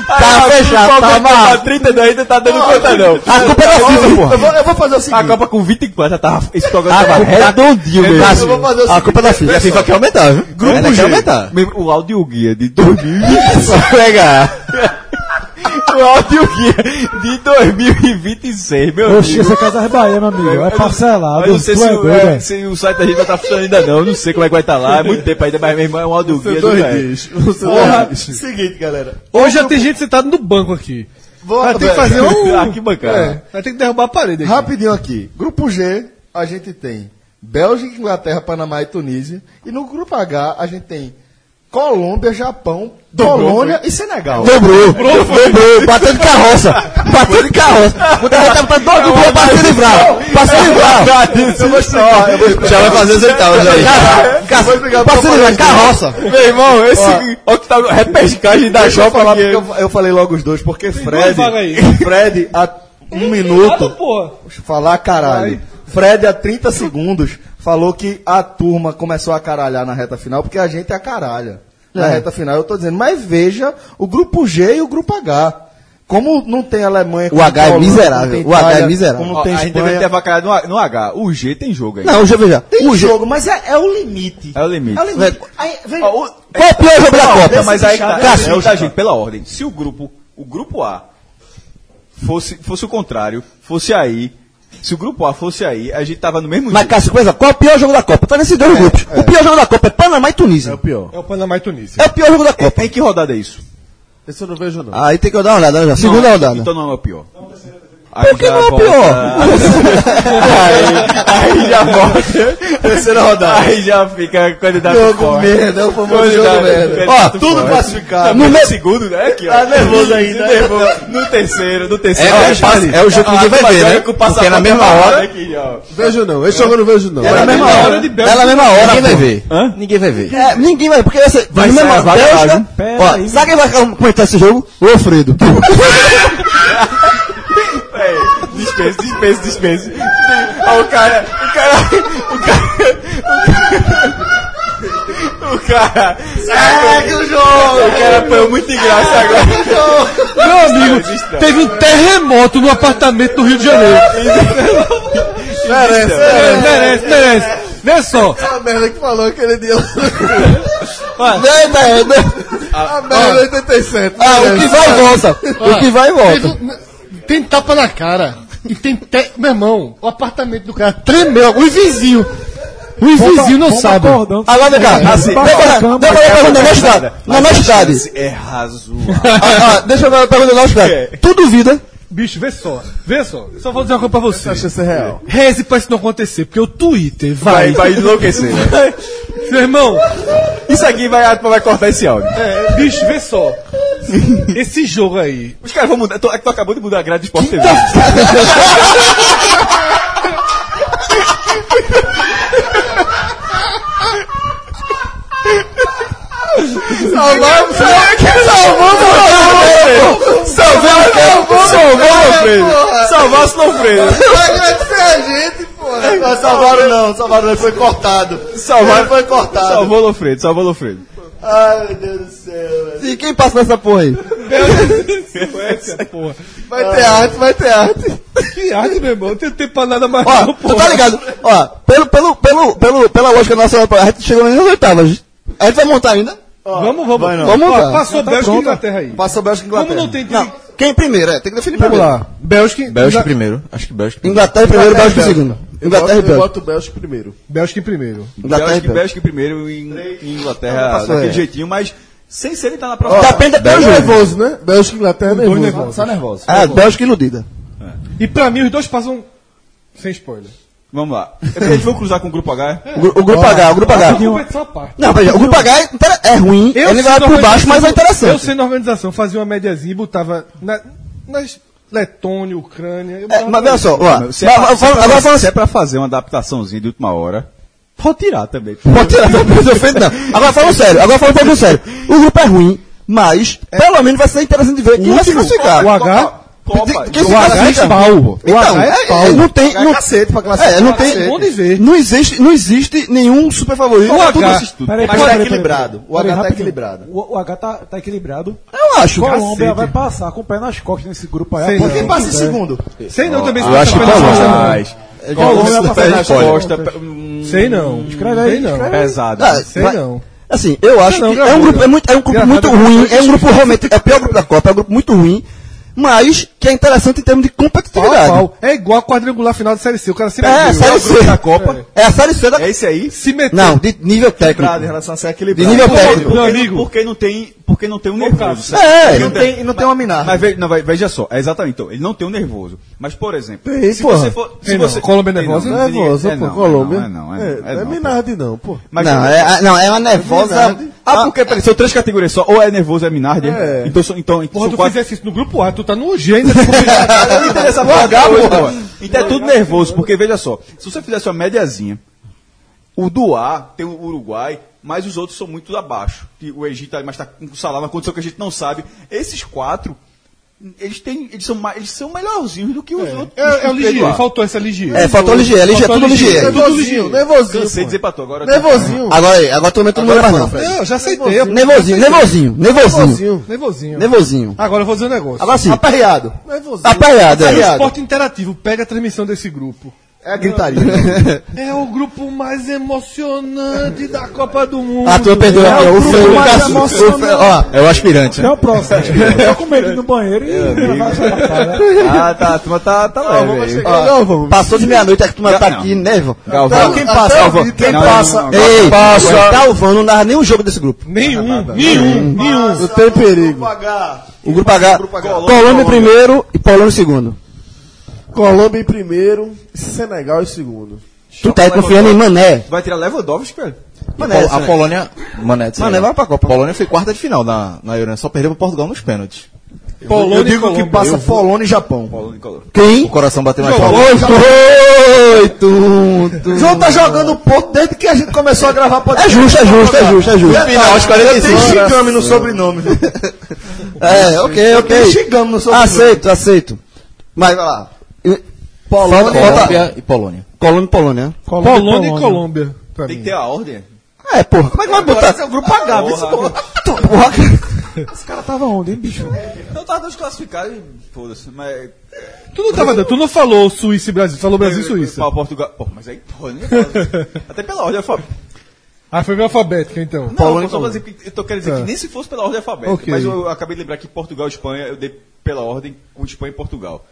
B: Tava fechado, tava-
C: Tava 32 ainda tá dando conta, não.
B: A culpa é da FIFA, porra.
A: Eu vou, eu vou fazer o seguinte.
C: A Copa com 24 já tava. Esse programa
B: Ah,
C: tava
B: vai, redondinho mesmo.
A: Eu vou fazer o
B: A
A: seguinte.
B: culpa é da FIFA. A FIFA quer aumentar, viu?
C: Grupo
B: Ela
C: G.
B: quer aumentar.
C: Mesmo O áudio guia de 2020.
B: Pega.
C: o áudio é. guia de 2026, meu
E: Oxi,
C: amigo.
E: essa casa é Bahia, meu amigo. É
C: Eu não-
E: parcelado.
C: Eu não sei
E: tu
C: se,
E: é
C: o-
E: doido,
C: é,
E: é.
C: se o site da gente vai estar funcionando ainda não. Eu não sei como é que vai estar lá. É muito tempo ainda, mas meu irmão é um áudio guia. do velho.
A: Porra, seguinte, galera.
F: Hoje já tem gente sentada no banco aqui.
A: Vou,
F: Vai ter que fazer um.
C: Arquibancada.
F: É, vai ter que derrubar a parede aqui.
A: Rapidinho aqui. Grupo G, a gente tem Bélgica, Inglaterra, Panamá e Tunísia. E no grupo H, a gente tem Colômbia, Japão, Polônia e Senegal.
B: Dobrou, dobrou, bateu de carroça, bateu de carroça. Quando a gente tava todo mundo pra se livrar, pra se livrar.
A: Eu vou explicar, eu vou explicar.
G: Já vai fazer as oitavas aí.
B: Cara,
A: Eu vou explicar
B: Pra
A: pra
B: se livrar,
A: vocês.
B: carroça.
C: Meu irmão, esse octavo, repescagem da
A: Tá, Deixa eu
C: Copa é.
A: falar porque
C: aqui.
A: eu, eu falei logo os dois, porque
H: duas
A: Fred.
H: vagas aí.
A: Fred, há um minuto. Deixa eu falar caralho. Fred, há 30 segundos, falou que a turma começou a caralhar na reta final, porque a gente é a caralha. Na
B: É.
A: reta final, eu tô dizendo, mas veja o grupo G e o grupo H. Como não tem Alemanha, como
B: H é
A: tem Holanda,
B: miserável,
A: como tem
B: o H é
A: Itália,
B: miserável.
A: Como
C: Ó,
A: tem
C: a gente deve
A: Espanha,
C: ter avacalhado no, A- no H. O G tem jogo aí.
B: Não, já veja.
A: tem
B: O jogo.
A: jogo, mas é, é o limite.
C: É o limite.
A: É o limite. Aí, veja-
C: Ó, o-
B: Qual é o pior jogo da
C: Não,
B: Copa?
C: mas aí tá,
B: Cássio,
C: é o da gente, pela ordem. Se o grupo, o grupo A fosse, fosse o contrário, fosse aí, se o grupo A fosse aí, a gente tava no mesmo
B: Mas Cássio, pensa, qual é o pior jogo da Copa? Tá nesses dois grupos. O pior jogo da Copa é Panamá e Tunísia.
D: pior.
F: É o Panamá e Tunísia.
B: É o pior jogo da Copa.
C: Tem que rodada é isso.
D: Esse eu não vejo, não.
B: Aí tem que eu dar uma olhada, olha já. Segunda
C: Não,
B: rodada.
C: Então não é o pior.
B: Por que não é o pior?
C: Aí já volta. Terceira rodada. Aí já fica candidato
A: Jogo merda, é o famoso jogo merda.
B: Ó,
A: Tudo classificado.
C: Tá No
B: No meu-
C: segundo, né? Aqui, ó.
A: Tá nervoso ainda.
C: Nervoso. No terceiro, no
G: É,
C: terceiro.
G: é, o passe- é o jogo que ninguém vai ver, né? Porque é na mesma hora.
C: Aqui, ó.
D: Vejo não. Esse jogo eu não vejo, não.
B: Era a mesma hora. Era a mesma hora.
G: Ninguém vai
B: pô.
G: ver. Ninguém vai ver.
B: É, ninguém vai, porque essa. Vai
C: sair
B: mesmo,
C: a vaga
B: Bélgica,
C: lá,
B: ó, sabe quem vai comentar esse jogo? O Alfredo.
C: É, Dispense, dispense, dispense. Ah, o cara, o cara, o cara, o cara, segue o jogo. O cara apanhou muito de graça agora.
F: Meu amigo, teve um terremoto no apartamento do Rio de Janeiro.
C: É, Merece,
F: merece, merece, merece. Vê só.
D: A merda que falou aquele dia.
C: é,
B: Não, não, não.
D: A merda 87.
B: é, né? Ah, o que vai e volta.
C: é.
B: O que vai e
J: Teve
B: volta.
J: um- Tem tapa na cara. E tem. Te... Meu irmão, o apartamento do cara
F: tá
J: tremeu. Os vizinhos. Os vizinhos não sabem.
E: Acordão.
F: Ah,
B: Agora vem cá. Assim, deixa eu fazer- deixa eu fazer uma pergunta na cidade. Na nossa cidade.
C: É raso.
B: Ah, ah, Deixa eu fazer uma pergunta na nossa cidade. Tu duvida?
F: Bicho, vê só. Vê só. Só vou dizer uma coisa pra você.
D: Essa chance é real.
F: Reze pra isso não acontecer, porque o Twitter vai.
C: Vai, vai enlouquecer. né?
F: Meu irmão,
C: Isso aqui vai, vai cortar esse áudio.
F: é, bicho, vê só. Esse jogo aí.
C: Os caras vão mudar. Tu, tu acabou de mudar a grade do Sport TV. Salvar o Snowfredo.
A: Não salvaram não, salvaram não, foi cortado.
C: Salvar-
A: Ele foi cortado.
C: Salvou o Lofredo, salvou o Lofredo.
A: Ai, meu Deus do céu, velho.
B: E quem passa nessa porra aí?
A: Vai ter arte, vai ter arte.
F: Que arte, meu irmão. Não tenho tempo pra nada mais.
B: Ó, tu tá ligado? Ó, pelo, pelo, pelo, pelo, pela lógica nossa, a gente chegou nas oitavas. A gente vai montar ainda?
F: Vamos, vamos.
A: vai não.
B: Vamos
F: Ó,
B: montar.
C: Tá
F: Passou Bélgica e Inglaterra aí.
A: Passa Bélgica e
F: Como
A: Inglaterra.
F: não tem
B: Não, quem primeiro? É, tem que definir
D: Vamos
B: primeiro.
D: lá. Bélgica.
G: Bélgica primeiro. Acho que Bélgica primeiro.
B: Inglaterra em primeiro, Bélgica em segundo.
D: Eu boto,
B: Inglaterra e
D: eu
B: Bélgica.
D: boto o Bélgica primeiro.
F: Bélgica em primeiro.
B: Inglaterra e
C: Bélgica,
B: Bélgica.
C: Bélgica em primeiro e In- e Inglaterra
B: Passou,
C: daquele
B: é.
C: jeitinho, mas sem ser ele tá na prova.
B: Depende até do
D: É
B: jogo.
D: nervoso, né? Bélgica e Inglaterra é nervoso.
A: Só nervoso.
B: Ah, Bélgica iludida.
F: um E pra mim, os dois passam. Sem spoiler.
C: Vamos lá. É A gente vai cruzar com o grupo H. é?
B: O, gru- o grupo H, o grupo
E: Tá.
B: H.
F: Competição à parte.
B: Não, veja, o grupo H é, inter- é ruim, ele vai
F: sendo
B: por baixo,
F: organização-
B: mas é
F: Eu
B: interessante.
F: sendo organização, fazia uma médiazinha e botava na, nas Letônia, Ucrânia. eu
B: É,
F: botava
B: mas
F: na-
B: veja só, ó.
C: Mas
B: mas-
C: pra-
B: mas-
C: se é pra-
B: agora falando
C: se
B: assim,
C: é pra fazer uma adaptaçãozinha de última hora, pode tirar também.
B: pode tirar, não pode ser feito, não. Agora falando sério, agora falando um pouco sério. O grupo é ruim, mas pelo menos vai ser interessante de ver quem vai se classificar.
F: É. O é H. é
C: Copa,
B: Quem se
C: jogo-
B: classifica?
F: pau. O
B: Então,
F: H é pau.
B: é- não tem.
A: É
B: Não,
A: cacete pra classificar.
B: é, não
F: É bom de
B: tem.
F: ver.
B: Não existe, não existe nenhum super favorito.
F: O
B: tudo
F: H.
B: esses-
E: Peraí, peraí,
A: Mas tá
E: peraí,
A: equilibrado. O
E: peraí,
A: H tá
E: rapidinho.
A: equilibrado.
E: O, o H tá, tá equilibrado.
B: Eu acho.
E: Colômbia vai passar com o pé nas costas nesse grupo aí.
F: Sei
E: Pô,
F: não.
A: Quem passa em segundo?
F: Sei não também. se
G: Eu acho que
F: botar pela
G: Colômbia.
F: costa, não.
G: Mas-
F: Colômbia vai
G: Pé
F: passar
G: nas
F: nas costas.
C: Costa, pe- hum,
F: Sei não.
E: Escreve aí,
F: Sei não.
E: escreve aí.
C: pesado.
B: Ah,
F: Sei
B: vai-
F: não.
B: Assim, eu acho
F: Não,
B: que
F: não,
B: é um
F: não,
B: grupo,
F: não.
B: é muito, é um grupo
F: Gravado
B: muito
F: com
B: ruim,
F: dois
B: é um grupo realmente, é o pior grupo da Copa, é um grupo muito ruim, mas que é interessante em termos de
F: Pau,
B: competitividade.
F: pau. É igual a quadrangular final da Série C. O cara sempre
B: É, a Série
F: ganhou.
B: C.
C: da Copa.
B: É a Série C da...
C: É esse aí?
F: se meteu.
B: Não, de
A: Equilibrado
B: nível
A: em
B: técnico.
A: relação a ser
B: De
A: equilibrado.
B: nível técnico.
F: Meu
C: Porque,
F: amigo.
C: Não, porque não tem, porque não tem um nervoso. sabe?
B: É,
A: E não tem, e não tem uma minada.
C: Mas ve- não, vai- veja, só, é exatamente. Então, ele não tem o nervoso. Mas, por exemplo,
D: Tem,
C: se
D: porra.
C: você for. Se
F: Tem não.
C: você,
F: Colômbia
C: tem
F: nervosa?
C: não,
D: Não é
C: não tem ninguém-
D: nervoso,
C: é
D: pô.
C: não,
D: Colômbia.
C: É não, é não.
D: É,
C: É,
D: não é
C: não, pô.
D: Minardi, não, pô.
C: Mas,
B: não, é, ah, não, é uma nervosa
D: Verdade.
C: Ah, porque peraí, são três categorias só. Ou é nervoso, ou é Minardi.
D: É.
C: Então, são- então, então
J: Porra,
C: são
J: tu
C: quatro.
J: fizesse isso no grupo A, tu tá no UG ainda.
C: Não interessa pra H, porra. Então é tudo nervoso, porque veja só, se você fizesse uma médiazinha, o do A tem o Uruguai, mas os outros são muito abaixo. E O Egito, tá, mas está com salário, uma condição que a gente não sabe. Esses quatro, eles, têm, eles, são, mais- eles são melhorzinhos do que os outros.
J: É, é o
C: do A.
J: Ligier, faltou essa Ligier.
B: É, faltou o LG, LG é tudo LG.
D: Nervosinho, nervosinho.
C: Cansei de dizer
D: pô.
C: pra tu agora.
D: Nervosinho.
B: Agora aí, agora também todo mundo
D: Agora
B: vai
D: não,
B: não,
D: Fred.
B: Fred.
J: Não, já aceitei. eu-
B: Nervosinho, nervosinho, nervosinho,
F: Nervosinho.
B: nervosinho.
J: Agora eu vou dizer um negócio.
B: Agora sim,
A: Aperreado.
B: aperreado,
J: Aí o
B: é.
J: esporte interativo pega a transmissão desse grupo.
A: É a gritaria.
J: É o grupo mais emocionante da Copa do Mundo.
B: A tua perdeu, é o Fred, o Cassius, o Fred- ó, é o aspirante.
E: É o próximo. Só com medo no banheiro
B: É,
E: e vai se adaptar, né?
C: Ah, tá, a turma tá, tá leve. aí.
B: Ó, Passou de meia-noite, é que tu não tá aqui, né, Ivan?
C: Galvão.
B: Quem passa, Galvão? Quem passa? Ei, passa. Galvão não narra nenhum jogo desse grupo.
J: Nenhum, nenhum, nenhum.
B: Não tem perigo. O grupo H. Colômbia em primeiro e Polônia em segundo.
D: Colômbia em primeiro, Senegal em segundo.
B: Tu tá aí confiando em Mané.
C: Vai tirar Lewandowski, velho?
B: Mané,
G: a Polônia. Mané, de
B: é. Mané
G: Senegal.
B: vai pra Copa.
G: Polônia foi quarta de final na, na Euro, né? só perdeu para Portugal nos pênaltis.
A: Eu digo que passa Polônia e Japão.
G: O
B: Quem?
G: coração bateu mais forte.
B: Oi, tum,
A: João tá jogando ponto desde que a gente começou a gravar podcast.
B: É justo, é justo, é justo, é justo.
A: Final, aos 45. Eu tenho
B: horas.
A: Shigami no sobrenome. viu?
B: É, ok,
A: Eu tenho
B: ok.
A: Shigami no sobrenome.
B: Aceito, aceito. Mas vai lá. Polônia, bota-
G: Colômbia e Polônia.
B: Colômbia e Polônia.
J: Polônia e Colômbia. pra
C: Tem que
J: mim.
C: ter a ordem.
B: É, porra, como é que vai botar?
C: é o grupo H, viu?
B: Tu- porra,
E: Esse cara tava onde, hein, bicho?
C: Então tá desclassificado e foda-se, mas.
J: Tu não tava dando, tu não falou Suíça e Brasil, falou Brasil e Suíça.
C: Pau, Portugal. Pô, mas aí, pô, né? pô, Até pela ordem alfabética.
F: Ah, foi alfabética então.
C: Não, eu tô, fazendo- eu tô querendo dizer que
F: Tá.
C: nem se fosse pela ordem alfabética,
F: Ok.
C: mas eu, eu acabei de lembrar que Portugal e Espanha eu dei pela ordem com Espanha e Portugal.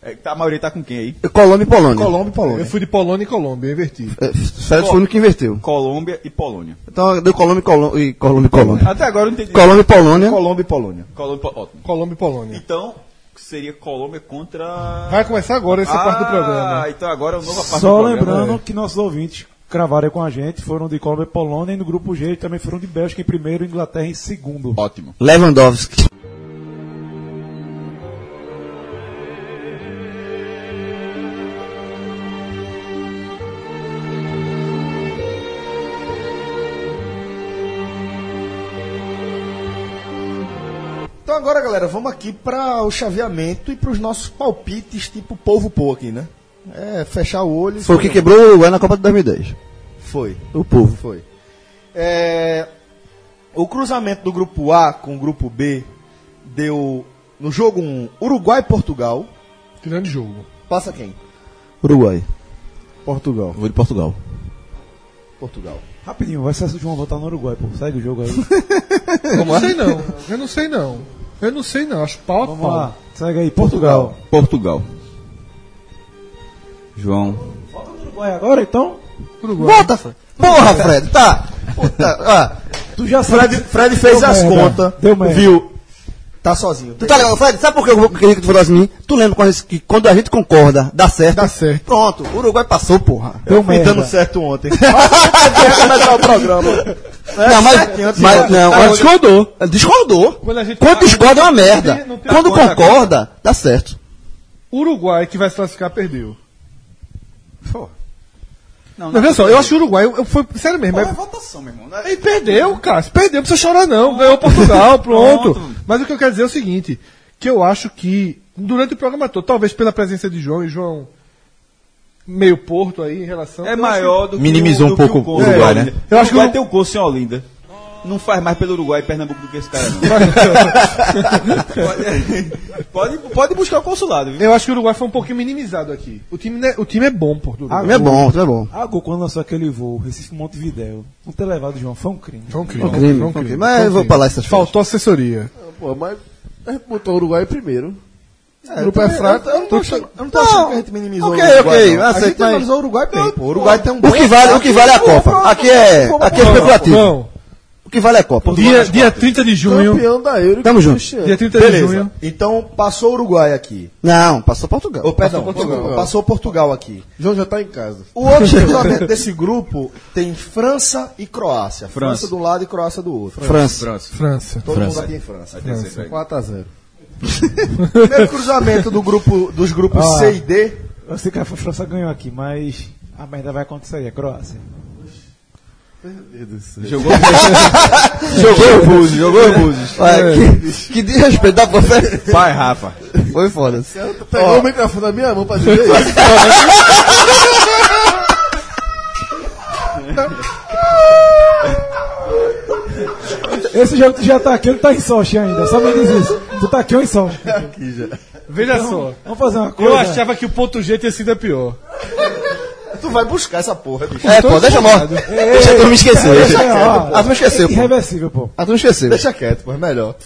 C: É, tá- a maioria tá com quem aí?
B: Colômbia e Polônia.
A: Colômbia e
C: é.
A: Polônia.
F: Eu fui de Polônia e Colômbia, eu inverti.
B: É, Fred foi o único que inverteu.
C: Colômbia e Polônia.
B: Então deu Colômbia e Colômbia. E Colômbia, e Colômbia.
C: Até agora eu não entendi.
B: Colômbia e Polônia.
A: Colômbia e Polônia.
C: Colômbia, e Po- ótimo.
F: Colômbia e Polônia.
C: Então, seria Colômbia contra.
F: Vai começar agora essa parte do programa.
C: Ah, então agora é o novo parte
E: Só
C: do programa. é.
E: lembrando que nossos ouvintes cravaram com a gente, foram de Colômbia e Polônia, e no grupo G também foram de Bélgica em primeiro, Inglaterra em segundo.
C: Ótimo.
B: Lewandowski.
A: Então agora, galera, vamos aqui para o chaveamento e para os nossos palpites, tipo povo pô aqui, né? É, fechar o olho. e
B: Foi o que quebrou o Uruguai na Copa de 2010.
A: Foi.
B: O povo.
A: Foi. É, o cruzamento do grupo A com o grupo B deu no jogo 1 Uruguai e Portugal.
F: Grande jogo.
A: Passa quem?
B: Uruguai.
D: Portugal.
G: Vou de Portugal.
A: Portugal.
E: Rapidinho, vai ser o João votar no Uruguai, pô. Segue o jogo aí.
F: Eu não sei não. Eu não sei não. Eu não sei não. Acho pau a
E: Vamos
F: pau.
E: lá, segue aí, Portugal.
C: Portugal. João.
E: Ué, agora então?
B: Bota, Fred. Porra, Fred, tá. Puta, ah,
E: Tu já sabe.
A: Fred, Fred fez
E: Deu
A: as
E: merda.
A: contas.
E: É, Deu merda.
A: Viu? Tá sozinho.
B: tu tá ligado, Fred? Sabe por que eu vou- queria que tu falasse de mim? Tu lembra quando, esse- que quando a gente concorda, dá certo?
F: Dá certo.
B: Pronto, o Uruguai passou, porra.
E: Deu
A: Fui
E: merda.
A: dando certo ontem. começar o programa.
B: não, mas, mas
A: Tá
B: não, mas discordou. Discordou.
F: Quando a gente- tá-
B: Quando discorda é uma merda.
F: tem- não tem-
B: Quando
F: Conta,
B: concorda, dá certo.
F: Uruguai que vai se classificar perdeu. Mas veja só, eu acho que o Uruguai eu, eu foi, sério mesmo. é-
C: votação, meu irmão.
F: Ele perdeu, Cássio. Perdeu, não precisa chorar, não. Ganhou Portugal, pronto. Mas o que eu quero dizer é o seguinte: que eu acho que, durante o programa todo, talvez pela presença de João, e João meio porto aí em relação.
C: É
F: Então, eu
C: maior do que
G: Minimizou
C: o-
G: um
C: do que
G: pouco
C: o É,
G: o Uruguai, né?
C: Eu
F: Eu acho
C: acho
F: que
C: Uruguai
F: o-
C: tem o gol sem Olinda. Não faz mais pelo Uruguai e Pernambuco do que esse cara, não. pode, pode, pode buscar o consulado,
F: Acho,
C: viu?
F: eu acho que o Uruguai foi um pouquinho minimizado aqui. O time, né, o time é bom, Porto.
B: Não é bom, não é bom.
E: A Gol, quando lançou aquele voo, um Recife Montevidéu, não ter levado o João, foi um crime.
F: Não crime.
B: Foi um crime,
F: Não
B: foi um
F: crime.
B: crime. Mas eu vou falar essas coisas.
F: Faltou assessoria.
D: Pô, mas a gente botou o Uruguai em primeiro.
A: É,
F: grupo
B: então
A: eu
F: é
A: também-
F: fraco,
A: Eu, eu não tô
F: tô-
A: achando, eu não tô achando que a gente minimizou
B: Ok,
A: o Uruguai.
B: ok,
A: não.
B: eu
A: a gente
B: aceito, mas-
A: analisou o Uruguai bem. pô. O Uruguai tem um
B: O que vale, o que vale é a Copa. Aqui é, aqui é especulativo.
F: João,
B: O que vale é a Copa.
F: Dia, dia 30 de junho.
D: Campeão da Euro.
B: Tamo junto.
D: Cristiano.
F: Dia 30 de
A: Beleza.
F: junho.
A: Então passou o Uruguai aqui.
B: Não, passou Portugal.
A: Ou, perdão, passou Portugal aqui.
D: João já tá em casa.
A: O outro cruzamento desse grupo tem França e Croácia. França,
C: França.
A: de um lado e Croácia do outro.
B: França.
F: França.
A: Todo
G: França.
A: mundo aqui em França.
D: 4x0.
A: Primeiro cruzamento do grupo, dos grupos
E: Ah.
A: C e D.
E: Eu sei que a França ganhou aqui, mas a merda vai acontecer aí, a Croácia.
C: Jogou o Búzios, jogou o Búzios.
B: Olha, que, que desrespeito da você.
C: Vai, Rafa.
B: Foi foda.
D: Pegou o microfone da minha mão pra dizer isso.
E: Esse jogo tu já tá aqui, ele tá em Sochi ainda. Só me diz isso. Tu tá aqui ou em Sochi?
F: Veja só.
E: Vamos fazer uma coisa.
F: Eu achava que o ponto G tinha sido a pior.
A: Tu vai buscar essa porra, bicho.
B: É, pô, deixa morto. Deixa tu me esquecer. Ah, tu me esqueceu, pô.
E: É, Irreversível, pô.
B: Ah, tu me esqueceu.
A: Deixa quieto, pô, é melhor.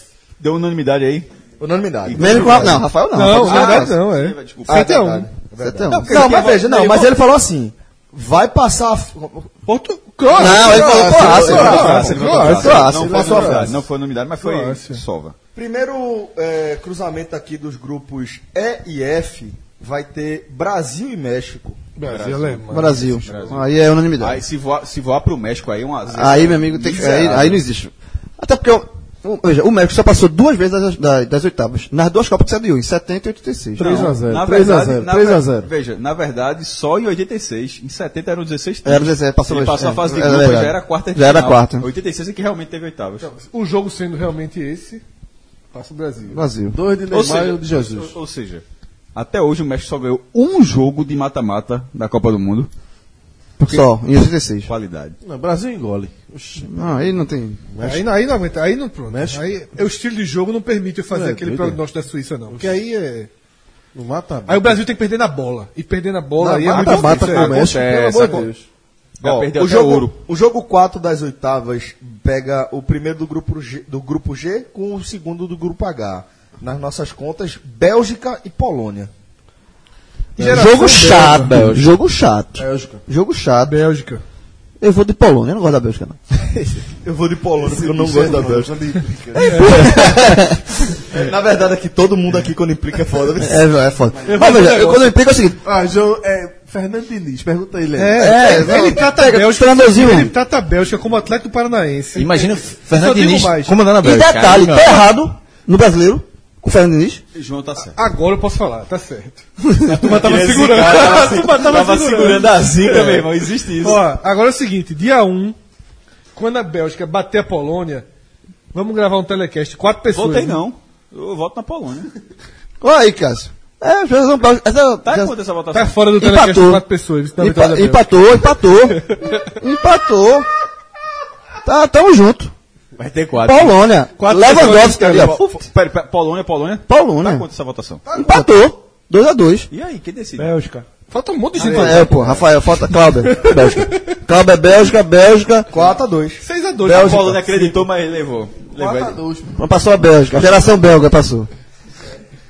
C: Deu unanimidade aí?
A: Unanimidade.
B: Mesmo com a... Não, Rafael não.
F: Não,
B: Rafael
F: verdade não, é.
A: Ah, é
F: 71.
A: verdade.
B: Sete a um.
A: Não, mas veja, não, mas ele falou assim: vai passar. a f-
C: Porto...
B: Não, ele falou Croácia.
C: Croácia,
B: Croácia.
C: ele foi pra Croácia.
B: Croácia.
C: Não foi unanimidade, não foi unanimidade, mas foi sova.
A: Primeiro é, cruzamento aqui dos grupos E e F vai ter Brasil e México.
F: Brasil, Alemanha.
B: Brasil. Aí é unanimidade.
C: Aí se voar, se voar pro México aí, um a zero.
B: Aí, meu amigo, tem que- aí, aí não existe. Até porque, o- o- veja, o México só passou duas vezes das, das- das oitavas. Nas duas Copas que é saiu, em 70 e 86.
C: Não,
D: 3x0,
C: na
D: 3x0,
C: verdade- na
D: 3x0.
C: ver- Veja, na verdade, só em 86, em um 70 eram 16 times.
B: Era 16, passou
C: Ele
B: dois-
C: passou a
B: é,
C: fase de
B: era
C: grupo, já
B: verdade.
C: era a quarta e
B: Já era a
C: final.
B: quarta.
C: 86 é que realmente teve oitavas. Ou
F: O jogo sendo realmente esse, passa o Brasil.
B: Brasil.
D: Dois de Neymar e um de Jesus.
C: ou- ou seja, até hoje o México só ganhou um jogo de mata-mata da Copa do Mundo.
B: Só, em 86.
C: Qualidade.
D: Não, Brasil engole. Oxi.
B: Não, aí não tem.
F: Aí, não- aí não aguenta, aí não pronto. Aí é o estilo de jogo não permite eu fazer
D: É,
F: aquele
D: doido.
F: prognóstico da Suíça, não. Porque aí é.
D: Não mata
F: Aí o Brasil tem que perder na bola. E perder na bola aí é muito
D: mata
F: difícil,
D: pro
F: é.
D: México, pelo
C: Acontece,
D: amor de Deus.
C: Já
A: Ó,
C: perdeu
A: o,
C: até
A: jogo,
C: ouro.
A: o jogo 4 das oitavas pega o primeiro do grupo, G, do grupo G com o segundo do grupo H. Nas nossas contas, Bélgica e Polônia.
B: Jogo chato. Jogo chato.
D: Bélgica.
B: Jogo chato.
F: Bélgica.
B: Eu vou de Polônia, eu não gosto da Bélgica, não.
A: Eu vou de Polônia porque eu não gosto da Bélgica. É, Na verdade, aqui todo mundo aqui quando implica é foda. viu?
B: É, é foda. Mas veja, eu, quando eu implico é o seguinte.
D: Ah, João, é. Fernando Diniz, pergunta ele aí.
B: É,
F: ele
B: não,
F: trata a
B: pega,
F: Bélgica-
B: treinadorzinho.
F: Ele trata a Bélgica tá como atleta do paranaense.
G: Imagina o Fernando
F: Só digo
G: Diniz
F: mais.
G: comandando a
B: E
G: Bélgica.
B: detalhe,
F: né,
G: Aí,
B: tá errado no brasileiro, com o Fernando Diniz.
C: João tá certo.
F: Agora eu posso falar, tá certo. A turma tava segurando. a turma tava, segurando.
C: a zica, meu irmão. Existe isso.
F: Ó, agora é o seguinte, dia 1, quando a Bélgica bater a Polônia, vamos gravar um telecast, quatro pessoas.
C: Voltei
F: né?
C: não. Eu voto na Polônia.
B: Olha aí, Cássio. É, já são Bélgica. Essa,
C: Tá
B: já-
C: contra essa votação?
F: Tá fora do telecast
B: Empatou.
F: quatro pessoas. isso não é
B: Empa-
F: vitória da Bélgica.
B: empatou, empatou. empatou. Tá, tamo junto.
C: Vai ter quatro.
B: Polônia. Lewandowski. ali, ó.
C: Pera, pera, Polônia, Polônia. Tá
B: Polônia.
C: contra essa votação.
B: Empatou. 2x2.
C: E aí, quem decide?
E: Bélgica.
F: Falta um monte de gente.
B: É, pô, Rafael, falta Cláudia. Bélgica. Cláudia, Bélgica, Bélgica.
A: 4x2.
F: 6x2.
C: A Polônia acreditou, mas levou. levou.
B: Passou a Bélgica. A geração belga passou.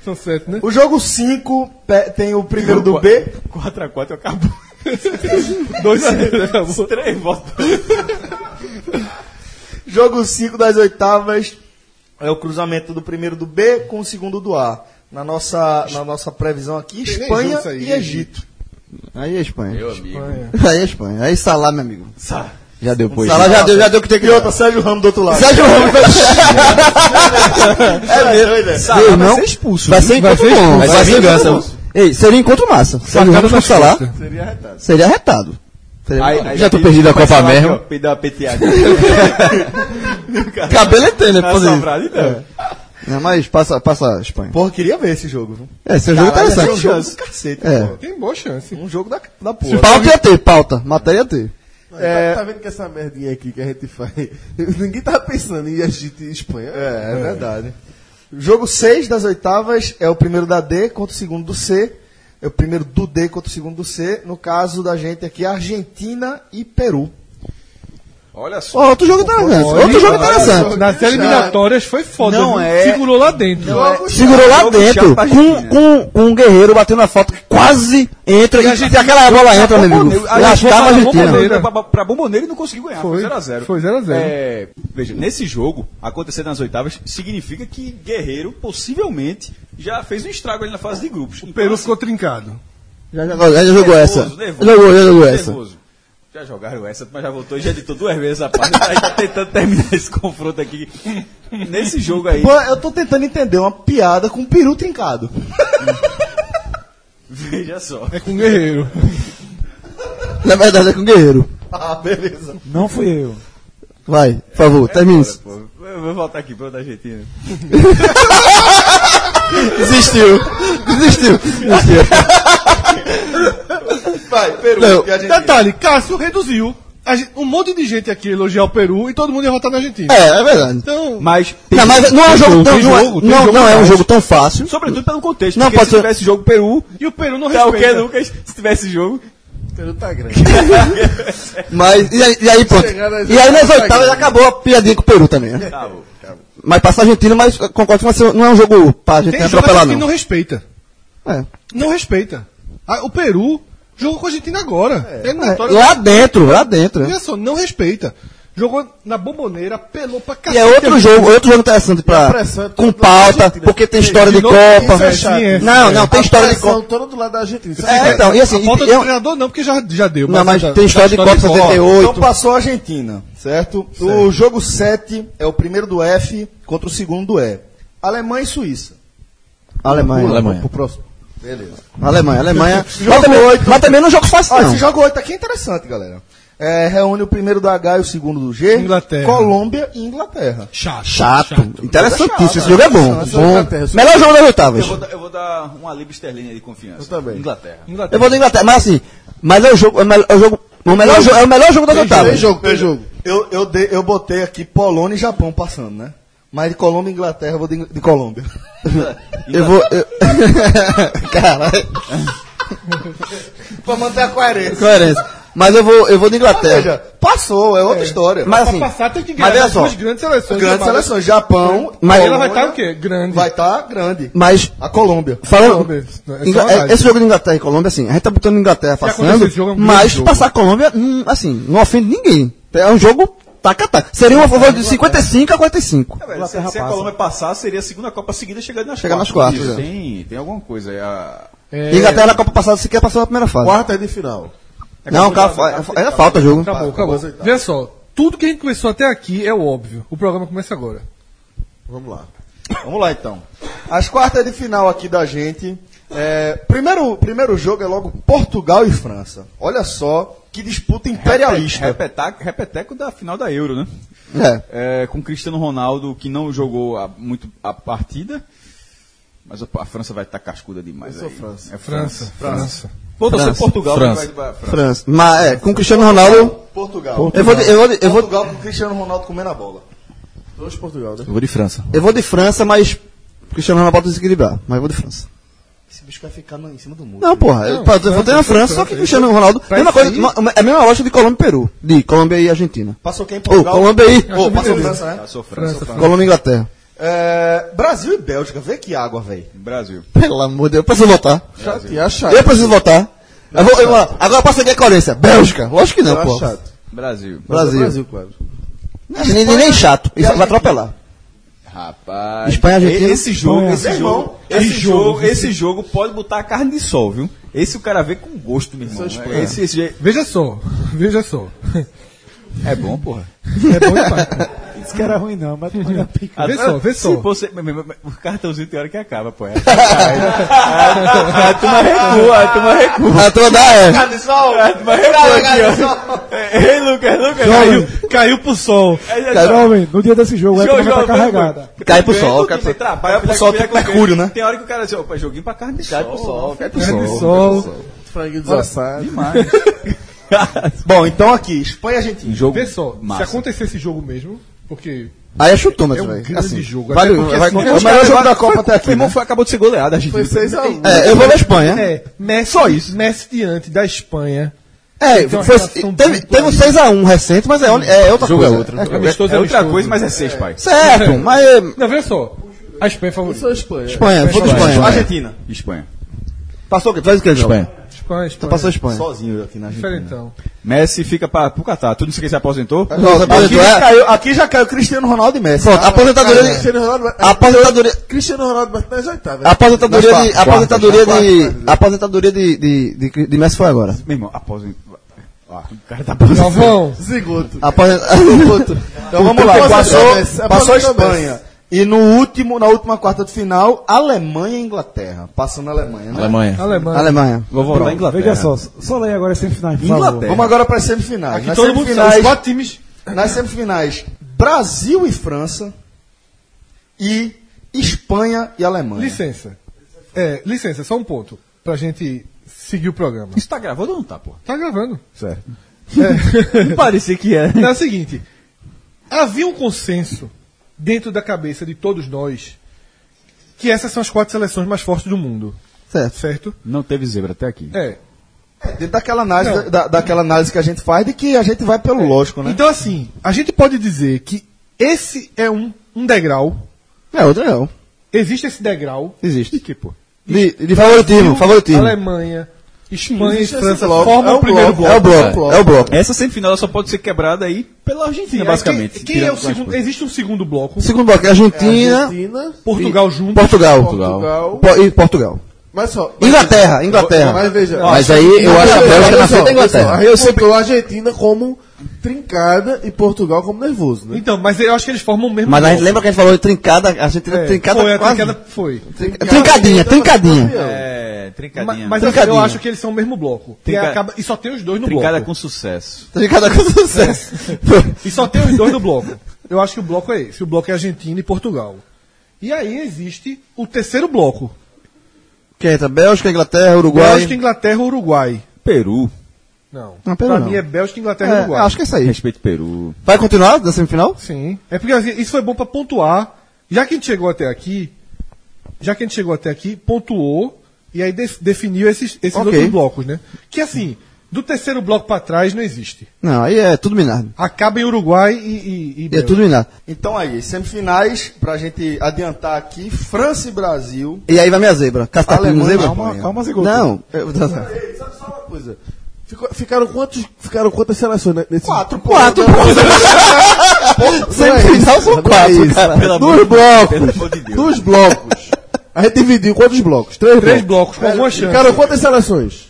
F: São sete, né?
A: O jogo 5 pe- tem o primeiro do B.
C: 4x4 acabou. 2 x 3 votos.
A: Jogo 5 das oitavas é o cruzamento do primeiro do B com o segundo do A. Na nossa, na nossa previsão aqui,
F: Tem nem
A: Espanha
F: jogo isso aí,
A: e Egito.
B: Aí é Espanha. Aí é Espanha. Aí Salá, meu amigo.
G: Já deu, pois.
B: Salá já deu, já deu o que tem que
A: é. E outra, Sérgio Ramos do outro lado. É
B: Sérgio Ramos
A: né?
B: Deus, não.
G: expulso.
B: Ah, Vai ser encontro bom.
G: Vai ser vingança.
B: encontro bom. Ei, seria um encontro massa. Sérgio Ramos com Salá. Seria arretado. Seria arretado. Já tô perdido a Copa mesmo.
C: Perdeu a PTA.
B: Cabelo é tênis,
C: Tá
B: pô.
C: sobrado,
B: É.
C: então.
B: Não, mas passa, passa a Espanha.
A: Porra, queria ver esse jogo. viu?
B: É, esse é um jogo
A: Caralho, esse
B: interessante.
A: é um jogo do cacete,
B: É.
A: pô.
F: Tem boa chance.
A: Um jogo da, da porra.
B: Pauta ia ter, pauta. Matéria ia ter.
D: É... Tá, tá vendo que essa merdinha aqui que a gente faz. Ninguém tava pensando em Egito e Espanha.
A: É, é verdade. Jogo 6 das oitavas é o primeiro da D contra o segundo do C. É o primeiro do D contra o segundo do C. No caso da gente aqui, Argentina e Peru.
C: Olha só.
B: Ó, outro jogo tá interessante. Outro jogo interessante.
F: Nas eliminatórias foi foda.
B: Não
F: viu?
B: é-
F: Segurou lá dentro.
B: Segurou lá
C: Jogo chato
B: dentro,
C: pra
B: com,
C: Argentina.
B: com, com um guerreiro batendo na falta, que quase entra e, se aquela bola né, entra, meu amigo.
C: A gente
B: Lascava a
C: pra
B: Argentina.
C: Bomboneira, pra- pra- pra Bomboneira e não conseguiu ganhar. Foi 0x0.
F: Foi 0 a 0.
C: É, veja, nesse jogo, acontecer nas oitavas significa que Guerreiro possivelmente já fez um estrago ali na fase de grupos. Então, assim,
J: O Peru ficou trincado.
B: Já, já, já jogou essa. Jogou, já jogou essa.
C: nervoso. Já jogaram essa, mas já voltou e já editou duas vezes a parte. Aí tá tentando terminar esse confronto aqui. Nesse jogo aí,
A: Pô, eu tô tentando entender uma piada com um peru trincado.
C: veja só.
F: É com guerreiro.
B: Na verdade é com o guerreiro.
A: Ah, beleza.
E: Não fui eu.
B: Vai, por favor, termine isso.
C: Pô, eu vou voltar aqui pro da Argentina.
B: Desistiu. Desistiu.
A: Vai, peru.
B: Não,
A: e a gente-
J: Detalhe, Cássio reduziu. A gente- um monte de gente aqui ia elogiar o Peru e todo mundo ia votar na Argentina.
B: É, é verdade.
J: Então,
C: Mas,
B: Não, mas não é um jogo tão.
C: tem
B: Não, é-
C: jogo, tem
B: não,
C: jogo
B: não é um
C: mais.
B: jogo tão fácil.
C: Sobretudo pelo contexto.
B: Não,
C: porque
B: pode
C: se
B: ser-
C: tivesse jogo Peru,
J: e o Peru não
C: tá o que,
J: respeita.
C: Lucas? Se tivesse jogo,
D: O Peru tá grande.
B: Mas. E aí, e aí, pronto.
D: Chegaram
B: E aí nas
D: as-
B: oitavas acabou a piadinha com o Peru também. né?
C: acabou.
B: Mas passa a Argentina, mas eh, concordo com você. Não é um jogo pra gente
J: Tem jogo que a
B: atropelar,
F: assim
J: gente não
B: não.
J: respeita.
B: É.
J: Não respeita. Ah, o Peru jogou com a Argentina agora. É.
B: É,
J: eliminatória.
B: Lá dentro, lá dentro. né?
J: Olha só, não respeita. Jogou na bomboneira, pelou pra
B: E
J: cacete.
B: é
F: assim
B: outro jogo, outro jogo interessante pra,
D: pressão é
B: com
D: toda da
B: pauta,
D: Argentina.
B: porque tem história de
J: novo,
B: Copa.
D: isso é chato.
J: Sim, é.
B: Não, não, tem
D: A
B: história de
D: pressão
B: Copa.
D: toda do lado da Argentina. Isso
B: É, então, e assim,
J: A falta
B: e-
J: do
B: eu-
J: treinador não, porque já, já deu.
B: não, mas
J: já-
B: tem história de Copa 78.
A: Então passou a Argentina, certo? O jogo 7 é o primeiro do F contra o segundo do E. Alemanha e Suíça.
B: Alemanha.
G: Alemanha.
D: Pro próximo.
B: Alemanha, Alemanha. mas, também, mas também não é um jogo fácil,
A: Ó,
B: não.
A: esse jogo 8 aqui é interessante, galera. É, reúne o primeiro do H e o segundo do G.
J: Inglaterra.
A: Colômbia e Inglaterra.
J: Chato.
B: é Chato. Interessantíssimo. Esse jogo é bom.
D: Essa é a
B: bom.
D: Inglaterra, essa é
B: Melhor jogo das oitavas.
C: Eu vou, dar- eu vou dar um alívio esterlinha de confiança.
A: Eu também.
C: Inglaterra.
B: Eu vou da Inglaterra, mas assim, mas é o jogo. É o melhor- é o, jogo, o melhor jogo, é o melhor jogo das
D: Tem
B: oitavas.
D: jogo, tem jogo.
A: Eu, eu, dei- eu botei aqui Polônia e Japão passando, né? Mas de Colômbia e Inglaterra, eu vou de, Ing- de Colômbia.
B: Eu vou. Eu... Caralho,
A: pra manter a coerência.
B: coerência. Mas eu vou, eu vou da
A: Ou seja,
B: Inglaterra.
A: passou, é outra história.
B: Mas
F: Pra
B: assim,
F: passar tem que
B: mas
F: ganhar
B: veja
F: as
B: só.
F: duas grandes seleções.
J: né,
A: Grandes
F: globais.
A: seleções. Japão.
B: Mas-
F: Ela vai estar
A: Colômbia,
F: o quê? Grande.
A: Vai estar grande.
B: mas
A: A Colômbia.
B: Falando,
F: Colômbia, isso não é só
B: Ingla-
F: verdade.
B: esse jogo de Inglaterra e Colômbia, assim, a gente tá botando Inglaterra passando,
F: aconteceu esse jogo, é um grande
B: mas
F: jogo.
B: passar a Colômbia, hum, assim, não ofende ninguém. É um jogo taca-taca. Seria uma favor de 55 a 45.
C: É, velho, se, se a Colômbia passar, seria a segunda Copa seguida chegando nas
B: Chegar nas
C: quartas.
B: quartas, é.
C: Isso, Tem, tem alguma coisa aí. A...
F: É,
B: Inglaterra na Copa passada sequer passou a primeira
A: Tá.
B: fase.
D: Quarta de final.
A: É
B: não, cara,
A: né?
B: fa- era falta o jogo.
F: Acabou, acabou. Vê só. Tudo que a gente começou até aqui é o óbvio. O programa começa agora.
D: Vamos lá.
A: Vamos lá então. As quartas de final aqui da gente. É, primeiro, primeiro jogo é logo Portugal e França. Olha só que disputa imperialista.
C: Repetaco, repeteco da final da Euro, né?
B: É.
C: É, com Cristiano Ronaldo, que não jogou a- muito a partida. Mas a, a França vai estar cascuda demais. aí. É França.
F: França.
C: Vou torcer
B: França.
C: Portugal.
G: França.
C: que Vai, vai, França.
B: França. Mas é, com o Cristiano Ronaldo,
A: Portugal.
B: eu vou de, eu vou de, eu vou,
A: Portugal com Cristiano Ronaldo comendo a bola.
D: Dois Portugal, né?
G: Eu vou de França.
B: eu vou de França, mas o Cristiano Ronaldo pode desequilibrar, mas eu vou de França.
A: Esse bicho vai ficar no- em cima do muro.
B: Não, porra, eu, eu votei na França, só que o Cristiano Ronaldo, mesma coisa, ma- é a mesma lógica de Colômbia e Peru, de Colômbia e Argentina.
A: Passou quem?
B: Ô,
A: Portugal?
B: Colômbia e
A: Ô, passou França, né?
C: Eu sou França.
B: Colômbia e Inglaterra.
A: É, Brasil e Bélgica. Vê que água, velho.
C: Brasil.
B: Pelo amor de Deus, eu preciso votar.
D: Chato. E achado.
B: Eu preciso votar. Eu vou, eu vou- agora passa aqui a coerência. Bélgica. Lógico que não, pô.
D: Chato.
C: Brasil.
B: Brasil.
D: Brasil, claro.
B: Nem, nem- nem chato. Isso vai atropelar.
C: Rapaz.
B: Espanha, Argentina.
C: e- Esse jogo,
B: Espanha.
C: esse
A: Meu
C: jogo,
A: irmão,
C: esse
A: esse
C: jogo, esse jogo pode botar a carne de sol, viu? Esse o cara vê com gosto, meu irmão. É, esse, esse je-
F: Veja só. Veja só.
C: é bom, porra.
F: É bom demais. pô.
E: Isso que era ruim, não, mas mas a pica.
F: Vê só, vê
C: Se
F: só.
C: você- mas- mas- mas- o cartãozinho tem hora que acaba, pô. É. a turma recua, a turma recua.
B: A toda é.
C: A turma recua aqui, ó. Ei, Lucas, Lucas. Caiu,
J: Caiu pro sol.
E: Jovem, no dia desse jogo, a
C: Jogo,
E: Colômbia tá
C: jogo,
E: carregada.
B: Cai pro sol, cai
C: Cai
B: pro sol.
C: pro sol, tem mercúrio, né? Tem hora que o cara diz, opa, joguinho pra carne de sol. Cai pro sol, cai pro sol.
F: Grande sol.
D: Franguinho desassado.
C: Demais.
A: Bom, então aqui, Espanha e Argentina.
C: Jogo
F: Vê só.
C: massa.
F: Se acontecer esse jogo mesmo, porque
B: Aí é chutômetro,
F: é um
B: velho.
F: grande jogo.
B: vale,
F: até porque,
B: vai-
F: assim,
B: é o melhor jogo da Copa até
C: Meu
B: aqui. né?
C: irmão foi, acabou de ser goleado, a um. gente.
D: Foi 6x1.
B: É, eu vou na Espanha.
F: É, Messi, Só isso. Messi diante da Espanha.
B: É,
F: Então, a
B: foi,
F: relação
B: teve,
F: dupla
B: teve um 6x1 recente, mas é, é outra
H: Jogo é
B: coisa.
H: outro.
C: É, é outra coisa, mas é seis, pai.
B: Certo, mas. é,
F: Não, veja só. A Espanha é favorita.
B: Espanha, vou com Espanha.
A: Argentina.
C: Espanha.
B: Passou o quê? Tu faz o quê, João?
F: Espanha, Espanha.
B: Passou a Espanha.
A: Sozinho aqui na Argentina.
F: Diferentão.
C: Messi fica pra, pro Catar. Tu disse que ele se aposentou?
B: Não,
A: Aqui
B: você
A: já,
B: aposentou, é?
A: caiu, aqui já caiu Cristiano Ronaldo e Messi.
B: Pronto, aposentadoria de.
D: Cristiano Ronaldo,
B: A aposentadoria.
D: Cristiano Ronaldo bate nas oitavas.
B: A aposentadoria de. a Aposentadoria
D: quartas,
B: de. a Aposentadoria de, de, de, de Messi foi agora.
C: Meu irmão, aposentou. Ah, o cara tá aposentado.
F: Galvão,
D: Zigoto.
B: A Aposentadoria.
A: Então vamos lá, passou,
D: Messi,
A: passou a
D: aposenta
A: Espanha. E no último, na última quarta de final, Alemanha e Inglaterra. Passando a Alemanha, né?
G: Alemanha.
F: Alemanha.
B: Alemanha.
C: Vou voltar à Inglaterra.
E: Veja só, só leia agora as semifinais, por favor.
C: Inglaterra.
A: Vamos agora para as semifinais.
J: Aqui
A: nas,
J: todo mundo sabe, os
A: semifinais
J: quatro times.
A: nas semifinais, Brasil e França. E Espanha e Alemanha.
F: Licença. É, licença, só um ponto. Pra gente seguir o programa.
C: Isso tá gravado ou não tá, pô?
F: Tá gravando.
C: Certo.
G: Parecia que é.
F: É o seguinte. Havia um consenso dentro da cabeça de todos nós que essas são as quatro seleções mais fortes do mundo.
B: Certo.
F: Certo?
C: Não teve zebra até aqui.
F: É.
A: Dentro daquela análise,
F: Não.
A: da- daquela análise que a gente faz de que a gente vai pelo lógico, né?
F: Então, assim, a gente pode dizer que esse é um, um degrau.
B: É, outra não.
F: Existe esse degrau.
B: Existe.
F: Que, pô,
B: De, de favoritismo, favoritismo.
F: Alemanha, Espanha e
D: Existe esse
F: França
D: bloco.
F: formam
D: É
F: o
D: um
F: primeiro bloco.
B: É o bloco, é o bloco.
C: Essa semifinal ela só pode ser quebrada aí pela Argentina,
F: Aí,
C: basicamente.
F: Quem, quem é o
C: Tirando-
F: segundo? Existe um segundo bloco.
B: Segundo bloco, é Argentina,
D: Argentina,
F: Portugal junto.
B: Portugal.
D: Portugal.
B: Po- E Portugal.
D: Mas só.
B: Inglaterra, Inglaterra.
D: Mas veja.
K: Mas aí eu acho a Bélgica na frente da Inglaterra.
D: Eu sempre a Argentina como trincada e Portugal como nervoso, né?
F: Então, mas eu acho que eles formam o mesmo
B: Mas a gente
F: bloco.
B: lembra que a gente falou de trincada, a Argentina
F: É,
B: trincada
F: foi, a
B: quase.
F: trincada foi.
B: Trincadinha, trincadinha.
C: É,
F: Ma-
C: trincadinha.
F: Mas
C: Mas,
F: assim, eu
B: Trincadinha.
F: acho que eles são o mesmo bloco. E,
C: Trinca-
F: acaba- e só tem os dois no
C: trincada
F: bloco.
C: com sucesso.
B: Trincada com sucesso.
F: E só tem os dois no bloco. Eu acho que o bloco é esse. O bloco é Argentina e Portugal. E aí existe o terceiro bloco.
B: Quem entra? Bélgica, Inglaterra, Uruguai.
F: Bélgica, Inglaterra e Uruguai.
C: Peru.
F: Não.
B: Não, pera
F: pra
B: não.
F: mim é Bélgica, Inglaterra e
B: É,
F: Uruguai.
B: acho que é isso aí.
C: Respeito Peru.
B: Vai continuar da semifinal?
F: Sim. É porque assim, isso foi bom pra pontuar. Já que a gente chegou até aqui, já que a gente chegou até aqui, pontuou e aí def- definiu esses, esses
B: Ok.
F: outros blocos, né? Que assim, do terceiro bloco pra trás não existe.
B: Não, aí é tudo minado.
F: Acaba em Uruguai e. e, e
B: É
F: Bélgica.
B: tudo minado.
A: Então aí, semifinais, pra gente adiantar aqui, França e Brasil.
B: E aí vai minha zebra. Castatinho,
A: Alemanha,
B: zebra.
A: calma,
F: um
A: calma,
B: Zigoto. Não. eu-
D: Ei, sabe só uma coisa? Ficou- ficaram, quantos, ficaram quantas seleções né, nesse é
A: Quatro, pô.
B: Quatro pontos. Semifinal são quatro, cara. Dos blocos.
D: Dos blocos. A gente dividiu quantos blocos? Três,
F: Três
D: blocos.
F: blocos com alguma chance.
D: Ficaram quantas seleções?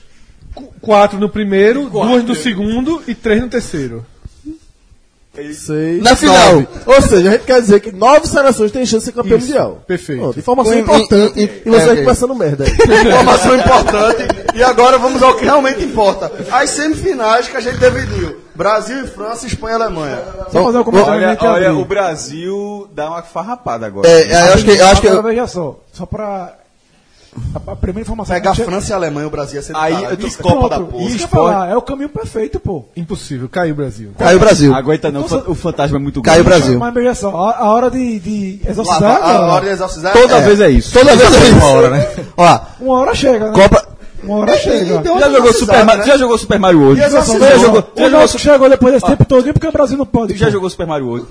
F: Qu- Quatro no primeiro, duas no segundo e três no terceiro.
D: Seis.
B: Na final.
D: nove. Ou seja, a gente quer dizer que nove seleções têm chance de ser campeão mundial.
F: perfeito.
D: Ó, de formação
B: Em- em-
D: importante.
B: em-
D: E,
B: em-
D: você
B: é,
D: aqui
B: é.
D: passando merda. aí.
A: Informação importante. E agora vamos ao que realmente importa. As semifinais que a gente dividiu. Brasil e França, Espanha e Alemanha.
E: Só fazer um comentário.
C: Olha,
E: minha que
C: olha,
E: abriu.
C: o Brasil dá uma farrapada agora.
B: É, é, eu acho que. Eu acho que
E: Agora, veja só, só pra... A, a primeira informação...
A: Pegar
E: que eu tinha-
A: França e Alemanha, o Brasil ia ser
C: Aí,
A: cara,
C: Ah, eu tô-
A: Copa da
E: Pronto,
A: Porra.
E: Isso que eu ia falar, é o caminho perfeito, pô.
F: Impossível, caiu o Brasil.
B: caiu o Brasil.
C: Aguenta não, o fa- o fantasma é muito
B: Caiu o
C: grande.
B: Brasil.
E: Mas veja só, a, a hora de, de
A: Lá,
E: exorcizar...
A: a, a
E: cara,
A: hora de exorcizar
C: Toda vez é isso.
B: Toda vez é isso.
C: hora, né?
B: Ó,
E: Uma hora chega, né?
B: Copa.
E: Uma hora chega.
A: então-
C: Já jogou, Super Mario, já jogou Super Mario World?
E: Veja só, veja só, O Náutico chegou depois desse tempo todo, porque o Brasil não pode.
C: Tu
A: é
C: já
E: pô.
C: jogou Super Mario World?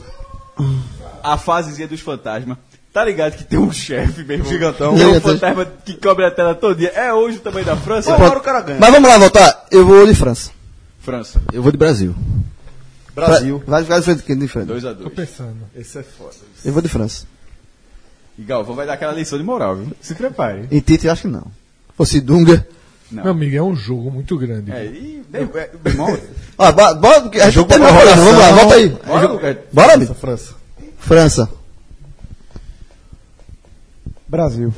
C: A fasezinha dos fantasmas. Tá ligado que tem um chefe, meu irmão? Gigantão. Tem um
B: Gigantão.
C: fantasma que cobre a tela todo dia. É hoje o tamanho da França?
B: Pronto. Mas vamos lá voltar. Eu vou de França.
C: França.
K: Eu vou de Brasil.
B: Brasil. Vai jogar de frente, de frente.
C: 2x2.
F: Pensando.
A: é
B: Eu vou de França.
C: E Galvão vai dar aquela lição de moral, viu? Se prepare.
B: Em Tite, eu acho que não. Fosse Dunga.
C: Não.
F: Meu amigo, é um jogo muito grande.
C: É, e... Meu irmão...
A: Ah,
B: Ó, bo- bora. porque
A: é
B: A gente
K: Jogo
B: terminou
K: pra
B: o programa. Vamos lá, volta aí.
C: é jogo- é-
B: Bora, amigo. França.
E: Brasil.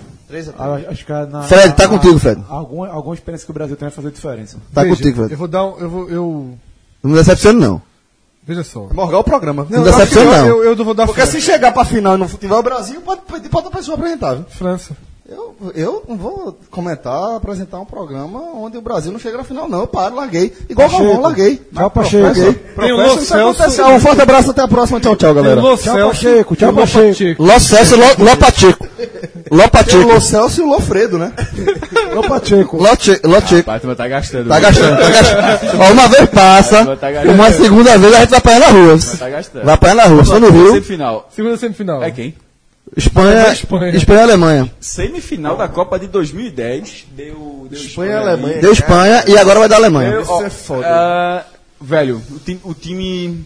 E: A- Acho que
A: Ah,
E: na,
B: Fred, tá contigo, Fred.
E: Alguma, alguma experiência que o Brasil tem vai fazer diferença.
B: Tá
F: Veja,
B: contigo,
F: Eu
B: Fred.
F: vou dar um, eu vou, eu,
B: Não me decepcione, não.
F: veja só.
A: Morgar é o programa.
B: Não decepciona,
F: eu,
B: não.
F: eu, eu vou dar
A: Porque se chegar pra final e não tiver o Brasil, pode pedir pra outra pessoa apresentar. viu?
F: França.
A: Eu, eu não vou comentar, apresentar um programa onde o Brasil não chega na final, não. Eu paro, larguei. Igual o Ramon, larguei.
E: Tchau, Pacheco.
F: Tem o Lo Celso.
A: Um forte abraço, até a próxima. Tchau, tchau,
F: Tem o
A: galera.
F: Lo
E: Tchau,
F: Celso.
E: Pacheco. Tchau,
F: Tem o Lo
E: Pacheco.
B: Ló Celso e Ló, Ló Pacheco. Ló Pacheco.
A: Tem o Lo Celso e o Lofredo, né?
B: Ló Pacheco. Ló, che, Ló Checo.
C: Batman tá gastando.
B: Tá gastando, tá gastando. Ó, uma vez passa,
C: Tá gastando.
B: uma segunda vez a gente vai apanhar na rua.
C: Tá gastando.
B: Vai apanhar na rua. Só no Rio,
C: Semifinal.
F: Segunda semifinal.
C: É quem?
B: Espanha,
F: Espanha.
B: Espanha e Alemanha.
C: Semifinal da Copa de 2010. Deu, deu
D: Espanha e Alemanha.
B: Deu Espanha e agora vai dar Alemanha.
C: Deu, ó,
D: é foda.
C: ah, velho, o time. O time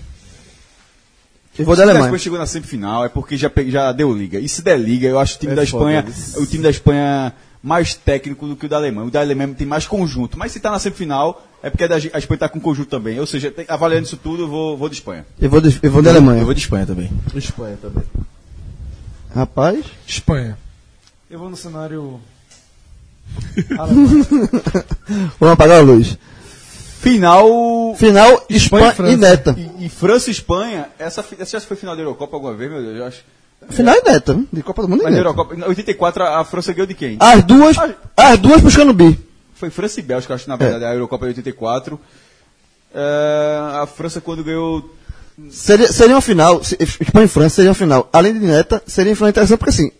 B: Eu vou
C: se
B: da
C: a
B: Alemanha.
C: Espanha chegou na semifinal é porque já, pe- já deu liga. E se der liga, eu acho o time
D: É
C: da
D: foda,
C: Espanha.
D: isso.
C: O time da Espanha mais técnico do que o da Alemanha. O da Alemanha tem mais conjunto. Mas se tá na semifinal, é porque a, da- a Espanha tá com conjunto também. Ou seja, tem- avaliando isso tudo, eu vou, vou de Espanha.
B: Eu vou, de- eu vou da Alemanha.
G: Eu vou de Espanha também.
D: Espanha também.
B: Rapaz,
F: Espanha.
E: Eu vou no cenário.
B: vamos apagar a luz.
C: Final.
B: Final, Espanha,
F: Espanha e
B: e Neta.
C: E, e França e Espanha, essa, fi- essa já foi final da Eurocopa alguma vez, meu Deus? Eu acho.
B: Final e Neta. hein? De Copa do Mundo e
C: Mas na
B: Neta.
C: Eurocopa, em 84, a a França ganhou de quem?
B: As duas, as duas buscando bi.
C: Foi França e Bélgica, eu acho, na
B: É.
C: verdade, a Eurocopa de 84. É, a França, quando ganhou.
B: Seria, seria uma final, se- Espanha e França seria uma final. Além de Neta, seria uma final interessante porque assim,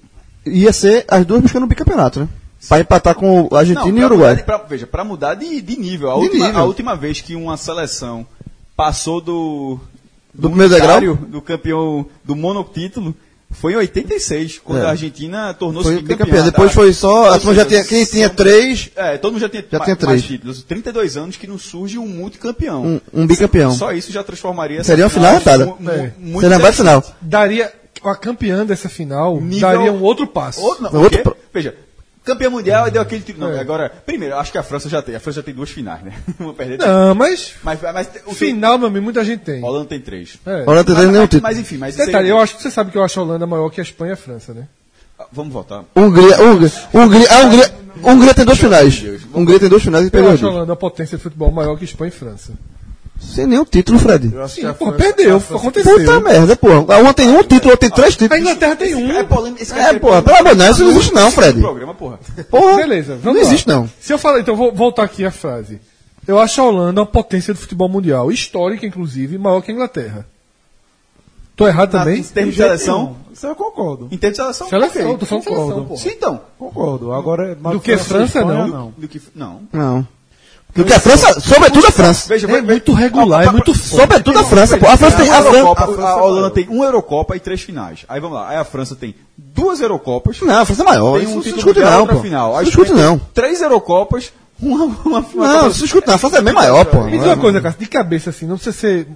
B: ia ser as duas buscando o bicampeonato, né? Pra empatar com a Argentina e
C: pra
B: o Uruguai.
C: mudar de- pra- veja, pra mudar de, de nível. A,
B: De
C: última,
B: nível.
C: a última vez que uma seleção passou do.
B: Do primeiro degrau?
C: unitário, Do campeão do monotítulo foi em 86, quando
B: É.
C: a Argentina tornou-se
B: Foi
C: bicampeã.
B: bicampeão. Depois
C: tá?
B: foi só, a
C: Ou
B: turma já
C: seja,
B: tinha, quem tinha
C: são-
B: três,
C: É, todo mundo já tinha,
B: Já
C: ma-
B: tinha
C: mais
B: três.
C: títulos. 32 anos que não surge um multicampeão.
B: um, um bicampeão.
C: Só isso já transformaria
B: Seria uma final arretada.
C: mu- mu- muito
B: Seria uma baita final.
F: Daria. A campeã dessa final
C: Nível-
F: daria um outro passo.
C: Ou, não,
B: Outro
C: porque,
B: pro- Ah.
C: Veja, campeão mundial e deu aquele tiro. Não,
F: É.
C: agora, primeiro, acho que a França já tem. A França já tem duas finais, né? Vou perder.
F: Não, mas.
C: Mas, mas o
F: Final, meu amigo, muita gente tem.
C: A Holanda tem três.
F: É.
B: Olha, não tem nenhum
C: mas,
B: título.
C: mas enfim, mas. isso aí- Ah,
F: Detalhe, eu acho que você sabe que eu acho a Holanda maior que a Espanha e a França, né?
C: Vamos voltar.
B: Hungria, Hungria, Hungria, a Hungria, Hungria tem duas finais. Hungria tem duas finais e
F: Eu
B: pegou as
F: acho a
B: duas.
F: Holanda a potência de futebol maior que a Espanha e França.
B: Sem nenhum título, Fred.
D: Eu acho
F: Sim,
D: que a
F: pô,
D: França-
F: perdeu,
D: a França-
F: aconteceu.
B: Puta merda, porra. Uma tem um título, outra tem três
F: A
B: títulos.
F: Inglaterra tem um.
C: É polêmico. Esse
B: É, porra, pelo amor de Deus, isso não existe não, Fred.
C: programa, é porra.
B: Porra,
F: Beleza, vamos
B: não
F: lá.
B: existe não.
F: Se eu falar, então vou voltar aqui a frase. Eu acho a Holanda uma potência do futebol mundial, histórica inclusive, maior que a Inglaterra. Tô errado
C: Na-
F: também?
C: Em termos de seleção.
H: Isso eu concordo.
C: Em termos de seleção.
F: Seleção,
C: ok.
F: tô falando seleção,
C: porra. Sim, então.
H: Concordo. Agora, mas
F: Do que França,
H: e Espanha,
F: não.
H: não.
C: Do que, não.
B: Não. Porque a França, sobretudo a França.
C: Veja,
F: É muito regular, é muito forte.
B: Sobretudo a França, pô. A França tem a
C: Eurocopa,
B: França.
C: a Holanda tem uma Eurocopa e três finais. Aí vamos lá. Aí a França tem duas Eurocopas.
B: Não, a França é maior.
C: tem
B: Isso
C: um
B: não se
C: título
B: discute
C: mundial,
B: não,
C: outra
B: pô.
C: final.
B: Não
C: Aí
B: se discute
C: tem
B: não.
C: Três Eurocopas, uma, uma, uma
B: Não, não se discute não. A França é bem maior, pô.
F: Me diz uma coisa, Cássio, de cabeça assim, não precisa ser.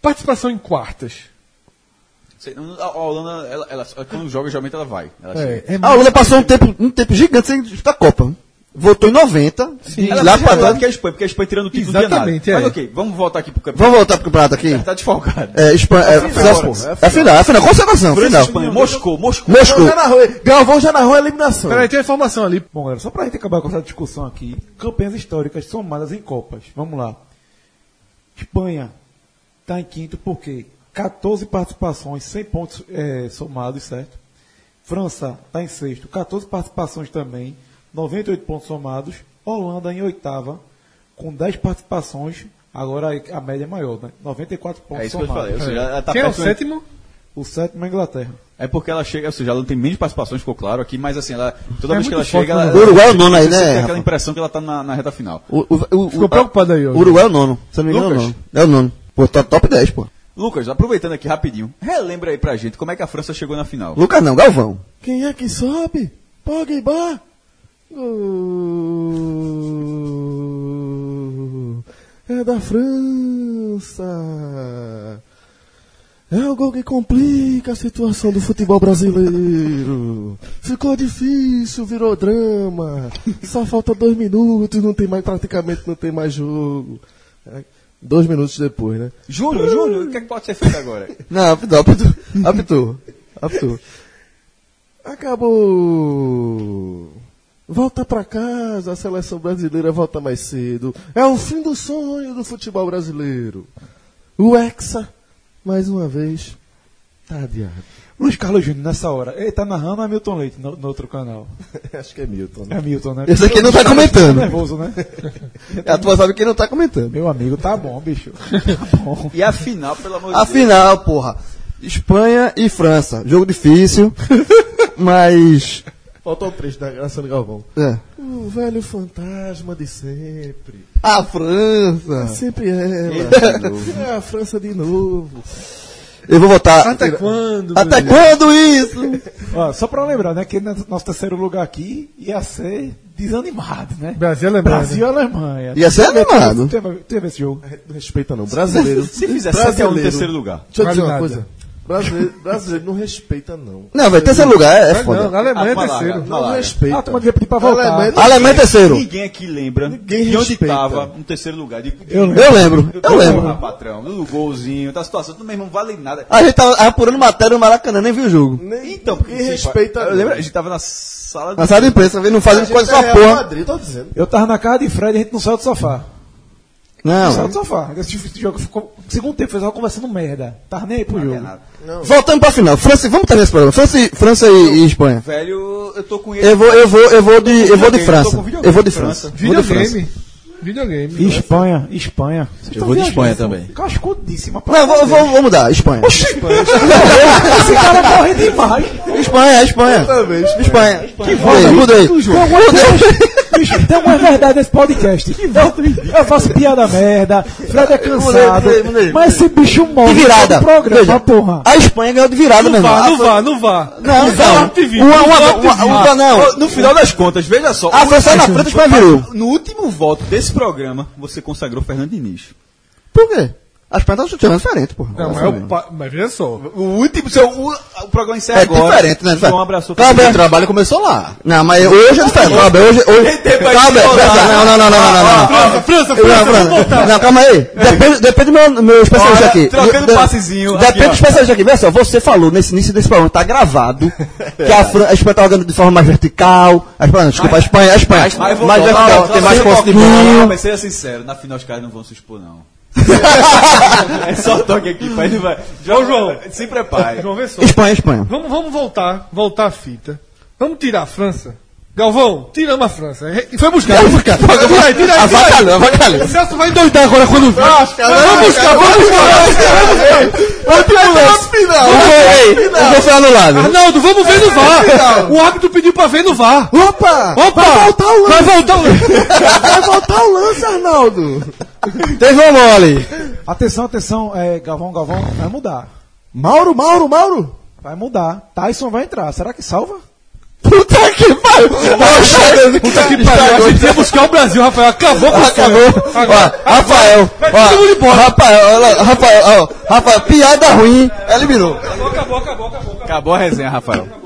F: Participação em quartas.
C: Sei, não, A a Holanda, ela, ela- quando joga, geralmente ela vai. Ela chega.
F: É, é
B: A Holanda passou um tempo, um tempo gigante sem disputar a Copa. Voltou em 90. Sim.
C: Ela
B: Lá
C: mais
B: pra
C: regulada
B: trás.
C: que a Espanha, porque a Espanha tirando o título não tinha nada.
F: Exatamente, é.
C: Mas ok, vamos voltar aqui pro campeonato.
B: Vamos voltar pro campeonato aqui?
C: Tá desfalcado.
B: É, Espanha. É, final, é final, é final. Consagração,
C: França,
B: final.
C: Espanha, Moscou, Moscou.
B: Moscou.
D: Já narrou, Galvão já narrou a eliminação.
F: Peraí, tem a informação ali.
H: Bom, galera, só pra gente acabar com essa discussão aqui, campanhas históricas somadas em Copas. Vamos lá. Espanha está em quinto porque 14 participações, 100 pontos eh, somados, certo? França está em sexto, 14 participações também, 98 pontos somados. Holanda em oitava, com 10 participações, agora a média é maior, né? 94 pontos
C: É isso que eu te
H: somados.
C: falei. Ou seja, ela tá
F: Quem é o
C: perto-
F: sétimo?
H: O sétimo é a Inglaterra.
C: É porque ela chega, ou seja, ela tem menos participações, ficou claro aqui, mas assim, ela, toda
F: É
C: vez que
F: muito
C: ela
F: forte,
C: chega, ela,
B: O Uruguai é o nono aí,
C: você tem
B: né?
C: aquela
B: Rafa?
C: impressão que ela tá na, na reta final.
B: O, o, o,
F: Ficou
B: o-
F: preocupado aí, ó.
B: o Uruguai é o nono. Se eu não me engano, é o
C: Lucas.
B: nono. É o nono. Pô, tá top 10, pô.
C: Lucas, aproveitando aqui rapidinho, relembra aí pra gente como é que a França chegou na final.
B: Lucas não, Galvão.
D: Quem é que sobe? Pogba! Gol! É da França! É o gol que complica a situação do futebol brasileiro. Ficou difícil, virou drama. Só falta dois minutos, não tem mais praticamente não tem mais jogo. É, Dois minutos depois, né?
C: Júnior, Júnior, o que é que pode ser feito agora?
B: Não, apitou, apitou. Apitou.
D: Apto. Acabou. Volta pra casa, a seleção brasileira volta mais cedo. É o fim do sonho do futebol brasileiro. O Hexa, mais uma vez, tá adiado.
H: Luiz Carlos Júnior, nessa hora, ele tá narrando a Milton Leite no, no outro canal.
D: Acho que é Milton, né?
H: É Milton, né?
B: Esse aqui não tá
H: Tá
B: comentando.
H: nervoso, né?
B: A tua sabe quem não tá comentando.
H: Meu amigo, tá bom, bicho. Tá bom.
C: E a final, pelo amor
B: A
C: de Deus.
B: final, porra. Espanha e França. Jogo difícil. mas
D: Faltou o trecho da Graciane Galvão.
B: É.
D: O velho fantasma de sempre.
B: A França.
D: É sempre ela.
B: Eita, de novo.
D: É a França de novo.
B: Eu vou votar.
D: Até quando,
B: Até
D: Bruno?
B: quando isso?
E: Ó, só pra lembrar, né, que
F: é
E: no- nosso terceiro lugar aqui ia ser desanimado, né?
F: Brasil é
E: Brasil e Alemanha.
B: Ia ser
E: Teve-
B: animado.
E: Teve, teve esse jogo.
D: Não respeita não. Brasileiro.
C: Se fizer 7 a 1
D: brasileiro.
C: no terceiro lugar.
D: Deixa eu dizer
F: Vale nada.
D: uma coisa. Brasileiro, brasileiro não respeita não.
B: Não, vai terceiro lugar, é, é
F: Não,
B: foda.
F: a Alemanha é
C: Ah, malaga,
F: terceiro.
D: Não
C: malaga.
D: respeita.
E: Ah, tu devia pedir pra voltar.
D: Alemanha-
B: Alemanha é terceiro.
C: Ninguém aqui lembra
D: Ninguém
C: de onde
D: respeita.
C: estava no terceiro lugar. De, de,
B: Eu lembro, eu
C: Ah,
B: lembro.
C: patrão, do golzinho, da situação, tudo mesmo, não vale nada.
B: A gente tava apurando matéria no Maracanã, nem viu o jogo.
D: Nem-
C: Então, porque
D: ninguém
C: tipo,
D: respeita
C: eu
D: não.
C: lembro, a gente tava na sala
B: Na sala de imprensa, não fazendo coisa
D: É
B: sua
D: Real
B: porra.
D: Madrid, eu tô dizendo.
E: Eu tava na casa de Fred e a gente não saiu do sofá. Não saiu
B: Não.
E: do é sofá. Esse esse jogo ficou. Segundo tempo, fez uma conversando merda. Tava nem aí pro jogo.
B: Voltando pra final. França, vamos terminar esse programa. França, e- França e, e Espanha.
C: Velho, eu tô com ele.
B: Eu vou, eu vou, eu vou de, eu vou de
C: videogame,
B: França.
C: tô com videogame
B: Eu vou de
C: de França.
B: França. Vou de França.
F: Videogame. Videogame.
E: Espanha, Espanha. Vocês
G: Eu vou de Espanha também.
E: Cascudíssima pra
B: Não, vou, vou, vou mudar. Espanha.
E: Esse cara corre demais.
B: Espanha, Espanha. Espanha. Que volta, mudei.
E: Tem uma, Bicho, tem uma verdade nesse podcast. Eu, eu faço piada merda, Fred é cansado.
B: mudei, mudei,
E: Mas esse bicho morre
B: De virada.
E: no programa,
B: Veja.
E: porra.
B: A Espanha ganhou de virada, meu
F: Ah,
B: irmão. Ah,
J: não vá, não vá.
B: Não, não. Uma, uma, uma, um uma, uma, não.
C: No final das contas, veja só.
B: A França saiu na frente, a Espanha virou.
C: No último voto desse programa, você consagrou Fernando Diniz.
B: Por quê? A Espanha tá chutando diferente, porra.
F: Não, mas, é o pa- mas veja só.
C: O último, seu, o, o programa encerra
B: É
C: agora. Então, um
B: diferente, né?
C: João abraçou
B: Cláudio,
G: O trabalho começou lá.
B: Não, mas hoje é diferente. Calma, hoje. hoje... Calma, não, não, não, não, não, não,
J: França,
B: não.
J: França,
B: Eu-
J: França,
B: não,
J: vamos
B: não,
J: voltar.
B: não, calma aí. Depende, depende do meu, meu especialista
C: Olha,
B: aqui.
C: trocando
B: De- de-
C: passezinho aqui,
B: Depende
C: ó.
B: do especialista aqui. Vê só, você falou nesse início desse programa, tá gravado, que a, Fran, a Espanha tá jogando de forma mais vertical. A Espanha, não, desculpa, a Espanha, a Espanha. Mais,
C: Mas vou
B: vertical, é tem mais posse de
C: bola.
B: bola.
C: Mas seja sincero, na final os caras não vão se expor, não. é só toque aqui, pai. Ele vai. João, João, se prepare.
F: João, vê só.
B: Espanha, Espanha.
F: Vamos, vamos voltar, voltar a fita. Vamos tirar a França. Galvão, tiramos a França. Re- Foi buscar. Foi buscar. Tira aí, tira aí.
B: Avacalhou, avacalhou.
F: O Celso vai doidar agora quando vê. Vamos buscar, vamos
B: Não foi, não foi anulado.
F: Arnaldo, vamos ver no VAR. O árbitro pediu pra ver no VAR.
B: Opa!
F: Opa! Vai voltar o lance. Vai voltar o
B: Vai voltar o lance, Arnaldo. Teve uma mole.
E: Atenção, atenção, é, Galvão, Galvão, vai mudar.
B: Mauro, Mauro, Mauro.
E: Vai mudar. Tyson vai entrar. Será que salva?
B: Puta que pariu! Poxa, puta que pariu!
F: ia buscar é o Brasil, Rafael. Acabou com
B: Acabou! Ó, Rafael! Ó, Rafael, olha, Rafael, ó, Rafael, piada ruim, eliminou.
C: Acabou a resenha, Rafael.